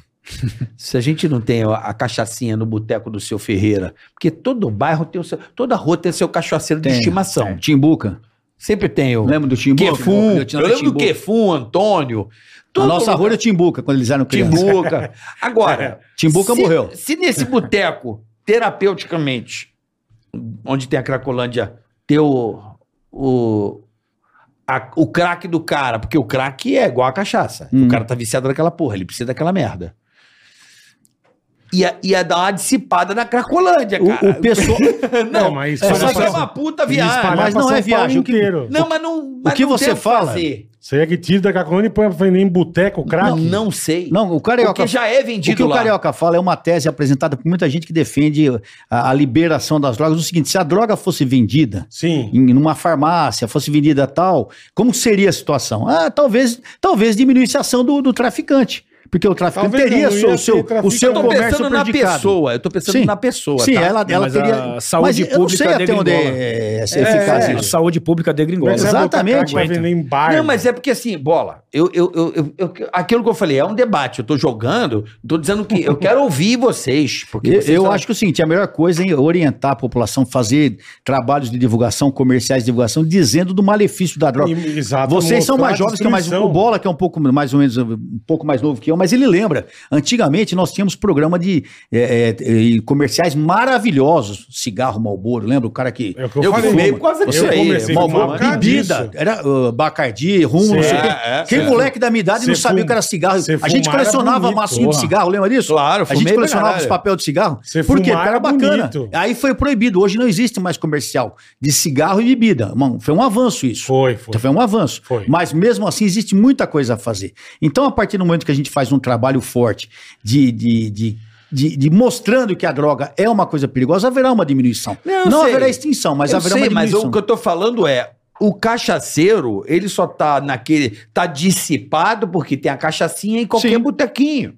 [SPEAKER 3] se a gente não tem a, a cachaçinha no boteco do seu Ferreira, porque todo bairro tem o seu... Toda rua tem seu cachaceiro de
[SPEAKER 5] Tem,
[SPEAKER 3] estimação.
[SPEAKER 5] Timbuca.
[SPEAKER 3] Sempre tem o
[SPEAKER 5] Lembra do Timbuca?
[SPEAKER 3] Quefum.
[SPEAKER 5] Eu tinha um
[SPEAKER 3] Eu lembro do
[SPEAKER 5] Timbuca.
[SPEAKER 3] Quefum, Antônio.
[SPEAKER 5] A
[SPEAKER 3] todo
[SPEAKER 5] nossa
[SPEAKER 3] lugar.
[SPEAKER 5] rua é era o Timbuca, quando eles eram crianças. (laughs)
[SPEAKER 3] Timbuca. Agora,
[SPEAKER 5] Timbuca
[SPEAKER 3] se-
[SPEAKER 5] morreu.
[SPEAKER 3] Se nesse boteco, terapeuticamente, onde tem a Cracolândia, ter o. o a- o crack do cara, porque o crack é igual a cachaça.
[SPEAKER 5] Hum.
[SPEAKER 3] O cara tá viciado naquela porra, ele precisa daquela merda. Ia, ia dar uma dissipada na Cracolândia,
[SPEAKER 5] O,
[SPEAKER 3] cara.
[SPEAKER 5] o
[SPEAKER 4] (laughs)
[SPEAKER 5] pessoal...
[SPEAKER 2] Não,
[SPEAKER 3] Não,
[SPEAKER 2] mas
[SPEAKER 3] mas
[SPEAKER 2] isso
[SPEAKER 3] só
[SPEAKER 2] vai
[SPEAKER 3] que é
[SPEAKER 2] pra-
[SPEAKER 3] uma puta
[SPEAKER 2] Espalhar
[SPEAKER 3] viagem.
[SPEAKER 5] mas
[SPEAKER 2] pra
[SPEAKER 5] não
[SPEAKER 2] São
[SPEAKER 5] é viagem,
[SPEAKER 2] Paulo
[SPEAKER 5] o que-
[SPEAKER 2] inteiro.
[SPEAKER 3] Não, mas não. mas
[SPEAKER 5] que
[SPEAKER 3] não
[SPEAKER 5] você
[SPEAKER 3] tem o
[SPEAKER 5] fala?
[SPEAKER 3] fazer.
[SPEAKER 2] Você é que tira da cacona e põe pra vender em boteco,
[SPEAKER 3] Não,
[SPEAKER 2] craque.
[SPEAKER 3] não sei.
[SPEAKER 5] Não, o Carioca...
[SPEAKER 3] Porque já é
[SPEAKER 5] O
[SPEAKER 3] vendido
[SPEAKER 5] que o
[SPEAKER 3] lá.
[SPEAKER 5] Carioca fala é uma tese apresentada por muita gente que defende a, a liberação das drogas. O seguinte, se a droga fosse vendida
[SPEAKER 2] Sim.
[SPEAKER 5] em numa farmácia, fosse vendida tal, como seria a situação? Ah, talvez, talvez diminuísse a ação do, do traficante. Porque o traficante
[SPEAKER 2] Talvez não,
[SPEAKER 5] teria seu-
[SPEAKER 2] ia
[SPEAKER 5] o seu,
[SPEAKER 2] ter traficante.
[SPEAKER 5] o seu
[SPEAKER 2] Eu
[SPEAKER 3] Eu tô
[SPEAKER 5] comércio
[SPEAKER 3] pensando na
[SPEAKER 5] prejudicado.
[SPEAKER 3] pessoa. Eu tô pensando
[SPEAKER 5] Sim.
[SPEAKER 3] na pessoa.
[SPEAKER 5] Sim,
[SPEAKER 3] tá?
[SPEAKER 5] ela, ela
[SPEAKER 4] Mas
[SPEAKER 5] teria.
[SPEAKER 4] a saúde
[SPEAKER 5] mas eu não sei
[SPEAKER 4] pública
[SPEAKER 5] até onde
[SPEAKER 4] degringola.
[SPEAKER 5] é, é eficaz
[SPEAKER 3] É.
[SPEAKER 4] A
[SPEAKER 5] isso.
[SPEAKER 4] saúde pública degringola.
[SPEAKER 2] Mas é você vai botar
[SPEAKER 5] Exatamente.
[SPEAKER 2] crack Pra vender em bar.
[SPEAKER 3] Não, mas é porque assim, bola, eu, eu, eu, eu- eu- aquilo que eu falei, é um debate. Eu tô jogando, tô dizendo que eu quero ouvir vocês. Porque
[SPEAKER 5] Eu,
[SPEAKER 3] vocês
[SPEAKER 5] eu
[SPEAKER 3] são-
[SPEAKER 5] acho que o seguinte, a melhor coisa é orientar a população, fazer trabalhos de divulgação, comerciais de divulgação, dizendo do malefício da droga.
[SPEAKER 2] E- exato,
[SPEAKER 5] Vocês são
[SPEAKER 2] mostrar
[SPEAKER 5] mais
[SPEAKER 2] a
[SPEAKER 5] jovens que eu, mas
[SPEAKER 2] Tá
[SPEAKER 5] o
[SPEAKER 2] destruição.
[SPEAKER 5] Bola, que é um pouco mais ou menos um pouco mais novo que eu, mas ele lembra. Antigamente nós tínhamos programa de eh, eh, eh, comerciais maravilhosos, cigarro Malboro, lembra? O cara que.
[SPEAKER 2] É o que eu,
[SPEAKER 3] Eu
[SPEAKER 2] falei.
[SPEAKER 3] fumei por causa disso
[SPEAKER 2] eu
[SPEAKER 3] aí,
[SPEAKER 2] comecei a fumar
[SPEAKER 5] Marlboro,
[SPEAKER 2] por causa
[SPEAKER 5] bebida,
[SPEAKER 2] disso.
[SPEAKER 5] era ah, Bacardi, rum, não sei o quê.
[SPEAKER 3] É, é,
[SPEAKER 5] Quem
[SPEAKER 3] é.
[SPEAKER 5] moleque da minha idade
[SPEAKER 2] Cê
[SPEAKER 5] não sabia
[SPEAKER 2] fum-
[SPEAKER 5] o que era cigarro.
[SPEAKER 2] cê
[SPEAKER 5] A
[SPEAKER 2] fumar
[SPEAKER 5] gente
[SPEAKER 2] era
[SPEAKER 5] colecionava
[SPEAKER 2] bonito,
[SPEAKER 5] massinho de
[SPEAKER 2] porra.
[SPEAKER 5] cigarro, lembra disso?
[SPEAKER 3] Claro,
[SPEAKER 5] A
[SPEAKER 3] fumei
[SPEAKER 5] gente
[SPEAKER 3] pra
[SPEAKER 5] colecionava
[SPEAKER 3] caralho.
[SPEAKER 5] os papéis de cigarro.
[SPEAKER 2] Cê
[SPEAKER 5] Por quê?
[SPEAKER 2] fumar
[SPEAKER 5] Porque era
[SPEAKER 2] era
[SPEAKER 5] bacana.
[SPEAKER 2] bonito.
[SPEAKER 5] Aí foi proibido. Hoje não existe mais comercial de cigarro e bebida. Mano, foi um avanço isso.
[SPEAKER 2] Foi, foi.
[SPEAKER 3] Tá
[SPEAKER 5] Então foi um avanço.
[SPEAKER 2] Foi.
[SPEAKER 5] Mas mesmo assim, existe muita coisa a fazer. Então, a partir do momento que a gente faz um trabalho forte de. de, de de, de mostrando que a droga é uma coisa perigosa, haverá uma diminuição.
[SPEAKER 3] Não,
[SPEAKER 5] Não,
[SPEAKER 3] eu sei.
[SPEAKER 5] haverá extinção, mas
[SPEAKER 3] eu
[SPEAKER 5] haverá
[SPEAKER 3] sei,
[SPEAKER 5] uma
[SPEAKER 3] mas
[SPEAKER 5] diminuição.
[SPEAKER 3] o que eu tô falando é. O cachaceiro, ele só tá naquele. tá dissipado porque tem a cachaçinha em qualquer
[SPEAKER 5] Sim.
[SPEAKER 3] botequinho.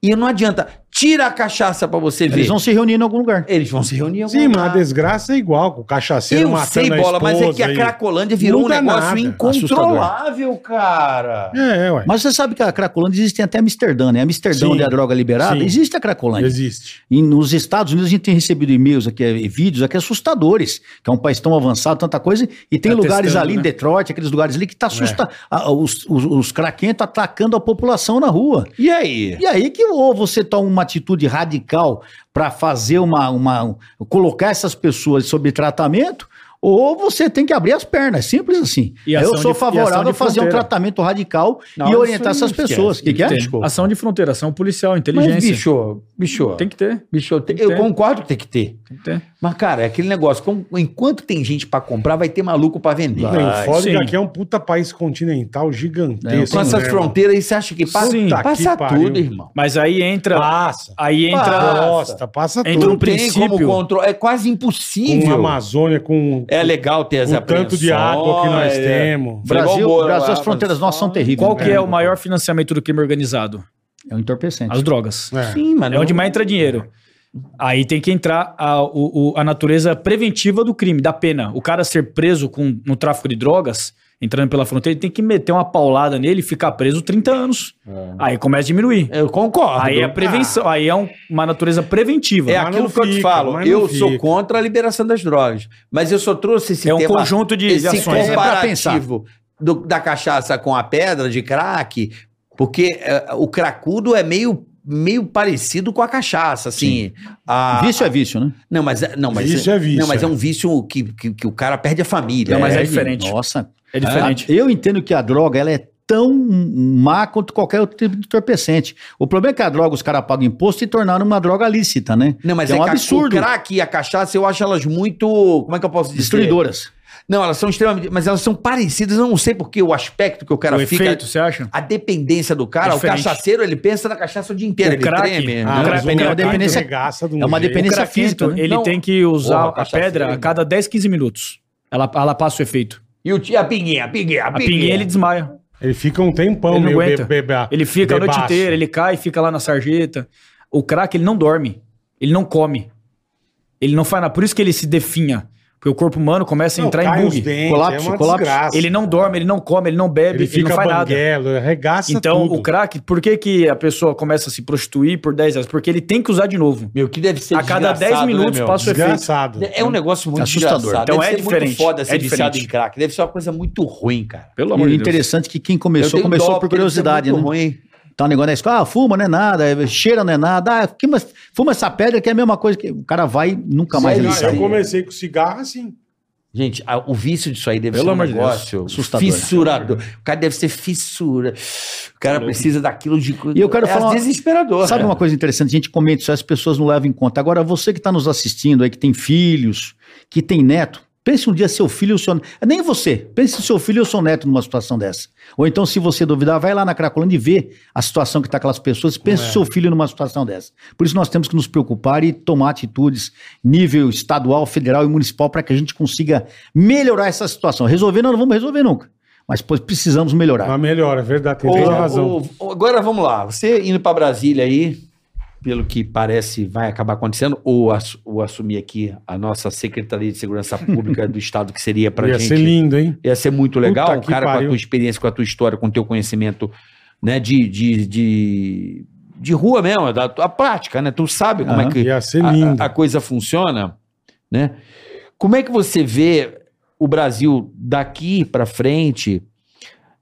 [SPEAKER 3] E não adianta. Tira a cachaça pra você ver.
[SPEAKER 5] Eles vão se reunir em algum lugar.
[SPEAKER 3] Eles vão se reunir em algum
[SPEAKER 2] Sim, mas a
[SPEAKER 3] lugar.
[SPEAKER 2] desgraça é igual, com o cachaceiro
[SPEAKER 3] Eu
[SPEAKER 2] matando
[SPEAKER 3] sei, bola,
[SPEAKER 2] a esposa.
[SPEAKER 3] mas é que a
[SPEAKER 2] e-
[SPEAKER 3] Cracolândia virou um
[SPEAKER 2] Muda
[SPEAKER 3] negócio
[SPEAKER 2] nada.
[SPEAKER 3] incontrolável, cara.
[SPEAKER 2] É, é, ué.
[SPEAKER 5] Mas você sabe que a Cracolândia existe até Amsterdã, né? Amsterdã,
[SPEAKER 2] Sim.
[SPEAKER 5] onde é a droga liberada,
[SPEAKER 2] Sim.
[SPEAKER 5] existe a Cracolândia.
[SPEAKER 2] Existe.
[SPEAKER 5] E nos Estados Unidos a gente tem recebido e-mails aqui, eh, vídeos aqui assustadores, que é um país tão avançado, tanta coisa, e tem
[SPEAKER 4] Tá
[SPEAKER 5] lugares
[SPEAKER 4] testando,
[SPEAKER 5] ali em
[SPEAKER 4] né? É.
[SPEAKER 5] Detroit, aqueles lugares ali que tá assusta a- a- os, os, os craquentos atacando a população na rua.
[SPEAKER 3] E
[SPEAKER 4] É.
[SPEAKER 3] aí?
[SPEAKER 5] E é aí que ou você toma uma atitude radical para fazer uma, uma um- colocar essas pessoas sob tratamento, ou você tem que abrir as pernas, simples assim.
[SPEAKER 4] E ação
[SPEAKER 5] Eu sou
[SPEAKER 4] de- e ação
[SPEAKER 5] favorável
[SPEAKER 4] de
[SPEAKER 5] a fazer um
[SPEAKER 4] fronteira.
[SPEAKER 5] tratamento radical
[SPEAKER 3] Não,
[SPEAKER 5] e
[SPEAKER 3] isso
[SPEAKER 5] orientar essas
[SPEAKER 3] esquece.
[SPEAKER 5] pessoas. O que, que é?
[SPEAKER 4] Tem.
[SPEAKER 3] Desculpa.
[SPEAKER 4] Ação de fronteira, ação policial, inteligência.
[SPEAKER 3] Mas, bicho, bicho,
[SPEAKER 4] Tem que ter.
[SPEAKER 3] bicho,
[SPEAKER 4] tem que
[SPEAKER 3] eu
[SPEAKER 4] ter.
[SPEAKER 3] concordo que tem que ter.
[SPEAKER 4] Tem que ter.
[SPEAKER 3] Mas, cara, é aquele negócio, com- enquanto tem gente pra comprar, vai ter maluco pra vender.
[SPEAKER 2] Não, e foda
[SPEAKER 4] sim.
[SPEAKER 2] que aqui é um puta país continental gigantesco.
[SPEAKER 3] Com essas
[SPEAKER 2] né,
[SPEAKER 3] fronteiras aí, você acha que passa,
[SPEAKER 4] Sim.
[SPEAKER 3] passa
[SPEAKER 2] Tá que pariu.
[SPEAKER 3] tudo, irmão.
[SPEAKER 4] Mas aí entra.
[SPEAKER 2] mano? Passa.
[SPEAKER 4] Aí entra.
[SPEAKER 3] Passa. É
[SPEAKER 2] Bosta, passa
[SPEAKER 4] Entra
[SPEAKER 2] tudo.
[SPEAKER 4] um- princípio-
[SPEAKER 3] controlar. É quase
[SPEAKER 2] Com a
[SPEAKER 3] impossível.
[SPEAKER 2] Amazônia, com
[SPEAKER 3] é legal ter as
[SPEAKER 2] o tanto de água que nós
[SPEAKER 3] apreensões, é.
[SPEAKER 2] temos.
[SPEAKER 5] Brasil,
[SPEAKER 3] Igual o Moro
[SPEAKER 5] Brasil,
[SPEAKER 3] lá,
[SPEAKER 5] as fronteiras
[SPEAKER 3] mas-
[SPEAKER 5] nossas são terríveis.
[SPEAKER 4] Qual que
[SPEAKER 5] né?
[SPEAKER 4] é o maior financiamento do crime organizado?
[SPEAKER 5] É um entorpecente.
[SPEAKER 4] As drogas.
[SPEAKER 2] É.
[SPEAKER 3] Sim, mano.
[SPEAKER 4] É onde mais entra dinheiro. Aí tem que entrar a, o- o- a natureza preventiva do crime, da pena. O cara ser preso com, no tráfico de drogas, entrando pela fronteira, ele tem que meter uma paulada nele e ficar preso 30 anos. Aí começa a diminuir.
[SPEAKER 3] Eu concordo.
[SPEAKER 2] Ah.
[SPEAKER 4] Aí é prevenção, aí é um- uma natureza preventiva. né?
[SPEAKER 3] É
[SPEAKER 2] Mas
[SPEAKER 3] aquilo
[SPEAKER 2] não
[SPEAKER 3] que eu te
[SPEAKER 2] fica,
[SPEAKER 3] falo.
[SPEAKER 2] mas não
[SPEAKER 3] Eu sou
[SPEAKER 2] fica.
[SPEAKER 3] contra a liberação das drogas. Mas eu só trouxe esse
[SPEAKER 4] É um
[SPEAKER 3] tema-
[SPEAKER 4] conjunto de, de
[SPEAKER 3] esse
[SPEAKER 4] ações.
[SPEAKER 5] né? É pra
[SPEAKER 3] comparativo do- da cachaça com a pedra de crack, porque eh, o cracudo é meio, meio parecido com a cachaça, assim. A-
[SPEAKER 5] Vício é vício, né?
[SPEAKER 3] Não, mas, é- não, mas
[SPEAKER 2] Vício é vício,
[SPEAKER 3] Não, mas é,
[SPEAKER 2] é.
[SPEAKER 3] um vício que, que, que o cara perde a família.
[SPEAKER 4] Não, mas é
[SPEAKER 3] Perde-
[SPEAKER 4] diferente.
[SPEAKER 5] Nossa.
[SPEAKER 4] É diferente.
[SPEAKER 5] Eu entendo que a droga ela é tão má quanto qualquer outro tipo de entorpecente. O problema é que a droga os caras pagam imposto e tornaram uma droga lícita, né?
[SPEAKER 3] Não, mas
[SPEAKER 5] Que é um
[SPEAKER 3] ca-
[SPEAKER 5] absurdo.
[SPEAKER 3] O crack e a cachaça, eu acho elas muito. Como é que eu posso dizer?
[SPEAKER 4] é.
[SPEAKER 5] Destruidoras.
[SPEAKER 3] Não, elas são extremamente. Mas elas são parecidas, eu não sei porque o aspecto que o cara
[SPEAKER 4] o
[SPEAKER 3] fica.
[SPEAKER 4] efeito, você acha?
[SPEAKER 3] a dependência do cara,
[SPEAKER 4] É
[SPEAKER 3] o
[SPEAKER 4] diferente.
[SPEAKER 3] cachaceiro, ele pensa na cachaça o dia inteiro,
[SPEAKER 4] O
[SPEAKER 3] ele
[SPEAKER 4] crack,
[SPEAKER 2] um
[SPEAKER 3] treme. né?
[SPEAKER 4] ah, crack,
[SPEAKER 2] mas
[SPEAKER 5] é uma
[SPEAKER 2] o cara
[SPEAKER 5] dependência-
[SPEAKER 2] arregaça de um
[SPEAKER 5] é uma
[SPEAKER 2] jeito.
[SPEAKER 5] dependência-
[SPEAKER 4] O craquento,
[SPEAKER 5] física, né?
[SPEAKER 4] Ele
[SPEAKER 3] Não.
[SPEAKER 4] tem que usar
[SPEAKER 3] Porra,
[SPEAKER 4] a pedra
[SPEAKER 3] cachaceiro.
[SPEAKER 4] a cada 10, 15 minutos. Ela, ela passa o efeito.
[SPEAKER 3] E o tia, a pinguinha, a pinguinha, a
[SPEAKER 4] A pinguinha
[SPEAKER 3] pinguinha.
[SPEAKER 4] ele desmaia.
[SPEAKER 2] Ele fica um tempão
[SPEAKER 4] Ele não
[SPEAKER 2] meio
[SPEAKER 4] aguenta.
[SPEAKER 2] be- be-
[SPEAKER 4] Ele fica a
[SPEAKER 2] bebaço.
[SPEAKER 4] noite inteira, ele cai, fica lá na sarjeta. O craque, ele não dorme. Ele não come. Ele não faz nada. Por isso que ele se definha. Porque o corpo humano começa a entrar
[SPEAKER 2] cai
[SPEAKER 4] em
[SPEAKER 2] os
[SPEAKER 4] bug.
[SPEAKER 2] dentes,
[SPEAKER 5] colapso,
[SPEAKER 2] é uma
[SPEAKER 5] colapso.
[SPEAKER 2] desgraça.
[SPEAKER 4] Ele não dorme, ele não come, ele não bebe, ele,
[SPEAKER 2] Ele fica
[SPEAKER 4] não faz nada.
[SPEAKER 2] banguelo, arregaça
[SPEAKER 4] Então,
[SPEAKER 2] tudo.
[SPEAKER 4] o crack, por que, que a pessoa começa a se prostituir por 10 anos? Porque ele tem que usar de novo.
[SPEAKER 3] Meu, que deve ser
[SPEAKER 4] A cada 10
[SPEAKER 3] desgraçado, né,
[SPEAKER 4] minutos
[SPEAKER 3] meu?
[SPEAKER 4] passa o efeito.
[SPEAKER 2] Desgraçado.
[SPEAKER 3] É um negócio muito
[SPEAKER 5] Assustador.
[SPEAKER 3] desgraçado.
[SPEAKER 4] Então
[SPEAKER 3] Deve
[SPEAKER 4] é
[SPEAKER 3] ser
[SPEAKER 4] diferente.
[SPEAKER 3] muito foda ser
[SPEAKER 4] É
[SPEAKER 3] viciado
[SPEAKER 4] diferente.
[SPEAKER 3] em crack. Deve ser uma coisa muito ruim, cara.
[SPEAKER 4] Pelo
[SPEAKER 5] E o
[SPEAKER 4] amor de Deus.
[SPEAKER 5] interessante é que quem
[SPEAKER 3] Eu
[SPEAKER 5] começou,
[SPEAKER 3] tenho
[SPEAKER 5] começou
[SPEAKER 3] dó,
[SPEAKER 5] por
[SPEAKER 3] porque
[SPEAKER 4] é
[SPEAKER 3] deve ser
[SPEAKER 5] curiosidade, né?
[SPEAKER 3] muito ruim.
[SPEAKER 5] Tá um negócio na escola, ah, fuma, não é nada, é- cheira, não é nada, ah, que- mas fuma essa pedra que é a mesma coisa que o cara vai e nunca mais
[SPEAKER 3] Sei
[SPEAKER 4] é,
[SPEAKER 5] ele
[SPEAKER 3] lá,
[SPEAKER 2] Ah,
[SPEAKER 5] sai.
[SPEAKER 2] eu comecei com cigarro assim.
[SPEAKER 3] Gente, a- o vício disso aí deve
[SPEAKER 4] Pelo
[SPEAKER 3] ser um
[SPEAKER 4] amor de Deus.
[SPEAKER 3] negócio
[SPEAKER 5] Assustador.
[SPEAKER 3] fissurador. O cara deve ser fissura. O cara precisa daquilo de...
[SPEAKER 5] E eu quero
[SPEAKER 3] é
[SPEAKER 5] falar-
[SPEAKER 3] desesperador. né?
[SPEAKER 5] Sabe
[SPEAKER 3] cara.
[SPEAKER 5] uma coisa interessante? A gente comenta isso, as pessoas não levam em conta. Agora, você que está nos assistindo aí, que tem filhos, que tem neto, pense um dia seu filho ou seu neto. Nem você, pense se seu filho ou seu neto numa situação dessa. Ou então, se você duvidar, vai lá na Cracolândia e vê a situação que está aquelas pessoas, pense se seu filho numa situação dessa. Por isso, nós temos que nos preocupar e tomar atitudes nível estadual, federal e municipal para que a gente consiga melhorar essa situação. Resolver, não, não vamos resolver nunca. Mas pois, precisamos melhorar.
[SPEAKER 2] Mas melhor, é verdade, tem
[SPEAKER 3] Ô,
[SPEAKER 2] toda razão.
[SPEAKER 3] ô, ô, agora vamos lá. Você indo para Brasília aí, pelo que parece vai acabar acontecendo, ou, ass- ou assumir aqui a nossa Secretaria
[SPEAKER 2] (laughs)
[SPEAKER 3] de Segurança Pública do Estado, que seria para
[SPEAKER 2] Ia
[SPEAKER 3] gente.
[SPEAKER 2] ser lindo, hein?
[SPEAKER 3] Ia ser muito legal,
[SPEAKER 2] Puta
[SPEAKER 3] um
[SPEAKER 2] que
[SPEAKER 3] cara com a
[SPEAKER 2] pariu.
[SPEAKER 3] tua experiência, com a tua história, com o teu conhecimento, né, de, de, de, de rua mesmo, da tua prática, né? Tu sabe como é
[SPEAKER 5] Aham.
[SPEAKER 3] que
[SPEAKER 2] Ia ser
[SPEAKER 3] a-
[SPEAKER 2] lindo.
[SPEAKER 3] A, a coisa funciona, né? Como é que você vê o Brasil daqui para frente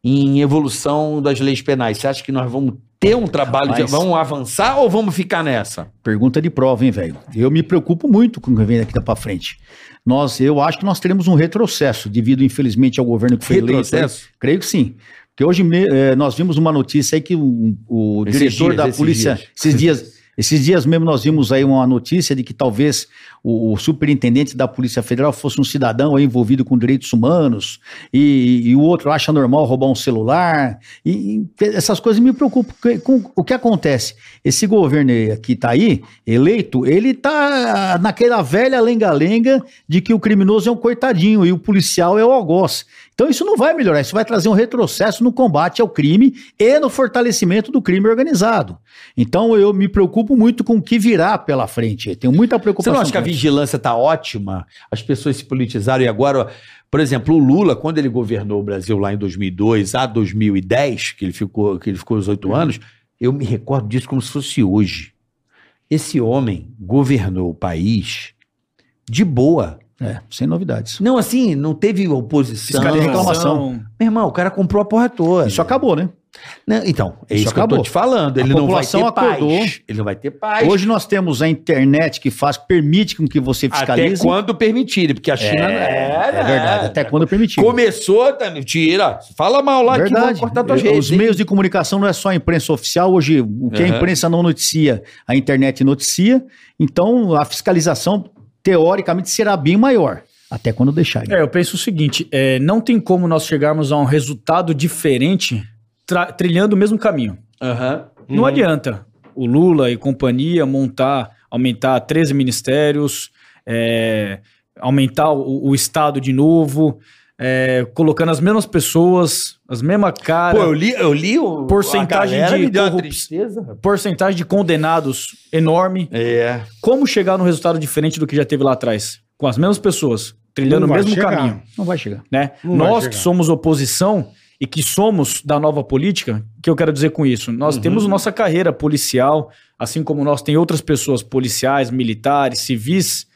[SPEAKER 3] em evolução das leis penais? Você acha que nós vamos ter um trabalho, de,
[SPEAKER 5] Rapaz.
[SPEAKER 3] vamos avançar ou vamos ficar nessa?
[SPEAKER 5] Pergunta de prova, hein, velho? Eu me preocupo muito com o que vem daqui pra frente. Nós, eu acho que nós teremos um retrocesso devido, infelizmente, ao governo que foi eleito.
[SPEAKER 3] Retrocesso?
[SPEAKER 5] Creio que sim. Porque hoje me- eh, nós vimos uma notícia aí que o, o
[SPEAKER 3] Esses
[SPEAKER 5] diretor
[SPEAKER 3] dias,
[SPEAKER 5] da
[SPEAKER 3] esses
[SPEAKER 5] polícia,
[SPEAKER 3] dias.
[SPEAKER 5] esses dias, esses dias mesmo nós vimos aí uma notícia de que talvez o, o superintendente da Polícia Federal fosse um cidadão aí envolvido com direitos humanos e, e o outro acha normal roubar um celular e, e essas coisas me preocupam. porque com- o que acontece? Esse governo aí que está aí, eleito, ele está naquela velha lenga-lenga de que o criminoso é um coitadinho e o policial é o algoz. Então isso não vai melhorar, isso vai trazer um retrocesso no combate ao crime e no fortalecimento do crime organizado. Então eu me preocupo muito com o que virá pela frente. Tenho muita
[SPEAKER 3] Você
[SPEAKER 5] preocupação.
[SPEAKER 3] não acha que a
[SPEAKER 5] com isso.
[SPEAKER 3] vigilância está ótima? As pessoas se politizaram e agora, ó, por exemplo, o Lula, quando ele governou o Brasil lá em 2002 a 2010, que ele ficou, que ele ficou os
[SPEAKER 5] Uhum.
[SPEAKER 3] oito anos, eu me recordo disso como se fosse hoje. Esse homem governou o país de boa.
[SPEAKER 5] É, sem novidades.
[SPEAKER 3] Não assim, não teve oposição.
[SPEAKER 5] Cadê a reclamação?
[SPEAKER 3] Meu irmão, o cara comprou a porra toda.
[SPEAKER 5] Isso acabou, né?
[SPEAKER 3] Não, então, é
[SPEAKER 5] Isso
[SPEAKER 3] isso, que eu
[SPEAKER 5] acabou.
[SPEAKER 3] tô te falando.
[SPEAKER 5] A
[SPEAKER 3] Ele não vai ter
[SPEAKER 5] população acordou.
[SPEAKER 3] paz. Ele não vai ter paz.
[SPEAKER 5] Hoje nós temos a internet que faz, permite com que você
[SPEAKER 3] até
[SPEAKER 5] fiscalize.
[SPEAKER 3] quando permitirem, porque a China... né?
[SPEAKER 5] É, é verdade, até quando permitir.
[SPEAKER 3] Começou, também, tira. Fala mal lá que vão
[SPEAKER 5] Verdade.
[SPEAKER 3] cortar tuas
[SPEAKER 5] Eu-
[SPEAKER 3] redes.
[SPEAKER 5] Os
[SPEAKER 3] hein?
[SPEAKER 5] meios de comunicação não é só a imprensa oficial, hoje o que a
[SPEAKER 3] Aham.
[SPEAKER 5] imprensa não noticia, a internet noticia, então a fiscalização, teoricamente, será bem maior, até quando deixarem.
[SPEAKER 4] É, eu penso o seguinte: é, não tem como nós chegarmos a um resultado diferente tra- trilhando o mesmo caminho.
[SPEAKER 3] Aham.
[SPEAKER 4] Não adianta o Lula e companhia montar, aumentar 13 ministérios, é, aumentar o, o Estado de novo, é, colocando as mesmas pessoas, as mesmas caras.
[SPEAKER 3] Pô, eu li, eu li o.
[SPEAKER 4] Porcentagem
[SPEAKER 3] a galera
[SPEAKER 4] de
[SPEAKER 3] me deu uma
[SPEAKER 4] corrup-
[SPEAKER 3] tristeza.
[SPEAKER 4] Porcentagem de condenados enorme.
[SPEAKER 3] É.
[SPEAKER 4] Como chegar num resultado diferente do que já teve lá atrás? Com as mesmas pessoas, trilhando
[SPEAKER 2] Não
[SPEAKER 4] o
[SPEAKER 2] vai
[SPEAKER 4] mesmo
[SPEAKER 2] chegar.
[SPEAKER 4] caminho.
[SPEAKER 5] Não vai chegar.
[SPEAKER 4] né?
[SPEAKER 2] Não vai
[SPEAKER 4] nós
[SPEAKER 2] chegar.
[SPEAKER 4] que somos oposição e que somos da nova política, o que eu quero dizer com isso? Nós
[SPEAKER 2] Uhum.
[SPEAKER 4] temos nossa carreira policial, assim como nós tem outras pessoas policiais, militares, civis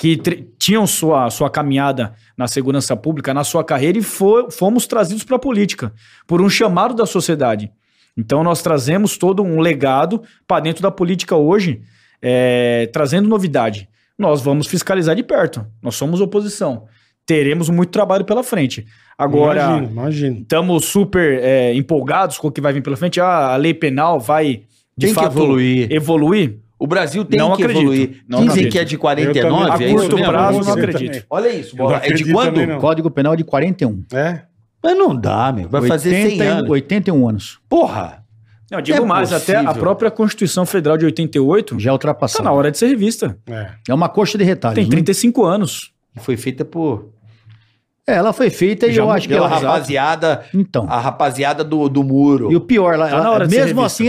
[SPEAKER 4] que tre- tinham sua, sua caminhada na segurança pública, na sua carreira e fo- fomos trazidos para a política por um chamado da sociedade. Então nós trazemos todo um legado para dentro da política hoje, é, trazendo novidade. Nós vamos fiscalizar de perto. Nós somos oposição. Teremos muito trabalho pela frente. Agora,
[SPEAKER 2] Imagino, imagino.
[SPEAKER 4] estamos super é, empolgados com o que vai vir pela frente. Ah, a lei penal vai de
[SPEAKER 3] tem
[SPEAKER 4] fato
[SPEAKER 3] que evoluir.
[SPEAKER 4] evoluir.
[SPEAKER 3] O Brasil tem
[SPEAKER 4] Não
[SPEAKER 3] que
[SPEAKER 4] acredito.
[SPEAKER 3] evoluir.
[SPEAKER 4] Não
[SPEAKER 3] Dizem
[SPEAKER 4] acredito.
[SPEAKER 3] que é de
[SPEAKER 2] Eu também-
[SPEAKER 3] 49,
[SPEAKER 4] a
[SPEAKER 3] é isso
[SPEAKER 4] curto
[SPEAKER 3] mesmo?
[SPEAKER 4] prazo, não
[SPEAKER 2] Você
[SPEAKER 4] acredito.
[SPEAKER 2] também.
[SPEAKER 3] Olha isso,
[SPEAKER 2] Eu não
[SPEAKER 3] bola. É de
[SPEAKER 2] acredito
[SPEAKER 3] quando?
[SPEAKER 2] também, não.
[SPEAKER 5] O Código Penal é de 41.
[SPEAKER 2] É?
[SPEAKER 3] Mas não dá, meu. Vai fazer 100
[SPEAKER 5] 81
[SPEAKER 3] anos.
[SPEAKER 5] 81 anos.
[SPEAKER 3] Porra.
[SPEAKER 4] Não, digo
[SPEAKER 3] É
[SPEAKER 4] mais, até a
[SPEAKER 3] possível.
[SPEAKER 4] própria Constituição Federal de 88
[SPEAKER 5] Já é
[SPEAKER 4] está
[SPEAKER 5] ultrapassado.
[SPEAKER 4] tá na hora de ser revista.
[SPEAKER 2] É.
[SPEAKER 5] Tá É uma coxa de retalhos.
[SPEAKER 4] Tem
[SPEAKER 5] né?
[SPEAKER 4] 35 anos.
[SPEAKER 3] E Foi feita por
[SPEAKER 5] É, ela foi feita e
[SPEAKER 4] Já
[SPEAKER 5] eu acho que é
[SPEAKER 3] Pela
[SPEAKER 5] ela.
[SPEAKER 3] rapaziada,
[SPEAKER 5] Então.
[SPEAKER 3] a rapaziada do, do muro.
[SPEAKER 5] E o pior, ela,
[SPEAKER 4] Ah, Tá na hora de ser Uhum.
[SPEAKER 5] mesmo assim,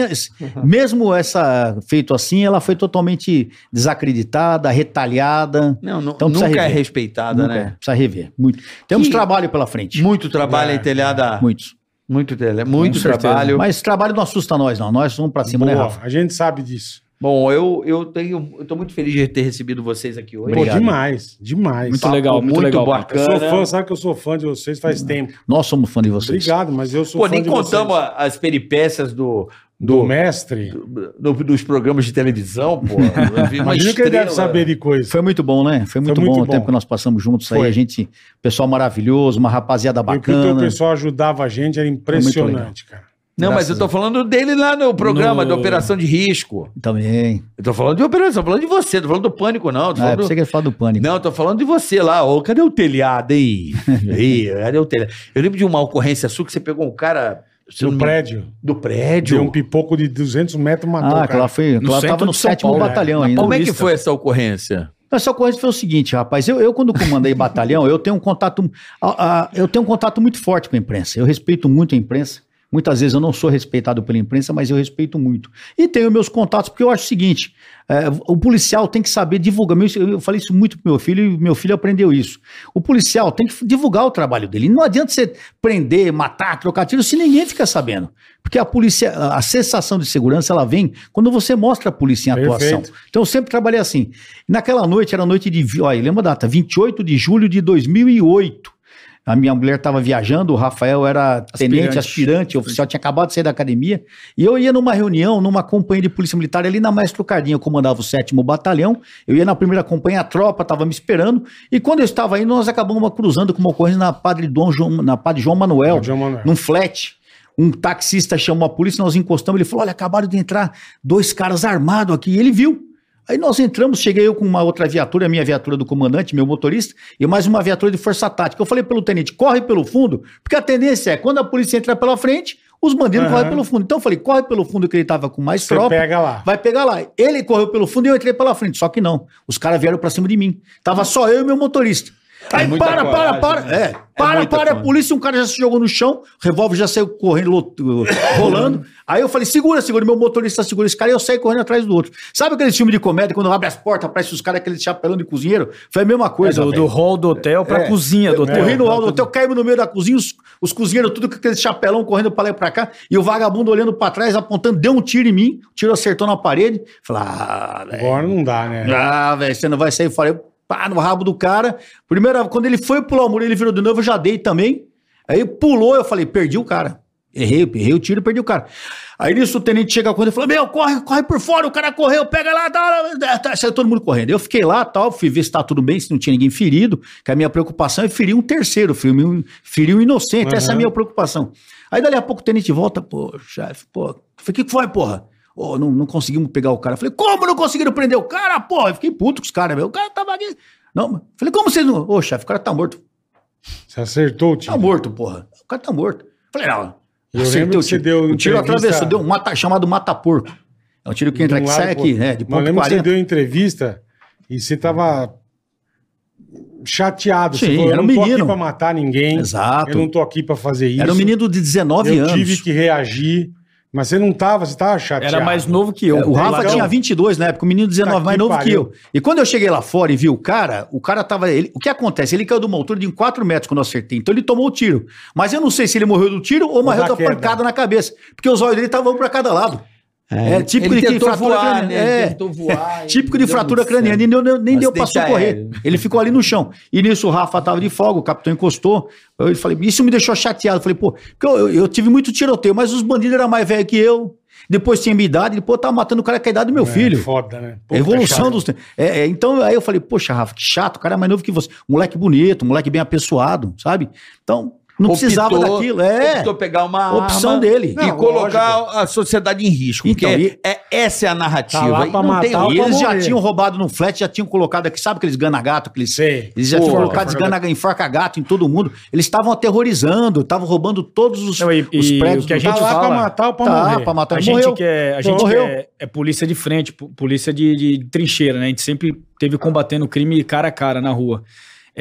[SPEAKER 5] mesmo essa feito assim, ela foi totalmente desacreditada, retalhada.
[SPEAKER 3] Não, nu-
[SPEAKER 5] Então
[SPEAKER 3] nunca
[SPEAKER 5] precisa
[SPEAKER 3] é
[SPEAKER 5] rever.
[SPEAKER 3] respeitada,
[SPEAKER 5] Nunca,
[SPEAKER 3] né?
[SPEAKER 5] Precisa rever. Muito. Temos
[SPEAKER 3] Que-
[SPEAKER 5] trabalho pela frente.
[SPEAKER 3] Muito trabalho
[SPEAKER 4] É.
[SPEAKER 3] em telhada. Muito,
[SPEAKER 5] Muitos.
[SPEAKER 3] tele- muito
[SPEAKER 4] Com certeza.
[SPEAKER 3] trabalho.
[SPEAKER 5] Mas esse trabalho não assusta nós, não. Nós vamos pra cima, né,
[SPEAKER 2] Boa,
[SPEAKER 5] Rafa?
[SPEAKER 2] a gente sabe disso.
[SPEAKER 3] Bom, eu, eu tenho. Eu tô muito feliz de ter recebido vocês aqui hoje.
[SPEAKER 5] Obrigado.
[SPEAKER 2] Pô, demais, demais.
[SPEAKER 4] Muito
[SPEAKER 3] Papo
[SPEAKER 4] legal, muito,
[SPEAKER 3] muito
[SPEAKER 4] legal.
[SPEAKER 3] bacana.
[SPEAKER 4] Pato.
[SPEAKER 2] Eu sou
[SPEAKER 3] Cara.
[SPEAKER 2] fã, sabe que eu sou fã de vocês faz tempo.
[SPEAKER 5] Nós somos fã de Hum, vocês.
[SPEAKER 2] Obrigado, mas eu sou
[SPEAKER 3] Pô,
[SPEAKER 2] fã
[SPEAKER 3] nem
[SPEAKER 2] de
[SPEAKER 3] contamos
[SPEAKER 2] vocês.
[SPEAKER 3] a- as peripécias do,
[SPEAKER 2] Do
[SPEAKER 3] do,
[SPEAKER 2] mestre.
[SPEAKER 3] do- dos programas de
[SPEAKER 2] (laughs)
[SPEAKER 3] televisão, pô. Eu vi uma
[SPEAKER 2] Imagina que ele deve
[SPEAKER 3] estrela.
[SPEAKER 2] saber de coisa.
[SPEAKER 5] Foi muito bom, né? Foi muito,
[SPEAKER 2] Foi muito
[SPEAKER 5] bom o
[SPEAKER 2] bom.
[SPEAKER 5] tempo que nós passamos juntos
[SPEAKER 2] Foi.
[SPEAKER 5] aí. A gente, pessoal maravilhoso, uma rapaziada
[SPEAKER 2] E o que o teu
[SPEAKER 5] bacana.
[SPEAKER 2] pessoal ajudava a gente era impressionante, cara.
[SPEAKER 3] Não, mas eu tô falando dele lá no programa de
[SPEAKER 4] No-
[SPEAKER 3] operação de risco.
[SPEAKER 5] Também.
[SPEAKER 3] Eu tô falando de operação, tô falando de você, tô falando do pânico,
[SPEAKER 2] é
[SPEAKER 3] não. Tô
[SPEAKER 5] Ah, eu
[SPEAKER 3] falando
[SPEAKER 5] pensei que ele falar do pânico.
[SPEAKER 3] Não, eu tô falando de você lá. Ô, cadê o
[SPEAKER 2] (laughs)
[SPEAKER 3] telhado aí? Aí, cadê o telhado? Eu lembro de uma ocorrência sua que você pegou um cara se não
[SPEAKER 2] Do
[SPEAKER 3] me-
[SPEAKER 2] prédio.
[SPEAKER 3] do
[SPEAKER 2] Deu
[SPEAKER 3] prédio.
[SPEAKER 2] um pipoco de 200 metros matou,
[SPEAKER 5] Ah,
[SPEAKER 2] o cara.
[SPEAKER 5] aquela foi.
[SPEAKER 4] No
[SPEAKER 5] Ela
[SPEAKER 4] centro
[SPEAKER 5] tava no
[SPEAKER 4] de São
[SPEAKER 5] sétimo
[SPEAKER 4] Paulo,
[SPEAKER 5] batalhão
[SPEAKER 4] é. Na
[SPEAKER 5] ainda.
[SPEAKER 3] Como é que
[SPEAKER 4] Paulista.
[SPEAKER 3] foi essa ocorrência?
[SPEAKER 5] Essa coisa foi o seguinte, rapaz. Eu, eu quando comandei batalhão, eu tenho um contato, a- a- eu tenho um contato muito forte com a imprensa. Eu respeito muito a imprensa. Muitas vezes eu não sou respeitado pela imprensa, mas eu respeito muito. E tenho meus contatos, porque eu acho o seguinte: é, o policial tem que saber divulgar. Meu- Eu falei isso muito pro meu filho e meu filho aprendeu isso. O policial tem que divulgar o trabalho dele. Não adianta você prender, matar, trocar tiro se ninguém fica sabendo. Porque a polícia, a sensação de segurança, ela vem quando você mostra a polícia em atuação.
[SPEAKER 2] Perfeito.
[SPEAKER 5] Então eu sempre trabalhei assim. Naquela noite, era noite de. vi- Olha, lembra a data? 28 de julho de 2008. A minha mulher estava viajando, o Rafael era tenente,
[SPEAKER 4] Aspirante.
[SPEAKER 5] aspirante, oficial, tinha acabado de sair da academia. E eu ia numa reunião, numa companhia de polícia militar ali na Maestro Cardinha, eu comandava o sétimo batalhão. Eu ia na primeira companhia, a tropa estava me esperando. E quando eu estava aí, nós acabamos cruzando com uma ocorrência na Padre, Dom João, na Padre João Manuel
[SPEAKER 2] João Manuel.
[SPEAKER 5] num flat. Um taxista chamou a polícia, nós encostamos, ele falou: olha, acabaram de entrar dois caras armados aqui. E ele viu. Aí nós entramos, cheguei eu com uma outra viatura, a minha viatura do comandante, meu motorista, e mais uma viatura de força tática. Eu falei pelo tenente, corre pelo fundo, porque a tendência é, quando a polícia entrar pela frente, os bandidos
[SPEAKER 2] Aham.
[SPEAKER 5] correm pelo fundo. Então eu falei, corre pelo fundo, que ele tava com mais
[SPEAKER 2] Você
[SPEAKER 5] tropa.
[SPEAKER 2] pega lá.
[SPEAKER 5] Vai pegar lá. Ele correu pelo fundo e eu entrei pela frente. Só que não. Os caras vieram pra cima de mim. Tava só eu e meu motorista. Aí
[SPEAKER 3] É muita
[SPEAKER 5] para, para,
[SPEAKER 3] coragem,
[SPEAKER 5] para.
[SPEAKER 3] né?
[SPEAKER 5] É, para,
[SPEAKER 3] muita
[SPEAKER 5] para. A
[SPEAKER 3] coragem.
[SPEAKER 5] polícia, um cara já se jogou no chão, o revólver já saiu correndo, lot- uh, rolando. Aí eu falei, segura, segura. Meu motorista segura esse cara e eu saí correndo atrás do outro. Sabe aquele filme de comédia, quando abre as portas, aparece os caras, aquele chapelão de cozinheiro? Foi a mesma coisa,
[SPEAKER 4] É, do,
[SPEAKER 5] velho.
[SPEAKER 4] do hall do hotel pra
[SPEAKER 3] É.
[SPEAKER 4] cozinha do hotel.
[SPEAKER 5] Corri no alto do hotel, caímos no meio da cozinha, os, os cozinheiros tudo com aquele chapelão correndo pra lá e pra cá, e o vagabundo olhando pra trás, apontando, deu um tiro em mim, o tiro acertou na parede. Falei, ah, velho,
[SPEAKER 2] Agora não dá, né?
[SPEAKER 5] ah, velho, você não vai sair fora. Eu, pá, no rabo do cara. Primeira, quando ele foi pular o muro, ele virou de novo, eu já dei também. Aí pulou, eu falei, perdi o cara. Errei, errei o tiro e perdi o cara. Aí nisso o tenente chega quando ele falou: Meu, corre, corre por fora, o cara correu, pega lá, tá, tá, tá, saiu todo mundo correndo. Eu fiquei lá, tal, fui ver se tá tudo bem, se não tinha ninguém ferido, que a minha preocupação é ferir um terceiro, ferir um, ferir um inocente, essa é a minha preocupação. Aí dali a pouco o tenente volta, poxa, pô, eu falei, o que foi, porra? Ô, não, não conseguimos pegar o cara. Eu falei, como não conseguiram prender o cara, porra? Eu fiquei puto com os caras, meu. O cara tava aqui. Não, mas- falei, como vocês não. Ô, chefe, o cara tá morto.
[SPEAKER 2] Você acertou o
[SPEAKER 5] Tá
[SPEAKER 2] time.
[SPEAKER 5] morto, porra. O cara tá morto. Falei, não.
[SPEAKER 2] Eu
[SPEAKER 5] acertei
[SPEAKER 2] lembro
[SPEAKER 5] o
[SPEAKER 2] que você
[SPEAKER 5] tiro.
[SPEAKER 2] deu
[SPEAKER 5] o tiro
[SPEAKER 2] entrevista-
[SPEAKER 5] atravessou, deu um mata, chamado mata-porco. É um tiro que entra
[SPEAKER 2] De um
[SPEAKER 5] aqui,
[SPEAKER 2] lado
[SPEAKER 5] sai
[SPEAKER 2] pro outro.
[SPEAKER 5] aqui, né? De
[SPEAKER 2] Mas eu
[SPEAKER 5] ponto
[SPEAKER 2] lembro que você
[SPEAKER 5] 40.
[SPEAKER 2] deu entrevista e você tava chateado. Você
[SPEAKER 5] Sim,
[SPEAKER 2] falou,
[SPEAKER 5] era
[SPEAKER 2] eu
[SPEAKER 5] um
[SPEAKER 2] não tô
[SPEAKER 5] menino.
[SPEAKER 2] aqui pra matar ninguém.
[SPEAKER 5] Exato.
[SPEAKER 2] Eu não tô aqui pra fazer isso.
[SPEAKER 5] Era um menino de 19
[SPEAKER 2] Eu
[SPEAKER 5] anos.
[SPEAKER 2] tive que reagir. Mas você não tava, você tava chateado.
[SPEAKER 4] Era mais novo que eu.
[SPEAKER 5] É, o Rafa
[SPEAKER 2] Então-
[SPEAKER 5] tinha 22 na época, né, o menino 19
[SPEAKER 2] Tá
[SPEAKER 5] mais
[SPEAKER 2] que
[SPEAKER 5] novo que
[SPEAKER 2] pariu.
[SPEAKER 5] eu. E quando eu cheguei lá fora e vi o cara, o cara tava. ele- o que acontece? Ele caiu de uma altura de 4 metros quando eu acertei. Então ele tomou o tiro. Mas eu não sei se ele morreu do tiro ou morreu
[SPEAKER 2] da
[SPEAKER 5] da
[SPEAKER 2] queda.
[SPEAKER 5] pancada na cabeça. Porque os olhos dele estavam pra cada lado. É, típico de
[SPEAKER 3] ele
[SPEAKER 5] que
[SPEAKER 3] tentou
[SPEAKER 5] fratura
[SPEAKER 3] voar,
[SPEAKER 5] craniana.
[SPEAKER 3] né?
[SPEAKER 5] É,
[SPEAKER 3] Ele tentou voar.
[SPEAKER 5] (laughs) Típico
[SPEAKER 3] e
[SPEAKER 5] de
[SPEAKER 3] deu
[SPEAKER 5] fratura
[SPEAKER 3] um
[SPEAKER 5] craniana, e nem, nem- nem
[SPEAKER 3] Mas
[SPEAKER 5] deu pra
[SPEAKER 3] deixa
[SPEAKER 5] socorrer.
[SPEAKER 3] aéreo.
[SPEAKER 5] Ele ficou ali no chão. E nisso o Rafa tava de folga, o capitão encostou. Eu falei, isso me deixou chateado. Eu falei, pô, porque eu, eu- eu tive muito tiroteio, mas os bandidos eram mais velhos que eu. Depois tinha minha idade, ele, pô, tava matando o cara com a idade do meu
[SPEAKER 2] É,
[SPEAKER 5] filho.
[SPEAKER 2] Foda, né?
[SPEAKER 5] É
[SPEAKER 2] Puta,
[SPEAKER 5] a evolução
[SPEAKER 2] chato.
[SPEAKER 5] dos tempos. É, é, então aí eu falei, poxa, Rafa, que chato, o cara é mais novo que você. Moleque bonito, moleque bem apessoado, sabe? Então, não precisava
[SPEAKER 3] Optou-
[SPEAKER 5] daquilo. É,
[SPEAKER 3] Optou Ah, pegar uma
[SPEAKER 5] opção
[SPEAKER 3] arma
[SPEAKER 5] dele.
[SPEAKER 3] E
[SPEAKER 2] Não,
[SPEAKER 3] colocar a sociedade em risco.
[SPEAKER 5] Então,
[SPEAKER 3] porque é, essa é a narrativa.
[SPEAKER 2] Tá lá
[SPEAKER 3] e
[SPEAKER 2] pra
[SPEAKER 3] não
[SPEAKER 2] matar o
[SPEAKER 3] tem
[SPEAKER 5] E eles já
[SPEAKER 2] morrer.
[SPEAKER 5] tinham roubado no flat, já tinham colocado aqui, sabe aqueles ganagato, aqueles.
[SPEAKER 2] Sei.
[SPEAKER 5] Eles já tinham
[SPEAKER 3] Porra,
[SPEAKER 5] colocado
[SPEAKER 2] enforca-gato.
[SPEAKER 5] esgana- enforca-gato em todo mundo. Eles estavam aterrorizando, estavam roubando todos os,
[SPEAKER 4] Não, e-
[SPEAKER 5] os
[SPEAKER 4] e
[SPEAKER 5] prédios.
[SPEAKER 4] o que a
[SPEAKER 5] do-
[SPEAKER 2] Tá
[SPEAKER 4] gente
[SPEAKER 2] lá pra
[SPEAKER 4] fala-
[SPEAKER 2] matar ou pra
[SPEAKER 5] tá,
[SPEAKER 2] morrer?
[SPEAKER 5] pra matar.
[SPEAKER 4] A
[SPEAKER 5] morreu.
[SPEAKER 4] gente, que é, a gente que
[SPEAKER 5] Morreu.
[SPEAKER 4] é, é polícia de frente, po- polícia de, de trincheira, né? A gente sempre teve combatendo crime cara a cara na rua.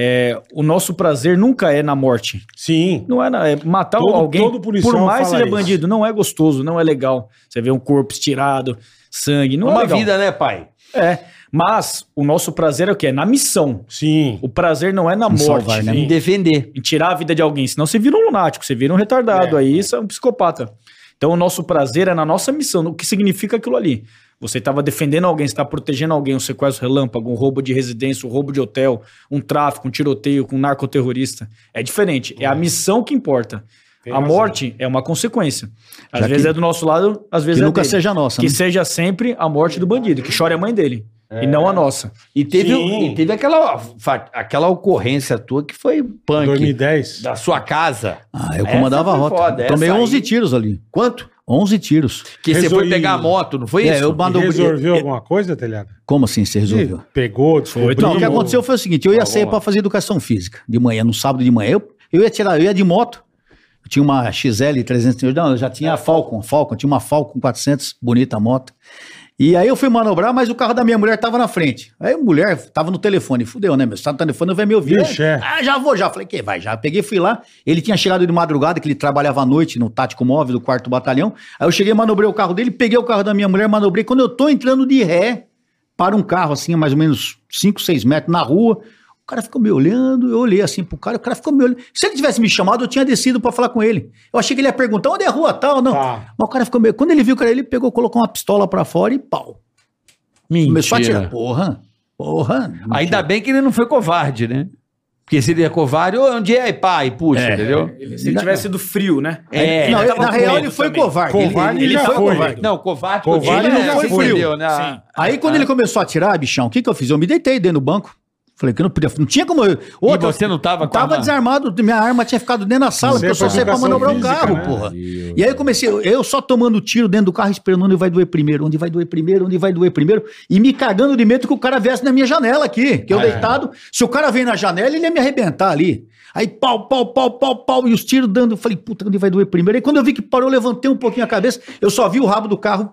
[SPEAKER 4] é, o nosso prazer nunca é na morte.
[SPEAKER 2] Sim.
[SPEAKER 4] Não é, na- é matar
[SPEAKER 2] Todo-
[SPEAKER 4] alguém.
[SPEAKER 2] todo policial
[SPEAKER 4] por mais
[SPEAKER 2] fala
[SPEAKER 4] seja
[SPEAKER 2] isso.
[SPEAKER 4] bandido, não é gostoso, não é legal. Você vê um corpo estirado, sangue, não é
[SPEAKER 3] Uma
[SPEAKER 4] legal.
[SPEAKER 3] vida, né, pai?
[SPEAKER 4] É, mas o nosso prazer é o quê? É na missão.
[SPEAKER 2] Sim.
[SPEAKER 4] O prazer não é na
[SPEAKER 5] Em
[SPEAKER 4] morte,
[SPEAKER 5] salvar, né?
[SPEAKER 3] Me defender.
[SPEAKER 4] em tirar a vida de alguém, senão você vira um lunático, você vira um retardado,
[SPEAKER 2] É,
[SPEAKER 4] aí você é um psicopata. Então o nosso prazer é na nossa missão, no que significa aquilo ali. Você estava defendendo alguém, você estava protegendo alguém, um sequestro relâmpago, um roubo de residência, um roubo de hotel, um tráfico, um tiroteio com um narcoterrorista. É diferente, é a missão que importa.
[SPEAKER 2] Tem
[SPEAKER 4] a
[SPEAKER 2] razão.
[SPEAKER 4] morte é uma consequência. Às
[SPEAKER 5] Já
[SPEAKER 4] vezes
[SPEAKER 5] que-
[SPEAKER 4] é do nosso lado, às
[SPEAKER 5] Que
[SPEAKER 4] vezes é
[SPEAKER 5] nunca
[SPEAKER 4] dele.
[SPEAKER 5] seja nossa,
[SPEAKER 4] Que
[SPEAKER 5] né? É.
[SPEAKER 4] seja sempre a morte do bandido, que chore a mãe dele, e não a nossa.
[SPEAKER 3] E teve,
[SPEAKER 2] Sim.
[SPEAKER 3] e teve aquela, fa- aquela ocorrência tua que foi punk.
[SPEAKER 2] 2010.
[SPEAKER 3] Da sua casa.
[SPEAKER 5] Ah, eu
[SPEAKER 3] Essa
[SPEAKER 5] comandava a
[SPEAKER 3] foi
[SPEAKER 5] rota.
[SPEAKER 3] foda,
[SPEAKER 5] Tomei
[SPEAKER 3] essa
[SPEAKER 5] 11
[SPEAKER 3] aí-
[SPEAKER 5] tiros ali.
[SPEAKER 3] Quanto?
[SPEAKER 5] 11 tiros.
[SPEAKER 3] Que você foi
[SPEAKER 2] Resolvi-
[SPEAKER 3] pegar a moto, não foi
[SPEAKER 5] É,
[SPEAKER 3] isso?
[SPEAKER 5] eu mando-
[SPEAKER 2] Resolveu alguma coisa, telhado?
[SPEAKER 5] Como assim você resolveu?
[SPEAKER 2] Ih, Pegou, descobriu.
[SPEAKER 5] Não, o que aconteceu foi o seguinte: eu ia
[SPEAKER 3] Vamos
[SPEAKER 5] sair
[SPEAKER 3] lá.
[SPEAKER 5] pra fazer educação física de manhã, no sábado de manhã. Eu, eu ia tirar, eu ia de moto. Eu tinha uma XL 300, não, eu já tinha a Falcon, Falcon, tinha uma Falcon 400, bonita a moto. E aí eu fui manobrar, mas o carro da minha mulher tava na frente. Aí a mulher tava no telefone, fudeu, né, meu? Você tá no telefone, vai me ouvir.
[SPEAKER 2] Vixe, é.
[SPEAKER 5] Ah, já vou, já. Falei, que vai, já. Peguei, fui lá. Ele tinha chegado de madrugada, que ele trabalhava à noite no tático móvel do quarto batalhão. Aí eu cheguei, manobrei o carro dele, peguei o carro da minha mulher, manobrei. Quando eu tô entrando de ré, para um carro assim, a mais ou menos 5, 6 metros na rua. O cara ficou me olhando, eu olhei assim pro cara, o cara ficou me olhando. Se ele tivesse me chamado, eu tinha descido pra falar com ele. Eu achei que ele ia perguntar onde é a rua tal, não.
[SPEAKER 2] Tá.
[SPEAKER 5] Mas o cara ficou meio. Quando ele viu o cara, ele pegou, colocou uma pistola pra fora e pau. Começou a
[SPEAKER 3] Mentira.
[SPEAKER 5] tirar. Porra, porra.
[SPEAKER 3] Ainda bem que ele não foi covarde, né? Porque se ele é covarde, ô, onde é, pai? Puxa, entendeu?
[SPEAKER 4] Se ele tivesse sido frio, né?
[SPEAKER 3] É.
[SPEAKER 5] não,
[SPEAKER 4] ele
[SPEAKER 5] eu-
[SPEAKER 4] tava
[SPEAKER 5] na
[SPEAKER 4] com
[SPEAKER 5] real,
[SPEAKER 4] medo
[SPEAKER 5] ele foi
[SPEAKER 4] também.
[SPEAKER 5] covarde.
[SPEAKER 2] Covarde ele já
[SPEAKER 5] foi
[SPEAKER 2] foi.
[SPEAKER 5] covarde.
[SPEAKER 3] Não, covarde,
[SPEAKER 2] Covarde
[SPEAKER 3] ele
[SPEAKER 5] ele
[SPEAKER 3] é,
[SPEAKER 5] não foi,
[SPEAKER 3] você entendeu, né?
[SPEAKER 4] Sim.
[SPEAKER 5] Aí quando ele começou a tirar, bichão, o que, que eu fiz? Eu me deitei dentro do banco. Falei que eu não podia. Não tinha como. Eu,
[SPEAKER 3] E
[SPEAKER 5] Outra-
[SPEAKER 3] você não tava com a
[SPEAKER 5] Tava
[SPEAKER 3] arma?
[SPEAKER 5] desarmado, minha arma tinha ficado dentro da sala,
[SPEAKER 2] Você
[SPEAKER 5] porque eu só
[SPEAKER 2] foi
[SPEAKER 5] saí é pra
[SPEAKER 2] educação
[SPEAKER 5] manobrar
[SPEAKER 2] física,
[SPEAKER 5] o carro,
[SPEAKER 2] né?
[SPEAKER 5] porra. E aí eu comecei, eu- eu só tomando tiro dentro do carro, esperando onde vai doer primeiro, onde vai doer primeiro, onde vai doer primeiro, e me cagando de medo que o cara viesse na minha janela aqui, que eu deitado, se o cara vem na janela, ele ia me arrebentar ali. Aí pau, pau, pau, pau, pau, e os tiros dando, eu falei, puta, onde vai doer primeiro? Aí quando eu vi que parou, eu levantei um pouquinho a cabeça, eu só vi o rabo do carro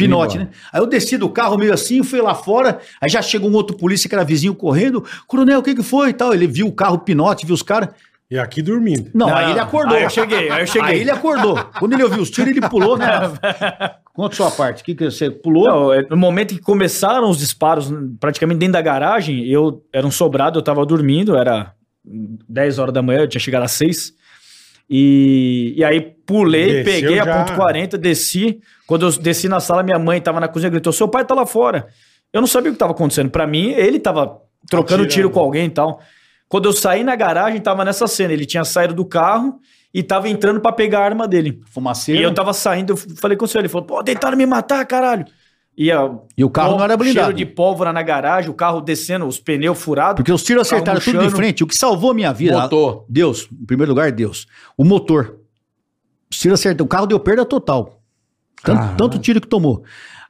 [SPEAKER 5] Pinote, né? Aí eu desci do carro meio assim, fui lá fora, aí já chegou um outro polícia que era vizinho correndo, coronel, o que que foi e tal? Ele viu o carro Pinote, viu os caras,
[SPEAKER 2] E aqui dormindo.
[SPEAKER 5] não,
[SPEAKER 4] Não,
[SPEAKER 5] aí ele acordou.
[SPEAKER 4] aí eu cheguei, aí eu cheguei.
[SPEAKER 5] Aí ele acordou. Quando ele ouviu os tiros, ele pulou, né? Conta sua parte. O que, que você pulou?
[SPEAKER 4] Não, é, no momento que começaram os disparos, hum, praticamente dentro da garagem, eu era um sobrado, eu tava dormindo, era 10 horas da manhã, eu tinha chegado às 6. E, e aí pulei,
[SPEAKER 2] Desceu
[SPEAKER 4] peguei
[SPEAKER 2] já.
[SPEAKER 4] a ponto 40, desci. Quando eu desci na sala, minha mãe tava na cozinha, gritou: seu pai tá lá fora. Eu não sabia o que tava acontecendo. Pra mim, ele tava trocando
[SPEAKER 2] Atirando.
[SPEAKER 4] tiro com alguém e tal. Quando eu saí na garagem, tava nessa cena. Ele tinha saído do carro e tava entrando pra pegar a arma dele.
[SPEAKER 5] Fumaceiro.
[SPEAKER 4] E eu tava saindo, eu falei com o senhor, ele falou, pô, tentaram me matar, caralho. E, ó,
[SPEAKER 5] E o carro
[SPEAKER 4] pó-
[SPEAKER 5] não era blindado.
[SPEAKER 4] Cheiro de pólvora na garagem, o carro descendo, os pneus furados.
[SPEAKER 5] Porque os tiros
[SPEAKER 4] Carro
[SPEAKER 5] acertaram tudo de
[SPEAKER 4] murchando.
[SPEAKER 5] frente. O que salvou a minha vida.
[SPEAKER 3] Motor.
[SPEAKER 5] Deus, em primeiro lugar, Deus. O motor. Os tiros acertaram. O carro deu perda total. Tanto,
[SPEAKER 3] Caralho.
[SPEAKER 5] tanto tiro que tomou.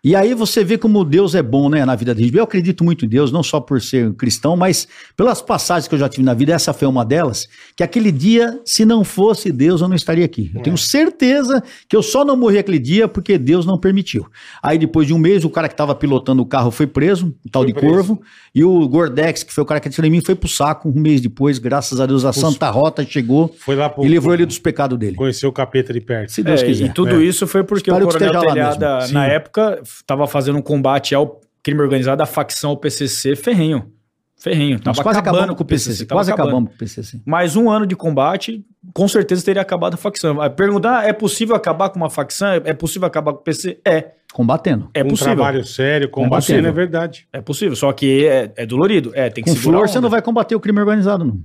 [SPEAKER 5] E aí você vê como Deus é bom, né, na vida da gente. Eu acredito muito em Deus, não só por ser um cristão, mas pelas passagens que eu já tive na vida, essa foi uma delas, que aquele dia, se não fosse Deus, eu não estaria aqui. Eu tenho
[SPEAKER 4] É.
[SPEAKER 5] certeza que eu só não morri aquele dia porque Deus não permitiu. Aí depois de um mês, o cara que estava pilotando o carro foi preso, o tal
[SPEAKER 2] Foi
[SPEAKER 5] de
[SPEAKER 2] preso.
[SPEAKER 5] Corvo, e o Gordex, que foi o cara que atirou em mim, foi pro saco um mês depois, graças a Deus, a Santa Rota chegou
[SPEAKER 2] Foi lá pro.
[SPEAKER 5] e livrou ele dos pecados dele.
[SPEAKER 2] Conheceu o capeta de perto.
[SPEAKER 5] Se Deus
[SPEAKER 4] É,
[SPEAKER 5] quiser.
[SPEAKER 4] E tudo
[SPEAKER 2] É.
[SPEAKER 4] isso foi porque
[SPEAKER 5] Espero
[SPEAKER 4] o
[SPEAKER 5] que
[SPEAKER 4] Coronel
[SPEAKER 5] esteja lá
[SPEAKER 4] Telhada,
[SPEAKER 2] mesmo.
[SPEAKER 4] na
[SPEAKER 2] Sim.
[SPEAKER 4] época, f- tava fazendo um combate ao crime organizado, à facção ao PCC, ferrenho. Ferrenho. Tava
[SPEAKER 5] Nós quase
[SPEAKER 4] acabando
[SPEAKER 5] acabamos com o PCC.
[SPEAKER 4] tava
[SPEAKER 5] Quase
[SPEAKER 4] acabando.
[SPEAKER 5] acabamos com o PCC.
[SPEAKER 4] Mais um ano de combate, com certeza teria acabado a facção. Vai Perguntar, ah, é possível acabar com uma facção? É possível acabar com o PC? É,
[SPEAKER 5] Combatendo.
[SPEAKER 4] é
[SPEAKER 2] um
[SPEAKER 4] possível.
[SPEAKER 2] trabalho sério,
[SPEAKER 5] Combatível.
[SPEAKER 2] combatendo, é verdade.
[SPEAKER 4] É possível, só que é, é dolorido. É, tem que
[SPEAKER 5] Com
[SPEAKER 4] segurar. a
[SPEAKER 5] flor você
[SPEAKER 4] onda.
[SPEAKER 5] não vai combater o crime organizado, não.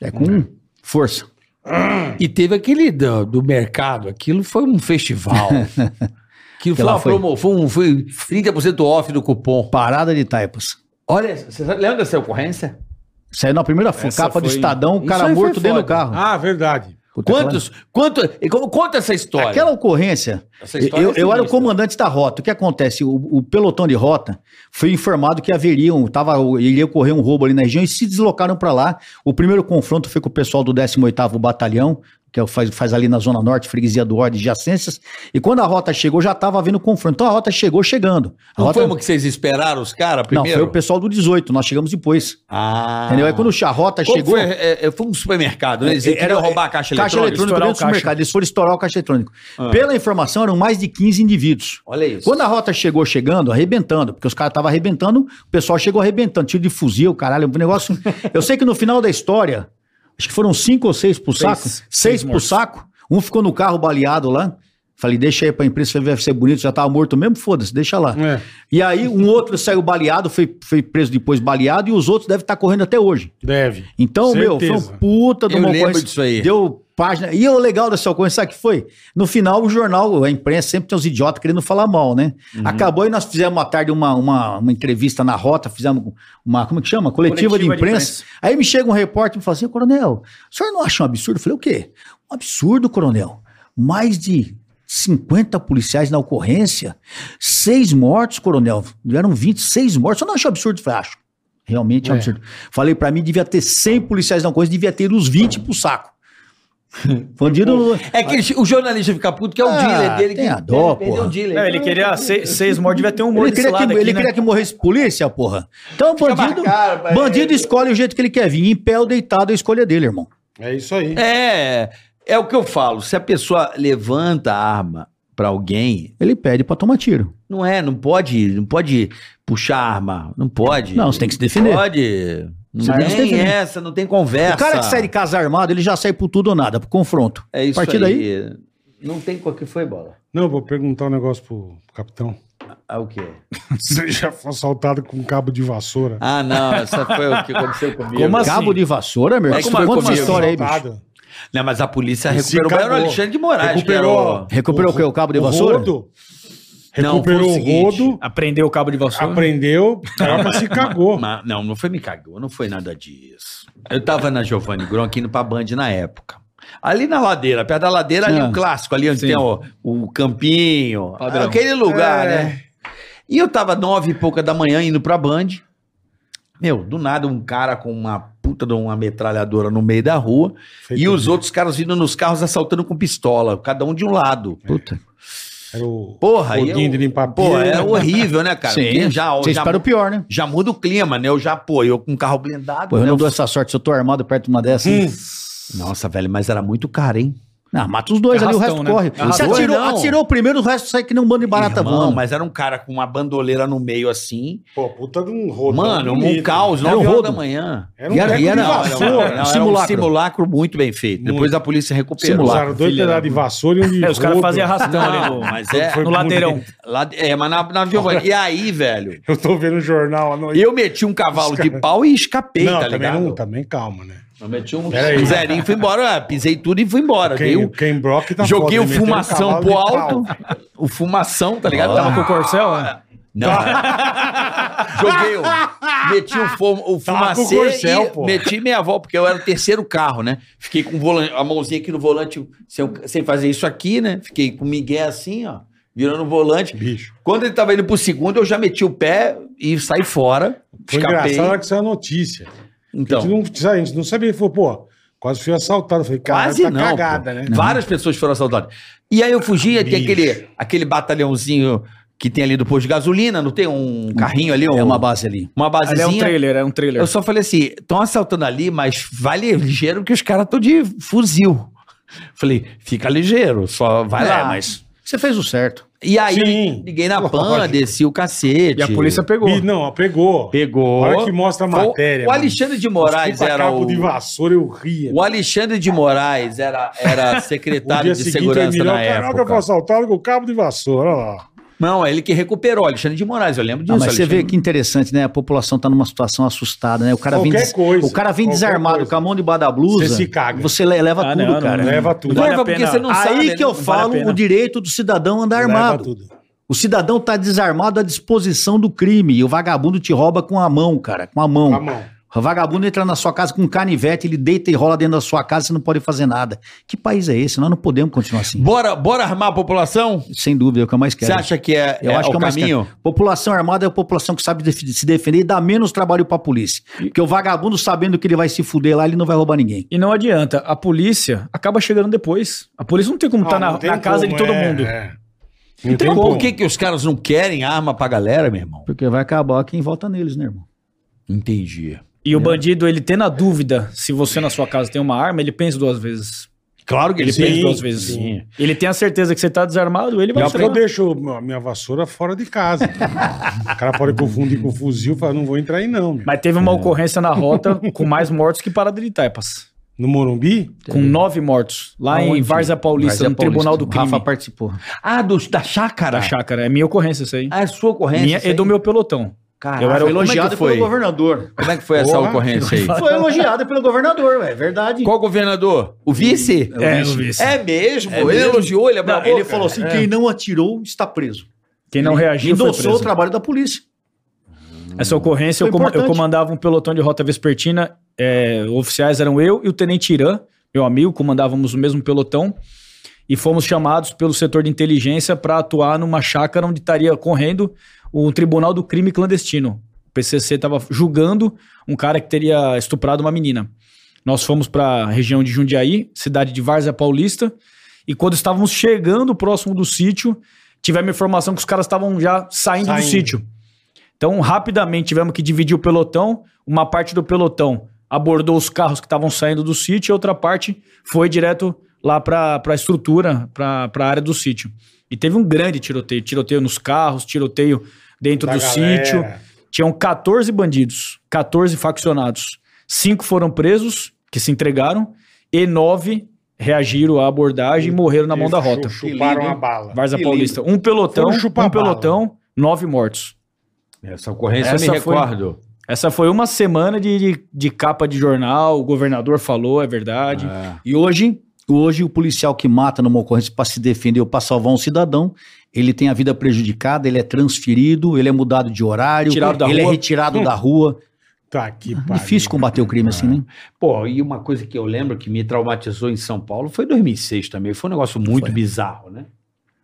[SPEAKER 5] É com força.
[SPEAKER 3] E teve aquele do, do mercado, aquilo foi um
[SPEAKER 5] (laughs)
[SPEAKER 3] festival. Aquilo foi
[SPEAKER 5] Aquela
[SPEAKER 3] uma
[SPEAKER 5] foi.
[SPEAKER 3] promo, foi um foi 30% off do cupom.
[SPEAKER 5] Parada de taipas.
[SPEAKER 3] Olha, você sabe- lembra dessa ocorrência?
[SPEAKER 5] Saiu na é primeira fo-
[SPEAKER 4] Essa
[SPEAKER 5] capa do
[SPEAKER 4] foi-
[SPEAKER 5] Estadão, o
[SPEAKER 3] Isso
[SPEAKER 5] cara
[SPEAKER 3] aí foi
[SPEAKER 5] morto dentro
[SPEAKER 3] foda.
[SPEAKER 5] do carro.
[SPEAKER 2] Ah, verdade.
[SPEAKER 5] Puta,
[SPEAKER 3] Quantos, Tá quanto, e como- conta essa história.
[SPEAKER 5] aquela- Aquela ocorrência,
[SPEAKER 3] Essa história
[SPEAKER 5] eu,
[SPEAKER 3] é
[SPEAKER 5] eu era o
[SPEAKER 3] sinistra.
[SPEAKER 5] comandante da rota. O que acontece? O, o pelotão de rota foi informado que haveria um, tava, iria ocorrer um roubo ali na região e se deslocaram para lá. O primeiro confronto foi com o pessoal do 18º Batalhão, que é o faz, faz ali na Zona Norte, freguesia do Ordem de Jacências. E quando a rota chegou, já estava havendo confronto. Então a rota chegou chegando. A
[SPEAKER 3] Não
[SPEAKER 5] rota-
[SPEAKER 3] foi o que vocês esperaram os caras
[SPEAKER 5] Não,
[SPEAKER 3] primeiro?
[SPEAKER 5] foi o pessoal do 18, nós chegamos depois.
[SPEAKER 3] Ah.
[SPEAKER 5] Entendeu? Aí quando a rota
[SPEAKER 3] Como
[SPEAKER 5] chegou. É,
[SPEAKER 3] Foi, é, é, foi um supermercado, né? Eles
[SPEAKER 5] Era-
[SPEAKER 3] queriam roubar a caixa,
[SPEAKER 5] Caixa
[SPEAKER 3] eletrônica.
[SPEAKER 5] eletrônica
[SPEAKER 4] Estourar
[SPEAKER 5] dentro
[SPEAKER 4] o
[SPEAKER 5] do supermercado.
[SPEAKER 4] caixa.
[SPEAKER 5] Eles foram estourar o caixa eletrônico. Pela informação, eram mais de 15 indivíduos.
[SPEAKER 3] Olha isso.
[SPEAKER 5] Quando a rota chegou chegando, arrebentando, porque os caras estavam arrebentando, o pessoal chegou arrebentando, tiro de fuzil, caralho, um
[SPEAKER 3] (laughs)
[SPEAKER 5] negócio. Eu sei que no final da história, acho que foram cinco ou seis pro
[SPEAKER 4] Seis.
[SPEAKER 5] saco.
[SPEAKER 4] Seis
[SPEAKER 5] Seis, pro
[SPEAKER 4] mortos.
[SPEAKER 5] saco. Um ficou no carro baleado lá. Falei, deixa aí pra imprensa ver se é bonito, já tava morto mesmo, foda-se, deixa lá.
[SPEAKER 2] É.
[SPEAKER 5] E aí um outro saiu baleado, foi, foi preso depois baleado, e os outros devem estar correndo até hoje.
[SPEAKER 2] Deve.
[SPEAKER 5] Então, meu,
[SPEAKER 2] Certeza.
[SPEAKER 5] foi um puta de
[SPEAKER 3] Eu
[SPEAKER 5] uma
[SPEAKER 3] lembro
[SPEAKER 5] ocorrência.
[SPEAKER 3] disso aí.
[SPEAKER 5] Deu página. E o legal dessa ocorrência, sabe o que foi? No final, o jornal, a imprensa sempre tem uns idiotas querendo falar mal, né? Acabou e nós fizemos à tarde uma, uma, uma entrevista na rota, fizemos uma, como que chama? Coletiva,
[SPEAKER 4] Coletiva
[SPEAKER 5] de,
[SPEAKER 4] de
[SPEAKER 5] imprensa.
[SPEAKER 4] imprensa.
[SPEAKER 5] Aí me chega um repórter e me fala assim, coronel, o senhor não acha um absurdo? Eu falei, o quê? Um absurdo, coronel. Mais de 50 policiais na ocorrência, seis mortos, coronel. Eram 26 mortos. O senhor não acha um absurdo? Eu falei, acho. Realmente é um
[SPEAKER 2] É.
[SPEAKER 5] absurdo. Falei pra mim, devia ter 100 policiais na coisa, devia ter uns 20 pro saco. Bandido.
[SPEAKER 3] É que ele- o jornalista fica puto, que é o
[SPEAKER 5] Ah,
[SPEAKER 3] dealer dele.
[SPEAKER 5] tem
[SPEAKER 3] que,
[SPEAKER 5] a dó,
[SPEAKER 3] ele perdeu
[SPEAKER 5] porra.
[SPEAKER 3] o um dealer. Ah,
[SPEAKER 4] É, ele queria seis, seis mortos, devia ter um
[SPEAKER 5] Ele
[SPEAKER 4] morto desse
[SPEAKER 5] queria, que,
[SPEAKER 4] lado
[SPEAKER 5] ele
[SPEAKER 4] aqui, né?
[SPEAKER 5] queria que morresse polícia, porra. Então, bandido,
[SPEAKER 3] marcado, mas-
[SPEAKER 5] bandido escolhe o jeito que ele quer vir. Em pé ou deitado, é a escolha dele, irmão.
[SPEAKER 2] É isso aí.
[SPEAKER 3] É, é o que eu falo. Se a pessoa levanta a arma pra alguém,
[SPEAKER 5] Ele pede pra tomar tiro.
[SPEAKER 3] não é, não pode, não pode puxar a arma, não pode.
[SPEAKER 5] Não, você tem que se defender.
[SPEAKER 3] Pode. Não
[SPEAKER 5] Você tem que se
[SPEAKER 3] tem
[SPEAKER 5] defender.
[SPEAKER 3] essa, não tem conversa.
[SPEAKER 5] O cara que sai de casa armado, ele já sai pro tudo ou nada, pro confronto.
[SPEAKER 3] É isso
[SPEAKER 5] A partir daí,
[SPEAKER 3] aí. Não tem qual que foi bola.
[SPEAKER 2] Não, vou perguntar um negócio pro capitão. (laughs)
[SPEAKER 3] Ah, o quê?
[SPEAKER 2] Você já foi assaltado com um cabo de vassoura?
[SPEAKER 3] Ah, não, essa foi o que aconteceu comigo.
[SPEAKER 4] Como assim?
[SPEAKER 5] cabo de vassoura, meu
[SPEAKER 3] É
[SPEAKER 5] irmão.
[SPEAKER 3] como é
[SPEAKER 5] Conta essa
[SPEAKER 3] comigo.
[SPEAKER 5] história aí, bicho.
[SPEAKER 2] Assaltado.
[SPEAKER 3] Não, mas a polícia
[SPEAKER 2] Se
[SPEAKER 3] recuperou. Era o
[SPEAKER 2] cagou.
[SPEAKER 3] Alexandre de Moraes, que era
[SPEAKER 2] Recuperou.
[SPEAKER 3] o-
[SPEAKER 5] Recuperou o quê? O cabo de vassoura?
[SPEAKER 2] rodo.
[SPEAKER 3] Não, foi o
[SPEAKER 2] Recuperou o,
[SPEAKER 3] seguinte,
[SPEAKER 2] rodo,
[SPEAKER 4] Aprendeu o cabo de vassoura.
[SPEAKER 2] aprendeu, o
[SPEAKER 5] (laughs)
[SPEAKER 2] cara se cagou.
[SPEAKER 3] Ma- não, não foi me cagou, não foi nada disso. Eu tava na Giovanni Gronk indo pra Band na época. Ali na ladeira, perto da ladeira, ali
[SPEAKER 5] Ah.
[SPEAKER 3] o clássico, ali onde
[SPEAKER 4] Sim.
[SPEAKER 3] tem o, o campinho,
[SPEAKER 4] Padrão.
[SPEAKER 3] aquele lugar,
[SPEAKER 2] É.
[SPEAKER 3] né? E eu tava nove e pouca da manhã indo pra Band. Meu, do nada um cara com uma puta de uma metralhadora no meio da rua
[SPEAKER 2] Feito
[SPEAKER 3] e os outros caras vindo nos carros assaltando com pistola, cada um de um lado.
[SPEAKER 5] Puta.
[SPEAKER 2] Era o
[SPEAKER 3] Porra, e
[SPEAKER 2] rodinho
[SPEAKER 3] eu-
[SPEAKER 2] de limpar
[SPEAKER 3] Pô,
[SPEAKER 2] pia.
[SPEAKER 3] é horrível, né, cara? Porque
[SPEAKER 5] (laughs) Sim,
[SPEAKER 3] já,
[SPEAKER 5] você
[SPEAKER 3] já, Hum.
[SPEAKER 5] espera o pior, né?
[SPEAKER 3] já muda o clima, né? Eu já, pô, eu com carro blindado.
[SPEAKER 5] Pô, eu
[SPEAKER 3] né?
[SPEAKER 5] não dou essa sorte se eu tô armado perto de uma dessas.
[SPEAKER 2] Hum.
[SPEAKER 3] Nossa, velho, mas era muito caro, hein?
[SPEAKER 5] Não, Ah, mata os dois ali, o
[SPEAKER 4] Arrastão,
[SPEAKER 5] resto
[SPEAKER 4] né?
[SPEAKER 5] corre. Você
[SPEAKER 4] Arrastão.
[SPEAKER 5] atirou,
[SPEAKER 3] Não.
[SPEAKER 5] atirou o primeiro, o resto sai que nem um bando de barata
[SPEAKER 3] Irmão,
[SPEAKER 5] voando.
[SPEAKER 3] mas era um cara com uma bandoleira no meio assim.
[SPEAKER 2] Pô, puta de um rodo.
[SPEAKER 3] Mano, um
[SPEAKER 2] bonito. né?
[SPEAKER 3] caos,
[SPEAKER 5] Era
[SPEAKER 3] 9
[SPEAKER 5] um
[SPEAKER 3] horas
[SPEAKER 5] rodo.
[SPEAKER 3] da manhã.
[SPEAKER 2] Era um
[SPEAKER 5] E era-
[SPEAKER 2] era,
[SPEAKER 5] e era-
[SPEAKER 2] de vassoura.
[SPEAKER 5] não,
[SPEAKER 3] um
[SPEAKER 5] Simulacro.
[SPEAKER 3] simulacro muito bem feito. Depois a polícia recuperou.
[SPEAKER 5] Simulacro. Ah,
[SPEAKER 2] Usaram dois pedaços de vassoura e um de
[SPEAKER 4] É, (laughs) os caras
[SPEAKER 2] rodo.
[SPEAKER 4] faziam arrastão ali
[SPEAKER 3] Não,
[SPEAKER 4] no,
[SPEAKER 3] (laughs) mas é.
[SPEAKER 2] Foi
[SPEAKER 4] no
[SPEAKER 2] muito-
[SPEAKER 4] ladeirão.
[SPEAKER 3] lá- é, mas na, na Giovanni. E aí, velho,
[SPEAKER 2] (laughs) Eu tô vendo o jornal à noite.
[SPEAKER 3] eu meti um cavalo de pau e escapei,
[SPEAKER 2] não,
[SPEAKER 3] tá
[SPEAKER 2] também
[SPEAKER 3] ligado?
[SPEAKER 2] não, também calma, né?
[SPEAKER 3] Eu meti um
[SPEAKER 2] Peraí.
[SPEAKER 3] zerinho e fui embora. ah, Pisei tudo e fui embora. Dei
[SPEAKER 2] Quem,
[SPEAKER 3] um-
[SPEAKER 2] quem broca tá
[SPEAKER 3] Joguei o
[SPEAKER 2] foda, ele meteu um
[SPEAKER 3] fumação
[SPEAKER 2] cavalo
[SPEAKER 3] pro
[SPEAKER 2] de
[SPEAKER 3] alto.
[SPEAKER 2] pau.
[SPEAKER 3] O fumação, tá
[SPEAKER 5] Ah.
[SPEAKER 3] ligado? Tava
[SPEAKER 4] Tava com o corcel, né?
[SPEAKER 2] (laughs)
[SPEAKER 3] Não. Joguei, o- meti o, fom, o
[SPEAKER 2] Tava com o
[SPEAKER 3] fumacê
[SPEAKER 2] corcel,
[SPEAKER 3] e
[SPEAKER 2] pô.
[SPEAKER 3] meti minha avó, porque eu era o terceiro carro, né? Fiquei com o volan- a mãozinha aqui no volante, sem, sem fazer isso aqui, né? Fiquei com o Miguel assim, ó, virando o volante.
[SPEAKER 2] Bicho.
[SPEAKER 3] Quando ele tava indo pro segundo, eu já meti o pé e saí fora.
[SPEAKER 2] Foi
[SPEAKER 3] Escapei.
[SPEAKER 2] engraçado que saiu a notícia. A, gente
[SPEAKER 3] Então,
[SPEAKER 2] não, a gente não sabia. Ele falou, pô, quase fui assaltado. Eu falei, cara,
[SPEAKER 3] quase
[SPEAKER 2] tá
[SPEAKER 3] não.
[SPEAKER 2] cagada,
[SPEAKER 3] pô.
[SPEAKER 2] né?
[SPEAKER 3] Várias pessoas foram assaltadas. E aí eu fugi, aí tem
[SPEAKER 2] Bicho.
[SPEAKER 3] aquele, aquele batalhãozinho que tem ali do posto de gasolina, não tem um carrinho ali?
[SPEAKER 5] É
[SPEAKER 3] um-
[SPEAKER 5] uma base ali.
[SPEAKER 3] uma
[SPEAKER 4] Ali
[SPEAKER 3] basezinha.
[SPEAKER 4] é um trailer, é um trailer.
[SPEAKER 3] Eu só falei assim: estão assaltando ali, mas vale ligeiro que os caras estão de fuzil. Falei, fica ligeiro, só vai
[SPEAKER 5] É,
[SPEAKER 3] lá.
[SPEAKER 5] mas você fez o certo.
[SPEAKER 3] E aí,
[SPEAKER 2] Sim.
[SPEAKER 3] liguei na
[SPEAKER 2] Lógico.
[SPEAKER 3] PAN, desci o cacete.
[SPEAKER 4] E a polícia pegou.
[SPEAKER 2] E, não, pegou.
[SPEAKER 3] pegou.
[SPEAKER 2] A hora que mostra a
[SPEAKER 3] Foi-
[SPEAKER 2] matéria.
[SPEAKER 3] O
[SPEAKER 2] mano.
[SPEAKER 3] Alexandre de Moraes
[SPEAKER 2] Puta
[SPEAKER 3] era
[SPEAKER 2] cabo
[SPEAKER 3] o.
[SPEAKER 2] de vassoura, eu ria.
[SPEAKER 3] O Alexandre de Moraes era, era
[SPEAKER 2] No
[SPEAKER 3] secretário de segurança
[SPEAKER 2] Emílio,
[SPEAKER 3] na
[SPEAKER 2] Caraca, eu fui
[SPEAKER 3] época.
[SPEAKER 2] assaltado com o cabo de vassoura, olha lá.
[SPEAKER 3] Não, é ele que recuperou, Alexandre de Moraes, eu lembro disso.
[SPEAKER 5] Ah, mas você
[SPEAKER 3] Alexandre.
[SPEAKER 5] vê que interessante, né? A população tá numa situação assustada, né? O cara vem,
[SPEAKER 2] Qualquer
[SPEAKER 5] des-
[SPEAKER 2] coisa,
[SPEAKER 5] o cara vem
[SPEAKER 2] qualquer
[SPEAKER 5] desarmado,
[SPEAKER 2] coisa.
[SPEAKER 5] com a mão debaixo da blusa.
[SPEAKER 2] Você se caga.
[SPEAKER 5] Você le- leva
[SPEAKER 4] Ah,
[SPEAKER 5] tudo,
[SPEAKER 4] não, não,
[SPEAKER 5] cara.
[SPEAKER 4] não.
[SPEAKER 2] Leva tudo.
[SPEAKER 4] Vale a
[SPEAKER 3] Leva, porque
[SPEAKER 4] pena.
[SPEAKER 3] você não
[SPEAKER 5] Aí
[SPEAKER 3] sabe.
[SPEAKER 5] que
[SPEAKER 3] né?
[SPEAKER 5] eu
[SPEAKER 4] Não vale a
[SPEAKER 5] falo
[SPEAKER 4] pena.
[SPEAKER 5] o direito do cidadão andar
[SPEAKER 2] Leva
[SPEAKER 5] armado.
[SPEAKER 2] tudo.
[SPEAKER 5] O cidadão tá desarmado à disposição do crime e o vagabundo te rouba com a mão, cara, com a mão.
[SPEAKER 2] A mão.
[SPEAKER 5] Vagabundo entra na sua casa com um canivete, ele deita e rola dentro da sua casa, você não pode fazer nada. Que país é esse? Nós não podemos continuar assim.
[SPEAKER 3] Bora, bora armar a população?
[SPEAKER 5] Sem dúvida, é o que eu mais quero.
[SPEAKER 3] Você acha que é,
[SPEAKER 5] Eu acho
[SPEAKER 3] o
[SPEAKER 5] que é o mais
[SPEAKER 3] caminho?
[SPEAKER 5] quero. População armada é a população que sabe defi- se defender e dá menos trabalho pra polícia. Porque o vagabundo, sabendo que ele vai se fuder lá, ele não vai roubar ninguém.
[SPEAKER 4] E não adianta, a polícia acaba chegando depois. A polícia não tem como
[SPEAKER 5] tá
[SPEAKER 4] estar
[SPEAKER 2] Ah, não
[SPEAKER 4] na,
[SPEAKER 2] tem
[SPEAKER 4] na casa
[SPEAKER 2] como,
[SPEAKER 4] de todo
[SPEAKER 2] é,
[SPEAKER 4] mundo.
[SPEAKER 2] é. Não tem
[SPEAKER 3] Então
[SPEAKER 2] como.
[SPEAKER 3] por que, que os caras não querem arma pra galera, meu irmão?
[SPEAKER 5] Porque vai acabar quem vota neles, né, irmão?
[SPEAKER 3] Entendi.
[SPEAKER 4] E o bandido, ele tendo a dúvida se você na sua casa tem uma arma, ele pensa duas vezes.
[SPEAKER 3] Claro que
[SPEAKER 4] Ele
[SPEAKER 3] eles
[SPEAKER 2] Sim,
[SPEAKER 4] pensa duas vezes.
[SPEAKER 2] sim.
[SPEAKER 4] Ele tem a certeza que você tá desarmado, ele vai
[SPEAKER 2] Já porque eu
[SPEAKER 4] tirar.
[SPEAKER 2] deixo a minha vassoura fora de casa. o cara pode confundir com o fuzil e fala, não vou entrar aí não. meu.
[SPEAKER 4] Mas teve uma ocorrência na rota com mais mortos que parada de Itaipas.
[SPEAKER 2] No Morumbi?
[SPEAKER 4] Com nove mortos. Lá em
[SPEAKER 5] Aonde?
[SPEAKER 4] Várzea Paulista,
[SPEAKER 5] Várzea
[SPEAKER 4] no é um Tribunal do
[SPEAKER 5] O
[SPEAKER 4] Crime.
[SPEAKER 5] é Rafa participou.
[SPEAKER 3] Ah, dos, da chácara?
[SPEAKER 4] da chácara. É minha ocorrência isso aí.
[SPEAKER 3] Ah, é sua ocorrência.
[SPEAKER 4] minha
[SPEAKER 3] isso aí?
[SPEAKER 4] e do meu pelotão.
[SPEAKER 3] Caraca,
[SPEAKER 4] eu era
[SPEAKER 3] como é que
[SPEAKER 5] Ah, Elogiado
[SPEAKER 3] foi?
[SPEAKER 5] pelo governador.
[SPEAKER 3] Como é que foi essa
[SPEAKER 2] Porra.
[SPEAKER 3] ocorrência aí?
[SPEAKER 5] (laughs) Foi elogiado pelo governador, ué, é verdade.
[SPEAKER 3] Qual governador? O vice?
[SPEAKER 4] É, eu vi isso.
[SPEAKER 3] É mesmo?
[SPEAKER 5] É
[SPEAKER 3] ele
[SPEAKER 5] mesmo?
[SPEAKER 3] elogiou, ele
[SPEAKER 5] Não,
[SPEAKER 3] abraçou.
[SPEAKER 5] ele falou assim: quem não atirou está preso.
[SPEAKER 4] Quem não reagiu foi
[SPEAKER 5] Endossou o
[SPEAKER 4] preso.
[SPEAKER 5] trabalho da polícia.
[SPEAKER 4] Essa ocorrência, eu,
[SPEAKER 5] Foi
[SPEAKER 4] coma- eu
[SPEAKER 5] importante.
[SPEAKER 4] comandava um pelotão de rota vespertina. é, oficiais eram eu e o Tenente Irã, meu amigo, comandávamos o mesmo pelotão. E fomos chamados pelo setor de inteligência para atuar numa chácara onde estaria correndo o Tribunal do Crime Clandestino. O PCC estava julgando um cara que teria estuprado uma menina. Nós fomos para a região de Jundiaí, cidade de Várzea Paulista. E quando estávamos chegando próximo do sítio, tivemos informação que os caras estavam já saindo, do
[SPEAKER 2] Saindo.
[SPEAKER 4] sítio. Então, rapidamente tivemos que dividir o pelotão. Uma parte do pelotão abordou os carros que estavam saindo do sítio, e outra parte foi direto lá para a estrutura, para a área do sítio. E teve um grande tiroteio tiroteio nos carros, tiroteio dentro
[SPEAKER 2] Da
[SPEAKER 4] do
[SPEAKER 2] galera. é,
[SPEAKER 4] sítio. Tinham 14 bandidos, 14 faccionados. Cinco foram presos, que se entregaram, e nove reagiram à abordagem e morreram na mão da
[SPEAKER 2] Chu-
[SPEAKER 4] rota.
[SPEAKER 5] Que
[SPEAKER 2] Chuparam
[SPEAKER 5] lindo,
[SPEAKER 2] a
[SPEAKER 5] hein?
[SPEAKER 2] bala.
[SPEAKER 4] Varza
[SPEAKER 5] Que
[SPEAKER 4] Paulista. Um pelotão,
[SPEAKER 2] Foi um
[SPEAKER 4] um
[SPEAKER 2] chupa-bala.
[SPEAKER 4] pelotão, nove mortos.
[SPEAKER 3] Essa ocorrência eu me
[SPEAKER 4] Essa foi-
[SPEAKER 3] recordo.
[SPEAKER 4] Essa foi uma semana de, de, de capa de jornal, o governador falou, é verdade.
[SPEAKER 3] Ah.
[SPEAKER 5] E hoje, hoje o policial que mata numa ocorrência para se defender ou para salvar um cidadão, ele tem a vida prejudicada, ele é transferido, ele é mudado de horário,
[SPEAKER 4] Tirado da
[SPEAKER 5] ele
[SPEAKER 4] rua. Hum.
[SPEAKER 5] é retirado da rua.
[SPEAKER 2] Tá aqui,
[SPEAKER 5] Ah, Difícil combater o crime assim, né?
[SPEAKER 3] Pô, e uma coisa que eu lembro que me traumatizou em São Paulo foi 2006 também. Foi um negócio muito
[SPEAKER 5] Foi.
[SPEAKER 3] bizarro, né?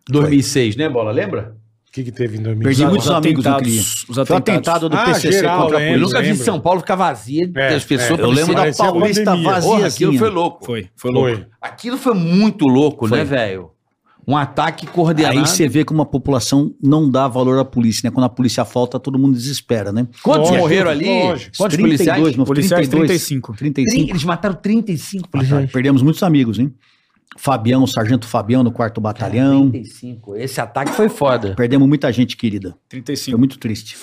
[SPEAKER 3] 2006, né, Bola? Lembra?
[SPEAKER 2] O que, que teve em 2000?
[SPEAKER 5] Perdi
[SPEAKER 4] Os
[SPEAKER 5] muitos amigos no crime.
[SPEAKER 4] atentados-
[SPEAKER 5] Foi
[SPEAKER 4] Os
[SPEAKER 5] o
[SPEAKER 4] atentados.
[SPEAKER 5] atentado do
[SPEAKER 2] Ah,
[SPEAKER 5] PCC
[SPEAKER 2] geral,
[SPEAKER 5] contra a
[SPEAKER 2] lembro.
[SPEAKER 3] eu
[SPEAKER 5] polícia.
[SPEAKER 3] nunca vi São Paulo ficar vazia de
[SPEAKER 2] É,
[SPEAKER 3] as pessoas.
[SPEAKER 2] é.
[SPEAKER 5] Eu lembro da
[SPEAKER 2] Parecia
[SPEAKER 5] Paulista
[SPEAKER 2] pandemia.
[SPEAKER 5] vazia
[SPEAKER 3] Porra,
[SPEAKER 5] assim.
[SPEAKER 3] aquilo foi
[SPEAKER 5] ó.
[SPEAKER 3] louco.
[SPEAKER 4] Foi, foi louco.
[SPEAKER 2] Foi.
[SPEAKER 3] Aquilo foi muito louco,
[SPEAKER 5] Foi.
[SPEAKER 3] né, velho? Um ataque coordenado.
[SPEAKER 5] Aí você vê como a população não dá valor à polícia, né? Quando a polícia falta, todo mundo desespera, né?
[SPEAKER 3] Quantos
[SPEAKER 2] Lógico,
[SPEAKER 3] morreram ali?
[SPEAKER 2] lógico.
[SPEAKER 3] Quantos
[SPEAKER 5] 32,
[SPEAKER 3] policiais?
[SPEAKER 5] meu,
[SPEAKER 4] Policiais, 35.
[SPEAKER 5] 35. 35.
[SPEAKER 3] Tri- Eles mataram 35
[SPEAKER 5] Mataram.
[SPEAKER 3] policiais.
[SPEAKER 5] Perdemos muitos amigos, hein? Fabião, Sargento Fabião no quarto batalhão.
[SPEAKER 3] 35. Esse ataque foi foda.
[SPEAKER 5] Perdemos muita gente querida. Foi
[SPEAKER 4] 35.
[SPEAKER 5] muito triste.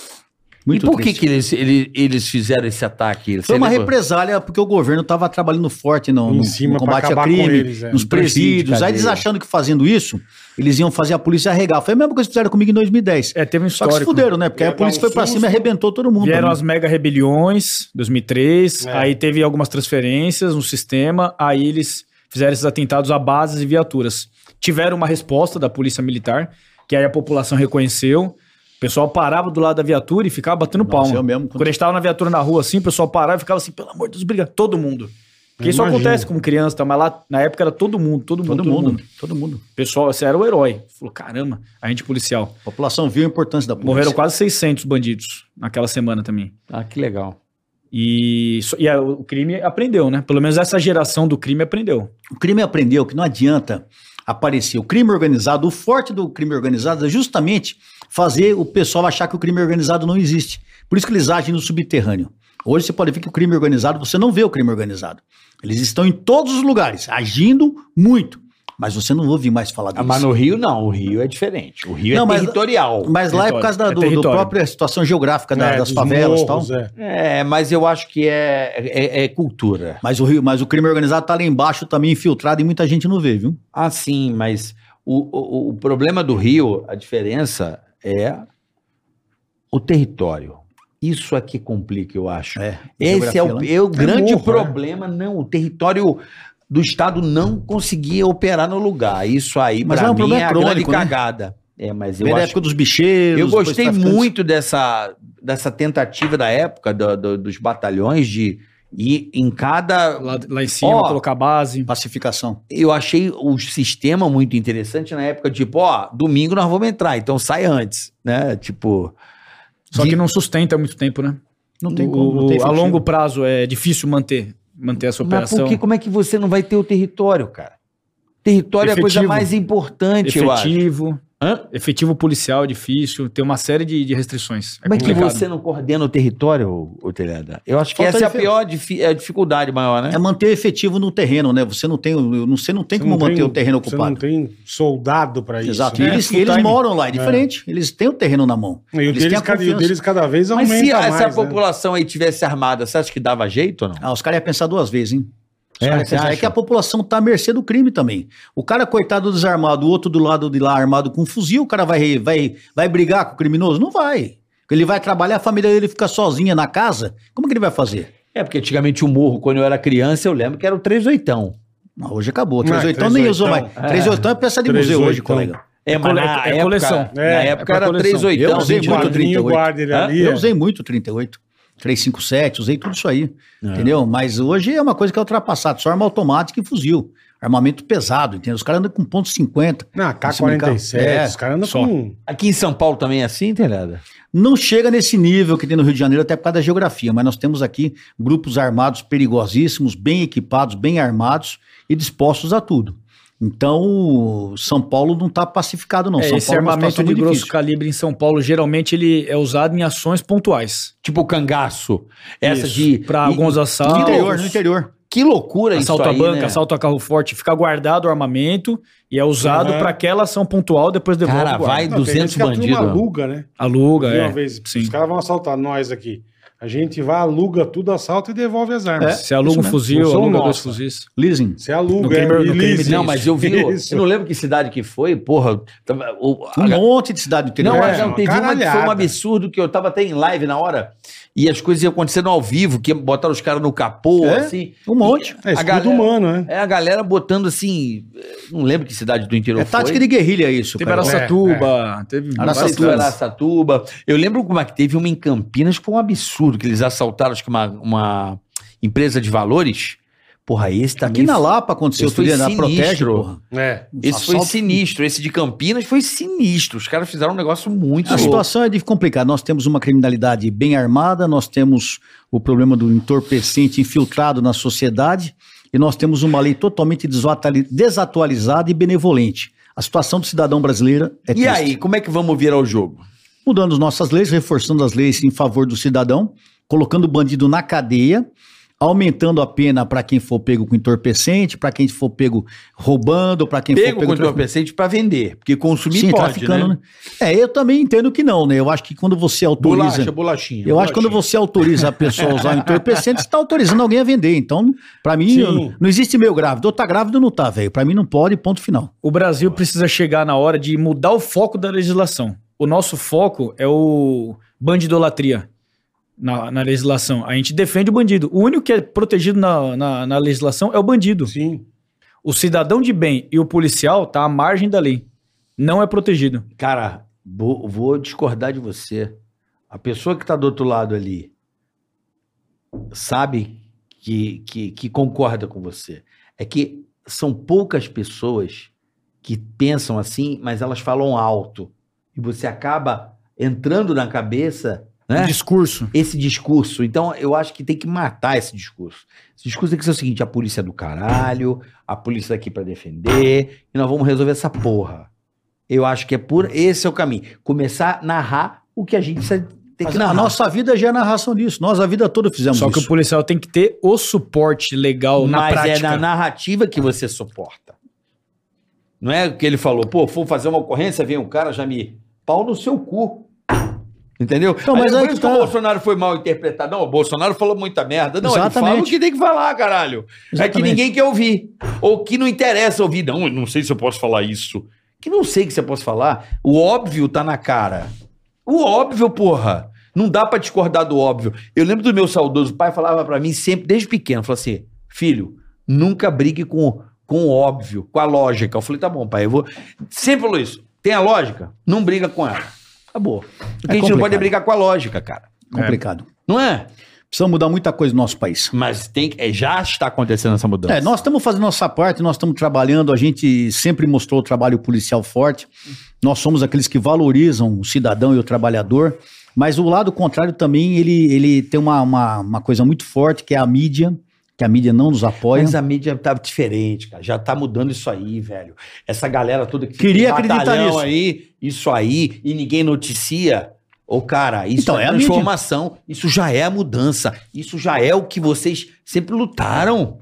[SPEAKER 5] Muito
[SPEAKER 3] e por que,
[SPEAKER 5] triste.
[SPEAKER 3] que eles, ele- eles fizeram esse ataque?
[SPEAKER 5] Foi
[SPEAKER 3] Você
[SPEAKER 5] uma
[SPEAKER 3] lembra?
[SPEAKER 5] represália porque o governo estava trabalhando forte no,
[SPEAKER 2] Em
[SPEAKER 5] no-
[SPEAKER 2] cima
[SPEAKER 5] no
[SPEAKER 2] pra
[SPEAKER 5] combate
[SPEAKER 2] acabar
[SPEAKER 5] a
[SPEAKER 2] com
[SPEAKER 5] crime,
[SPEAKER 2] eles, é.
[SPEAKER 5] nos
[SPEAKER 3] Presídio,
[SPEAKER 5] presídios.
[SPEAKER 3] cadeia.
[SPEAKER 5] Aí eles achando que fazendo isso, eles iam fazer a polícia arregar. Foi a mesma coisa que fizeram comigo em 2010.
[SPEAKER 4] É, teve um
[SPEAKER 5] Só que se
[SPEAKER 4] histórico.
[SPEAKER 5] fuderam, né? Porque aí
[SPEAKER 2] Ia
[SPEAKER 5] a polícia
[SPEAKER 2] dar um
[SPEAKER 5] foi pra
[SPEAKER 2] susto.
[SPEAKER 5] cima e arrebentou todo mundo.
[SPEAKER 4] Vieram
[SPEAKER 5] né?
[SPEAKER 4] as mega rebeliões, 2003,
[SPEAKER 2] É.
[SPEAKER 4] aí teve algumas transferências no sistema, aí eles fizeram esses atentados a bases e viaturas. Tiveram uma resposta da polícia militar, que aí a população reconheceu, o pessoal parava do lado da viatura e ficava batendo
[SPEAKER 5] Nossa,
[SPEAKER 4] palma.
[SPEAKER 5] eu mesmo, quando-
[SPEAKER 4] Quando a gente tava na viatura na rua assim, o pessoal parava e ficava assim, pelo amor de Deus, briga, todo mundo. Porque isso
[SPEAKER 2] Imagino.
[SPEAKER 4] acontece com criança, tá? mas lá na época era todo mundo, todo mundo,
[SPEAKER 5] Todo mundo, todo mundo.
[SPEAKER 4] O pessoal, você era o herói. Falou, caramba, a gente policial.
[SPEAKER 5] A população viu a importância da polícia.
[SPEAKER 4] Morreram quase 600 bandidos naquela semana também.
[SPEAKER 3] Ah, que legal.
[SPEAKER 4] E, so- e a- o crime aprendeu, né? Pelo menos essa geração do crime aprendeu.
[SPEAKER 5] O crime aprendeu que não adianta aparecer o crime organizado. O forte do crime organizado é justamente fazer o pessoal achar que o crime organizado não existe. Por isso que eles agem no subterrâneo. Hoje você pode ver que o crime organizado, você não vê o crime organizado. Eles estão em todos os lugares, agindo muito. Mas você não ouve mais falar
[SPEAKER 3] Ah,
[SPEAKER 5] disso.
[SPEAKER 3] mas no Rio não, o Rio é diferente. O Rio
[SPEAKER 5] Não,
[SPEAKER 3] é
[SPEAKER 5] mas-
[SPEAKER 3] territorial.
[SPEAKER 5] Mas lá é por causa da
[SPEAKER 4] É
[SPEAKER 5] do, do
[SPEAKER 4] território.
[SPEAKER 5] própria situação geográfica da-
[SPEAKER 2] É,
[SPEAKER 5] das
[SPEAKER 2] dos
[SPEAKER 5] favelas e tal.
[SPEAKER 2] morros, é.
[SPEAKER 3] É, mas eu acho que é, é, é cultura.
[SPEAKER 5] Mas o, Rio, mas o crime organizado tá lá embaixo também infiltrado e muita gente não vê, viu?
[SPEAKER 3] Ah, sim, mas o, o, o problema do Rio, a diferença é o território. Isso é que complica, eu acho.
[SPEAKER 5] É, um
[SPEAKER 3] Esse é
[SPEAKER 5] geografia
[SPEAKER 3] o,
[SPEAKER 5] lá.
[SPEAKER 3] é o grande
[SPEAKER 2] morro, né?
[SPEAKER 3] problema, não. O território do Estado não conseguia operar no lugar. Isso aí,
[SPEAKER 5] Mas
[SPEAKER 3] pra
[SPEAKER 5] é um
[SPEAKER 3] mim,
[SPEAKER 5] problema
[SPEAKER 3] é a grande
[SPEAKER 5] crônico, né?
[SPEAKER 3] cagada. É, mas eu
[SPEAKER 5] Vem da
[SPEAKER 3] acho
[SPEAKER 5] época dos bicheiros.
[SPEAKER 3] Eu
[SPEAKER 5] depois
[SPEAKER 3] gostei
[SPEAKER 5] traficantes.
[SPEAKER 3] muito dessa, dessa tentativa da época do- do- dos batalhões de ir em cada.
[SPEAKER 4] Lá, lá em cima,
[SPEAKER 3] Ó.
[SPEAKER 4] colocar base.
[SPEAKER 5] Pacificação.
[SPEAKER 3] Eu achei o sistema muito interessante na época, tipo, ó, domingo nós vamos entrar, então sai antes, né? Tipo.
[SPEAKER 4] Só
[SPEAKER 3] de-
[SPEAKER 4] que não sustenta muito tempo, né?
[SPEAKER 5] Não tem
[SPEAKER 4] O-
[SPEAKER 5] como, não tem
[SPEAKER 4] a
[SPEAKER 5] efetivo.
[SPEAKER 4] longo prazo é difícil manter, manter essa
[SPEAKER 3] Mas
[SPEAKER 4] operação.
[SPEAKER 3] por que, como é que você não vai ter o território, cara? Território é a coisa
[SPEAKER 4] Efetivo.
[SPEAKER 3] mais importante, eu acho.
[SPEAKER 4] efetivo,
[SPEAKER 3] Hã?
[SPEAKER 4] efetivo policial é difícil, tem uma série de, de restrições. É
[SPEAKER 3] Como é que
[SPEAKER 4] complicado.
[SPEAKER 3] você não coordena o território, ô- ô Telhada? Eu acho que
[SPEAKER 5] Falta
[SPEAKER 3] essa é a
[SPEAKER 5] dife-
[SPEAKER 3] pior difi- é a dificuldade maior, né?
[SPEAKER 5] É manter efetivo no terreno, né? Você não tem, não- você não tem
[SPEAKER 2] Você
[SPEAKER 5] como
[SPEAKER 2] não
[SPEAKER 5] manter o terreno
[SPEAKER 2] Você não
[SPEAKER 5] ocupado.
[SPEAKER 2] tem soldado pra isso.
[SPEAKER 5] Exato.
[SPEAKER 2] né?
[SPEAKER 5] E eles,
[SPEAKER 4] É, full
[SPEAKER 5] eles
[SPEAKER 4] time.
[SPEAKER 5] moram lá, é diferente. Eles têm o terreno na mão.
[SPEAKER 2] E o
[SPEAKER 5] Eles têm
[SPEAKER 2] deles
[SPEAKER 5] a
[SPEAKER 2] cada- e o
[SPEAKER 5] confiança.
[SPEAKER 2] deles cada vez
[SPEAKER 3] Mas
[SPEAKER 2] aumenta
[SPEAKER 3] se a-
[SPEAKER 2] mais,
[SPEAKER 3] essa
[SPEAKER 2] né?
[SPEAKER 3] população aí tivesse armada, você acha que dava jeito ou não?
[SPEAKER 5] Ah, os caras iam pensar duas vezes, hein? Os
[SPEAKER 3] É,
[SPEAKER 5] caras iam
[SPEAKER 3] você
[SPEAKER 5] pensar. é
[SPEAKER 3] acha?
[SPEAKER 5] que a população tá à mercê do crime também. O cara, coitado, desarmado, o outro do lado de lá armado com um fuzil, o cara vai, vai, vai brigar com o criminoso? Não vai. Ele vai trabalhar, a família dele fica sozinha na casa. Como que ele vai fazer?
[SPEAKER 3] É, porque antigamente o morro, quando eu era criança, eu lembro que era o 38.
[SPEAKER 5] Não, Ah, hoje acabou.
[SPEAKER 2] Não,
[SPEAKER 5] 38 nem usou mais.
[SPEAKER 2] 38.
[SPEAKER 5] 38 é peça de museu
[SPEAKER 2] 38.
[SPEAKER 5] hoje, colega.
[SPEAKER 3] É, mas
[SPEAKER 4] cole-
[SPEAKER 3] na
[SPEAKER 4] é
[SPEAKER 3] época,
[SPEAKER 4] coleção.
[SPEAKER 3] Na
[SPEAKER 2] É, é
[SPEAKER 3] época
[SPEAKER 4] pra
[SPEAKER 3] era
[SPEAKER 4] coleção.
[SPEAKER 3] 38.
[SPEAKER 5] Eu
[SPEAKER 2] Então,
[SPEAKER 5] usei
[SPEAKER 2] o
[SPEAKER 5] muito
[SPEAKER 2] guardinho,
[SPEAKER 5] 38.
[SPEAKER 2] guarda ele
[SPEAKER 3] Hã?
[SPEAKER 2] ali.
[SPEAKER 5] Eu
[SPEAKER 2] é.
[SPEAKER 5] usei muito 38. 357, usei tudo isso aí.
[SPEAKER 2] É.
[SPEAKER 5] Entendeu? Mas hoje é uma coisa que é ultrapassada. Só arma automática e fuzil. Armamento pesado, entendeu? Os caras andam com ponto 50.
[SPEAKER 2] Não, K-47,
[SPEAKER 5] É,
[SPEAKER 2] os caras andam
[SPEAKER 5] só.
[SPEAKER 2] com...
[SPEAKER 3] Aqui em São Paulo também é assim, Telhada?
[SPEAKER 5] Não chega nesse nível que tem no Rio de Janeiro, até por causa da geografia, mas nós temos aqui grupos armados perigosíssimos, bem equipados, bem armados e dispostos a tudo. Então, São Paulo não está pacificado, não.
[SPEAKER 4] É,
[SPEAKER 5] São
[SPEAKER 4] esse
[SPEAKER 5] Paulo é uma
[SPEAKER 4] armamento
[SPEAKER 5] situação
[SPEAKER 4] de
[SPEAKER 5] muito
[SPEAKER 4] grosso
[SPEAKER 5] difícil.
[SPEAKER 4] calibre em São Paulo, geralmente ele é usado em ações pontuais.
[SPEAKER 3] Tipo o cangaço. Essa
[SPEAKER 4] Isso,
[SPEAKER 3] de.
[SPEAKER 4] Pra
[SPEAKER 3] e-
[SPEAKER 4] alguns
[SPEAKER 5] No
[SPEAKER 4] assaltos.
[SPEAKER 5] interior, né? no interior.
[SPEAKER 3] Que loucura
[SPEAKER 4] Assalto
[SPEAKER 3] isso
[SPEAKER 4] à
[SPEAKER 3] aí,
[SPEAKER 4] banca,
[SPEAKER 3] né?
[SPEAKER 4] assalto a carro forte, fica guardado o armamento e é usado
[SPEAKER 2] Aham.
[SPEAKER 4] pra aquela ação pontual, depois devolve.
[SPEAKER 3] Cara,
[SPEAKER 4] o guarda.
[SPEAKER 3] vai- Tem
[SPEAKER 2] Não, tem
[SPEAKER 3] 200
[SPEAKER 2] vezes que a turma
[SPEAKER 3] bandido.
[SPEAKER 2] aluga, né?
[SPEAKER 4] Aluga,
[SPEAKER 2] Vi
[SPEAKER 4] é.
[SPEAKER 2] uma vez,
[SPEAKER 4] Sim.
[SPEAKER 2] os caras vão assaltar nós aqui. A gente vai, aluga tudo, assalta e devolve as armas.
[SPEAKER 4] Você aluga
[SPEAKER 5] isso
[SPEAKER 4] um
[SPEAKER 5] mesmo.
[SPEAKER 4] fuzil,
[SPEAKER 2] São
[SPEAKER 4] aluga dois
[SPEAKER 2] nossa.
[SPEAKER 4] fuzis.
[SPEAKER 5] Leasing.
[SPEAKER 2] Você aluga,
[SPEAKER 4] É.
[SPEAKER 2] é
[SPEAKER 4] No crime- no crime
[SPEAKER 2] ilícito.
[SPEAKER 3] Não, mas eu vi.
[SPEAKER 2] Isso.
[SPEAKER 3] Eu não lembro que cidade que foi, porra. tava- o- a-
[SPEAKER 5] Um monte de cidade do interior.
[SPEAKER 3] Não,
[SPEAKER 2] É,
[SPEAKER 3] mas não,
[SPEAKER 2] uma
[SPEAKER 3] teve uma que foi um
[SPEAKER 2] caralhada.
[SPEAKER 3] absurdo que eu tava até em live na hora e as coisas iam acontecendo ao vivo, que botaram os caras no capô,
[SPEAKER 5] É,
[SPEAKER 3] assim.
[SPEAKER 5] um monte.
[SPEAKER 2] É escudo
[SPEAKER 3] a galera,
[SPEAKER 2] humano, né?
[SPEAKER 3] É a galera botando assim. eh, Não lembro que cidade do interior
[SPEAKER 5] É tática
[SPEAKER 3] foi.
[SPEAKER 5] de guerrilha isso,
[SPEAKER 4] Teve
[SPEAKER 5] cara.
[SPEAKER 4] Araçatuba, teve
[SPEAKER 5] Araçatuba.
[SPEAKER 4] várias-
[SPEAKER 3] Araçatuba. Eu lembro como é que teve uma em Campinas que foi um absurdo, que eles assaltaram acho que uma, uma empresa de valores. Porra, esse tá também.
[SPEAKER 5] Tá Aqui na Lapa aconteceu
[SPEAKER 3] Esse foi
[SPEAKER 5] tudo, na
[SPEAKER 3] sinistro.
[SPEAKER 5] Protege, porra.
[SPEAKER 2] É.
[SPEAKER 3] Esse foi
[SPEAKER 5] Assalto-
[SPEAKER 3] sinistro. Esse de Campinas foi sinistro. Os caras fizeram um negócio muito
[SPEAKER 5] A
[SPEAKER 3] louco.
[SPEAKER 5] situação é de complicada. Nós temos uma criminalidade bem armada, nós temos o problema do entorpecente infiltrado na sociedade e nós temos uma lei totalmente desatuali- desatualizada e benevolente. A situação do cidadão brasileiro é
[SPEAKER 3] E
[SPEAKER 5] triste.
[SPEAKER 3] aí, como é que vamos virar o jogo?
[SPEAKER 5] Mudando as nossas leis, reforçando as leis em favor do cidadão, colocando o bandido na cadeia, aumentando a pena para quem for pego com entorpecente, para quem for pego roubando, para quem for
[SPEAKER 3] pego com
[SPEAKER 5] pego traficando.
[SPEAKER 3] entorpecente pra vender, porque consumir
[SPEAKER 5] Sim,
[SPEAKER 3] pode, né?
[SPEAKER 5] traficando, né? É, eu também entendo que não, né? Eu acho que quando você autoriza.
[SPEAKER 3] Bolacha, bolachinha.
[SPEAKER 5] Eu acho que quando você autoriza a pessoa a usar um entorpecente, você está autorizando alguém a vender. Então, pra mim,
[SPEAKER 2] Sim.
[SPEAKER 5] eu- não existe meu grávido. Ou tá grávido ou não tá, velho. Pra mim, não pode, ponto final.
[SPEAKER 4] O Brasil precisa chegar na hora de mudar o foco da legislação. O nosso foco é o bandidolatria na, na legislação. A gente defende o bandido. O único que é protegido na, na, na legislação é o bandido.
[SPEAKER 2] Sim.
[SPEAKER 4] O cidadão de bem e o policial tá à margem da lei. Não é protegido.
[SPEAKER 3] Cara, vou, vou discordar de você. A pessoa que tá do outro lado ali sabe que, que, que concorda com você. É que são poucas pessoas que pensam assim, mas elas falam alto. E você acaba entrando na cabeça, né?
[SPEAKER 4] O Um discurso.
[SPEAKER 3] esse discurso. Então, eu acho que tem que matar esse discurso. Esse discurso tem que ser o seguinte: a polícia é do caralho, a polícia tá aqui pra defender, e nós vamos resolver essa porra. Eu acho que é por esse é o caminho. Começar a narrar o que a gente precisa ter
[SPEAKER 5] Mas
[SPEAKER 3] que
[SPEAKER 5] a
[SPEAKER 3] narrar.
[SPEAKER 5] nossa vida já é narração disso. Nós, a vida toda, fizemos
[SPEAKER 4] Só que
[SPEAKER 5] isso.
[SPEAKER 4] o policial tem que ter o suporte legal na
[SPEAKER 3] Mas é
[SPEAKER 4] prática.
[SPEAKER 3] na narrativa que você suporta. Não é o que ele falou, pô, vou fazer uma ocorrência, vem um cara, já me. pau no seu cu. Entendeu?
[SPEAKER 5] Então,
[SPEAKER 3] Aí
[SPEAKER 5] mas
[SPEAKER 3] não é
[SPEAKER 5] aí
[SPEAKER 3] por
[SPEAKER 5] que
[SPEAKER 3] isso que o
[SPEAKER 5] tá.
[SPEAKER 3] Bolsonaro foi mal interpretado. Não, o Bolsonaro falou muita merda. Não, ele fala o
[SPEAKER 5] Exatamente.
[SPEAKER 3] que tem que falar, caralho. É que
[SPEAKER 5] Exatamente.
[SPEAKER 3] ninguém quer ouvir. Ou que não interessa ouvir. Não, eu não sei se eu posso falar isso. Que não sei que você posso falar. O óbvio tá na cara. O óbvio, porra. Não dá pra discordar do óbvio. Eu lembro do meu saudoso pai, falava pra mim sempre, desde pequeno, falou assim, filho, nunca brigue com, com o óbvio, com a lógica. Eu falei, tá bom, pai, eu vou... Sempre falou isso. Tem a lógica? Não briga com ela.
[SPEAKER 5] Acabou.
[SPEAKER 3] Porque a gente não pode brigar com a lógica, cara.
[SPEAKER 5] Complicado.
[SPEAKER 3] Não é?
[SPEAKER 5] Precisa mudar muita coisa no nosso país.
[SPEAKER 3] Mas tem que- é, já está acontecendo essa mudança.
[SPEAKER 5] É, nós estamos fazendo nossa parte, nós estamos trabalhando, a gente sempre mostrou o trabalho policial forte. Nós somos aqueles que valorizam o cidadão e o trabalhador, mas o lado contrário também, ele, ele tem uma, uma, uma coisa muito forte, que é a mídia, que a mídia não nos apoia.
[SPEAKER 3] Mas a mídia tá diferente, cara. Já tá mudando isso aí, velho. Essa galera toda que fica
[SPEAKER 5] Queria
[SPEAKER 3] em
[SPEAKER 5] acreditar
[SPEAKER 3] batalhão
[SPEAKER 5] nisso.
[SPEAKER 3] aí, isso aí, e ninguém noticia. Ô, cara, isso
[SPEAKER 5] Então,
[SPEAKER 3] é,
[SPEAKER 5] é a mídia.
[SPEAKER 3] transformação. Isso já é a mudança. Isso já é o que vocês sempre lutaram.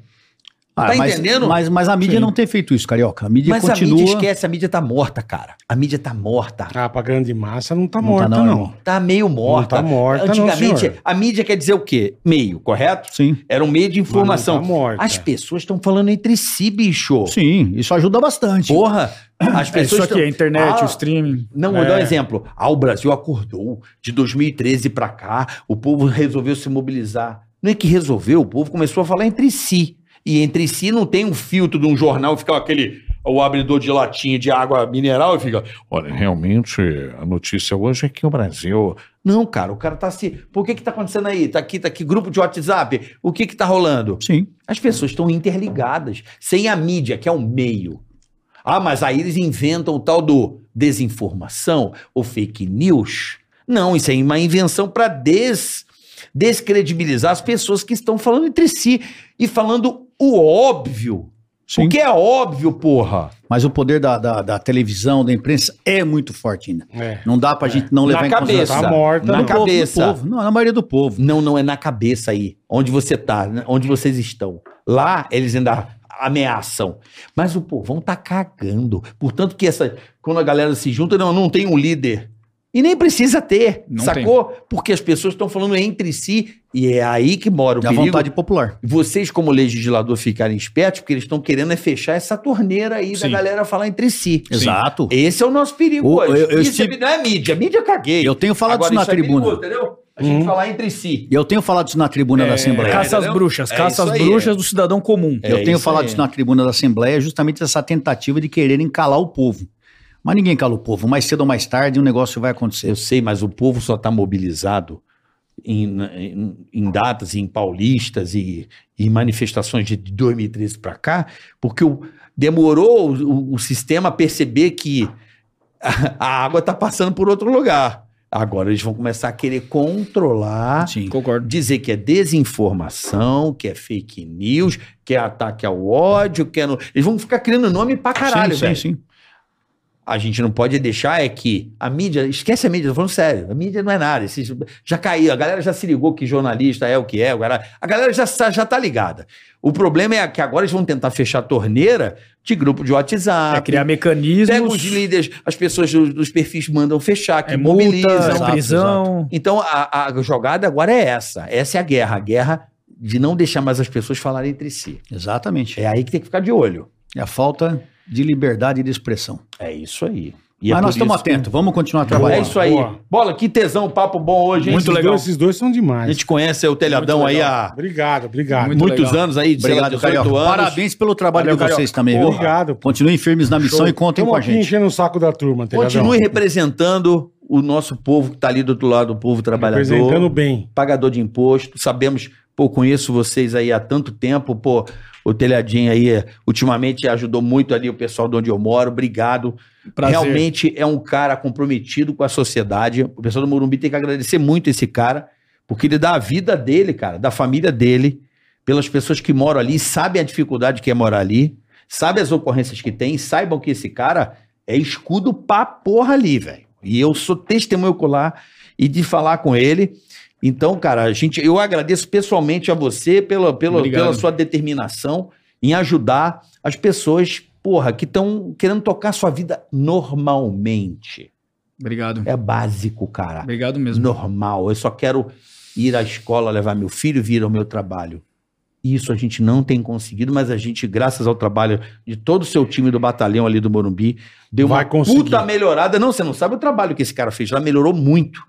[SPEAKER 5] Ah,
[SPEAKER 3] tá
[SPEAKER 5] mas,
[SPEAKER 3] entendendo?
[SPEAKER 5] Mas, mas a mídia
[SPEAKER 4] Sim.
[SPEAKER 5] não tem feito isso, Carioca. A mídia
[SPEAKER 3] Mas
[SPEAKER 5] continua...
[SPEAKER 3] a mídia esquece, a mídia tá morta, cara. A mídia tá morta.
[SPEAKER 2] Ah, pra grande massa não tá
[SPEAKER 5] Não tá
[SPEAKER 2] morta,
[SPEAKER 5] não,
[SPEAKER 2] não.
[SPEAKER 5] irmão.
[SPEAKER 3] Tá meio morta.
[SPEAKER 2] tá morta não,
[SPEAKER 3] Antigamente,
[SPEAKER 2] senhor.
[SPEAKER 3] a mídia quer dizer o quê? Meio, correto?
[SPEAKER 5] Sim,
[SPEAKER 3] Era um meio de
[SPEAKER 2] Mas não
[SPEAKER 3] informação.
[SPEAKER 2] tá morta.
[SPEAKER 3] As pessoas estão falando entre si, bicho.
[SPEAKER 5] sim, isso ajuda bastante.
[SPEAKER 3] Porra, as
[SPEAKER 4] Tipo, É isso
[SPEAKER 3] pessoas.
[SPEAKER 4] aqui, a internet,
[SPEAKER 3] Ah,
[SPEAKER 4] o streaming.
[SPEAKER 3] Não, vou
[SPEAKER 4] É.
[SPEAKER 3] dar um exemplo. Ah, o Brasil acordou de 2013 pra cá, o povo resolveu se mobilizar. Não é que resolveu, o povo começou a falar entre si. E entre si não tem um filtro de um jornal ficar aquele o abridor de latinha de água mineral e fica, olha, realmente a notícia hoje é que o Brasil. Não, cara, o cara tá se. Por que que tá acontecendo aí? Tá aqui, tá aqui grupo de WhatsApp. O que que tá rolando?
[SPEAKER 5] Sim.
[SPEAKER 3] As pessoas estão interligadas, sem a mídia, que é o meio. Ah, mas aí eles inventam o tal do desinformação ou fake news. Não, isso é uma invenção para des, descredibilizar as pessoas que estão falando entre si e falando o óbvio.
[SPEAKER 5] Sim.
[SPEAKER 3] Porque é óbvio, porra.
[SPEAKER 5] Mas o poder da, da, da televisão, da imprensa, é muito forte ainda.
[SPEAKER 2] É.
[SPEAKER 5] Não dá pra gente não
[SPEAKER 3] Na
[SPEAKER 5] levar em
[SPEAKER 3] cabeça.
[SPEAKER 5] consideração.
[SPEAKER 2] Tá morta,
[SPEAKER 3] Na
[SPEAKER 5] Do
[SPEAKER 2] não.
[SPEAKER 5] povo, do
[SPEAKER 3] cabeça.
[SPEAKER 5] povo. Não, na maioria do povo.
[SPEAKER 3] Não, não é na cabeça aí, onde você tá, né, onde vocês estão. Lá eles ainda ameaçam. Mas o povão tá cagando. Portanto que essa quando a galera se junta, não, não tem um líder. E nem precisa ter,
[SPEAKER 4] Não
[SPEAKER 3] sacou? Porque as pessoas estão falando entre si e é aí que mora o
[SPEAKER 5] É a
[SPEAKER 3] perigo.
[SPEAKER 5] vontade popular.
[SPEAKER 3] Vocês como legislador ficarem espertos, porque eles estão querendo é fechar essa torneira aí da
[SPEAKER 4] Sim.
[SPEAKER 3] galera falar entre si.
[SPEAKER 5] Exato.
[SPEAKER 3] Esse é o nosso perigo
[SPEAKER 5] O-
[SPEAKER 3] hoje.
[SPEAKER 5] eu- eu
[SPEAKER 3] Isso
[SPEAKER 5] estive-
[SPEAKER 3] é- não é mídia, mídia eu caguei.
[SPEAKER 5] Eu tenho falado
[SPEAKER 3] Agora,
[SPEAKER 5] isso na
[SPEAKER 3] é
[SPEAKER 5] tribuna.
[SPEAKER 3] perigoso, entendeu? A gente
[SPEAKER 2] Uhum.
[SPEAKER 3] falar entre si.
[SPEAKER 5] Eu tenho falado isso na tribuna da Assembleia.
[SPEAKER 4] Caça às
[SPEAKER 3] entendeu?
[SPEAKER 4] bruxas,
[SPEAKER 3] É
[SPEAKER 4] caça
[SPEAKER 3] isso
[SPEAKER 4] às
[SPEAKER 3] aí,
[SPEAKER 4] bruxas
[SPEAKER 3] é.
[SPEAKER 4] do cidadão comum.
[SPEAKER 3] É
[SPEAKER 5] eu tenho
[SPEAKER 3] isso
[SPEAKER 5] falado
[SPEAKER 3] aí.
[SPEAKER 5] isso na tribuna da Assembleia, justamente essa tentativa de quererem calar o povo. Mas ninguém cala o povo. Mais cedo ou mais tarde, um negócio vai acontecer.
[SPEAKER 3] Eu sei, mas o povo só está mobilizado em, em- em datas, em paulistas e em manifestações de 2013 para cá, porque o- demorou o, o- o sistema a perceber que a, a água está passando por outro lugar. Agora eles vão começar a querer controlar,
[SPEAKER 5] Sim.
[SPEAKER 4] Concordo.
[SPEAKER 3] dizer que é desinformação, que é fake news, que é ataque ao ódio, que é. no- Eles vão ficar criando nome pra caralho,
[SPEAKER 5] sim,
[SPEAKER 3] velho.
[SPEAKER 5] sim, sim.
[SPEAKER 3] A gente não pode deixar é que a mídia, esquece a mídia, tô falando sério, a mídia não é nada. esses- já caiu, a galera já se ligou que jornalista é o que é, o cara- a galera já, sa- já tá ligada. O problema é que agora eles vão tentar fechar a torneira de grupo de
[SPEAKER 4] É
[SPEAKER 3] WhatsApp.
[SPEAKER 4] criar mecanismos.
[SPEAKER 3] pega um os líderes, as pessoas do- dos, perfis mandam fechar, que
[SPEAKER 4] é multa,
[SPEAKER 3] mobilizam.
[SPEAKER 5] exato,
[SPEAKER 4] é prisão.
[SPEAKER 3] Então a, a jogada agora é essa. Essa é a guerra, a guerra de não deixar mais as pessoas falarem entre si.
[SPEAKER 5] Exatamente.
[SPEAKER 3] É aí que tem que ficar de olho.
[SPEAKER 5] É a falta de liberdade de expressão.
[SPEAKER 3] É isso aí. E é
[SPEAKER 5] Mas
[SPEAKER 3] por
[SPEAKER 5] nós estamos
[SPEAKER 3] isso que-
[SPEAKER 5] atentos. Vamos continuar
[SPEAKER 3] é
[SPEAKER 5] trabalhando.
[SPEAKER 3] isso aí.
[SPEAKER 2] boa.
[SPEAKER 3] Bola, que tesão, papo bom hoje, hein?
[SPEAKER 4] Muito
[SPEAKER 2] esses
[SPEAKER 4] legal.
[SPEAKER 2] Dois, esses dois são
[SPEAKER 3] A
[SPEAKER 2] demais.
[SPEAKER 3] gente conhece o Telhadão
[SPEAKER 4] Muito
[SPEAKER 3] aí
[SPEAKER 4] legal.
[SPEAKER 3] há
[SPEAKER 2] Obrigado, obrigado.
[SPEAKER 4] Muito
[SPEAKER 3] muitos
[SPEAKER 4] legal.
[SPEAKER 3] anos aí, de, sei lá,
[SPEAKER 5] Obrigado, Carioca. Parabéns pelo trabalho
[SPEAKER 4] Valeu,
[SPEAKER 5] de vocês também. viu?
[SPEAKER 2] Obrigado.
[SPEAKER 5] Continuem firmes na missão e contem
[SPEAKER 2] Tamo
[SPEAKER 5] com a
[SPEAKER 2] aqui
[SPEAKER 5] gente.
[SPEAKER 2] enchendo o saco da turma, Telhadão.
[SPEAKER 3] Continue representando o nosso povo que está ali do outro lado, o povo
[SPEAKER 2] Representando
[SPEAKER 3] trabalhador,
[SPEAKER 2] bem.
[SPEAKER 3] pagador de imposto. Sabemos, pô, conheço vocês aí há tanto tempo, pô, o Telhadinho aí eh, ultimamente ajudou muito ali o pessoal de onde eu moro. Obrigado.
[SPEAKER 4] Prazer.
[SPEAKER 3] Realmente é um cara comprometido com a sociedade. O pessoal do Morumbi tem que agradecer muito esse cara, porque ele dá a vida dele, cara, da família dele, pelas pessoas que moram ali, sabe a dificuldade que é morar ali, sabe as ocorrências que tem, saibam que esse cara é escudo pra porra ali, velho. E eu sou testemunho ocular e de falar com ele. Então, cara, a gente, eu agradeço pessoalmente a você pela, pela,
[SPEAKER 4] Obrigado.
[SPEAKER 3] pela sua determinação em ajudar as pessoas, porra, que estão querendo tocar sua vida normalmente.
[SPEAKER 4] Obrigado.
[SPEAKER 3] É básico, cara.
[SPEAKER 4] Obrigado mesmo.
[SPEAKER 3] Normal. Eu só quero ir à escola, levar meu filho, vir ao meu trabalho. Isso a gente não tem conseguido, mas a gente, graças ao trabalho de todo o seu time do batalhão ali do Morumbi, deu
[SPEAKER 2] Vai
[SPEAKER 3] uma
[SPEAKER 2] conseguir.
[SPEAKER 3] puta melhorada. Não, você não sabe o trabalho que esse cara fez lá, melhorou muito.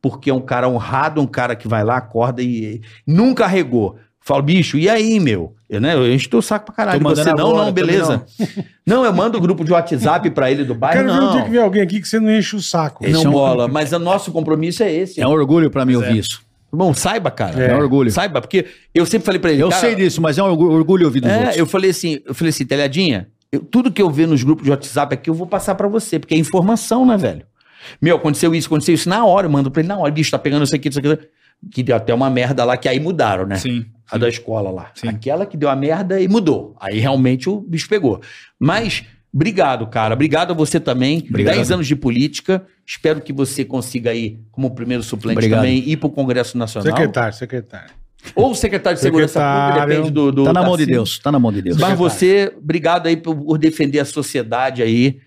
[SPEAKER 3] Porque é um cara honrado, um cara que vai lá, acorda e nunca regou. Falo, bicho, e aí, meu? Eu, né, eu encho teu saco pra caralho.
[SPEAKER 4] Tô mandando
[SPEAKER 3] Você, não,
[SPEAKER 4] agora,
[SPEAKER 3] não,
[SPEAKER 4] também
[SPEAKER 3] beleza. (laughs) Não. eu mando o grupo de WhatsApp pra ele do bairro,
[SPEAKER 2] Quero ver um
[SPEAKER 3] não.
[SPEAKER 2] dia que vier alguém aqui que você não enche o saco.
[SPEAKER 3] Não
[SPEAKER 5] Esse é um-
[SPEAKER 3] bola, mas o nosso compromisso é esse.
[SPEAKER 5] É um orgulho pra mim ouvir isso.
[SPEAKER 3] Bom, saiba, cara.
[SPEAKER 5] É um orgulho.
[SPEAKER 3] Saiba, porque eu sempre falei pra ele.
[SPEAKER 5] Eu
[SPEAKER 3] cara,
[SPEAKER 5] sei disso, mas é um orgu- orgulho ouvir dos outros.
[SPEAKER 3] É, eu falei assim, eu falei assim, telhadinha, eu- tudo que eu ver nos grupos de WhatsApp aqui, eu vou passar pra você, porque é informação, né, velho? Meu, aconteceu isso, aconteceu isso na hora, eu mando pra ele na hora, bicho, tá pegando isso aqui, isso aqui. Que deu até uma merda lá, que aí mudaram, né?
[SPEAKER 4] Sim.
[SPEAKER 3] A da escola lá.
[SPEAKER 4] Sim.
[SPEAKER 3] Aquela que deu a merda e mudou. Aí realmente o bicho pegou. Mas, obrigado, cara. Obrigado a você também.
[SPEAKER 5] Obrigado.
[SPEAKER 3] Dez anos de política. Espero que você consiga aí, como primeiro suplente
[SPEAKER 5] Obrigado.
[SPEAKER 3] também, ir pro Congresso Nacional.
[SPEAKER 2] Secretário, secretário.
[SPEAKER 3] Ou secretário de Segurança Pública,
[SPEAKER 2] Secretário.
[SPEAKER 3] depende do. do
[SPEAKER 5] Tá na mão de
[SPEAKER 3] Tarcísio.
[SPEAKER 5] Deus, tá na mão de Deus.
[SPEAKER 3] Mas você, obrigado aí por, por defender a sociedade aí.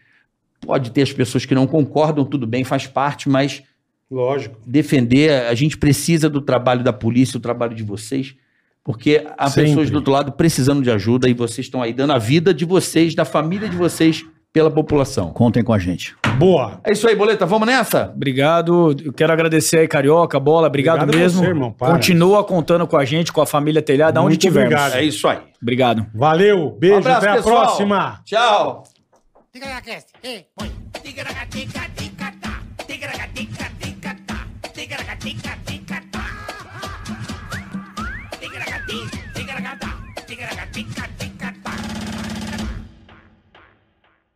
[SPEAKER 3] Pode ter as pessoas que não concordam, tudo bem, faz parte, mas
[SPEAKER 2] Lógico.
[SPEAKER 3] defender, a gente precisa do trabalho da polícia, do trabalho de vocês, porque há
[SPEAKER 2] Sempre.
[SPEAKER 3] pessoas do outro lado precisando de ajuda e vocês estão aí dando a vida de vocês, da família de vocês, pela população.
[SPEAKER 5] Contem com a gente.
[SPEAKER 2] Boa.
[SPEAKER 3] É isso aí, Boleta, vamos nessa?
[SPEAKER 4] Obrigado. Eu quero agradecer aí, Carioca, Bola. Obrigado,
[SPEAKER 2] Obrigado a
[SPEAKER 4] mesmo.
[SPEAKER 2] você, irmão. Para.
[SPEAKER 4] Continua contando com a gente, com a família Telhada, onde
[SPEAKER 2] Muito
[SPEAKER 4] tivermos.
[SPEAKER 2] obrigado.
[SPEAKER 3] É isso aí.
[SPEAKER 4] Obrigado.
[SPEAKER 2] Valeu, beijo, até a
[SPEAKER 3] pessoal.
[SPEAKER 2] próxima.
[SPEAKER 3] Tchau.
[SPEAKER 1] Tigaracast, hey, boy. Tigaracatica, ticatá. Tigaracatica, ticatá. Tigaracatica, ticatá.